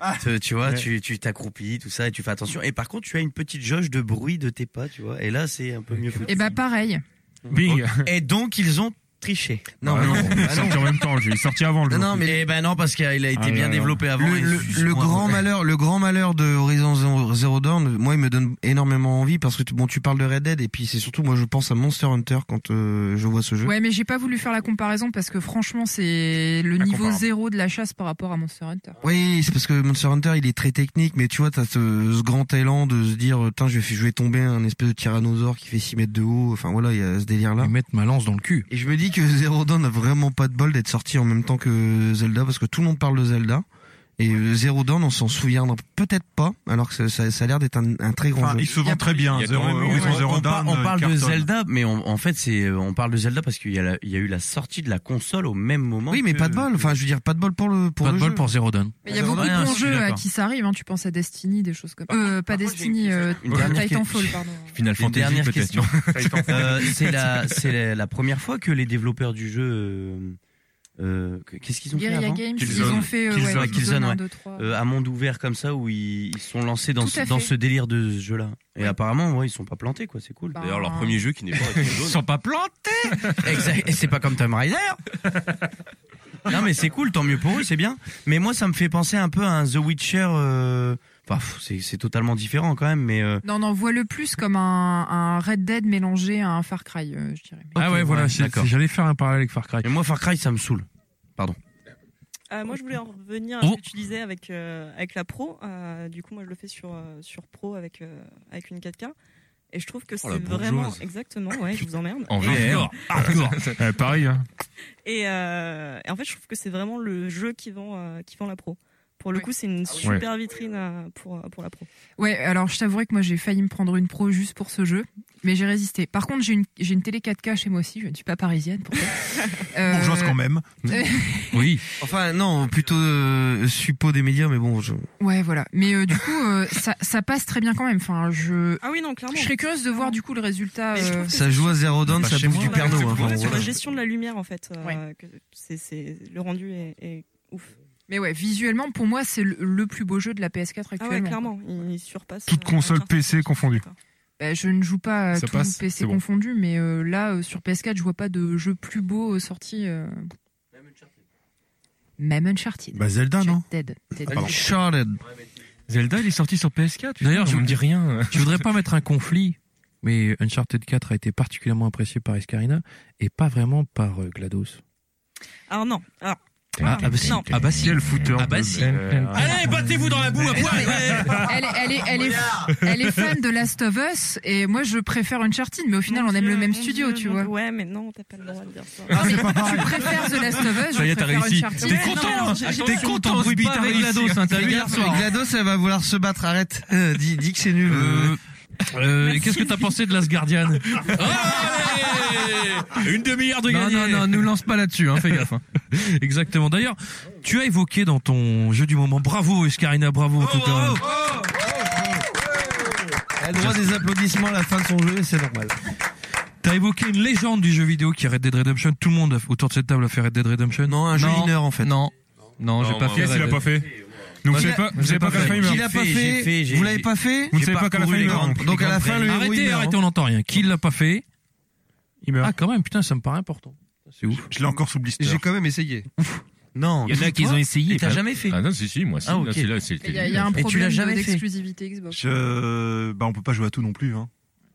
Ah.
te- tu vois,
Ouais.
tu tu t'accroupis, tout ça, et tu fais attention. Et par contre, tu as une petite jauge de bruit de tes pas, tu vois. Et là, c'est un peu mieux foutu.
Et bah pareil.
Et donc, ils ont triché. Ah
Non, non, il est sorti en même temps, le jeu. Il est sorti avant le jeu.
Non, mais... Eh ben non, parce qu'il a été
Ah là
bien
là.
développé avant.
Le-
et
le-
juste
le
moins
grand
mauvais.
malheur, le grand malheur de Horizon Zero, Zero Dawn, moi, il me donne énormément envie parce que tu- bon, tu parles de Red Dead et puis c'est surtout, moi, je pense à Monster Hunter quand euh, je vois ce jeu.
Ouais, mais j'ai pas voulu faire la comparaison parce que franchement, c'est le niveau
comparable.
zéro de la chasse par rapport à Monster Hunter.
Oui, c'est parce que Monster Hunter, il est très technique, mais tu vois, t'as ce, ce grand élan de se dire, putain, je vais, je vais tomber un espèce de tyrannosaure qui fait 6 mètres de haut. Enfin, voilà, il y a ce délire-là. Et
mettre ma lance dans le cul.
Et je me dis que Zero Dawn n'a vraiment pas de bol d'être sorti en même temps que Zelda, parce que tout le monde parle de Zelda. Et euh, Zero Dawn, on s'en souviendra peut-être pas, alors que ça, ça- ça a l'air d'être un, un très grand
Enfin,
jeu.
il se vend très bien.
Il y a
Zero-
quand même eu-
Horizon
on-
Zero
on, par-
Dawn, euh,
on parle de
cartonne.
Zelda, mais on- en fait, c'est euh, on parle de Zelda parce qu'il y, a la- il y a eu la sortie de la console au même moment.
Oui, mais
que-
pas de bol. Enfin, je veux dire, pas de bol pour le pour
Pas
le
de bol
jeu.
pour Zero Dawn.
Mais Il y a
Zero
beaucoup de
Dawn,
bons
je suis
jeux à
d'accord.
qui ça arrive, hein, tu penses à Destiny, des choses comme Euh, pas Destiny, euh,
une dernière
Titanfall,
question.
pardon.
Final
Fantasy, peut-être,
question.
non Titanfall.
Euh, c'est la, c'est la, la première fois que les développeurs du jeu. euh, euh, que- Qu'est-ce qu'ils ont
Guerrilla
fait avant
Games, ils ont fait, euh, ouais,
Ouais,
Killzone,
ouais.
un, deux, trois.
Euh, à monde ouvert comme ça où ils ils se sont lancés dans
Tout à
ce, dans
fait.
ce délire de ce jeu-là. Et apparemment, ouais, ils sont pas plantés quoi, c'est cool.
D'ailleurs, leur premier
jeu qui n'est pas. ils sont pas plantés. exact. Et c'est pas comme Tomb Raider. Non mais c'est cool, tant mieux pour eux, c'est bien. Mais moi ça me fait penser un peu à un The Witcher. euh, Enfin, pff, c'est c'est totalement différent quand même, mais. euh,
Non, non, vois le plus comme un, un Red Dead mélangé à un Far Cry, euh, je dirais.
Ah ouais, voilà, c'est- c'est-
j'allais faire un parallèle avec Far Cry.
Et moi, Far Cry, ça me saoule. Pardon.
Euh, moi, je voulais en revenir à ce que tu disais avec, euh, avec la Pro. Euh, du coup, moi, je le fais sur, euh, sur Pro avec, euh, avec une 4K. Et je trouve que c'est
la bourgeoise.
vraiment. Exactement, ouais, je vous emmerde.
En
Et-
VR. Euh, pareil, hein.
Et, euh, et en fait, je trouve que c'est vraiment le jeu qui vend, euh, qui vend la Pro. Pour le coup, c'est une
oui.
super vitrine euh, pour, euh, pour la Pro.
Ouais, alors je t'avouerai que moi j'ai failli me prendre une pro juste pour ce jeu, mais j'ai résisté. Par contre, j'ai une, j'ai une télé 4K chez moi aussi, je ne suis pas parisienne Euh, pourtant. Euh,
Bourgeoise quand même.
oui.
Enfin, non, plutôt euh, suppôt des médias, mais bon. Je...
Ouais, voilà. Mais euh, du coup, euh, ça, ça passe très bien quand même. Enfin, je.
Ah oui, non, clairement.
Je serais curieuse de voir du coup le résultat. euh,
Ça joue à Zero Dawn,
Bah,
ça
chez
bouffe
moi,
du
ouais,
perno.
c'est
hein.
pour
Enfin,
la
Sur la
voilà.
gestion de la lumière, en fait, euh, que c'est- c'est- le rendu est, est ouf.
Mais ouais, visuellement, pour moi, c'est le, le plus beau jeu de la PS4 actuellement.
Ah ouais, clairement, il surpasse. euh,
Toute console PC confondue.
Bah, je ne joue pas à
Ça
tout
passe,
PC
c'est bon.
confondu, mais euh, là, euh, sur PS4, je vois pas de jeu plus beau euh, sorti. euh, Même Uncharted.
Bah, Zelda, non
Dead.
Ah,
Dead.
Zelda, il est sorti sur PS4. putain,
D'ailleurs,
on
je
me dit rien.
Je voudrais pas mettre un conflit, mais Uncharted 4 a été particulièrement apprécié par Escarina et pas vraiment par euh, GLaDOS.
Alors non. Alors,
Ah, ah bah si.
non.
Ah bah si.
Quel fouteur.
Ah bah si.
Allez, battez-vous dans la boue à poil
Elle, est- elle, est, elle, est, elle est fan de Last of Us et moi je préfère Uncharted, mais au final on aime le même studio, tu vois.
Ouais, mais non, t'as pas le droit de dire ça.
Non, mais tu préfères The Last of Us,
Ça y
je
est, t'as
préfère
réussi.
Uncharted.
T'es content,
Non,
hein.
j'ai-
Attends,
j'ai-
t'es content, t'embrouille pas avec GLaDOS, hein, t'as vu hier soir.
GLaDOS, elle va vouloir se battre, arrête. Euh, dis, dis que c'est nul.
Euh, et Qu'est-ce que t'as pensé de Last Guardian
Une demi-heure de
Non,
gagner
non, non, nous lance pas là-dessus, hein, fais gaffe. hein. Exactement. D'ailleurs, tu as évoqué dans ton jeu du moment, bravo Escarina,
Oh,
Oh, bravo en tout cas.
Elle droit des applaudissements à la fin de son jeu, et c'est normal.
T'as évoqué une légende du jeu vidéo qui est Red Dead Redemption. Tout le monde a- autour de cette table a fait Red Dead Redemption.
Non, un jeu
Non.
mineur en fait.
Non. Non, j'ai pas fait. Red
Qu'est-ce qu'il a
Dead.
pas fait Donc vous
Moi,
savez
j'ai-
pas, vous
j'ai
savez pas
pas
qu'à la
fait.
fin il meurt.
Qui l'a pas J'ai fait, fait, j'ai-
Vous l'avez pas fait
Vous ne savez pas qu'à la fin il meurt. donc.
Donc à la fin, le héros il
Arrêtez,
meurt.
arrêtez, on entend rien. Qui l'a pas fait Il meurt. Ah, quand même, putain, ça me paraît important. C'est ouf.
Je l'ai encore sous blister.
J'ai quand même essayé.
Non.
Il y en a qui ont essayé.
Et t'as jamais fait
Ah non, si, si, moi, si.
Ah,
Là,
ok.
c'est là, c'est-
Il y a, il y a un
Et tu l'as
problème
jamais fait
d'exclusivité Xbox.
Je... Bah, on peut pas jouer à tout non plus. Hein.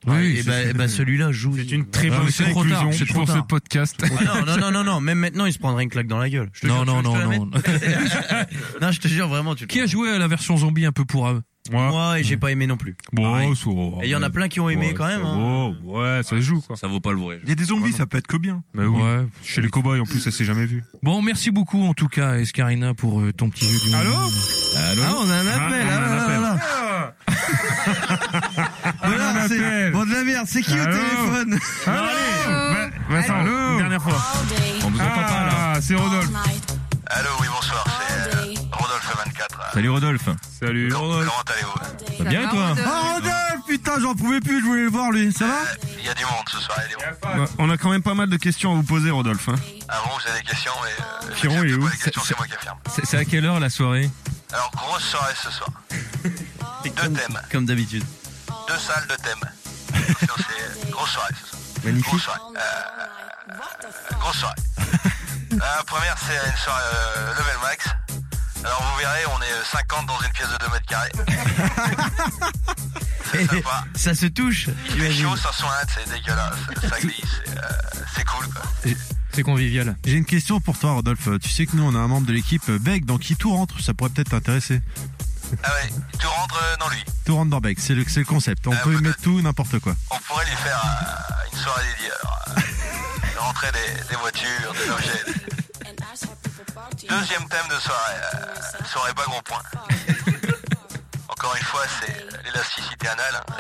Oui, et bah, eh bah, celui-là joue. C'est une
Très bonne conclusion pour ce podcast.
non, non, non, non, non, même maintenant, il se prendrait une claque dans la gueule. Je te
Non,
jure,
non,
tu veux que je
non,
te la mette non, je te jure vraiment, tu le
Qui a joué à la version zombie un peu pour
Moi, et j'ai pas aimé non plus.
Bon,
Et il y en a plein qui ont aimé quand même. hein.
Ouais, ça se joue quoi.
Ça vaut pas le vrai.
Il y a des zombies, ça peut être que bien.
Bah oui. Chez les cow-boys en plus, ça s'est jamais vu.
Bon, merci beaucoup en tout cas, Escarina, pour euh, ton petit jeu du Allô
Ah, on a un appel.
Ah, on a un
ah, là, là,
appel.
là, là. Voilà, c'est bon de Ah, la merde, c'est qui au
Allô
téléphone
Allô Allô Va- Vincent, une dernière fois. On vous entend pas là.
Ah,
C'est Rodolphe.
Allô, oui, bonsoir, c'est euh, Rodolphe24.
Salut Rodolphe.
Salut
Rodolphe. Comment allez-vous
Ça va bien et toi
Oh,
Ah,
Rodolphe, putain, j'en pouvais plus, je voulais le voir, lui. Ça va
Il y a du monde ce soir, il y a du monde.
Bah, on a quand même pas mal de questions à vous poser, Rodolphe. hein.
Avant, vous avez des questions, mais euh,
Piron, il est où
les questions, c'est moi qui affirme.
C'est c'est à quelle heure la soirée
Alors, grosse soirée ce soir. Deux thèmes,
Comme d'habitude.
deux salles, deux thèmes. Sinon, c'est euh, grosse soirée ce soir.
Magnifique.
Grosse soirée. Euh, euh, grosse soirée. La première, c'est une soirée euh, level max. Alors, vous verrez, on est euh, 50 dans une pièce de 2 mètres carrés. sympa.
ça se touche.
Il fait chaud, ça soigne, c'est dégueulasse. Ça glisse, c'est, euh, c'est cool quoi.
C'est convivial. J'ai une question pour toi, Rodolphe. Tu sais que nous, on a un membre de l'équipe, euh, Beck, dans qui tout rentre. Ça pourrait peut-être t'intéresser.
Ah ouais, tout rentre euh, dans lui.
Tout rentre dans Beck, c'est le, c'est le concept. On
Euh,
peut y
peut-être.
mettre tout, n'importe quoi.
On pourrait lui faire euh, une soirée dédiée. Alors, euh, rentrer des, des voitures, des objets. Deuxième thème de soirée, euh, soirée pas gros point. Encore une fois, c'est l'élasticité anale, hein,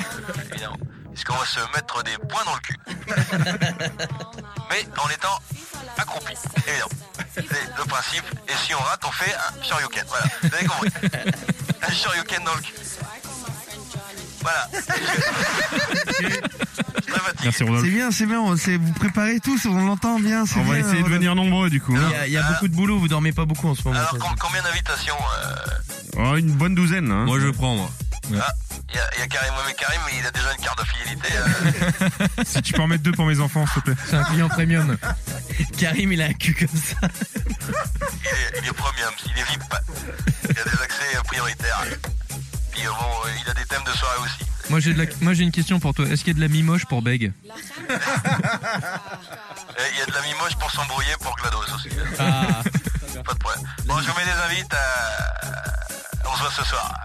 évidemment. Puisqu'on va se mettre des points dans le cul. Mais en étant accroupi, évidemment. C'est le principe. Et si on rate, on fait un shoryuken. Voilà, vous avez compris. Un shoryuken dans le cul. Voilà.
Merci
C'est
Rodolphe.
bien, c'est bien, on- c'est- vous préparez tous, on l'entend bien. c'est
On
bien,
va essayer de
Rodolphe.
venir nombreux du coup. hein.
Il y a, il y a beaucoup de boulot, vous dormez pas beaucoup en ce moment.
Alors,
ça,
com- combien d'invitations euh,
Oh, une bonne douzaine. hein.
Moi je prends moi.
Ah, il y, a- y a Karim, mais Karim, il a déjà une carte de fidélité. euh.
Si tu peux en mettre deux pour mes enfants, s'il te plaît.
C'est un client premium. Karim, il a un cul comme ça.
il, est, il est premium, il est VIP. Il a des accès euh, prioritaires. Puis euh, bon, euh, il a des thèmes de soirée aussi.
Moi j'ai de la- moi, j'ai une question pour toi. Est-ce qu'il y a de la mimoche pour Beg
Et Eh, Il y a de la mimoche pour s'embrouiller pour GLaDOS aussi.
Ah.
Pas de problème. Bon, je vous mets les invites. euh, on se voit ce soir.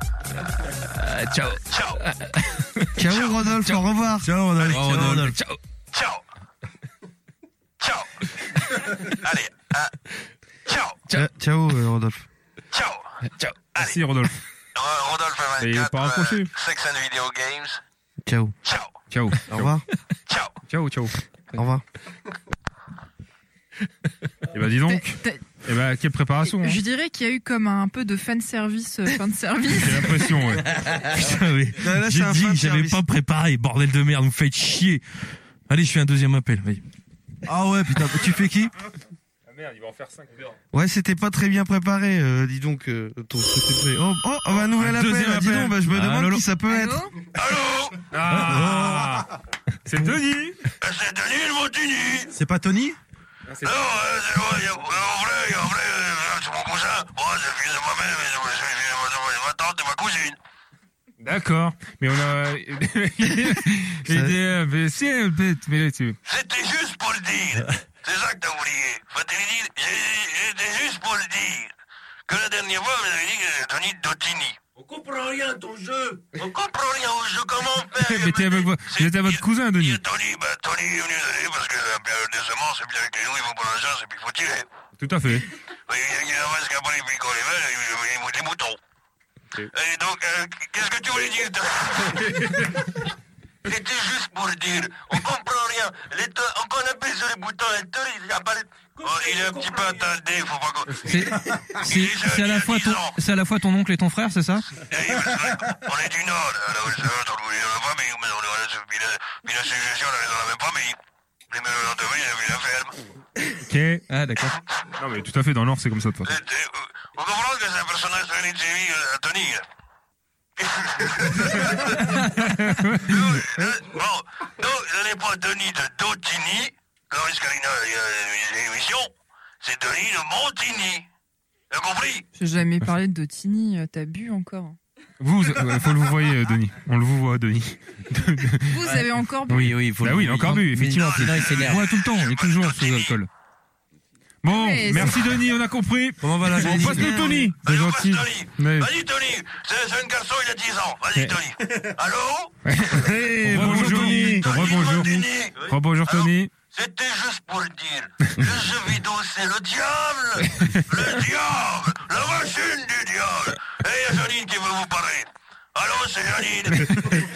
Euh,
Ciao.
Ciao.
Ciao Rodolphe, au revoir.
Ciao, Rodolphe.
Ciao, Rodolphe.
Ciao.
Ciao. Ciao. Allez, hein. Ciao.
Ciao, Ciao, euh, Rodolphe.
Ciao. Ciao. Allez,
Merci Rodolphe.
Ro- Rodolphe
Et il est
24.
pas raccroché.
Sex and Video Games.
Ciao.
Ciao.
Ciao.
Au revoir.
Ciao.
Ciao, ciao.
Au revoir.
Et bah dis donc.
T'as-
Et bah quelle préparation. hein.
Je dirais qu'il y a eu comme un peu de fan service, euh, fan service.
J'ai l'impression, ouais.
Putain, mais
Là, là, c'est
j'ai
un
dit
fan
que j'avais
service.
pas préparé, bordel de merde, vous me faites chier. Allez, je fais un deuxième appel. vas-y.
Ah ouais, putain, tu fais qui
Ouais, c'était pas très bien préparé, euh, dis donc. euh, ton truc est prêt. Oh, oh, ah bah, nouvel
Un
appel,
deuxième
dis
appel.
donc, bah, je me
Ah,
demande
Lolo.
qui ça peut être.
Allô
Ah. C'est Denis.
Ah, C'est Denis le Montigny.
C'est pas Tony
Ah,
Non, euh, c'est moi, il y a- euh, en vrai, en vrai, euh, c'est mon cousin. Moi, c'est le fils de ma mère, mais c'est- c'est- c'est ma- ma tante et ma cousine.
D'accord. Mais on a. IDF, c'est bête, mais là, tu.
C'était juste pour le dire. C'est ça que t'as oublié. Faut te le dire, j'ai- C'était juste pour le dire. Que la dernière fois, vous avez dit que c'était Tony Dottini. On comprend rien à ton jeu. On comprend rien au jeu. Comment faire
Mais t'es avec vo- vous êtes à votre cousin,
Il y
Denis.
a Tony, bah Tony est venu donner parce que la période des semences, et puis avec les loups, il faut prendre la chance et puis il faut tirer.
Tout à fait.
Oui, il y en a parce qu'après les picots, les veulent, ils- ils moutent les moutons. Et donc, euh, qu'est-ce que tu voulais dire toi C'était juste pour dire, on comprend rien. Les te- on- quand on appuie sur les boutons, les te- il apparaît. Oh, il est un petit peu attardé, faut pas qu'on.
C'est c'est- c'est à la fois ton c'est à la fois ton oncle et ton frère, c'est ça
Eh, On est du Nord, hein, là, là, c'est vrai, on est dans la famille, mais on est dans la- puis la- puis la suggestion, on est dans la même famille. Les mêmes gens de vie, ils ont vu la ferme.
Ok.
Ah d'accord.
Non, mais tout à fait, dans l'or, c'est comme ça, de toute
Euh,
façon.
Vous comprenez que c'est un personnage de l'ITV, euh, Tony là. Euh, Bon, donc, je n'ai pas Denis de Dotini, Loris Carina, euh, euh, émission, c'est Denis de Montigny. T'as compris
J'ai jamais parlé de Dotini, euh, t'as bu encore.
Vous, euh, faut le vous voyez, euh, Denis. On le vous voit, Denis.
Vous avez encore bu.
Oui, oui, il faut
Bah oui, il a encore bu, effectivement.
Sinon, il
Il
s'énerve.
boit tout le temps, et toujours sous l'alcool. Bon,
Ouais,
merci Denis, on a compris. Comment va la On passe le Tony. C'est
Allez, on passe
gentil.
Tony.
Mais-
Vas-y, Tony. C'est c'est un garçon, il a 10 ans. Vas-y, Tony. Allô
Hey,
Rebonjour,
bonjour Tony. Rebonjour.
Montigny.
Rebonjour
Allô
Tony.
C'était juste pour le dire. Le jeu vidéo, c'est le diable. Eh, Le diable. La machine du diable. Et il y a Janine qui veut vous parler. Allô, c'est Janine.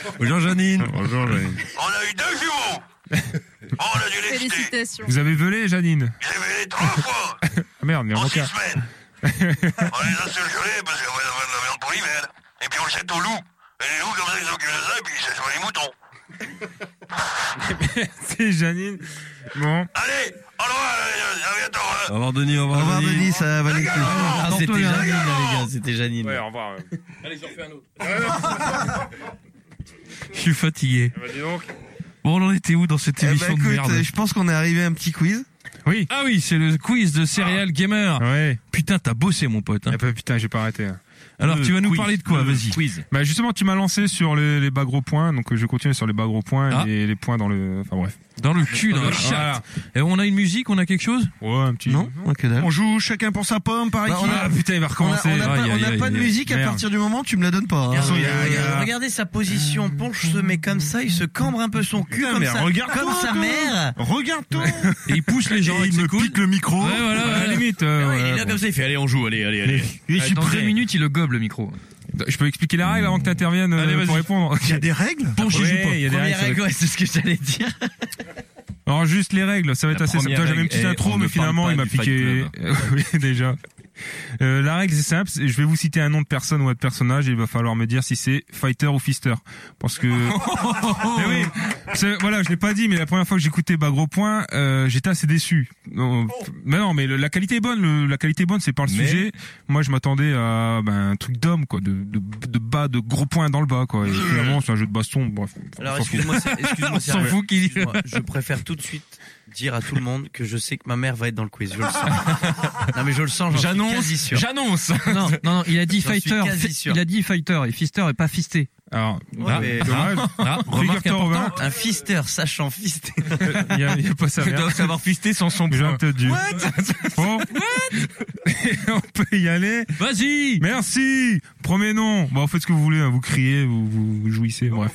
Bonjour Janine.
Bonjour Janine.
On a eu deux jumeaux. Bon, on a dû les jeter.
Félicitations.
Vous avez velé, Janine
J'ai vélé trois fois.
Ah merde, mais
en
on
six semaines. on les a surgelés parce qu'on va avoir de la viande pour l'hiver. Et puis on le jette aux loups. Et les loups, comme ça, ils s'occupent de ça et puis ils chassent pas les moutons.
C'est Janine. Bon.
Allez, au revoir, euh, à bientôt. hein.
Au revoir Denis, au
Au revoir
revoir Denis.
Denis, ça va les couilles.
Ah, c'était
Antoine,
Janine,
hein.
les gars, c'était Janine.
Ouais, au revoir. ouais.
Allez, j'en fais un autre.
Je suis fatigué.
Bah, dis donc.
Bon, on en était où dans cette
Eh ben,
émission
écoute,
de merde
euh, je pense qu'on est arrivé à un petit quiz.
Oui.
Ah oui, c'est le quiz de Serial Gamer.
Ouais.
Putain, t'as bossé mon pote.
Eh
hein.
Ah
ben,
bah, putain, j'ai pas arrêté. hein.
Alors,
Euh,
Le
tu vas nous
quiz,
parler de quoi
le
Vas-y.
quiz. Bah justement, tu m'as lancé sur les, les bas gros points, donc euh, je continue sur les bas gros points
Ah.
et les points dans le. Enfin bref.
Dans le cul, dans la chatte. Et on a une musique, on a quelque chose
Ouais, un petit.
Non Ok, d'accord.
On joue chacun pour sa pomme, par
Bah,
équipe.
on
Ah putain, il va
On a,
recommencer.
on a pas,
Aïe,
on
aïe,
a
aïe,
pas de
aïe.
musique à
Merde.
partir du moment où tu me la donnes pas. hein.
Regardez,
Ah, il y a-
regardez sa position, Ponche se met comme ça, il se cambre un peu son cul comme,
mais
sa,
regarde-toi,
comme sa
toi.
mère.
Regarde-toi
Et il pousse les gens
Et
avec
il
ses
me
couilles.
pique le micro.
Ouais, voilà,
À la
ouais.
limite. euh,
Ah ouais, il est
ouais,
là
bon.
comme ça, il fait allez on joue, allez, allez, allez.
Et je suis
Dans deux
prêt.
minutes, il le gobe le micro.
Je peux expliquer la règle avant que t'interviennes euh,
Allez, vas-y.
pour répondre.
Il y a des règles
Ponche, il joue
Ouais,
pas.
il y a des
Première
règles, ça va être-
règle, ouais, c'est ce que j'allais dire.
Alors juste les règles, ça va être
La
assez simple.
première
Toi, J'avais une
règle
petite
est,
intro,
on
mais
ne parle
finalement
pas
il m'a
du Fight
piqué Oui, déjà. Euh, la règle c'est simple, c'est- je vais vous citer un nom de personne ou un de personnage et il va falloir me dire si c'est fighter ou fister. Parce que... Mais oui, c'est- voilà, je l'ai pas dit, mais la première fois que j'écoutais bah, Gros Point, euh, j'étais assez déçu. Non,
Oh.
f- Mais non, mais le- la qualité est bonne, le- la qualité est bonne, c'est par le
Mais-
sujet. Moi je m'attendais à ben, un truc d'homme, quoi, de, de, de bas, de gros points dans le bas, quoi. Et finalement c'est un jeu de baston, bref. on
Alors
s'en fout.
excuse-moi, c'est- excuse-moi,
On s'en fout qu'il-
excuse-moi, je préfère tout de suite dire à tout le monde que je sais que ma mère va être dans le quiz. Je le sens. Non mais je le sens. j'en suis
J'annonce,
quasi sûr.
J'annonce
Non, non, non, il a dit
J'en suis
fighter.
quasi
fi-
sûr.
Il a dit fighter et fister et pas fisté.
Alors,
Ouais, mais-
dommage.
Ah, remarque
Figure-toi, Robin,
importante.
Un fister sachant fister.
Il y a, il y a pas sa
Je
mère.
dois savoir fister sans son
J'ai
point.
un peu de Dieu. Bon. Oh. On peut y aller.
Vas-y
Merci. Premier nom. Bon, faites ce que vous voulez. hein. Vous criez, vous, vous, vous jouissez. bref.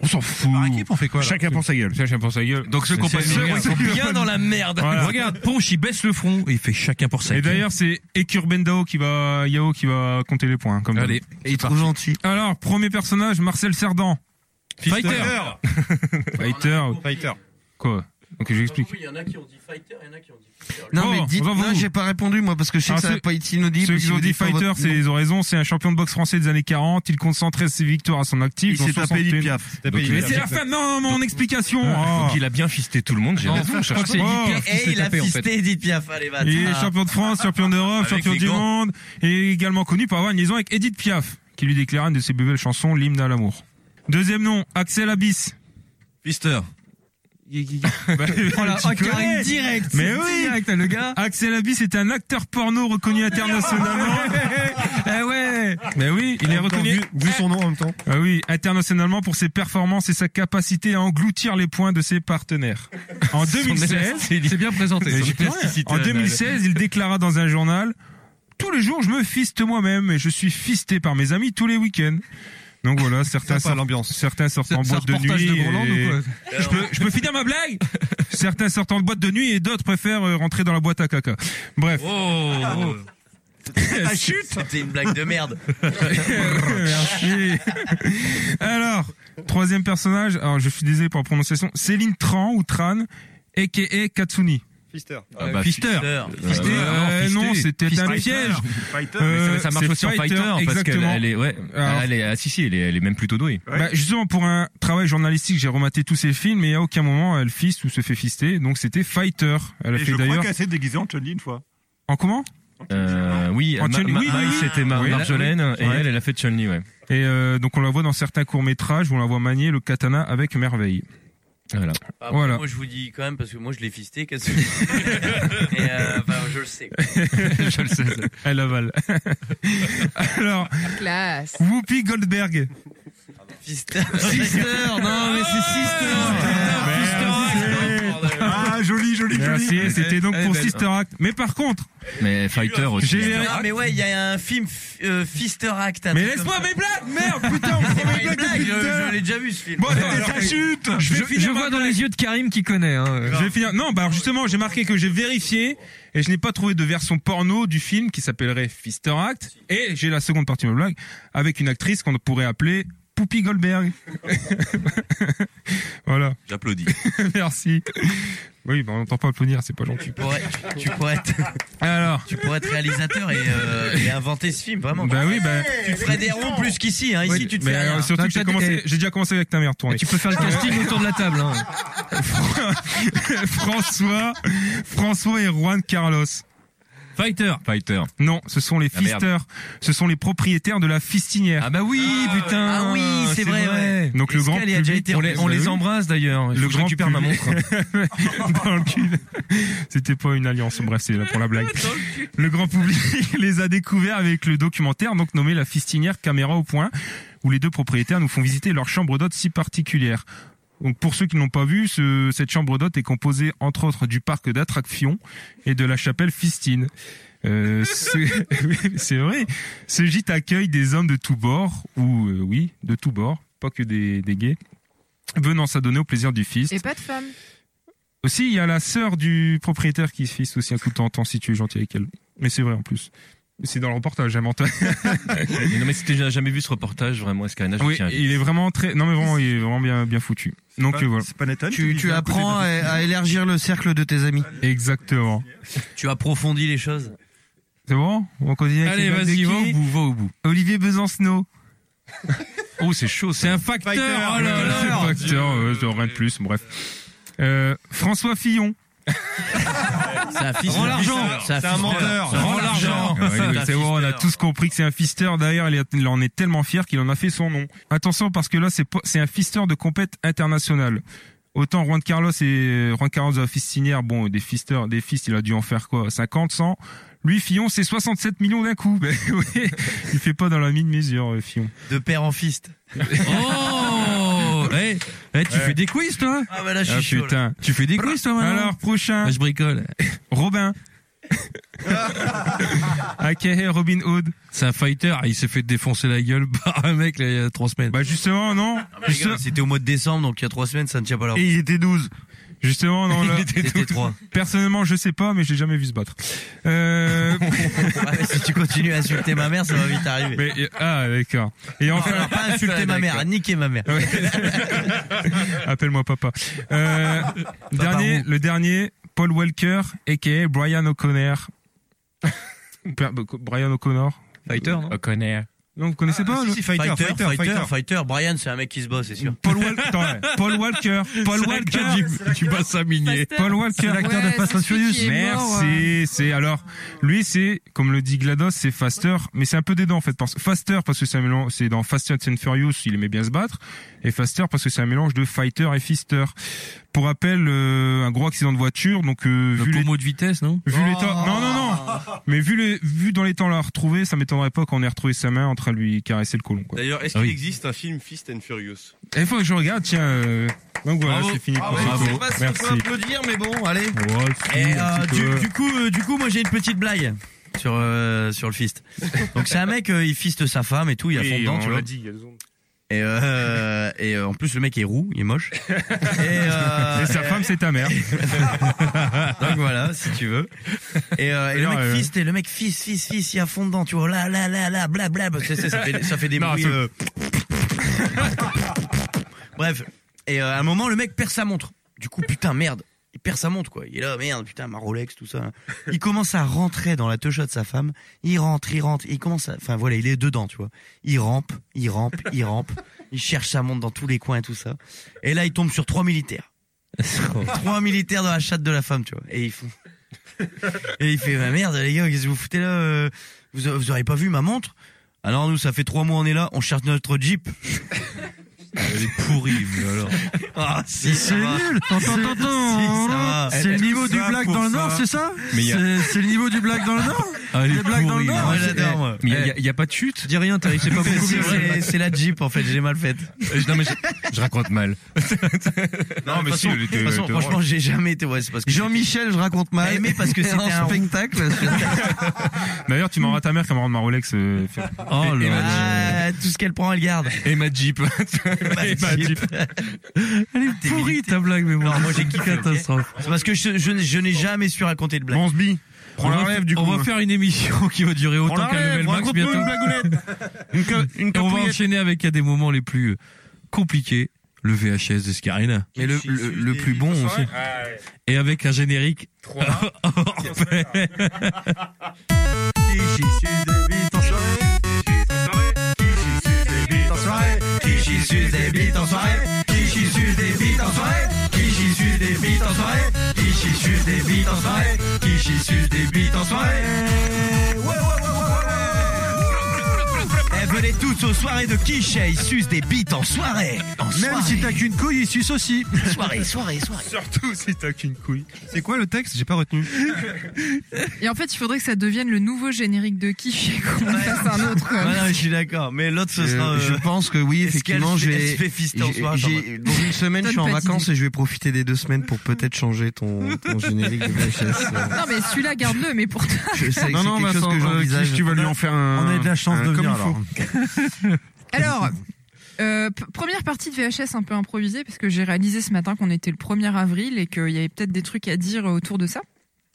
On s'en fout.
Par équipe, on fait quoi là
Chacun pour sa gueule. Chacun pour sa gueule.
Donc ceux qui ont pas
C'est-
aimé,
c'est-
Bien dans la merde.
Voilà.
Regarde, Ponche, il baisse le front et il fait chacun pour sa
Et
gueule.
d'ailleurs, c'est Ekurbendao qui va, Yao qui va compter les points. Comme d'hab.
Allez,
Et trop gentil.
Alors, premier personnage, Marcel Cerdan.
Fighter
Fighter.
Fighter.
Quoi? Ok, j'explique. Oh,
Il y en a qui ont dit fighter, il y en a qui ont dit fister.
Non,
Bon,
mais dites,
bravo.
non, j'ai pas répondu moi parce que je sais
Ah,
que ça
ceux-
va pas être inaudible.
Ceux
si
qui ont
vous
dit
dites pas
Fighter,
votre
c'est,
nom.
ils ont raison, c'est un champion de boxe français des années 40, il compte 113 victoires à son actif.
Il
dont
s'est tapé
61.
Edith Piaf. Tapé
Mais
Edith
c'est la
Piaf.
fin, non, non, mon explication!
ah,
Oh.
Donc il Ah, a bien fisté tout le monde, j'ai
Non,
raison.
je crois que c'est
Oh.
Edith Piaf qui
Et
s'est
Eh, il a
tapé en fait.
fisté Edith Piaf, allez va. Ah.
Il est champion de France, champion d'Europe,
Avec
champion
les
du
gants.
monde, et également connu pour avoir une liaison avec Edith Piaf, qui lui déclare une de ses plus belles chansons, l'hymne à l'amour. Deuxième nom, Axel Abyss.
Fister.
Bah,
Voilà,
tu
un
connais.
carré Oh direct.
Mais
c'est
oui.
direct, le gars. Oh.
Axel Abyss est un acteur porno reconnu internationalement. eh ouais. Mais oui, il est reconnu.
Vu son nom en même temps.
Ah oui, internationalement pour ses performances et sa capacité à engloutir les points de ses partenaires. En 2016,
C'est bien présenté.
Et j'ai- en 2016, il déclara dans un journal Tous les jours, je me fiste moi-même et je suis fisté par mes amis tous les week-ends. Donc voilà, certains
Sympa,
sortent,
l'ambiance.
certains sortent
C'est
en
un
boîte de
reportage
nuit.
de Groland
et-
ou quoi
Eh
je, peux, je peux finir ma blague Certains sortent en boîte de nuit et d'autres préfèrent euh, rentrer dans la boîte à caca. Bref.
Oh. Ah, C'était une blague de merde.
Merci. Alors, troisième personnage, alors je suis désolé pour la prononciation, Céline Tran ou Tran, a.k.a. Katsuni.
Fister.
Ah bah,
Fister.
Fisté Euh, non, c'était un piège.
Fighter.
Euh,
Mais ça, ça marche
c'est
aussi en fighter, parce qu'elle
exactement.
elle est, ouais,
Alors-
elle est, ah, si, si, elle est, elle est même plutôt douée.
Ouais.
Bah, justement, pour un travail journalistique, j'ai rematé tous ces films et à aucun moment elle fiste ou se fait fister. Donc c'était Fighter. Elle a
Et
fait
je crois
d'ailleurs.
qu'elle s'est déguisée en Chun-Li une fois.
En comment
Euh, oui,
En
Ma-
Chun-Li,
Ma-
oui,
Maï,
oui, oui.
c'était Mar-
Oui, là,
Marjolaine,
oui.
et
Ouais.
elle, elle a fait Chun-Li, ouais.
Et euh, donc on la voit dans certains courts-métrages où on la voit manier le katana avec merveille.
Voilà.
Après,
Voilà.
Ah, Moi je vous dis quand même parce que moi je l'ai fisté. qu'est-ce que- Et euh, enfin, je le sais.
je le sais. Elle avale. Alors,
Classe.
Whoopi Goldberg.
Ah,
Fister. Fister. Non mais c'est sister.
Ah, Ah, joli, joli,
Merci,
joli.
c'était donc pour Sister Act. Mais par contre.
Mais Fighter aussi.
Ah, mais ouais, il y a un film euh, Fister Act. un
Mais
truc
laisse-moi
comme ça.
mes blagues, merde, putain, on prend mes
Une
blagues
blague,
depuis tout à
je,
l'heure.
je l'ai déjà vu ce film.
Bon,
Ouais,
attendez,
alors,
ça chute
Je,
vais finir
je
ma
vois dans
blague.
les yeux de Karim qui connaît. Hein.
Je vais finir. Non, bah alors justement, j'ai marqué que j'ai vérifié et je n'ai pas trouvé de version porno du film qui s'appellerait Fister Act. Et j'ai la seconde partie de ma blague avec une actrice qu'on pourrait appeler Poupie Goldberg. voilà.
J'applaudis.
Merci. Oui, bah on n'entend pas applaudir, c'est pas gentil.
tu pourrais- tu pourrais être,
Alors.
tu pourrais être réalisateur et, euh, et inventer ce film vraiment.
Bah oui, bah.
tu te ferais des ronds plus qu'ici. Hein. Ici, tu te
Mais
fais rien.
alors, surtout
Toi,
que j'ai
t'as-
commencé-
t'es-
j'ai déjà commencé avec ta mère, Euh, toi.
Tu peux faire le casting autour de la table. Hein.
François, François et Juan Carlos.
Fighter.
Fighter.
Non, ce sont les
Ah, merde.
fisters. Ce sont les propriétaires de la fistinière.
Ah bah oui, putain.
Ah oui, c'est vrai, ouais.
Donc le
Est-ce
grand
qu'elle y a déjà
public-
été
on
en
les,
prison
on les embrasse.
embrasse d'ailleurs.
Le grand
récupère ma
public.
montre.
Dans le cul. C'était pas une alliance, bref, c'est là pour la blague. Le grand public les a découverts avec le documentaire, donc nommé La fistinière caméra au point, où les deux propriétaires nous font visiter leur chambre d'hôte si particulière. Donc pour ceux qui n'ont pas vu, ce- cette chambre d'hôte est composée entre autres du parc d'attractions et de la chapelle Fistine. Euh, ce- c'est vrai. Ce gîte accueille des hommes de tous bords, ou euh, oui, de tous bords, pas que des, des gays, venant s'adonner au plaisir du fist.
Et pas de femme.
Aussi, il y a la sœur du propriétaire qui se fiste aussi un coup de temps en temps si tu es gentil avec elle. Mais c'est vrai en plus. C'est dans le reportage, hein, j'ai menté.
Ah,
Mais non mais si t'as jamais vu ce reportage, vraiment, Escarina, je
oui,
tiens à dire.
il est vraiment très. Non, mais vraiment, il est vraiment bien, bien foutu. Donc
pas-
euh, voilà.
C'est pas Nathan
Tu,
qui
tu
vient à
apprends à,
côté de-
à élargir le cercle de tes amis.
Exactement.
Tu approfondis les choses.
C'est bon On continue avec
Allez,
les blagues de
vas-y, va au
qui
bout, va au bout.
Olivier Besancenot.
Oh, c'est chaud.
C'est un facteur. Oh là là.
Acteur, euh, rien de plus, bref. Euh, François Fillon.
C'est un fils.
Rends l'argent.
C'est un menteur.
Rends l'argent.
Ouais, euh, oui, c'est bon, on a tous compris que c'est un fisteur. D'ailleurs, il, a- il en est tellement fier qu'il en a fait son nom. Attention, parce que là, c'est pas- c'est un fisteur de compète internationale. Autant Juan Carlos et euh, Juan Carlos de la fistinière, bon, des fisteurs, des fistes, il a dû en faire quoi 50, 100 Lui, Fillon, c'est 67 millions d'un coup. Ben, oui, il fait pas dans la mine mesure, euh, Fillon.
De père en fist.
Oh Eh, eh, tu fais des quiz, toi
Ah bah là, je
Ah,
suis chaud. là.
putain.
Tu fais des quiz, toi, maintenant
Alors, prochain,
Ah, Je bricole.
Robin. AKA Robin Hood.
C'est un fighter. ah, Il s'est fait défoncer la gueule par un mec, là, il y a trois semaines.
Bah, justement, non
Ah, les gars, C'était au mois de décembre, donc il y a trois semaines, ça ne tient pas la route.
Et il était 12.
Justement, non, là.
C'était trois.
Personnellement, je sais pas, mais j'ai jamais vu se battre. Euh,
Ouais, si tu continues à insulter ma mère, ça va vite arriver.
mais, ah, d'accord. Et
Enfin,
enfin, Ah,
pas insulter ma mère, à niquer ma mère.
appelle-moi papa. Euh, dernier, le dernier, Paul Walker, a.k.a. Brian O'Connor. Per- Brian O'Connor.
Fighter, non
O'Connor.
Non, vous connaissez pas Ah, le-
Si, fighter,
Ah, Fighter,
fighter, fighter.
Brian, c'est un mec qui se bosse, c'est sûr.
Paul, Wal- Attends, ouais. Paul Walker. Paul Walker.
Tu passes à minier.
Paul Walker.
l'acteur de Fast and Furious.
Merci. C'est alors lui, c'est comme le dit Glados, c'est Faster, mais c'est un peu dedans en fait. Parce, faster parce que c'est un mélange, c'est dans Fast and Furious, il aimait bien se battre, et Faster parce que c'est un mélange de Fighter et Fister. Pour rappel, euh, un gros accident de voiture, donc euh,
Le
vu les
promo de vitesse, non
Vu les
Oh.
temps, non non non, mais vu les, vu dans les temps l'a retrouvé, ça m'étonnerait pas qu'on ait retrouvé sa main en train de lui caresser le colon. Quoi.
D'ailleurs, est-ce
Ah
qu'il
oui.
existe un film Fist and Furious
Il faut que je regarde, tiens. euh, Donc voilà,
Bravo. Ah
c'est fini. pour
ouais,
ça.
je sais
pas si on
Merci.
peut applaudir, mais bon, allez.
Ouais, si,
Et,
Ah,
un
euh,
petit
du,
peu.
du coup, euh, du coup, moi j'ai une petite blague sur euh, sur le fist. Donc c'est un mec, euh, il fiste sa femme et tout, il a fond
Oui,
dedans, tu
on
vois.
l'a dit, il y a des ondes.
Et euh, et euh, en plus le mec est roux, il est moche. Et, euh,
Et sa femme, c'est ta mère.
donc voilà, si tu veux. Et, euh, et le
Non,
mec
euh,
fiste, et le mec fist, fist, fist, il a fond dedans, tu vois. Là, là, là, là, bla, bla. bla, Ça, ça, ça fait, ça fait des
Non,
bruits.
c'est-
euh, Bref. Et euh, à un moment, le mec perd sa montre. Du coup, putain, merde. Il perd sa montre, quoi. Il est là, merde, putain, ma Rolex, tout ça. Il commence à rentrer dans la teucha de sa femme. Il rentre, il rentre, il commence à. Enfin, voilà, il est dedans, tu vois. Il rampe, il rampe, il rampe. Il cherche sa montre dans tous les coins et tout ça. Et là, il tombe sur trois militaires trois militaires dans la chatte de la femme, tu vois. Et ils font. Et il fait, bah merde, les gars, qu'est-ce que vous foutez là euh, Vous, vous auriez pas vu ma montre Alors nous, ça fait trois mois on est là, on cherche notre Jeep.
Elle est pourrie, mais alors.
Ah,
si, c'est nul. Attends, attends, attends. C'est le niveau du black dans le Nord, c'est ça C'est le niveau du black dans le Nord
Ah,
Les blagues dans le Nord Eh,
Eh.
Mais il n'y a pas de chute
Dis rien, t'arrives, c'est pas possible. C'est la Jeep, en fait, j'ai mal faite.
Euh,
Non, mais je raconte mal.
Non, mais si, de toute façon, franchement, j'ai jamais été. Ouais, c'est parce que
Jean-Michel, je raconte mal.
Aimé parce que c'était un
spectacle.
D'ailleurs, tu m'en ta mère, camarade de ma Rolex.
euh,
Oh là Tout ce qu'elle prend, elle garde.
Et ma Jeep.
Eh
Et ma Jeep.
ben, Elle est pourrie ta blague, mais moi,
j'ai kiffé.
Catastrophe.
C'est parce que je, je, je n'ai jamais su raconter de blague.
Bonsby. Prends la relève du coup.
On va faire une émission qui va durer autant qu'un level max bientôt.
Une blagounette.
une co- une Et on va enchaîner avec un des moments les plus euh, compliqués, le VHS de Scarina.
Mais le, le, le plus bon aussi.
Et avec un générique.
Eh, Venez toutes aux soirées de quiche et ils sucent des bites en soirée. En
Même
soirée.
si t'as qu'une couille, il suce aussi.
Soirée, soirée, soirée.
Surtout si t'as qu'une couille.
C'est quoi le texte J'ai pas retenu.
Et en fait, il faudrait que ça devienne le nouveau générique de Kiff et qu'on en fasse un autre. quoi.
Ouais, Ah non, je suis d'accord, mais l'autre ce
Euh,
sera. euh,
je pense que oui,
est-ce qu'elle
effectivement,
se
je
fait-
vais.
elle se fait fister en
j'ai-
soirée, genre,
j'ai- Dans une semaine, je suis en
Donne pas
vacances
d'idée.
et je vais profiter des deux semaines pour peut-être changer ton, ton générique de VHS. euh.
Non, mais celui-là, garde-le, mais pour toi.
Je sais que
Non,
c'est
non,
quelque chose que
Vincent, euh,
j'envisage.
Kish, tu vas lui en faire un.
On a eu de la chance
un
de
comme
venir
il faut.
alors.
Alors, euh, p- première partie de VHS un peu improvisée, parce que j'ai réalisé ce matin qu'on était le 1er avril et qu'il y avait peut-être des trucs à dire autour de ça.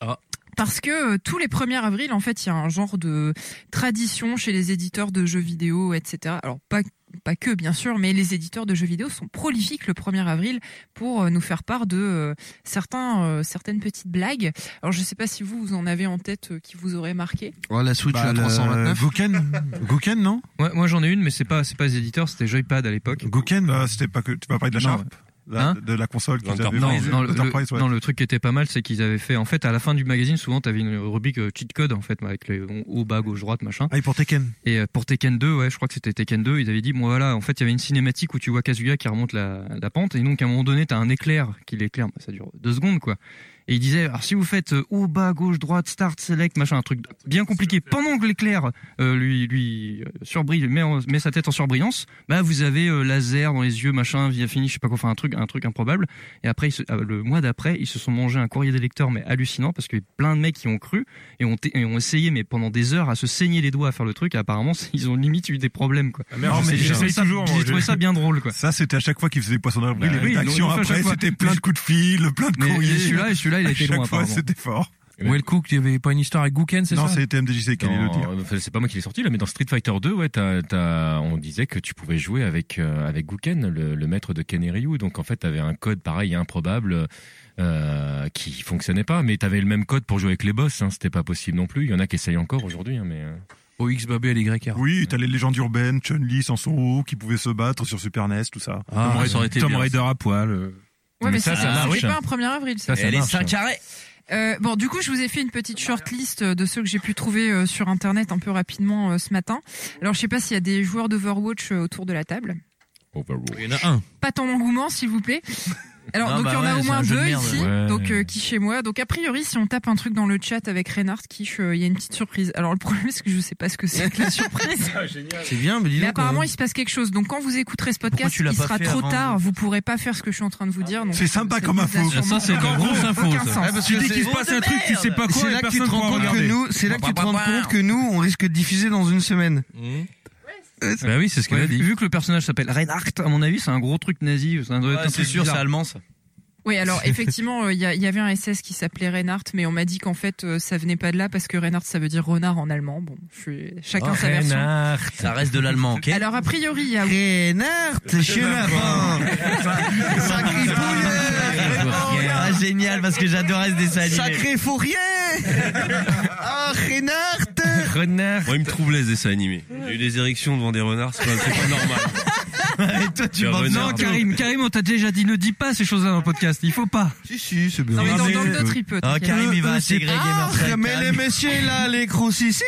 Ah.
Parce que euh, tous les 1er avril, en fait, il y a un genre de tradition chez les éditeurs de jeux vidéo, etc. Alors, pas pas que bien sûr, mais les éditeurs de jeux vidéo sont prolifiques le 1er avril pour euh, nous faire part de euh, certains, euh, certaines petites blagues. Alors je sais pas si vous, vous en avez en tête euh, qui vous auraient marqué.
Oh, la Switch,
Bah,
la
le-
329.
Gouken Gouken, non
Ouais, moi j'en ai une, mais c'est pas, c'est pas les éditeurs, c'était Joypad à l'époque.
Gouken
Euh, c'était pas que tu vas parler de la
Non,
Sharp, la-
Hein
de la console qu'ils avaient.
Non,
prise,
non, le,
l'Enterprise,
le-
ouais.
non, le truc qui était pas mal, c'est qu'ils avaient fait. En fait, à la fin du magazine, souvent, t'avais une rubrique euh, cheat code, en fait, avec les haut, bas, gauche, droite, machin.
Ah, et pour Tekken.
Et euh, pour Tekken 2, ouais, je crois que c'était Tekken 2, ils avaient dit, bon voilà, en fait, il y avait une cinématique où tu vois Kazuya qui remonte la, la pente, et donc à un moment donné, t'as un éclair qui l'éclaire, Bah, ça dure deux secondes, quoi. Et il disait, alors si vous faites euh, haut, bas, gauche, droite, start, select, machin, un truc bien compliqué, pendant que l'éclair euh, lui, lui euh, surbrille, met, en- met sa tête en surbrillance, bah vous avez euh, laser dans les yeux, machin, via fini, je sais pas quoi, enfin un truc, un truc improbable. Et après, ils se- euh, le mois d'après, ils se sont mangés un courrier des lecteurs, mais hallucinant, parce que plein de mecs qui ont cru et ont, t- et ont essayé, mais pendant des heures, à se saigner les doigts à faire le truc. Et apparemment, ils ont limite eu des problèmes, quoi.
Ah, merde,
Alors,
j'essaie-
j'ai trouvé
j'essaie
ça-
toujours, moi,
J'ai trouvé
je-
ça bien drôle, quoi.
Ça, c'était à chaque fois qu'ils faisaient Poisson d'avril.
Bah
les
oui, ils
rédactions
l'ont fait à
après,
chaque fois.
c'était plein de coups de fil, plein de
Mais- mais
courriers.
celui-là- celui-là, il a
À
été
chaque
loin,
fois,
apparemment.
c'était fort.
Well Cook, il y avait pas une histoire avec Gouken, c'est ça
Non, c'était MDJC qui allait le
Dans-
dire.
enfin, c'est pas moi qui l'ai sorti là, mais dans Street Fighter 2, ouais, t'as- t'as- on disait que tu pouvais jouer avec euh, avec Guken, le, le maître de Ken et Ryu. Donc en fait, t'avais un code pareil improbable euh, qui fonctionnait pas, mais t'avais le même code pour jouer avec les boss. Hein, C'était pas possible non plus. Il y en a qui essayent encore aujourd'hui, hein, mais. euh,
OX Babé à hein. l'YR.
Oui, t'as les légendes urbaines, Chun-Li, Sansoro, qui pouvaient se battre sur Super NES, tout ça.
Ah,
Tom,
ça aurait été
Tom
bien,
Raider à poil. euh.
Ouais, mais,
ça,
c'est-
ça
c'est
marche.
pas un 1er avril.
Ça, ça
Elle est
marche,
5
hein.
carrés.
Euh, bon, du coup, je vous ai fait une petite shortlist euh, de ceux que j'ai pu trouver euh, sur internet un peu rapidement euh, ce matin. Alors, je sais pas s'il y a des joueurs d'Overwatch euh, autour de la table.
Overwatch.
Il y en a un.
Pas tant d'engouement, s'il vous plaît. Alors,
Non,
donc,
bah
il y en a
ouais,
au
c'est
moins
un jeu de
deux
merde.
ici.
Ouais.
Donc, euh, qui chez moi. Donc, a priori, si on tape un truc dans le chat avec Reinhardt, qui, euh, il y a une petite surprise. Alors, le problème, c'est que je sais pas ce que c'est que la surprise.
Ah,
C'est bien, mais dis
Mais
donc,
apparemment,
euh,
il se passe quelque chose. Donc, quand vous écouterez ce podcast,
tu l'as
il
pas
sera
fait
trop
avant
tard. Vous pourrez pas faire ce que je suis en train de vous dire. donc,
C'est sympa
euh,
comme
vous
info.
a
Ça,
sûrement
c'est de la grosse info.
aucun sens.
ouais, parce
Tu
que
dis qu'il
c'est-
se passe un truc, tu sais pas quoi,
c'est
et
là que tu
personne
te
pourra
rends compte que
regarder.
nous, c'est là que tu te rends compte que nous, on risque de diffuser dans une semaine.
Bah oui, c'est ce qu'elle
Ouais,
a dit.
vu que le personnage s'appelle Reinhardt, à mon avis, c'est un gros truc nazi. Ça doit être un
c'est
truc
sûr, c'est
bizarre.
allemand ça.
Oui, alors effectivement, euh, il y, a- il y avait un SS qui s'appelait Reinhardt, mais on m'a dit qu'en fait, euh, ça venait pas de là parce que Reinhardt, ça veut dire renard en allemand. Bon, je suis... chacun sa version.
Ça reste de l'allemand, ok
Alors a priori, il y a
Reinhardt, chez la fin. Sacré poulet.
Ah, génial, parce que j'adorais ce dessin animé.
Sacré fourrier. Ah, Reinhardt.
Renard.
Moi, il me trouble les dessins animés. J'ai eu des érections devant des renards, c'est pas, c'est pas normal.
Et toi, tu m'en Non, Karim, Karim, on t'a déjà dit, ne dis pas ces choses-là dans le podcast. Il faut pas.
Si, si, c'est bien.
Non, mais dans, dans le nôtre, il peut.
Ah,
t'inquiète.
Karim,
Euh,
il va intégrer Gamer Track,
mais les
Karim.
messieurs, là, les ici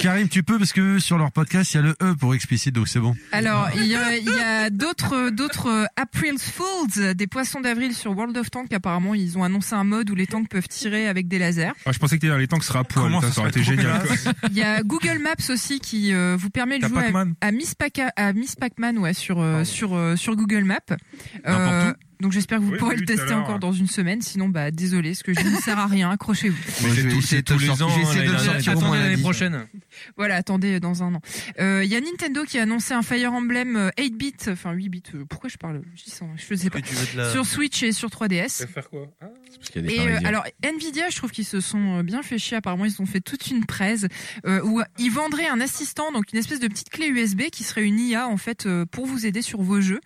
Karim, tu peux parce que sur leur podcast, il y a le E pour explicite, donc c'est bon.
Alors, il y a, il y a d'autres, d'autres euh, April's Fools, des poissons d'avril sur World of Tanks. Apparemment, ils ont annoncé un mode où les tanks peuvent tirer avec des lasers.
Ah, je pensais que t'allais dans les temps que ce sera à poil,
Comment
putain,
ça
ça aurait été
serait trop
génial.
classe.
Il y a Google Maps aussi qui euh, vous permet de
T'as
jouer à,
Pac-Man
à Miss Pac à Miss Pac-Man ouais, sur euh, sur euh, sur Google Maps. Euh,
N'importe
donc j'espère que vous
Oui,
pourrez
oui,
le
tout à
tester
l'heure.
encore dans une semaine. Sinon, bah désolé, ce que je dis ne sert à rien. Accrochez-vous.
Mais c'est tous- c'est tous les ans, hein,
euh,
J'essaie de le
l'année
sortir
dernière.
au moins
Attendez l'année
lundi.
prochaine.
Voilà, attendez euh, dans un an. Euh, Il y a Nintendo qui a annoncé un Fire Emblem euh, 8 bits, enfin 8 bits. euh, pourquoi je parle Je sens, je sais pas.
Que tu veux de la-
Sur Switch et sur 3DS.
faire quoi
Parce qu'il y a des
Et euh,
Parisiens.
alors Nvidia, je trouve qu'ils se sont euh, bien fait chier. Apparemment, ils ont fait toute une presse euh, où ils vendraient un assistant, donc une espèce de petite clé USB qui serait une IA en fait euh, pour vous aider sur vos jeux.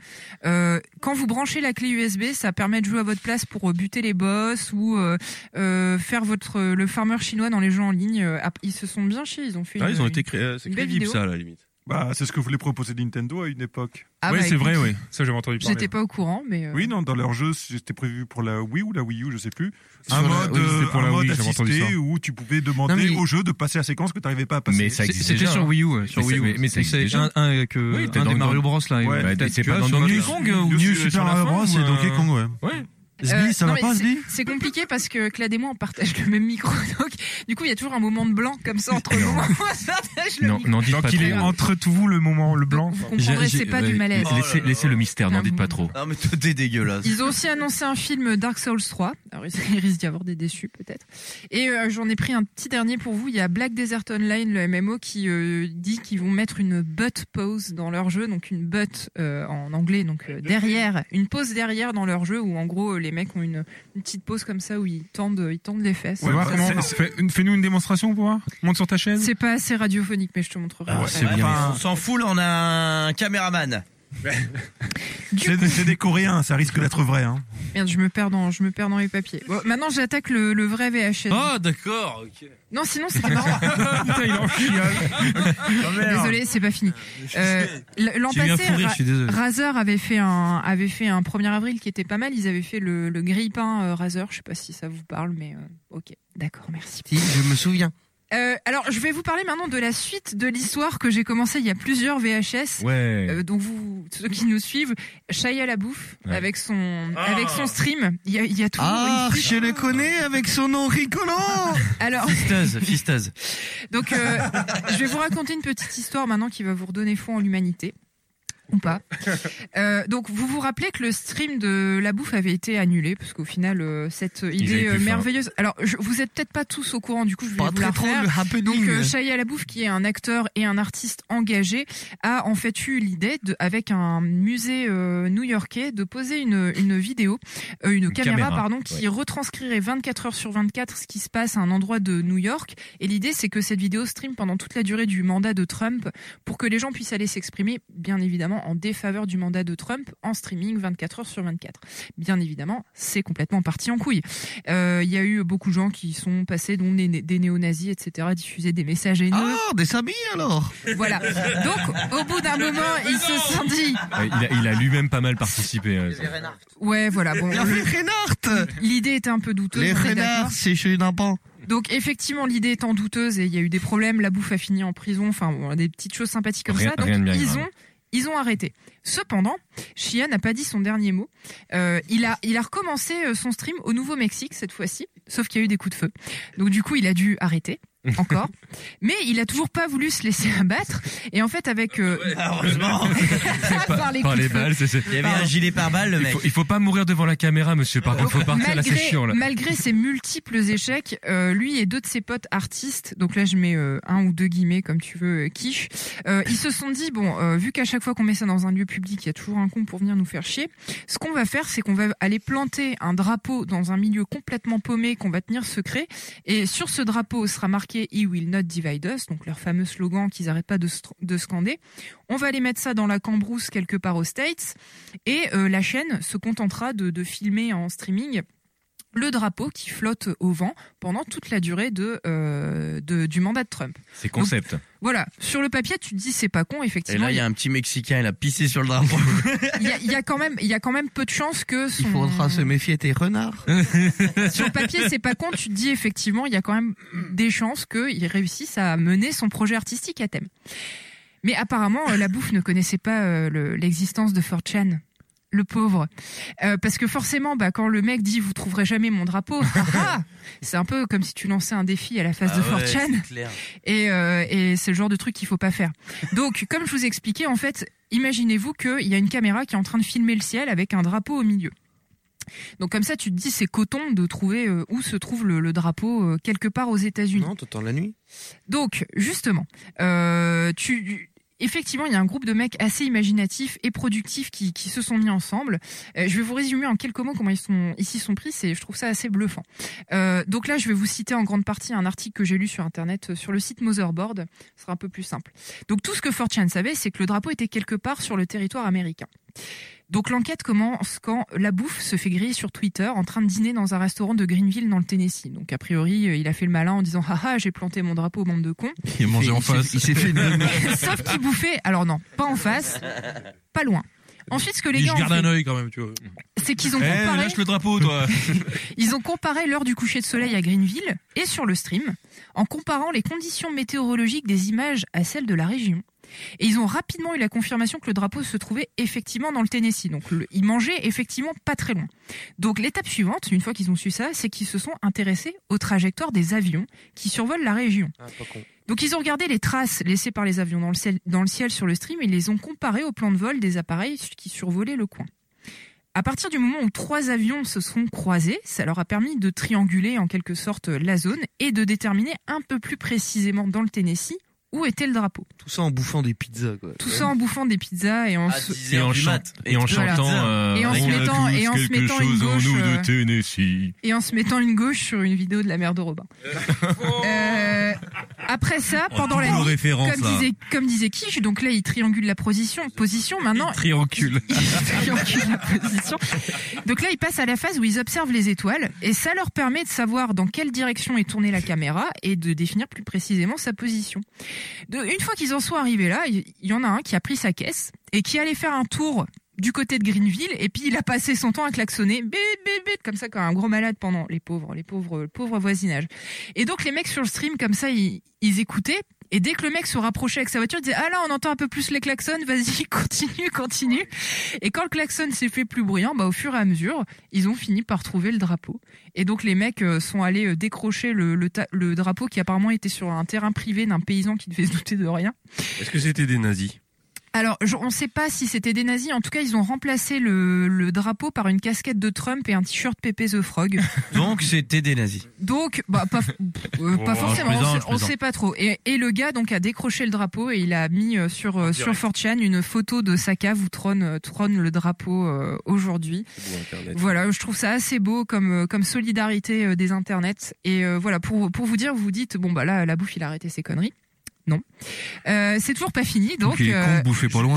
Euh, quand vous branchez la clé USB, ça permet de jouer à votre place pour euh, buter les boss ou euh, euh, faire votre euh, le farmer chinois dans les jeux en ligne. Euh, ap- Ils se sont bien chiés. Ils ont fait.
Ah,
une-
ils ont été créés. euh, C'est
une belle
crédible,
vidéo.
ça, à la limite.
Bah, c'est ce que voulait proposer Nintendo à une époque.
Ah,
oui,
bah,
c'est vrai,
écoute,
oui. Ça, j'avais entendu parler.
J'étais pas au courant, mais. euh,
Oui, non, dans leur jeu, c'était prévu pour la Wii ou la Wii U, je sais plus.
Sur
Un
la-
mode,
oui, c'était
euh,
pour
un
la
mode
Wii, j'avais entendu
assisté
ça.
où tu pouvais demander
Non, mais-
au jeu de passer à la séquence que tu n'arrivais pas à passer.
Mais ça existe
C'était
déjà. hein.
sur Wii U. ouais, Sur
Mais
Wii
ça-
U.
mais- mais ça
Et c'est
existe
un, un, avec, euh,
Oui, t'es
un
dans
des
le-
Mario Bros là.
Ouais,
et-
mais
peut-être,
c'est
tu
pas
vois,
dans
sur
Donkey
Mario-
Kong,
Kong, euh, ou
New
New sur
Super
la
Mario
fin,
Bros
ou,
et
euh,
Donkey Kong, ouais.
Euh,
Sbi, ça
non,
va
mais
pas,
c'est-
Sbi
C'est compliqué parce que Clad et moi on partage le même micro. Donc, du coup, il y a toujours un moment de blanc comme ça entre nous. On se partage le
Non,
micro.
n'en dites pas
Donc, il est
trop.
entre vous le moment, le blanc.
Vous comprendrez, c'est pas du malaise.
euh, Laissez, laissez le mystère, n'en dites pas trop.
Non, mais tout est dégueulasse.
Ils ont aussi annoncé un film Dark Souls 3. Alors, il risque d'y avoir des déçus, peut-être. Et euh, j'en ai pris un petit dernier pour vous. Il y a Black Desert Online, le MMO, qui euh, dit qu'ils vont mettre une butt pause dans leur jeu. Donc, une butt euh, en anglais, donc euh, derrière. Une pause derrière dans leur jeu où, en gros, euh, les mecs ont une, une petite pause comme ça où ils tendent, ils tendent les fesses.
Ouais,
Ça,
voir comment-
c'est-
fais- une- Fais-nous une démonstration pour voir. Monte sur ta chaise.
C'est pas assez radiophonique, mais je te montrerai.
Ah,
après.
c'est bien. on s'en fout, là, on a un caméraman.
C'est c'est des Coréens, ça risque d'être vrai. Hein.
Merde, je me perds dans, je me perds dans les papiers. Bon, maintenant, j'attaque le, le vrai VHS.
Ah, d'accord, ok.
Non, sinon, c'était marrant.
Putain, il en chiale.
Désolé, c'est pas fini. Euh, l- L'an
J'ai eu un
passé,
fou rire, je suis désolé.
Ra- Razer avait fait un avait fait un 1er avril qui était pas mal. Ils avaient fait le, le grille-pain euh, Razer. Je sais pas si ça vous parle, mais euh, ok, d'accord, merci.
Si, je me souviens.
Euh, alors, je vais vous parler maintenant de la suite de l'histoire que j'ai commencé il y a plusieurs VHS.
Ouais.
Euh, donc vous, ceux qui nous suivent, Shia la bouffe
Ouais.
avec son avec son stream, il y a, il y a tout.
Ah,
Il-
je le connais avec son nom rigolo
Alors
Fisteuse, fisteuse.
donc euh, je vais vous raconter une petite histoire maintenant qui va vous redonner foi en l'humanité. Ou pas. Euh, donc, vous vous rappelez que le stream de La Bouffe avait été annulé, parce qu'au final, euh, cette idée
avaient plus
euh,
faim.
merveilleuse. Alors, je, vous êtes peut-être pas tous au courant, du coup, je vais
Pas
vous la
très trop
refaire.
le happening.
Donc, euh, Shia LaBeouf, qui est un acteur et un artiste engagé, a en fait eu l'idée, de- avec un musée euh, new-yorkais, de poser une, une vidéo, euh, une, caméra,
caméra,
pardon, qui retranscrirait 24 heures sur 24 ce qui se passe à un endroit de New York. Et l'idée, c'est que cette vidéo stream pendant toute la durée du mandat de Trump pour que les gens puissent aller s'exprimer, bien évidemment, en défaveur du mandat de Trump en streaming 24 heures sur 24. Bien évidemment, c'est complètement parti en couille. Euh, Il y a eu beaucoup de gens qui sont passés, dont des, des néo-nazis, etc., diffuser des messages haineux.
Ah, des samis alors
Voilà. Donc, au bout d'un moment, ils se sont dit,
Ouais, Il a, il a lui-même pas mal participé. hein.
ouais, voilà, bon,
Il a fait Reinhardt
l'idée était un peu douteuse.
Les
on est d'accord.
renards séchés d'un pan
Donc effectivement, l'idée étant douteuse et il y a eu des problèmes, la bouffe a fini en prison, enfin bon, des petites choses sympathiques comme
Rien-
ça. Donc
rien de bien
ils
grave.
ont ils ont arrêté. Cependant, Shia n'a pas dit son dernier mot. Euh, il a il a recommencé euh, son stream au Nouveau-Mexique cette fois-ci, sauf qu'il y a eu des coups de feu. Donc du coup, il a dû arrêter. Encore, mais il a toujours pas voulu se laisser abattre. Et en fait, avec euh,
Heureusement.
par les
Par
coups
les
de feu,
balles, c'est- c'est-
Il y avait un gilet pare-balles, le
Il
mec.
faut, il faut pas mourir devant la caméra, monsieur. Par contre, faut partir là, c'est
malgré,
chiant là.
malgré ses multiples échecs, euh, lui et deux de ses potes artistes, donc là je mets euh, un ou deux guillemets comme tu veux, euh, quiche, euh, ils se sont dit bon, euh, vu qu'à chaque fois qu'on met ça dans un lieu public, il y a toujours un con pour venir nous faire chier. Ce qu'on va faire, c'est qu'on va aller planter un drapeau dans un milieu complètement paumé qu'on va tenir secret, et sur ce drapeau sera marqué "He will not divide us", donc leur fameux slogan qu'ils n'arrêtent pas de, str- de scander. On va aller mettre ça dans la cambrousse quelque part aux States, et euh, la chaîne se contentera de, de filmer en streaming le drapeau qui flotte au vent pendant toute la durée de, euh, de- du mandat de Trump.
C'est concept.
Voilà, sur le papier, tu te dis c'est pas con,
Et
effectivement.
là, il y a un petit Mexicain, il a pissé sur le drapeau.
il y a- il y a quand même, il y a quand même peu de chances que son.
Il faudra se méfier des renards.
Hmm. sur le papier, c'est pas con. Tu te dis effectivement, il y a quand même des chances qu'il réussisse à mener son projet artistique à thème. Mais apparemment, euh, la bouffe ne connaissait pas euh, le- l'existence de 4chan. Le pauvre. Euh, parce que forcément, bah, quand le mec dit vous trouverez jamais mon drapeau, ah, ah c'est un peu comme si tu lançais un défi à la face
Ah
de
ouais,
4chan.
c'est clair.
Et, euh, et c'est le genre de truc qu'il faut pas faire. Donc, comme je vous ai expliqué, en fait, imaginez-vous qu'il y a une caméra qui est en train de filmer le ciel avec un drapeau au milieu. Donc comme ça, tu te dis c'est coton de trouver euh, où se trouve le, le drapeau euh, quelque part aux États-Unis.
Non, t'entends la nuit
Donc, justement, euh, tu. Effectivement, il y a un groupe de mecs assez imaginatifs et productifs qui, qui se sont mis ensemble. Euh, je vais vous résumer en quelques mots comment ils sont ici sont pris. C'est, je trouve ça assez bluffant. Euh, donc là, je vais vous citer en grande partie un article que j'ai lu sur internet euh, sur le site Motherboard. Ce sera un peu plus simple. Donc tout ce que Fortune savait, c'est que le drapeau était quelque part sur le territoire américain. Donc l'enquête commence quand la bouffe se fait griller sur Twitter en train de dîner dans un restaurant de Greenville dans le Tennessee. Donc a priori, euh, il a fait le malin en disant haha, j'ai planté mon drapeau bande de cons.
Il a mangé en face.
Il s'est fait
Sauf qu'il bouffait, alors non, pas en face, pas loin. Ensuite, ce que les
Je
gars
garde
ont
un
fait,
œil quand même, tu vois.
c'est qu'ils ont
Eh,
comparé,
le drapeau, toi.
ils ont comparé l'heure du coucher de soleil à Greenville et sur le stream, en comparant les conditions météorologiques des images à celles de la région. Et ils ont rapidement eu la confirmation que le drapeau se trouvait effectivement dans le Tennessee. Donc, le- ils mangeaient effectivement pas très loin. Donc, l'étape suivante, une fois qu'ils ont su ça, c'est qu'ils se sont intéressés aux trajectoires des avions qui survolent la région. Donc ils ont regardé les traces laissées par les avions dans le ciel, dans le ciel sur le stream et les ont comparées au plan de vol des appareils qui survolaient le coin. À partir du moment où trois avions se sont croisés, ça leur a permis de trianguler en quelque sorte la zone et de déterminer un peu plus précisément dans le Tennessee où était le drapeau.
Tout ça en bouffant des pizzas, quoi.
Tout ça en bouffant des pizzas et en se...
Et en, chan- et en
Voilà.
chantant. euh,
et en se
on a
mettant
tous
et en se
quelque
mettant une
chose en
gauche
nous
euh,
de Tennessee.
et en se mettant une gauche sur une vidéo de la mère de Robin. Euh, après ça,
Oh,
pendant la
double
nuit,
référence,
comme
là.
disait, comme disait Quiche, donc là il triangule la position, position maintenant.
Triancule.
triangule la position. Donc là ils passent à la phase où ils observent les étoiles et ça leur permet de savoir dans quelle direction est tournée la caméra et de définir plus précisément sa position. De- une fois qu'ils en sont arrivés là, il il y, en a un qui a pris sa caisse et qui allait faire un tour du côté de Greenville et puis il a passé son temps à klaxonner bip bip bip comme ça comme un gros malade pendant les pauvres les pauvres le pauvre voisinage et donc les mecs sur le stream comme ça ils, ils écoutaient et dès que le mec se rapprochait avec sa voiture, il disait ah là on entend un peu plus les klaxons, vas-y continue continue. Et quand le klaxon s'est fait plus bruyant, bah au fur et à mesure, ils ont fini par trouver le drapeau. Et donc les mecs euh, sont allés euh, décrocher le, le ta- le drapeau qui apparemment était sur un terrain privé d'un paysan qui devait se douter de rien.
Est-ce que c'était des nazis
Alors, je- on ne sait pas si c'était des nazis. En tout cas, ils ont remplacé le, le drapeau par une casquette de Trump et un t-shirt Pépé the Frog.
Donc, c'était des nazis.
Donc, bah, pas, f- euh, pas
Oh,
forcément,
je plaisante,
on sait- on
je
ne
plaisante.
sait pas trop. Et, et le gars donc a décroché le drapeau et il a mis euh, sur euh, sur 4chan une photo de sa cave où trône, euh, trône le drapeau euh, aujourd'hui. Voilà, je trouve ça assez beau comme euh, comme solidarité euh, des internets. Et euh, voilà, pour pour vous dire, vous vous dites bon bah là la bouffe il a arrêté ses conneries. Non, Euh, c'est toujours pas fini. Donc, euh,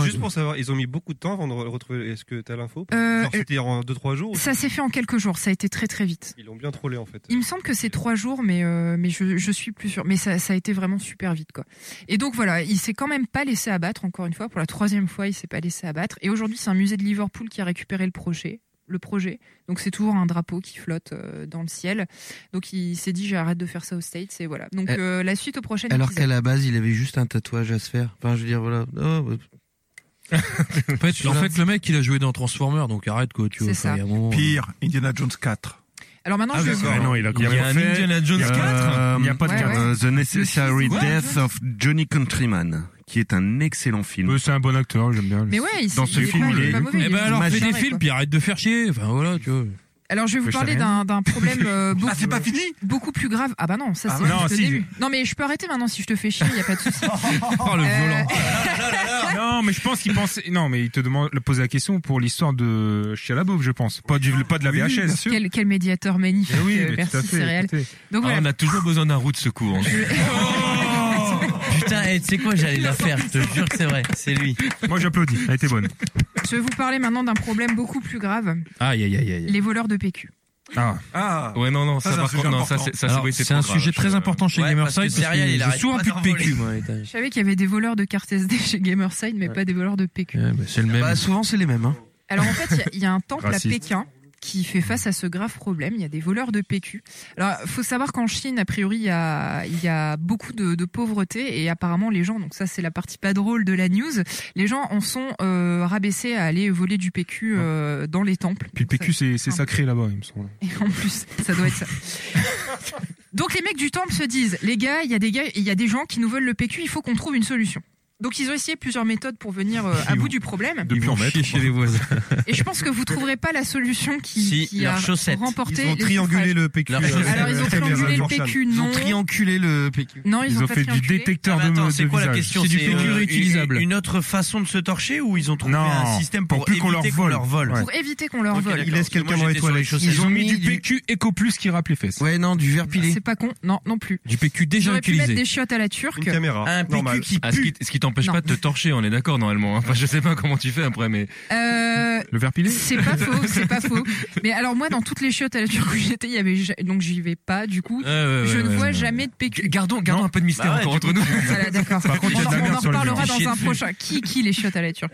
Juste pour savoir, ils ont mis beaucoup de temps avant de re- retrouver. Est-ce que t'as l'info
Euh,
Genre, C'était en 2-3 jours.
Ça s'est fait en quelques jours, ça a été très très vite.
Ils l'ont bien trollé en fait.
Il me semble que c'est trois jours, mais, euh, mais je, je suis plus sûre. Mais ça, ça a été vraiment super vite, quoi. Et donc voilà, il s'est quand même pas laissé abattre, encore une fois. Pour la troisième fois, il s'est pas laissé abattre. Et aujourd'hui, c'est un musée de Liverpool qui a récupéré le projet. Le projet. Donc c'est toujours un drapeau qui flotte euh, dans le ciel. Donc il s'est dit, j'arrête de faire ça aux States, et voilà. Donc
Elle-
euh, la suite au prochain
Alors
épisode.
qu'à la base, il avait juste un tatouage à se faire. Enfin, je veux dire, voilà. Oh, bah,
En fait, en fait, le mec, il a joué dans Transformers, donc arrête, quoi, tu vois.
C'est
enfin, il y a un moment- euh,
Pire, Indiana Jones 4.
Alors maintenant, je vais-
non, il a
Il y a un Indiana Jones 4?
Il n'y a pas de
Ouais,
4.
ouais.
Euh, The Necessary
Ouais,
Death of Johnny Countryman, qui est un excellent film.
Euh, C'est un bon acteur, j'aime bien.
Mais ouais, il
Dans
s'est-
ce
il est
film,
pas-
il
il est
est-
pas mauvais,
Eh
il
ben
est
alors, fais
imaginaire,
des
quoi.
films, puis arrête de faire chier. Enfin, voilà, tu vois.
Alors je vais vous
Je
parler
savais.
d'un d'un problème euh, beaucoup,
c'est pas fini
beaucoup plus grave. Ah bah non, ça
Ah
c'est
ouais.
juste
Non,
le
si,
début. Non mais je peux arrêter maintenant si je te fais chier, il y a pas de souci. Euh,
Oh, le violent.
Ah.
Non, mais je pense qu'il pensait. Non, mais il te demande, le pose la question pour l'histoire de Chialabouf, je pense. Pas du, pas de la VHS.
Quel, quel médiateur magnifique,
Eh oui,
euh,
mais tout à
merci
fait,
Céréales.
écoutez.
Donc
Ah,
voilà,
on a toujours besoin d'un route de secours. hein.
Oh
Putain, eh, tu sais quoi, j'allais la faire, je te jure que c'est vrai, c'est lui.
Moi, j'applaudis. Elle était bonne.
je vais vous parler maintenant d'un problème beaucoup plus grave,
Aïe, aïe, aïe, aïe.
les voleurs de PQ.
Ah.
ah.
Ouais, non, non, ça,
Ça,
par
c'est
contre,
un
non,
sujet
ça, c'est, ça, c'est-
Alors,
oui,
c'est un
trop grave,
sujet
je-
très important chez
Ouais, parce
Gamerside
que
parce
derrière,
que
il
j'ai
arrête
souvent
pas
plus de
d'envoler.
PQ. moi, et-
Je savais qu'il y avait des voleurs de cartes SD chez Gamerside, mais pas des voleurs de PQ.
Ouais, bah, c'est le même.
Bah, souvent, c'est les mêmes. Hein.
Alors en fait, il y a- il y, a un temple à
Raciste.
Pékin qui fait face à ce grave problème. Il y a des voleurs de PQ. Alors, faut savoir qu'en Chine, a priori, il y a, il y a beaucoup de, de pauvreté et apparemment les gens, donc ça c'est la partie pas drôle de la news, les gens en sont euh, rabaissés à aller voler du PQ euh, dans les temples.
Puis le PQ, c'est, c'est sacré là-bas, il me semble.
Ah. Et en plus, ça doit être ça. Donc les mecs du temple se disent, les gars, il y a des gars, il y a des gens qui nous veulent le PQ, il faut qu'on trouve une solution. Donc ils ont essayé plusieurs méthodes pour venir euh, à bout du problème.
Ils vont chier chez les voisins.
Et je pense que vous trouverez pas la solution qui,
Si,
qui a
leurs chaussettes.
remporté
Ils ont
les
triangulé
suffrages.
le PQ,
Alors
euh,
ils ont
euh,
triangulé le
Jean-Charles.
PQ,
Ils ont
non.
trianculé le PQ.
Non, ils,
Ils ont
pas
fait du
triangulé.
détecteur
Ah, mais
de-
attends,
de
c'est quoi la
visage.
question
C'est du
euh,
PQ
une-
réutilisable.
Une, autre façon de se torcher ou ils ont trouvé
Non,
un système pour,
pour plus
éviter
qu'on leur vole. Ouais.
Pour éviter qu'on leur
Ok,
vole.
d'accord, parce que moi, j'étais sur les chaussettes.
Ils ont mis du PQ Eco Plus qui râpe les fesses.
Ouais, non, du verre pilé.
C'est pas con, non, non plus.
Du PQ
J'aurais pu mettre des chiottes à la turque.
Un PQ qui
Ah, ce qui, ce qui t'empêche
Non.
pas de te torcher, on est d'accord normalement. hein. Enfin, je sais pas comment tu fais après, mais
Euh,
le verre pilé.
C'est pas faux, c'est pas faux. Mais alors moi, dans toutes les chiottes à la turque où j'étais, il y avait ja- donc j'y vais pas. Du coup,
Ouais, ouais,
je
ouais,
ne
ouais,
vois
ouais.
jamais de PQ.
Gardons, gardons un peu de
Bah
mystère encore entre nous.
Voilà, d'accord.
Par contre, il y a de la
on,
merde
en
sur le
reparlera
mur.
dans un prochain. Qui qui les chiottes à la turque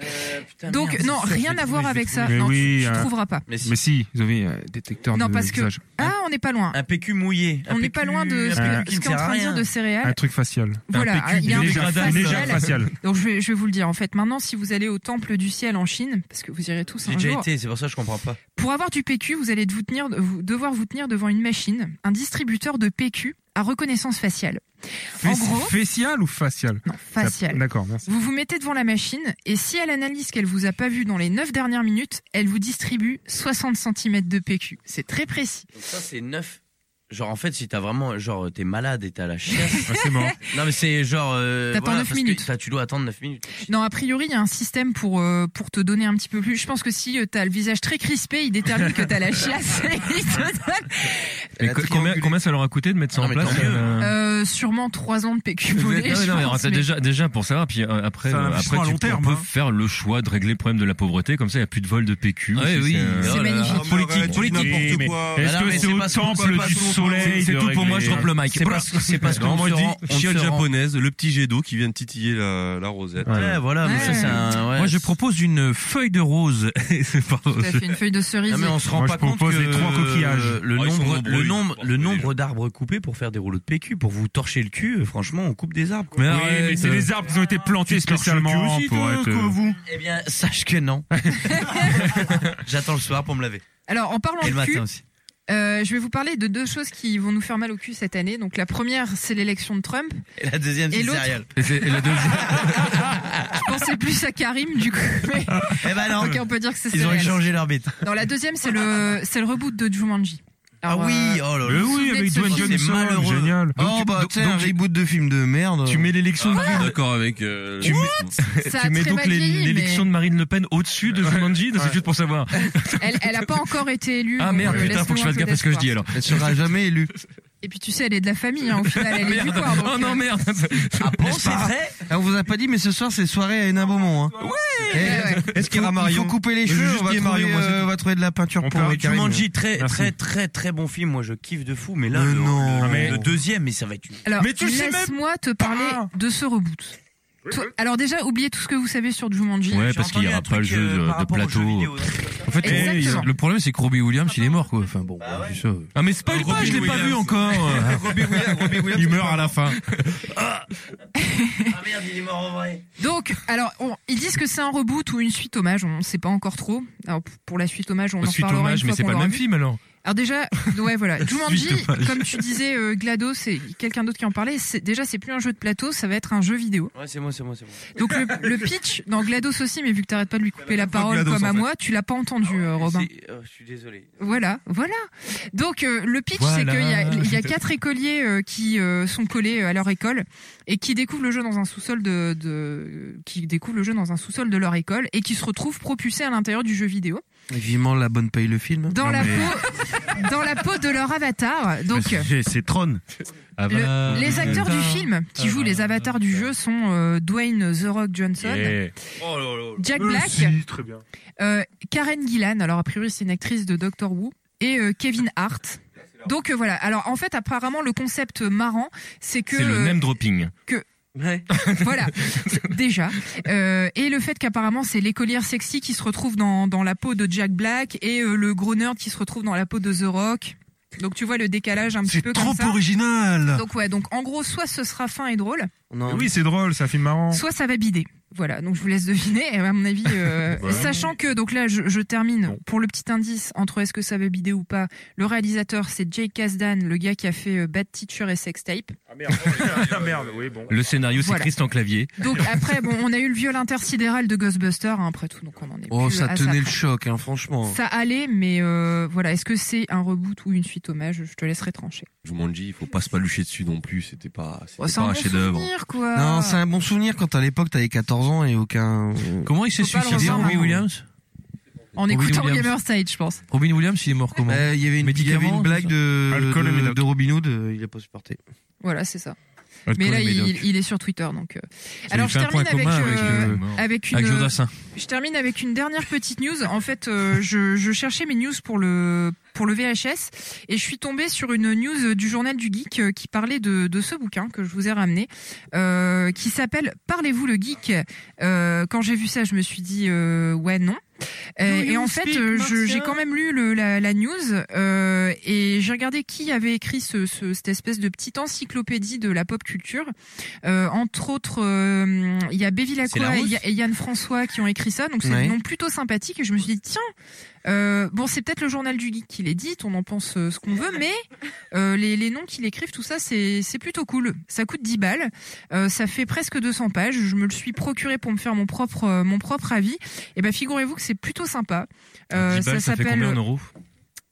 Donc
Euh, merde,
non,
c'est ça,
rien
je
à
l'ai
voir
trouvé,
avec
je
ça.
Mais
non, tu-
oui,
tu,
hein.
un-
trouveras pas.
Mais si.
Mais si, ils ont mis un détecteur
Non
de
parce que
visage.
ah, on n'est pas loin.
Un PQ mouillé.
On n'est pas loin de ce
un
que-
PQ
ce
qui
qu'est
ne
en
sert à
train de dire
rien.
de céréales.
Un truc facial.
Voilà,
PQ,
il y a un
une
truc
légère-
facial.
une légère faciale.
Donc je vais, je vais vous le dire en fait. Maintenant, si vous allez au temple du ciel en Chine, parce que vous irez tous un
J'ai déjà
jour,
été, c'est pour ça que je comprends pas.
Pour avoir du PQ, vous allez vous tenir- vous- devoir vous tenir devant une machine, un distributeur de PQ à reconnaissance faciale. En
Fess-
gros,
Facial ou facial
faciale.
D'accord, merci.
Vous vous mettez devant la machine et si elle analyse qu'elle vous a pas vu dans les 9 dernières minutes, elle vous distribue 60 cm de PQ. C'est très précis.
Donc ça, c'est neuf. Genre, en fait, si t'as vraiment. Genre, t'es malade et t'as la chiasse.
Ah, c'est mort.
non, mais c'est genre. euh,
T'attends
voilà,
neuf
parce que
minutes.
t'as- tu dois attendre 9 minutes.
Non, a priori, il y a un système pour, euh, pour te donner un petit peu plus. Je pense que si euh, t'as le visage très crispé, il détermine que t'as la chiasse. et il te donne,
Mais co- combien, combien ça leur a coûté de mettre ça
Ah,
en
mais
place
tant mieux.
euh,
euh, sûrement 3 ans de PQ
Non,
volé.
mais
je
non, mais
pense,
attends,
mais-
déjà, déjà pour ça, puis euh, après,
Ça a un
euh,
investissement
après
à
tu
long
peux- on
terme,
peut
hein.
faire le choix de régler le problème de la pauvreté, comme ça il n'y a plus de vol de PQ.
Ouais,
Eh
c'est-
oui,
c'est-
oh là là.
magnifique.
politique, politique.
Oui, mais
Voilà,
Est-ce que
mais
c'est
c'est
au
pas ce qu'on
temple
parle,
du
pas ce qu'on
soleil
C'est
de
tout pour moi,
régler-
je drop le mic.
C'est parce, que- c'est parce qu'on
Non, moi,
se
je dis
rend- on se
Chiole
rend-
japonaise, le petit jet d'eau qui vient de titiller la, la rosette.
Ouais, voilà, mais ça, c'est un. ouais.
Moi, je propose une euh, feuille de rose. Pardon.
Tout à fait, une feuille de cerise.
Non, mais on se rend
Moi, je
pas compte
propose
que
les trois coquillages.
euh, le
Ah, ils sont
nombre,
nombreux,
le
ils
nombre,
portent
le
des
nombre d'arbres coupés pour faire des rouleaux de PQ, pour vous torcher le cul. euh, Franchement, on coupe des arbres. quoi.
Mais
Oui,
arrête.
euh,
mais c'est les arbres qui ont été plantés spécialement pour être. euh,
Eh bien, sache que non. J'attends le soir pour me laver.
Alors, en parlant
Et le
de Oh, cul,
matin aussi.
euh, je vais vous parler de deux choses qui vont nous faire mal au cul cette année. Donc, la première, c'est l'élection de Trump.
Et la deuxième,
Et
c'est
l'autre
céréales.
Je pensais plus à Karim, du coup. Mais...
Eh ben non.
Ok, on peut dire que c'est
Ils ont
céréales.
échangé l'arbitre.
Non, la deuxième, c'est le, c'est le reboot de Jumanji.
Ah
Alors,
oui,
euh,
oh là
Mais
là.
oui,
souvenez
avec
de ce
Dwayne
film.
C'est
Johnson,
malheureux.
génial.
Oh bah tu sais, un reboot de film de merde.
Tu mets l'élection de
Ah, D'accord avec euh, le-
ça a
tu mets
très
donc
mal
l'é-
vieilli,
l'élection de Marine Le Pen au-dessus de Jumanji, c'est juste pour savoir.
mais elle, elle a pas encore été élue.
Ah
donc,
merde,
euh,
putain, faut que
laisse-nous
je
un
fasse
peu
gaffe à ce que je dis alors.
Elle sera jamais élue.
Et puis, tu sais, elle est de la famille, hein, au final, elle est du corps. donc,
Oh non,
euh,
merde.
Ah bon, c'est vrai
Ah, on vous a pas dit, mais ce soir c'est soirée à Hénin Beaumont. Hein.
ouais, ouais.
Est-ce qu'il y aura Marion Il faut couper les cheveux. On va, trouver, euh, on va trouver de la peinture
On
pour
peut-
euh, Karim.
Jumanji, très, très, très, très bon film. Moi, je kiffe de fou, mais là,
Mais
le,
non.
le-
Ah, mais-
le deuxième, mais ça va être une.
Alors,
Mais tu le sais même
laisse-moi te parler
Ah.
de ce reboot. Toi- Alors déjà, oubliez tout ce que vous savez sur Jumanji.
Ouais,
J'ai
parce qu'il
entendu
y aura
un
pas le
truc,
jeu
euh,
de-
par
de
rapport aux jeux
plateau.
vidéo.
En fait,
Exactement.
le problème, c'est que Robbie Williams, il est mort, quoi. Enfin bon, bah, c'est ça.
Ah, mais spoil
Robbie
pas, je l'ai pas
Williams.
vu encore.
Il meurt à la fin.
Ah merde, il est mort en vrai.
Donc, alors, on- ils disent que c'est un reboot ou une suite hommage, on ne sait pas encore trop. Alors, p- pour la suite hommage, on en
Suite
parlera
hommage,
une
mais
fois
c'est
qu'on
pas le
l'aura
même
vu.
film alors.
Alors déjà, ouais, voilà, Jumanji,
Suite hommage.
comme tu disais, euh, GLaDOS, c'est quelqu'un d'autre qui en parlait, c'est, déjà, c'est plus un jeu de plateau, ça va être un jeu vidéo.
Ouais, c'est moi, c'est moi, c'est moi.
Donc le, le pitch, dans GLaDOS aussi, mais vu que t'arrêtes pas de lui couper la parole
GLaDOS,
comme à
en fait.
moi, tu l'as pas entendu, euh, Robin.
C'est- euh, je suis désolé.
Voilà, voilà. Donc euh, le pitch, c'est
Voilà.
qu'il y a, il y a quatre écoliers euh, qui euh, sont collés euh, à leur école et qui découvrent le jeu dans un sous-sol de, de- qui découvrent le jeu dans un sous-sol de leur école et qui se retrouvent propulsés à l'intérieur du jeu vidéo
Et Vivement la bonne paye le film.
dans la peau dans la peau de leur avatar. Donc
C'est Tron.
le- les acteurs du film qui jouent les avatars du jeu sont euh, Dwayne The Rock Johnson,
Oh
Jack Black,
très bien.
euh, Karen Gillan. Alors a priori c'est une actrice de Doctor Who. et euh, Kevin Hart. Donc euh, voilà. Alors en fait, apparemment, le concept marrant, c'est que
C'est le
euh,
name dropping.
que voilà, déjà. Euh, et le fait qu'apparemment c'est l'écolière sexy qui se retrouve dans, dans la peau de Jack Black et euh, le gros nerd qui se retrouve dans la peau de The Rock. Donc tu vois le décalage un petit peu comme ça.
original.
Donc ouais, donc en gros, soit ce sera fin et drôle,
Oui, c'est drôle, c'est un film marrant.
soit ça va bider. Voilà, donc je vous laisse deviner. Et à mon avis, euh,
Voilà.
sachant que donc là, je, je termine pour le petit indice entre est-ce que ça va bider ou pas. Le réalisateur, c'est Jay Kasdan, le gars qui a fait euh, Bad Teacher et Sex Tape.
Ah merde, oui, bon.
Le scénario, c'est
Voilà.
Christian Clavier.
Donc après, bon, on a eu le viol intersidéral de Ghostbuster hein, après tout, donc on en est
Oh,
plus
ça
à
tenait le
fin.
choc, hein, franchement.
Ça allait, mais euh, voilà, est-ce que c'est un reboot ou une suite hommage Je te laisserai trancher.
Jumanji, il faut pas se palucher dessus non plus. C'était pas, c'était
Oh, c'est
pas
un
un,
bon
chef-d'œuvre.
souvenir, quoi.
Non, c'est un bon souvenir quand à l'époque t'avais 14 ans et aucun. euh,
Comment il s'est
Faut pas le
suicidé,
revoir,
Robbie
hein.
Williams
En
Robin
écoutant
Williams.
Gamerside, je pense.
Robin Williams, il est mort comment
Euh, Il y avait une, il y avait une blague de,
Alcool et
Euh, de,
médoc.
de Robin Hood, euh, il a pas supporté.
Voilà, c'est ça.
Alcool
mais là,
et médoc.
il, il est sur Twitter, donc. euh.
Ça
Alors,
lui
je
fait un
termine
point
avec,
commun
euh,
avec, euh,
avec une.
avec Jodassin.
Je termine avec une dernière petite news. En fait, euh, je, je cherchais mes news pour le pour le VHS et je suis tombée sur une news du journal du geek euh, qui parlait de, de ce bouquin que je vous ai ramené, euh, qui s'appelle Parlez-vous le geek. Euh, quand j'ai vu ça, je me suis dit euh, ouais non. Euh,
Do
et
you
en fait,
speak
euh, je- j'ai
martien
quand même lu le- la, la news euh, et j'ai regardé qui avait écrit ce, ce- cette espèce de petite encyclopédie de la pop culture. Euh, entre autres, euh, il y a Béville
C'est la
Lacroix et il y a- et Yann François qui ont écrit ça, donc c'est des
Ouais.
noms plutôt sympathiques. Et je me suis dit tiens, euh, bon c'est peut-être le journal du geek qui l'édite, on en pense euh, ce qu'on veut, mais euh, les, les noms qu'il écrivent, tout ça c'est c'est plutôt cool. Ça coûte 10 balles, euh, ça fait presque 200 pages. Je me le suis procuré pour me faire mon propre euh, mon propre avis. Et ben figurez-vous que c'est plutôt sympa. Euh,
10 balles, ça, fait combien en euros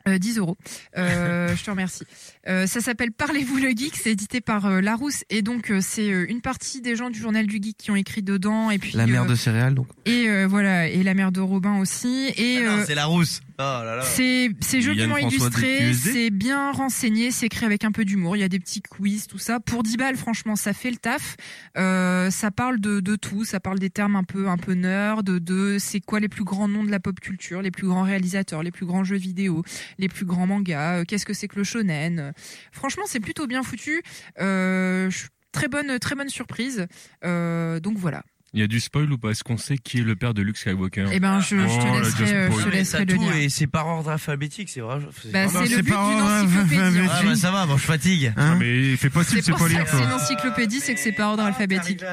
euh, 10 euros. Euh, je te remercie. Euh, ça s'appelle Parlez-vous le geek. C'est édité par euh, Larousse et donc euh, c'est euh, une partie des gens du journal du geek qui ont écrit dedans et puis
La mère
euh,
de céréales, donc.
et euh, voilà et la mère de Robin aussi et
Ah
euh,
non, c'est la rousse. Oh là là.
c'est c'est
Yann
joliment
François
illustré,
DQSD.
c'est bien renseigné, c'est écrit avec un peu d'humour. Il y a des petits quiz, tout ça. Pour 10 balles, franchement, ça fait le taf. Euh, ça parle de, de tout, ça parle des termes un peu un peu nerd, de, de c'est quoi les plus grands noms de la pop culture, les plus grands réalisateurs, les plus grands jeux vidéo, les plus grands mangas. euh, Qu'est-ce que c'est que le shonen euh. Franchement, c'est plutôt bien foutu. Euh, je- très bonne très bonne surprise. Euh, donc voilà.
Il y a du spoil ou pas Est-ce qu'on sait qui est le père de Luke Skywalker Oh,
Eh ben, je- je te
là,
laisserai,
just
euh,
spoil.
je te laisserai
Ça
le
tout,
lien.
et c'est par ordre alphabétique, c'est vrai. c'est
Bah,
pas
c'est
mal.
le but d'une encyclopédie. hein.
Ah, bah, ça va, bon, je fatigue.
Hein
mais fais pas si
C'est
c'est
pour
pas
ça
lire.
que c'est une encyclopédie, c'est que c'est par ordre alphabétique.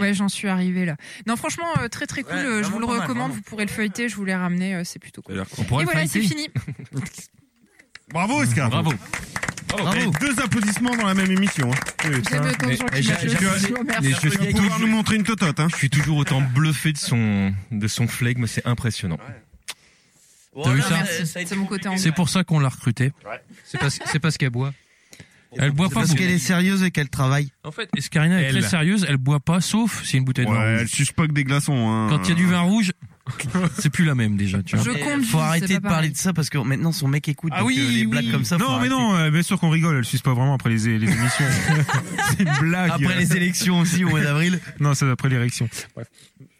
Ouais, j'en suis arrivé là. Non, franchement, euh, très très cool.
Ouais,
euh, je vous le
vraiment pas mal,
recommande.
vraiment.
vous pourrez le feuilleter. Je vous l'ai ramené. euh, c'est plutôt cool.
On
Et voilà, c'est fini.
Bravo, Escar.
Bravo.
Et Deux applaudissements dans la même émission.
hein.
J'aime autant
eh,
de gens qui m'applaudissent. Merci.
je suis
pouvoir nous montrer une totote. Hein.
Je suis toujours autant bluffé de son, de son flegme, c'est impressionnant.
T'as vu
Non,
ça
merci, C'est mon côté anglais.
C'est pour ça qu'on l'a recrutée. C'est parce, c'est parce qu'elle boit. Elle boit
C'est
pas
parce
beaucoup.
qu'elle est sérieuse et qu'elle travaille.
En fait, Escarina est
Elle.
très sérieuse, elle boit pas sauf si une bouteille de vin
Ouais, elle
rouge.
suce pas que des glaçons. Hein.
Quand il y a du vin rouge, c'est plus la même déjà, tu vois.
Je
Et
compte.
Faut arrêter de
c'est pas
parler
pareil.
de ça parce que maintenant son mec écoute donc, euh, les blagues comme ça. faut
Ah Non, mais
arrêter.
non, euh, bien sûr qu'on rigole, elle suce pas vraiment après les, les émissions. c'est une blague.
Après les élections aussi au mois d'avril.
Ah, Non, c'est après l'érection. Bref.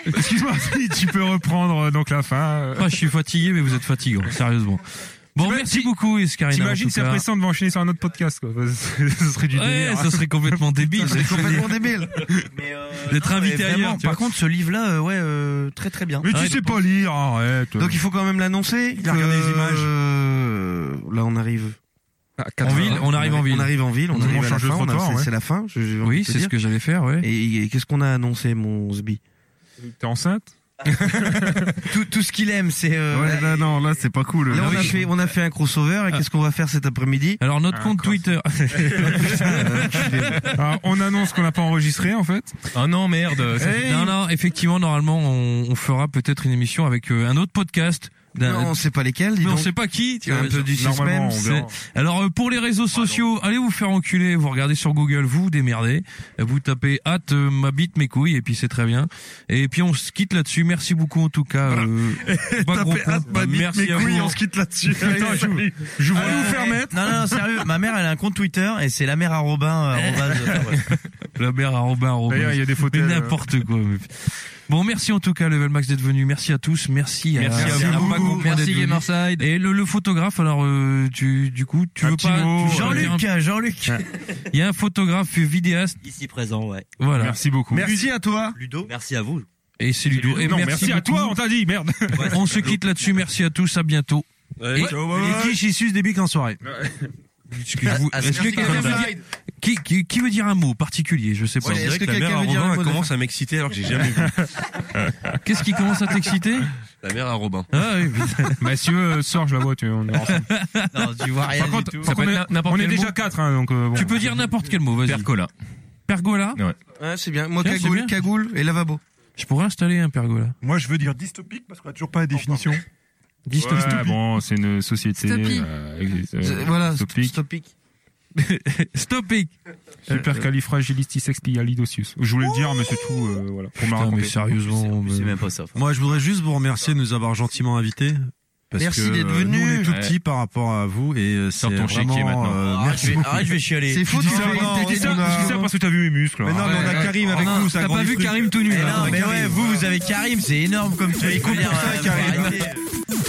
Excuse-moi, si tu peux reprendre euh, donc la fin. euh.
Ah, je suis fatigué, mais vous êtes fatigant, sérieusement. Bon, merci beaucoup, Escarina. en
T'imagines,
tout
c'est
cas.
pressant de enchaîner sur un autre podcast, quoi. Ce serait du
Ouais,
délire.
ça serait complètement débile.
C'est complètement débile.
Mais, euh,
D'être
non, mais
invité
vraiment,
ailleurs, tu
Par
vois.
contre, ce livre-là, euh, ouais, euh, très très bien.
Mais tu
Ouais,
sais pas lire, arrête.
Donc il faut quand même l'annoncer.
Il a regardé les
que-
images.
euh, Là, on arrive.
En ville, on arrive en ville.
On arrive en ville, on
On
arrive à la
change de
fin, on a-
trottoir,
c'est-
ouais.
c'est la fin. je- j'ai envie
Oui,
de te
c'est ce
dire.
que j'allais faire, ouais.
Et, et qu'est-ce qu'on a annoncé, mon Zbi
T'es enceinte
Tout, tout ce qu'il aime, c'est. euh,
Ouais, là, non, là, c'est pas cool.
Là, on a,
Oui.
fait, on a fait un crossover, et qu'est-ce qu'on va faire cet après-midi
Alors, notre compte Twitter.
Euh, Alors, On annonce qu'on n'a pas enregistré, en fait.
Ah non, merde. ça-
Non, non, effectivement, normalement, on, on fera peut-être une émission avec euh, un autre podcast. d'un-
Non, on sait pas lesquels, dis
mais on
donc.
sait pas qui. tu
Un
vois,
peu du
Normalement,
suspense.
on verra.
Alors euh, pour les réseaux sociaux, allez vous faire enculer, vous regardez sur Google, vous vous démerdez, vous tapez hâte ma bite mes couilles et puis c'est très bien. Et puis on se quitte là-dessus. Merci beaucoup en tout cas. euh, pas gros point. merci à vous.
quitte là-dessus.
Attends, je-
Je
euh, Non, non, non, sérieux. Ma mère, elle a un compte Twitter et c'est la mère à Robin. euh, arrobase, euh, ouais.
La mère à Robin, Robin.
D'ailleurs, il y a des fauteuils,
Mais n'importe quoi. mais- Bon, merci en tout cas, Level Max, d'être venu. Merci à tous. Merci,
Merci à vous.
Robin Grosjean
Merci,
d'être venu.
Gamerside.
Et le, le photographe, alors, euh, tu, du coup, tu
Un
veux
petit
pas.
mot,
tu-
euh,
Jean-Luc,
Jean-Luc.
hein, Jean-Luc. Il y a un photographe vidéaste.
Ici présent, ouais.
Voilà.
Merci beaucoup.
Merci
à toi. Ludo. Merci à vous.
Et c'est Ludo. Et
Non, merci à toi,
beaucoup.
on t'a dit, merde. Ouais,
on
c'est
se
Ludo.
quitte là-dessus. Merci à tous. À bientôt.
Ouais,
Et-
ciao, bye bye.
et qui j'y suce des bics en soirée. Excusez-vous.
Ah,
Est-ce que
c'est
quelqu'un veut
parfait.
dire- qui, qui- qui veut dire un mot particulier Je sais pas.
Ouais, On dirait est-ce que que la mère quelqu'un à veut dire Robin un mot de commence fin à m'exciter alors que j'ai jamais vu.
Qu'est-ce qui commence à t'exciter
La mère à Robin.
Ah oui.
Bah, si tu veux, sors, je la vois, tu, on est ensemble.
Non, tu vois rien
Par contre,
du tout.
par contre, on est- on est déjà quatre, hein, donc euh, bon.
Tu peux dire n'importe quel mot, vas-y.
Percola.
Pergola
Ouais.
Ouais, c'est bien. Moi,
Tiens, c'est
cagoule,
bien.
cagoule et lavabo.
Je pourrais installer un pergola.
Moi, je veux dire dystopique parce qu'on a toujours pas la définition.
Ouais, bon, c'est une société.
Stoppie.
euh, exi- euh,
Z- voilà, st-
dystopique.
Stopic.
Supercalifragilisticexpialidocious. Je voulais le dire, mais c'est tout. euh, voilà. Pour me
Putain,
raconter.
mais sérieusement,
C'est même pas ça.
Moi, je voudrais juste vous remercier de nous avoir gentiment invités. Parce
Merci
que,
d'être
euh, nous,
venu.
on est tout
Ouais.
petits par rapport à vous et euh, c'est
Sors ton
vraiment.
chéquier maintenant.
euh,
Ah,
merci
je vais-
beaucoup.
arrête, je vais chialer.
C'est faux.
Tu dis
tu
ça,
fais-
non,
t'as dit
on
ça,
a-
tu dis ça parce
que t'as vu mes muscles.
Mais non, mais on a
Ah,
Karim avec nous. ça grandit plus.
Mais
Ah,
non,
on a
mais
Karim.
ouais, vous, vous avez Karim, c'est énorme comme truc.
Il coupe pour ça,
Ouais,
Ah,
Karim.
arrêtez.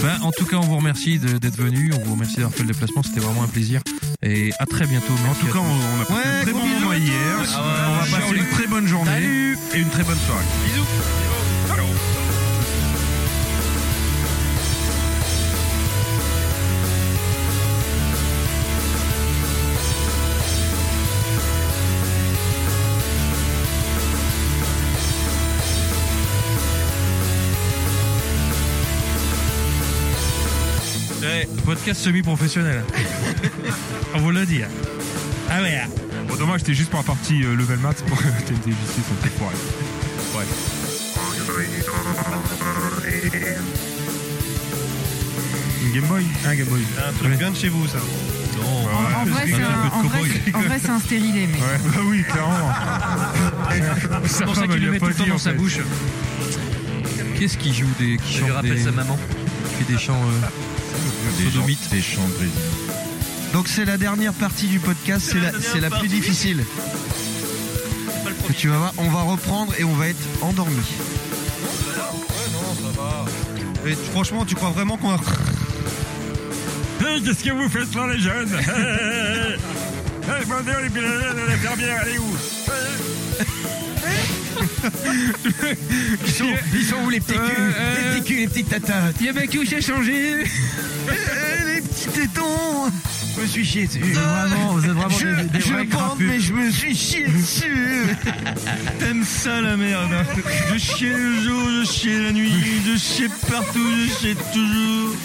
Bah, en tout cas, on vous remercie de- d'être venu. On vous remercie d'avoir fait le déplacement. C'était vraiment un plaisir. Et à très bientôt. en tout cas, on a passé un très bon moment hier. on va passer une très bonne journée et une très bonne soirée. Podcast semi-professionnel. on vous le dit. hein. Ah ouais.
Bon, dommage, c'était juste pour la partie euh, level max pour TMDJC, son petit foiré. Ouais. Une Game Boy Un Game Boy.
Un truc bien de chez vous, ça.
Non,
En vrai, c'est un, en vrai, c'est- en vrai, c'est un stérilé, mais.
Ouais, bah oui, clairement.
C'est pour ça qu'il le met tout le temps dans sa bouche. Qu'est-ce qui joue des. Qui chante
rappelle
des-
sa maman.
Qui fait des chants. euh, sodomites.
Des chants brésiliens.
Donc, c'est la dernière partie du podcast. C'est la, c'est la plus difficile. Tu vas voir, on va reprendre et on va être endormi.
Et franchement, tu crois vraiment qu'on a.
Hey, qu'est-ce que vous faites là, les jeunes
Eh,
Hey, bandez les pilotes de la fermière, elle est où
Ils sont, ils sont où les petits culs Les petits culs, les petites tatas.
Il y avait qui j'ai changé
eh, les petits tétons. Je me suis chié dessus.
Vraiment, vous êtes vraiment
Je,
des- des
je
vrais
bande,
crapus.
mais je me suis chié dessus. T'aimes ça la merde. hein. Je chiais le jour, je chiais la nuit, je chiais partout, je chiais toujours.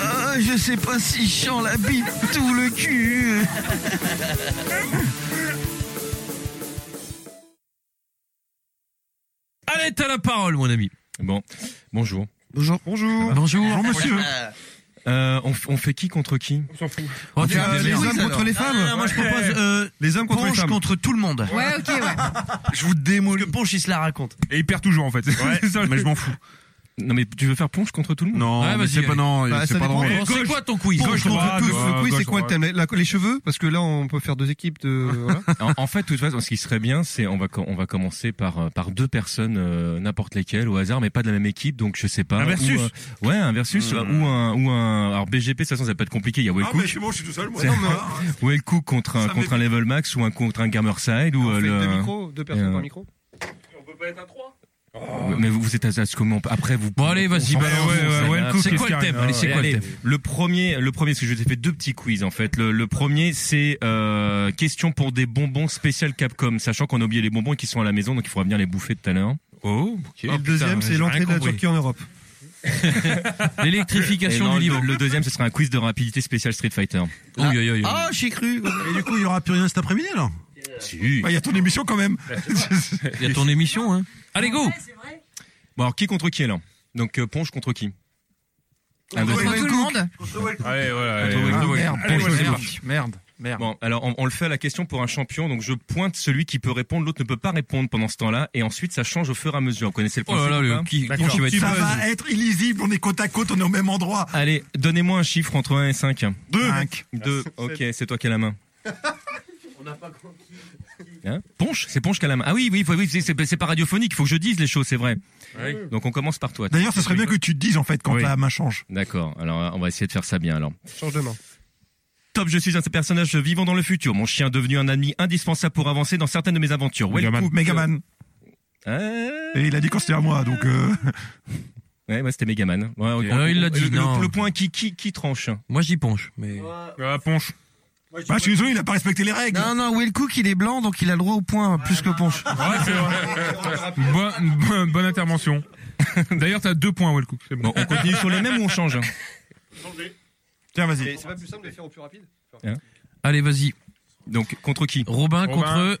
Ah, je sais pas si je chante la bite tout le cul.
Allez, t'as la parole, mon ami.
Bon, bonjour.
Bonjour. Bonjour.
Bonjour.
monsieur.
Euh, on, f- on fait qui contre qui Oh,
On
fait, euh, les hommes contre les femmes.
Ah, Non, non, non, moi je propose euh,
Les hommes contre les
Ponche
femmes.
contre tout le monde.
Ouais, ok, ouais.
Je vous démolis. Parce que Ponche il se la raconte.
Et il perd toujours en fait. C'est ça,
mais je m'en fous. Non mais tu veux faire ponche contre tout le monde
Non,
Ouais,
mais
vas-y,
c'est pas,
allez.
non,
Bah,
c'est
ça
pas
dépend.
drôle.
Et
C'est
gauche-
quoi ton quiz
Gauche, droite, tous, le quiz,
gauche,
c'est quoi le
droite.
thème La- Les cheveux Parce que là, on peut faire deux équipes de. voilà.
en, en fait, de toute façon, ce qui serait bien, c'est on va co- on va commencer par euh, par deux personnes, euh, n'importe lesquelles, au hasard, mais pas de la même équipe, donc je sais pas.
Un versus.
Ou, euh, ouais, un versus euh, ou un ou un. Alors BGP, de toute façon, ça va pas être compliqué. Il y a Wellcook,
suis bon, je suis tout seul, moi.
C'est- Wellcook contre un contre un level max ou un contre un gamerside ou euh,
On fait
le.
deux micros, deux personnes
euh,
par micro.
Ouais, Mais vous, vous êtes à, à ce comment Après, vous.
Bon, allez,
on
vas-y,
s'en
balance.
fout,
Ouais,
ça
ouais,
n'a-
Wellcook, C'est quoi le Oscar, thème Allez, c'est
Et
quoi le
allez,
thème
le premier, le premier, parce que je vous ai fait deux petits quiz en fait. Le, le premier, c'est euh, question pour des bonbons spécial Capcom, sachant qu'on a oublié les bonbons qui sont à la maison, donc il faudra venir les bouffer tout à l'heure.
Oh, ok.
Et le deuxième, c'est l'entrée de la Turquie en Europe.
Et
L'électrification
non,
du
le-
livre.
Le deuxième, ce sera un quiz de rapidité spécial Street Fighter.
Oh, yo, yo, yo.
Ah, j'ai cru.
Et du coup, il y aura plus rien cet après-midi alors
Si.
Il y a ton émission quand même.
Il y a ton émission, hein. Allez, go
Bon, alors qui contre qui là Donc euh, Ponche contre qui Un
Contre
deuxième.
tout le monde.
Allez, voilà. allez,
Wellcook.
Wellcook.
Merde,
Allez,
Ponche,
Wellcook.
Merde, merde.
Bon, alors on, on le fait à la question pour un champion, donc je pointe celui qui peut répondre, l'autre ne peut pas répondre pendant ce temps-là, et ensuite ça change au fur et à mesure. Vous connaissez le
Oh
principe
là là,
ou
le
pas
qui,
D'accord.
qui va être
Ça
buzz.
va être illisible, on est côte à côte, on est au même endroit.
Allez, donnez-moi un chiffre entre 1 et 5.
Deux. Cinq.
2, ok, c'est toi qui as la main.
On
n'a pas conquis.
Hein Ponche C'est Ponche Calam. Ah oui, oui, oui, oui, c'est c'est pas radiophonique, il faut que je dise les choses, c'est vrai.
Oui.
Donc on commence par toi.
D'ailleurs, ça serait bien que tu te dises en fait quand
Oui.
la main change.
D'accord, alors euh, on va essayer de faire ça bien alors.
Change de main.
Top, je suis un personnage vivant dans le futur. Mon chien devenu un ami indispensable pour avancer dans certaines de mes aventures.
Megaman.
Wellcook-
Megaman. Et il a dit quand c'était à moi, donc. euh,
Ouais, ouais, c'était Megaman. Ouais, ok.
Ah, il l'a dit,
Le- le-
non.
Le, point qui, qui, qui tranche
Moi j'y penche, mais.
Ah, ponche.
Bah, je suis désolé, il a pas respecté les règles.
Non, non, Will Cook, il est blanc, donc il a le droit au point, plus que Ponche.
Bonne, bonne- bonne intervention. D'ailleurs, t'as deux points, Wellcook. c'est Bon.
On continue sur les mêmes ou on change hein
Tiens,
Mais
vas-y.
C'est pas plus simple de les faire au plus rapide
Hein Allez, vas-y. Donc, contre qui
Robin, contre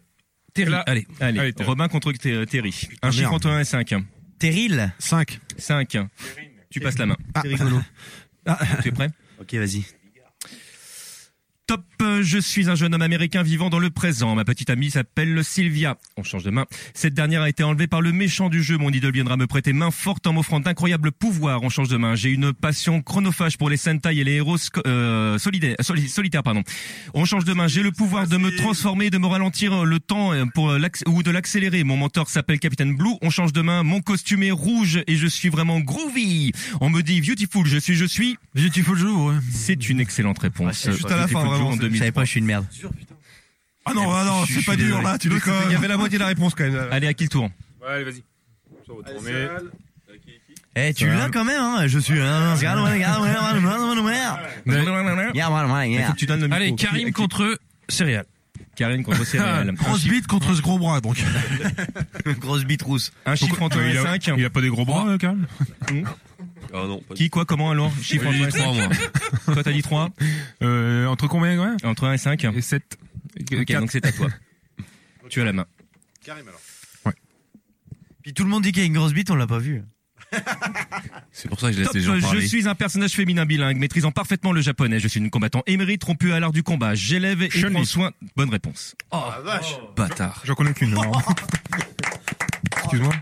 Terry.
Là.
Allez.
Allez,
Allez, Terry.
Robin contre Ter- Terry. Un
merde.
chiffre entre 1 et 5.
Terril
5. 5. Tu passes la main.
C'est rigolo.
Tu es prêt
Ah. Ok, vas-y.
Top, euh, je suis un jeune homme américain vivant dans le présent. Ma petite amie s'appelle Sylvia. On change de main. Cette dernière a été enlevée par le méchant du jeu. Mon idole viendra me prêter main forte en m'offrant d'incroyables pouvoirs. On change de main. J'ai une passion chronophage pour les Sentai et les héros sco- euh, solidaires- soli- solitaires. Pardon. On change de main. J'ai le pouvoir de me transformer et de me ralentir le temps euh, pour l'acc- ou de l'accélérer. Mon mentor s'appelle Capitaine Blue. On change de main. Mon costume est rouge et je suis vraiment groovy. On me dit beautiful. Je suis, je suis.
Beautiful Joe, ouais.
C'est une excellente réponse.
Ouais, c'est juste à la
Beautiful
fin,
Joe
vraiment,
en
c'est- je savais
2003.
pas, je suis une merde.
Ah
Eh,
non, ah non,
Je- je
c'est pas
suis
dur
désolé.
là, tu déconnes.
Il y avait la moitié de la réponse quand même.
Allez, à qui le tour
Ouais, allez, vas-y. On va retourner.
Eh, tu l'as quand même, hein Je suis un.
Il faut que tu donnes le
Allez,
micro.
Karim
Qui-
contre Céréales.
Karim contre Céréales.
Grosse bite contre ce gros bras, donc.
Grosse bite rousse.
Un chiffre entre 1
il,
et
a,
5.
il a pas des gros bras, euh, Karim
Ah non, pas du
Qui, quoi, comment, alors Chiffre entre 1 et 5. Toi, t'as dit 3.
euh, Entre combien, ouais
Entre 1 et 5.
Et 7.
Ok, donc c'est à toi. Tu as la main.
Puis tout le monde dit qu'il y a une grosse bite, on l'a pas vu.
C'est pour ça que je laisse
Top,
les gens
je
parler.
suis un personnage féminin bilingue, maîtrisant parfaitement le japonais. Je suis une combattant émérite, rompue à l'art du combat. J'élève et prends soin. Bonne réponse.
Oh.
Ah,
Bâtard.
J'en connais qu'une. alors. Excuse-moi.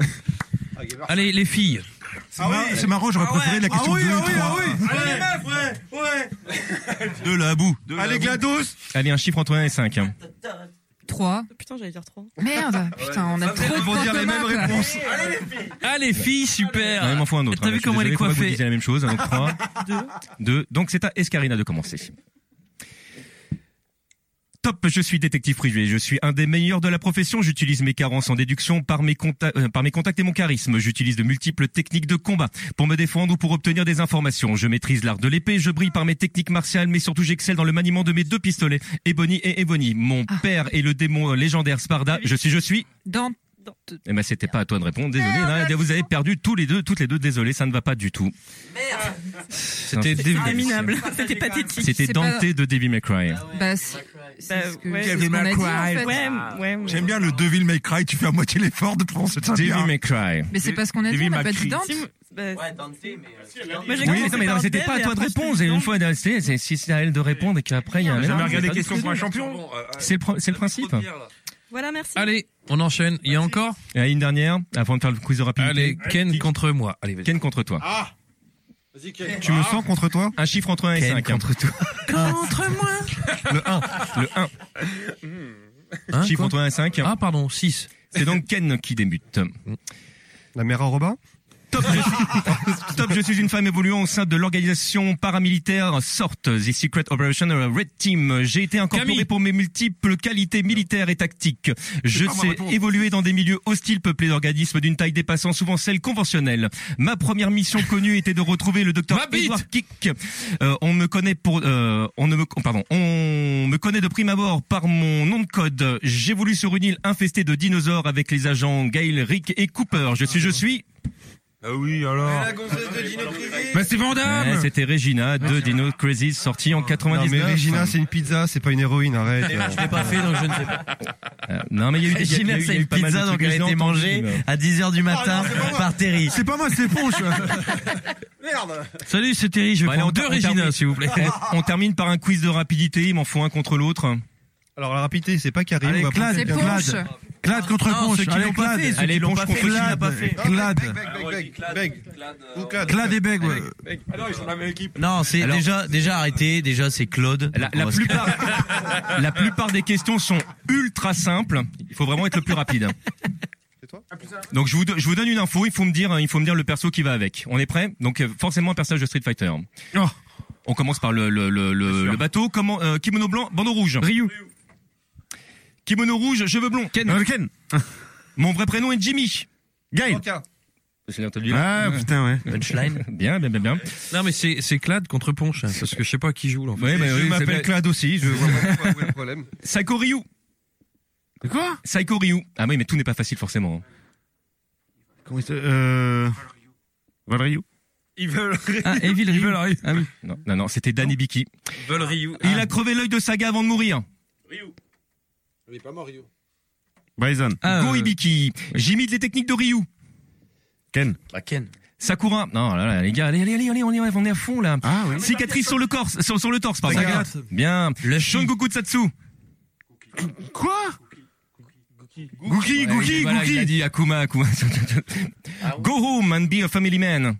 Allez, les filles.
C'est marrant, c'est marrant,
ah
Ah
j'aurais préféré la question 2 et 3.
De la boue.
Allez, GLaDOS
Allez, un chiffre entre 1 et hein. 5.
3.
Putain, j'allais dire 3.
Merde, putain, on a trop de points communs, quoi.
Ah, les filles, super.
il m'en faut un autre.
T'as
hein,
vu
je suis
comment elle est
désolé,
coiffée
faudrait que Vous disiez la même chose. hein, Donc 3, 2. Donc c'est à Escarina de commencer. Top, je suis détective privé, je suis un des meilleurs de la profession, j'utilise mes carences en déduction par mes, conta- euh, par mes contacts et mon charisme, j'utilise de multiples techniques de combat pour me défendre ou pour obtenir des informations, je maîtrise l'art de l'épée, je brille par mes techniques martiales, mais surtout j'excelle dans le maniement de mes deux pistolets, Ebony et Ebony. Mon
Ah.
père est le démon euh, légendaire Sparda, je suis, je suis...
Dans.
Eh ben c'était pas à toi de répondre, désolé. Eh ben, Non, vous avez perdu tous les deux, toutes les deux, désolé, ça ne va pas du tout. C'était
Abominable. C'était pathétique.
C'était
C'est pas-
Dante de Devil May Cry.
Bah, c'est c'est ce que-
ouais.
c'est ce qu'on a dit, en fait.
Ouais, ouais. ouais.
J'aime bien le Devil May Cry, tu fais à moitié l'effort de prononcer ça
Devil
bien.
May Cry.
Mais c'est pas ce qu'on a dit, on a pas dit Dante.
Si, bah,
mais.
moi, j'ai
Oui,
commencé
non, mais non,
par
c'était
Dev
pas à
et
toi de
après, je
répondre.
t'ai
Et
dit
une fois, c'est c'est- si c'est à elle de répondre et qu'après il y a un
Jamais
mélange,
regardé
c'est pas-
questions pour un champion
Euh,
C'est le, pr- c'est le principe.
Voilà, merci.
Allez, on enchaîne. Il y a encore
Et une dernière, avant de faire le quiz de rapidité.
Allez, Ken contre moi. Allez, vas-y.
Ken contre toi.
Ah.
Tu
Ah.
me sens contre toi
Un chiffre entre 1 et hein. 5. Contre toi. contre moi. Le 1. Le 1.
Hein,
chiffre
quoi
entre 1 et 5.
Ah, pardon, 6.
C'est donc Ken qui débute.
La mère à Robin
Top je, suis, Top, je suis une femme évoluant au sein de l'organisation paramilitaire SORT, The Secret Operation euh, Red Team. J'ai été incorporée
Camille.
pour mes multiples qualités militaires et tactiques. Je
pas ma
sais
réponse.
évoluer dans des milieux hostiles peuplés d'organismes d'une taille dépassant souvent celle conventionnelle. Ma première mission connue était de retrouver le docteur
Ma bite.
Edward Kick. Euh, on me connaît pour, euh, on ne me, pardon, on me connaît de prime abord par mon nom de code. J'évolue sur une île infestée de dinosaures avec les agents Gail, Rick et Cooper. Je suis, je suis.
Ah oui, alors.
Bah c'est C'était Regina de Dino Crazy sorti en
Non, mais
99.
Regina, c'est une pizza, c'est pas une héroïne, arrête.
Eh,
Je l'ai pas fait, donc je ne sais pas.
Euh, Non mais il y a eu des il y a
Regina,
eu- il y a
c'est
eu
une
pas mal de
pizza, donc
trucs
elle a
que j'ai
été
entendus,
mangée
mais-
à 10h du matin par Terry.
Ah, C'est pas moi, c'est Ponche.
Salut, c'est Terry. Je
Bon,
vais
allez,
prendre
on
deux
ter- on
Regina,
termine.
s'il vous plaît.
On termine par un quiz de rapidité, il m'en faut un contre l'autre.
Alors la rapidité, c'est pas Karim.
Allez,
on va
Clad,
C'est
Clad.
Ponche.
Clad contre
Non,
Ponche.
ceux qui
Allez,
l'ont pas
Clad.
fait, ceux qui l'ont pas fait, ceux qui l'ont pas fait.
Clad.
Claude.
Clad et Beg. ouais.
Ah non, ils sont la même équipe. Non, c'est déjà, déjà arrêté. Déjà, c'est Claude.
La, la plupart, la plupart des questions sont ultra simples. Il faut vraiment être le plus rapide. Ah, Donc je vous, do- je vous donne une info. Il faut me dire, il faut me dire le perso qui va avec. On est prêt Donc euh, forcément un personnage de Street Fighter. Oh. On commence par le le, le, le- le bateau. Comment euh, Kimono blanc, bandeau rouge. Ryu. Kimono rouge, cheveux blonds. Ken. Mon vrai prénom est Jimmy. Gail. Je l'ai entendu.
Ah, putain, ouais.
Punchline. Bien, bien, bien, bien.
Non, mais c'est c'est Clad contre Ponche, hein, parce que je sais pas qui joue là. en fait.
Ouais, bah, oui, c'est vrai.
aussi, je vois pas où est le problème.
Psycho Ryu.
Quoi
Psycho Ryu. Ah oui, mais tout n'est pas facile forcément. hein.
Comment il se- Euh.
Valryu.
Ils veulent.
Ah, Evil Ryu. Ah oui. Ah.
Non, non, non, c'était Danny Biki.
Valryu.
Ah.
Il a crevé l'œil de Saga avant de mourir.
Il est pas mort, Ryu.
Bison.
Ah,
Go
euh,
Ibiki. J'imite les techniques de Ryu. Ken.
Bah,
Ken. Sakura. Non, là, là, les gars, allez, allez, allez, allez, on est, on est à fond, là. Cicatrice sur le corps, sur, sur le torse, pardon.
Saga.
Bien. Le Shungoku Tsatsu.
Quoi
Gookie, Gookie,
voilà,
Gookie.
il a
dit Akuma, Akuma.
Ah
Go home and be a family man.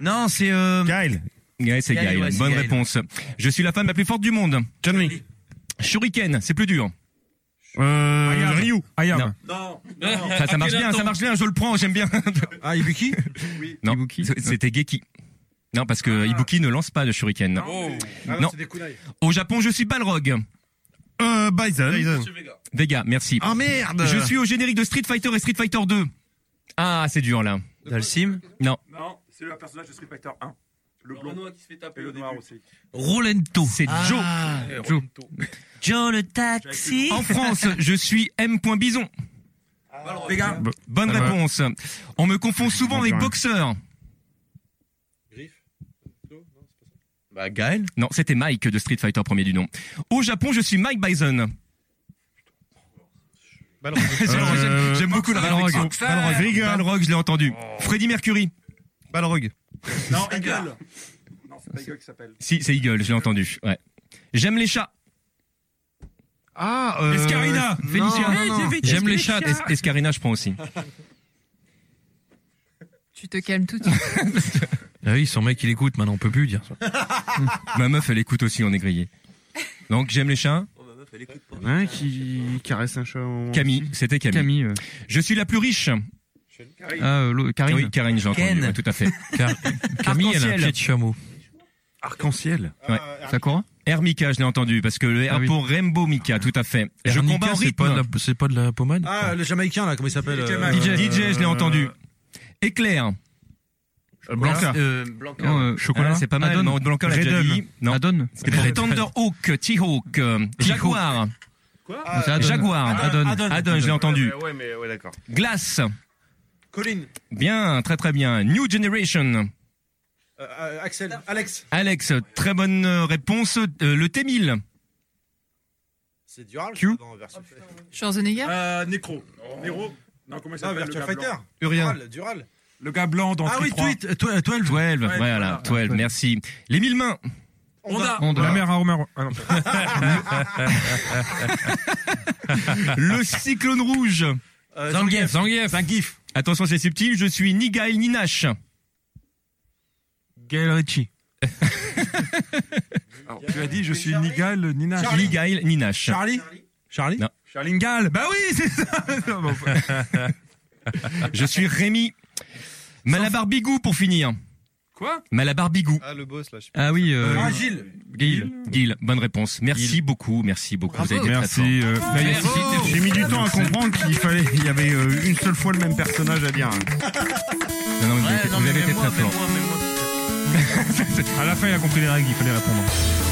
Non, c'est euh... Kyle. Ouais, c'est
Kyle,
Kyle.
ouais, c'est
Bonne
Kyle.
réponse. Je suis la femme la plus forte du monde. Chun Li. Shuriken, c'est plus dur. Euh, Ryu. Non.
Non.
Ça, ça marche bien, ça marche bien, je le prends, j'aime bien. Ah, Ibuki Non, c'est- c'était Geki. Non, parce que Ibuki ne lance pas de shuriken.
Ah
Non.
c'est des kunai.
Au Japon, je suis Balrog. Euh, Bison. Vega, merci.
Ah, merde
Je suis au générique de Street Fighter et Street Fighter 2. Ah, c'est dur là. Dalsim Non.
Non, c'est le personnage de Street Fighter 1. Le blond. qui se fait taper. Et le noir aussi.
Rolento. C'est Joe.
Ah,
Joe. Joe le taxi. En France, je suis M. Bison.
Ah.
Vega.
Bo- Bonne
Ah, bah.
réponse. On me confond souvent avec
rien.
boxeur.
Bah, Gaël.
Non, c'était Mike de Street Fighter premier du nom. Au Japon, je suis Mike Bison.
Bah
C'est vrai, j'aime- J'aime beaucoup la
Balrog.
réflexion.
Balrog. Vega.
Balrog, je l'ai entendu.
Oh.
Freddy Mercury. Balrog.
Non, Eagle. Non, c'est pas Eagle qui s'appelle.
Si, c'est Eagle, je l'ai entendu. Ouais. J'aime les chats.
Ah,
Escarina. Félicia. J'aime les chats. Es- Escarina, je prends aussi.
Tu te calmes tout de suite.
Ah oui, son mec, il écoute, maintenant on peut plus dire ça. Ma meuf, elle écoute aussi, on est grillé. Donc, j'aime les chats.
Hein, qui caresse un chat. en-
Camille, c'était Camille.
Camille,
Je suis la plus riche.
Ah, euh, l'autre, euh. Karine.
Oui, Karine, j'ai entendu.
Ken.
ouais, tout à fait.
Camille, elle a un pied de
chameau.
Arc-en-ciel. Euh,
Ouais. Sakura Hermika, je l'ai entendu, parce que le
Ah
R
oui.
pour Rainbow Mika, tout à fait. Je
Hermika,
combats en
c'est pas de
rythme.
la- C'est pas de la pommade
Ah, le Jamaïcain, là, comment il s'appelle euh,
DJ, je l'ai entendu. Éclair.
Blanca.
Euh, Blanca. Chocolat, c'est pas mal.
Hein Adon.
Non, Blanca, on l'a déjà
Redon.
dit. Non.
Adon.
C'était pour Thunderhawk, T-Hawk, euh, Jaguar.
Ah, c'est Adon.
Jaguar.
Adon.
Adon, je l'ai entendu.
Ouais, mais ouais, d'accord.
Glace.
Colin.
Bien, très très bien. New Generation.
Euh, euh, Axel. Alex.
Alex, très bonne euh, réponse. Euh, le T1000.
C'est durable.
Q.
Schwarzenegger
Euh, Necro. Ah, Nero. Non, comment il s'appelle
Virtua
le gars
Fighter.
blanc
Urien.
Dural, Dural.
Le gars blanc dans
Ah oui, tweet, euh, 12.
12, voilà, 12, merci. Les mille mains.
Honda.
La mère à Homer. Ah non.
le cyclone rouge.
Zangief. Zangief.
Euh, Attention, c'est subtil. Je suis ni Gaël ni Nash. Gaël Ritchie.
Tu as dit, je suis ni Gaël, ni Nash.
Ni Gaël ni Nash.
Charlie
Charlie Non.
Charlie Gaël. Bah oui, c'est ça. Bon, enfin.
Je suis Rémi. Malabar Bigou pour finir.
Quoi
Malabar Bigou.
Ah, le boss, là, je sais
Ah oui,
euh, Ah,
Gilles. Gilles. bonne réponse. Merci beaucoup, merci beaucoup. Vous avez été
Merci.
très fort.
euh, J'ai mis du temps à comprendre qu'il fallait, il y avait euh, une seule fois le même personnage à dire.
Non, non, vous avez, vous avez été très fort.
à la fin, il a compris les règles, il fallait répondre.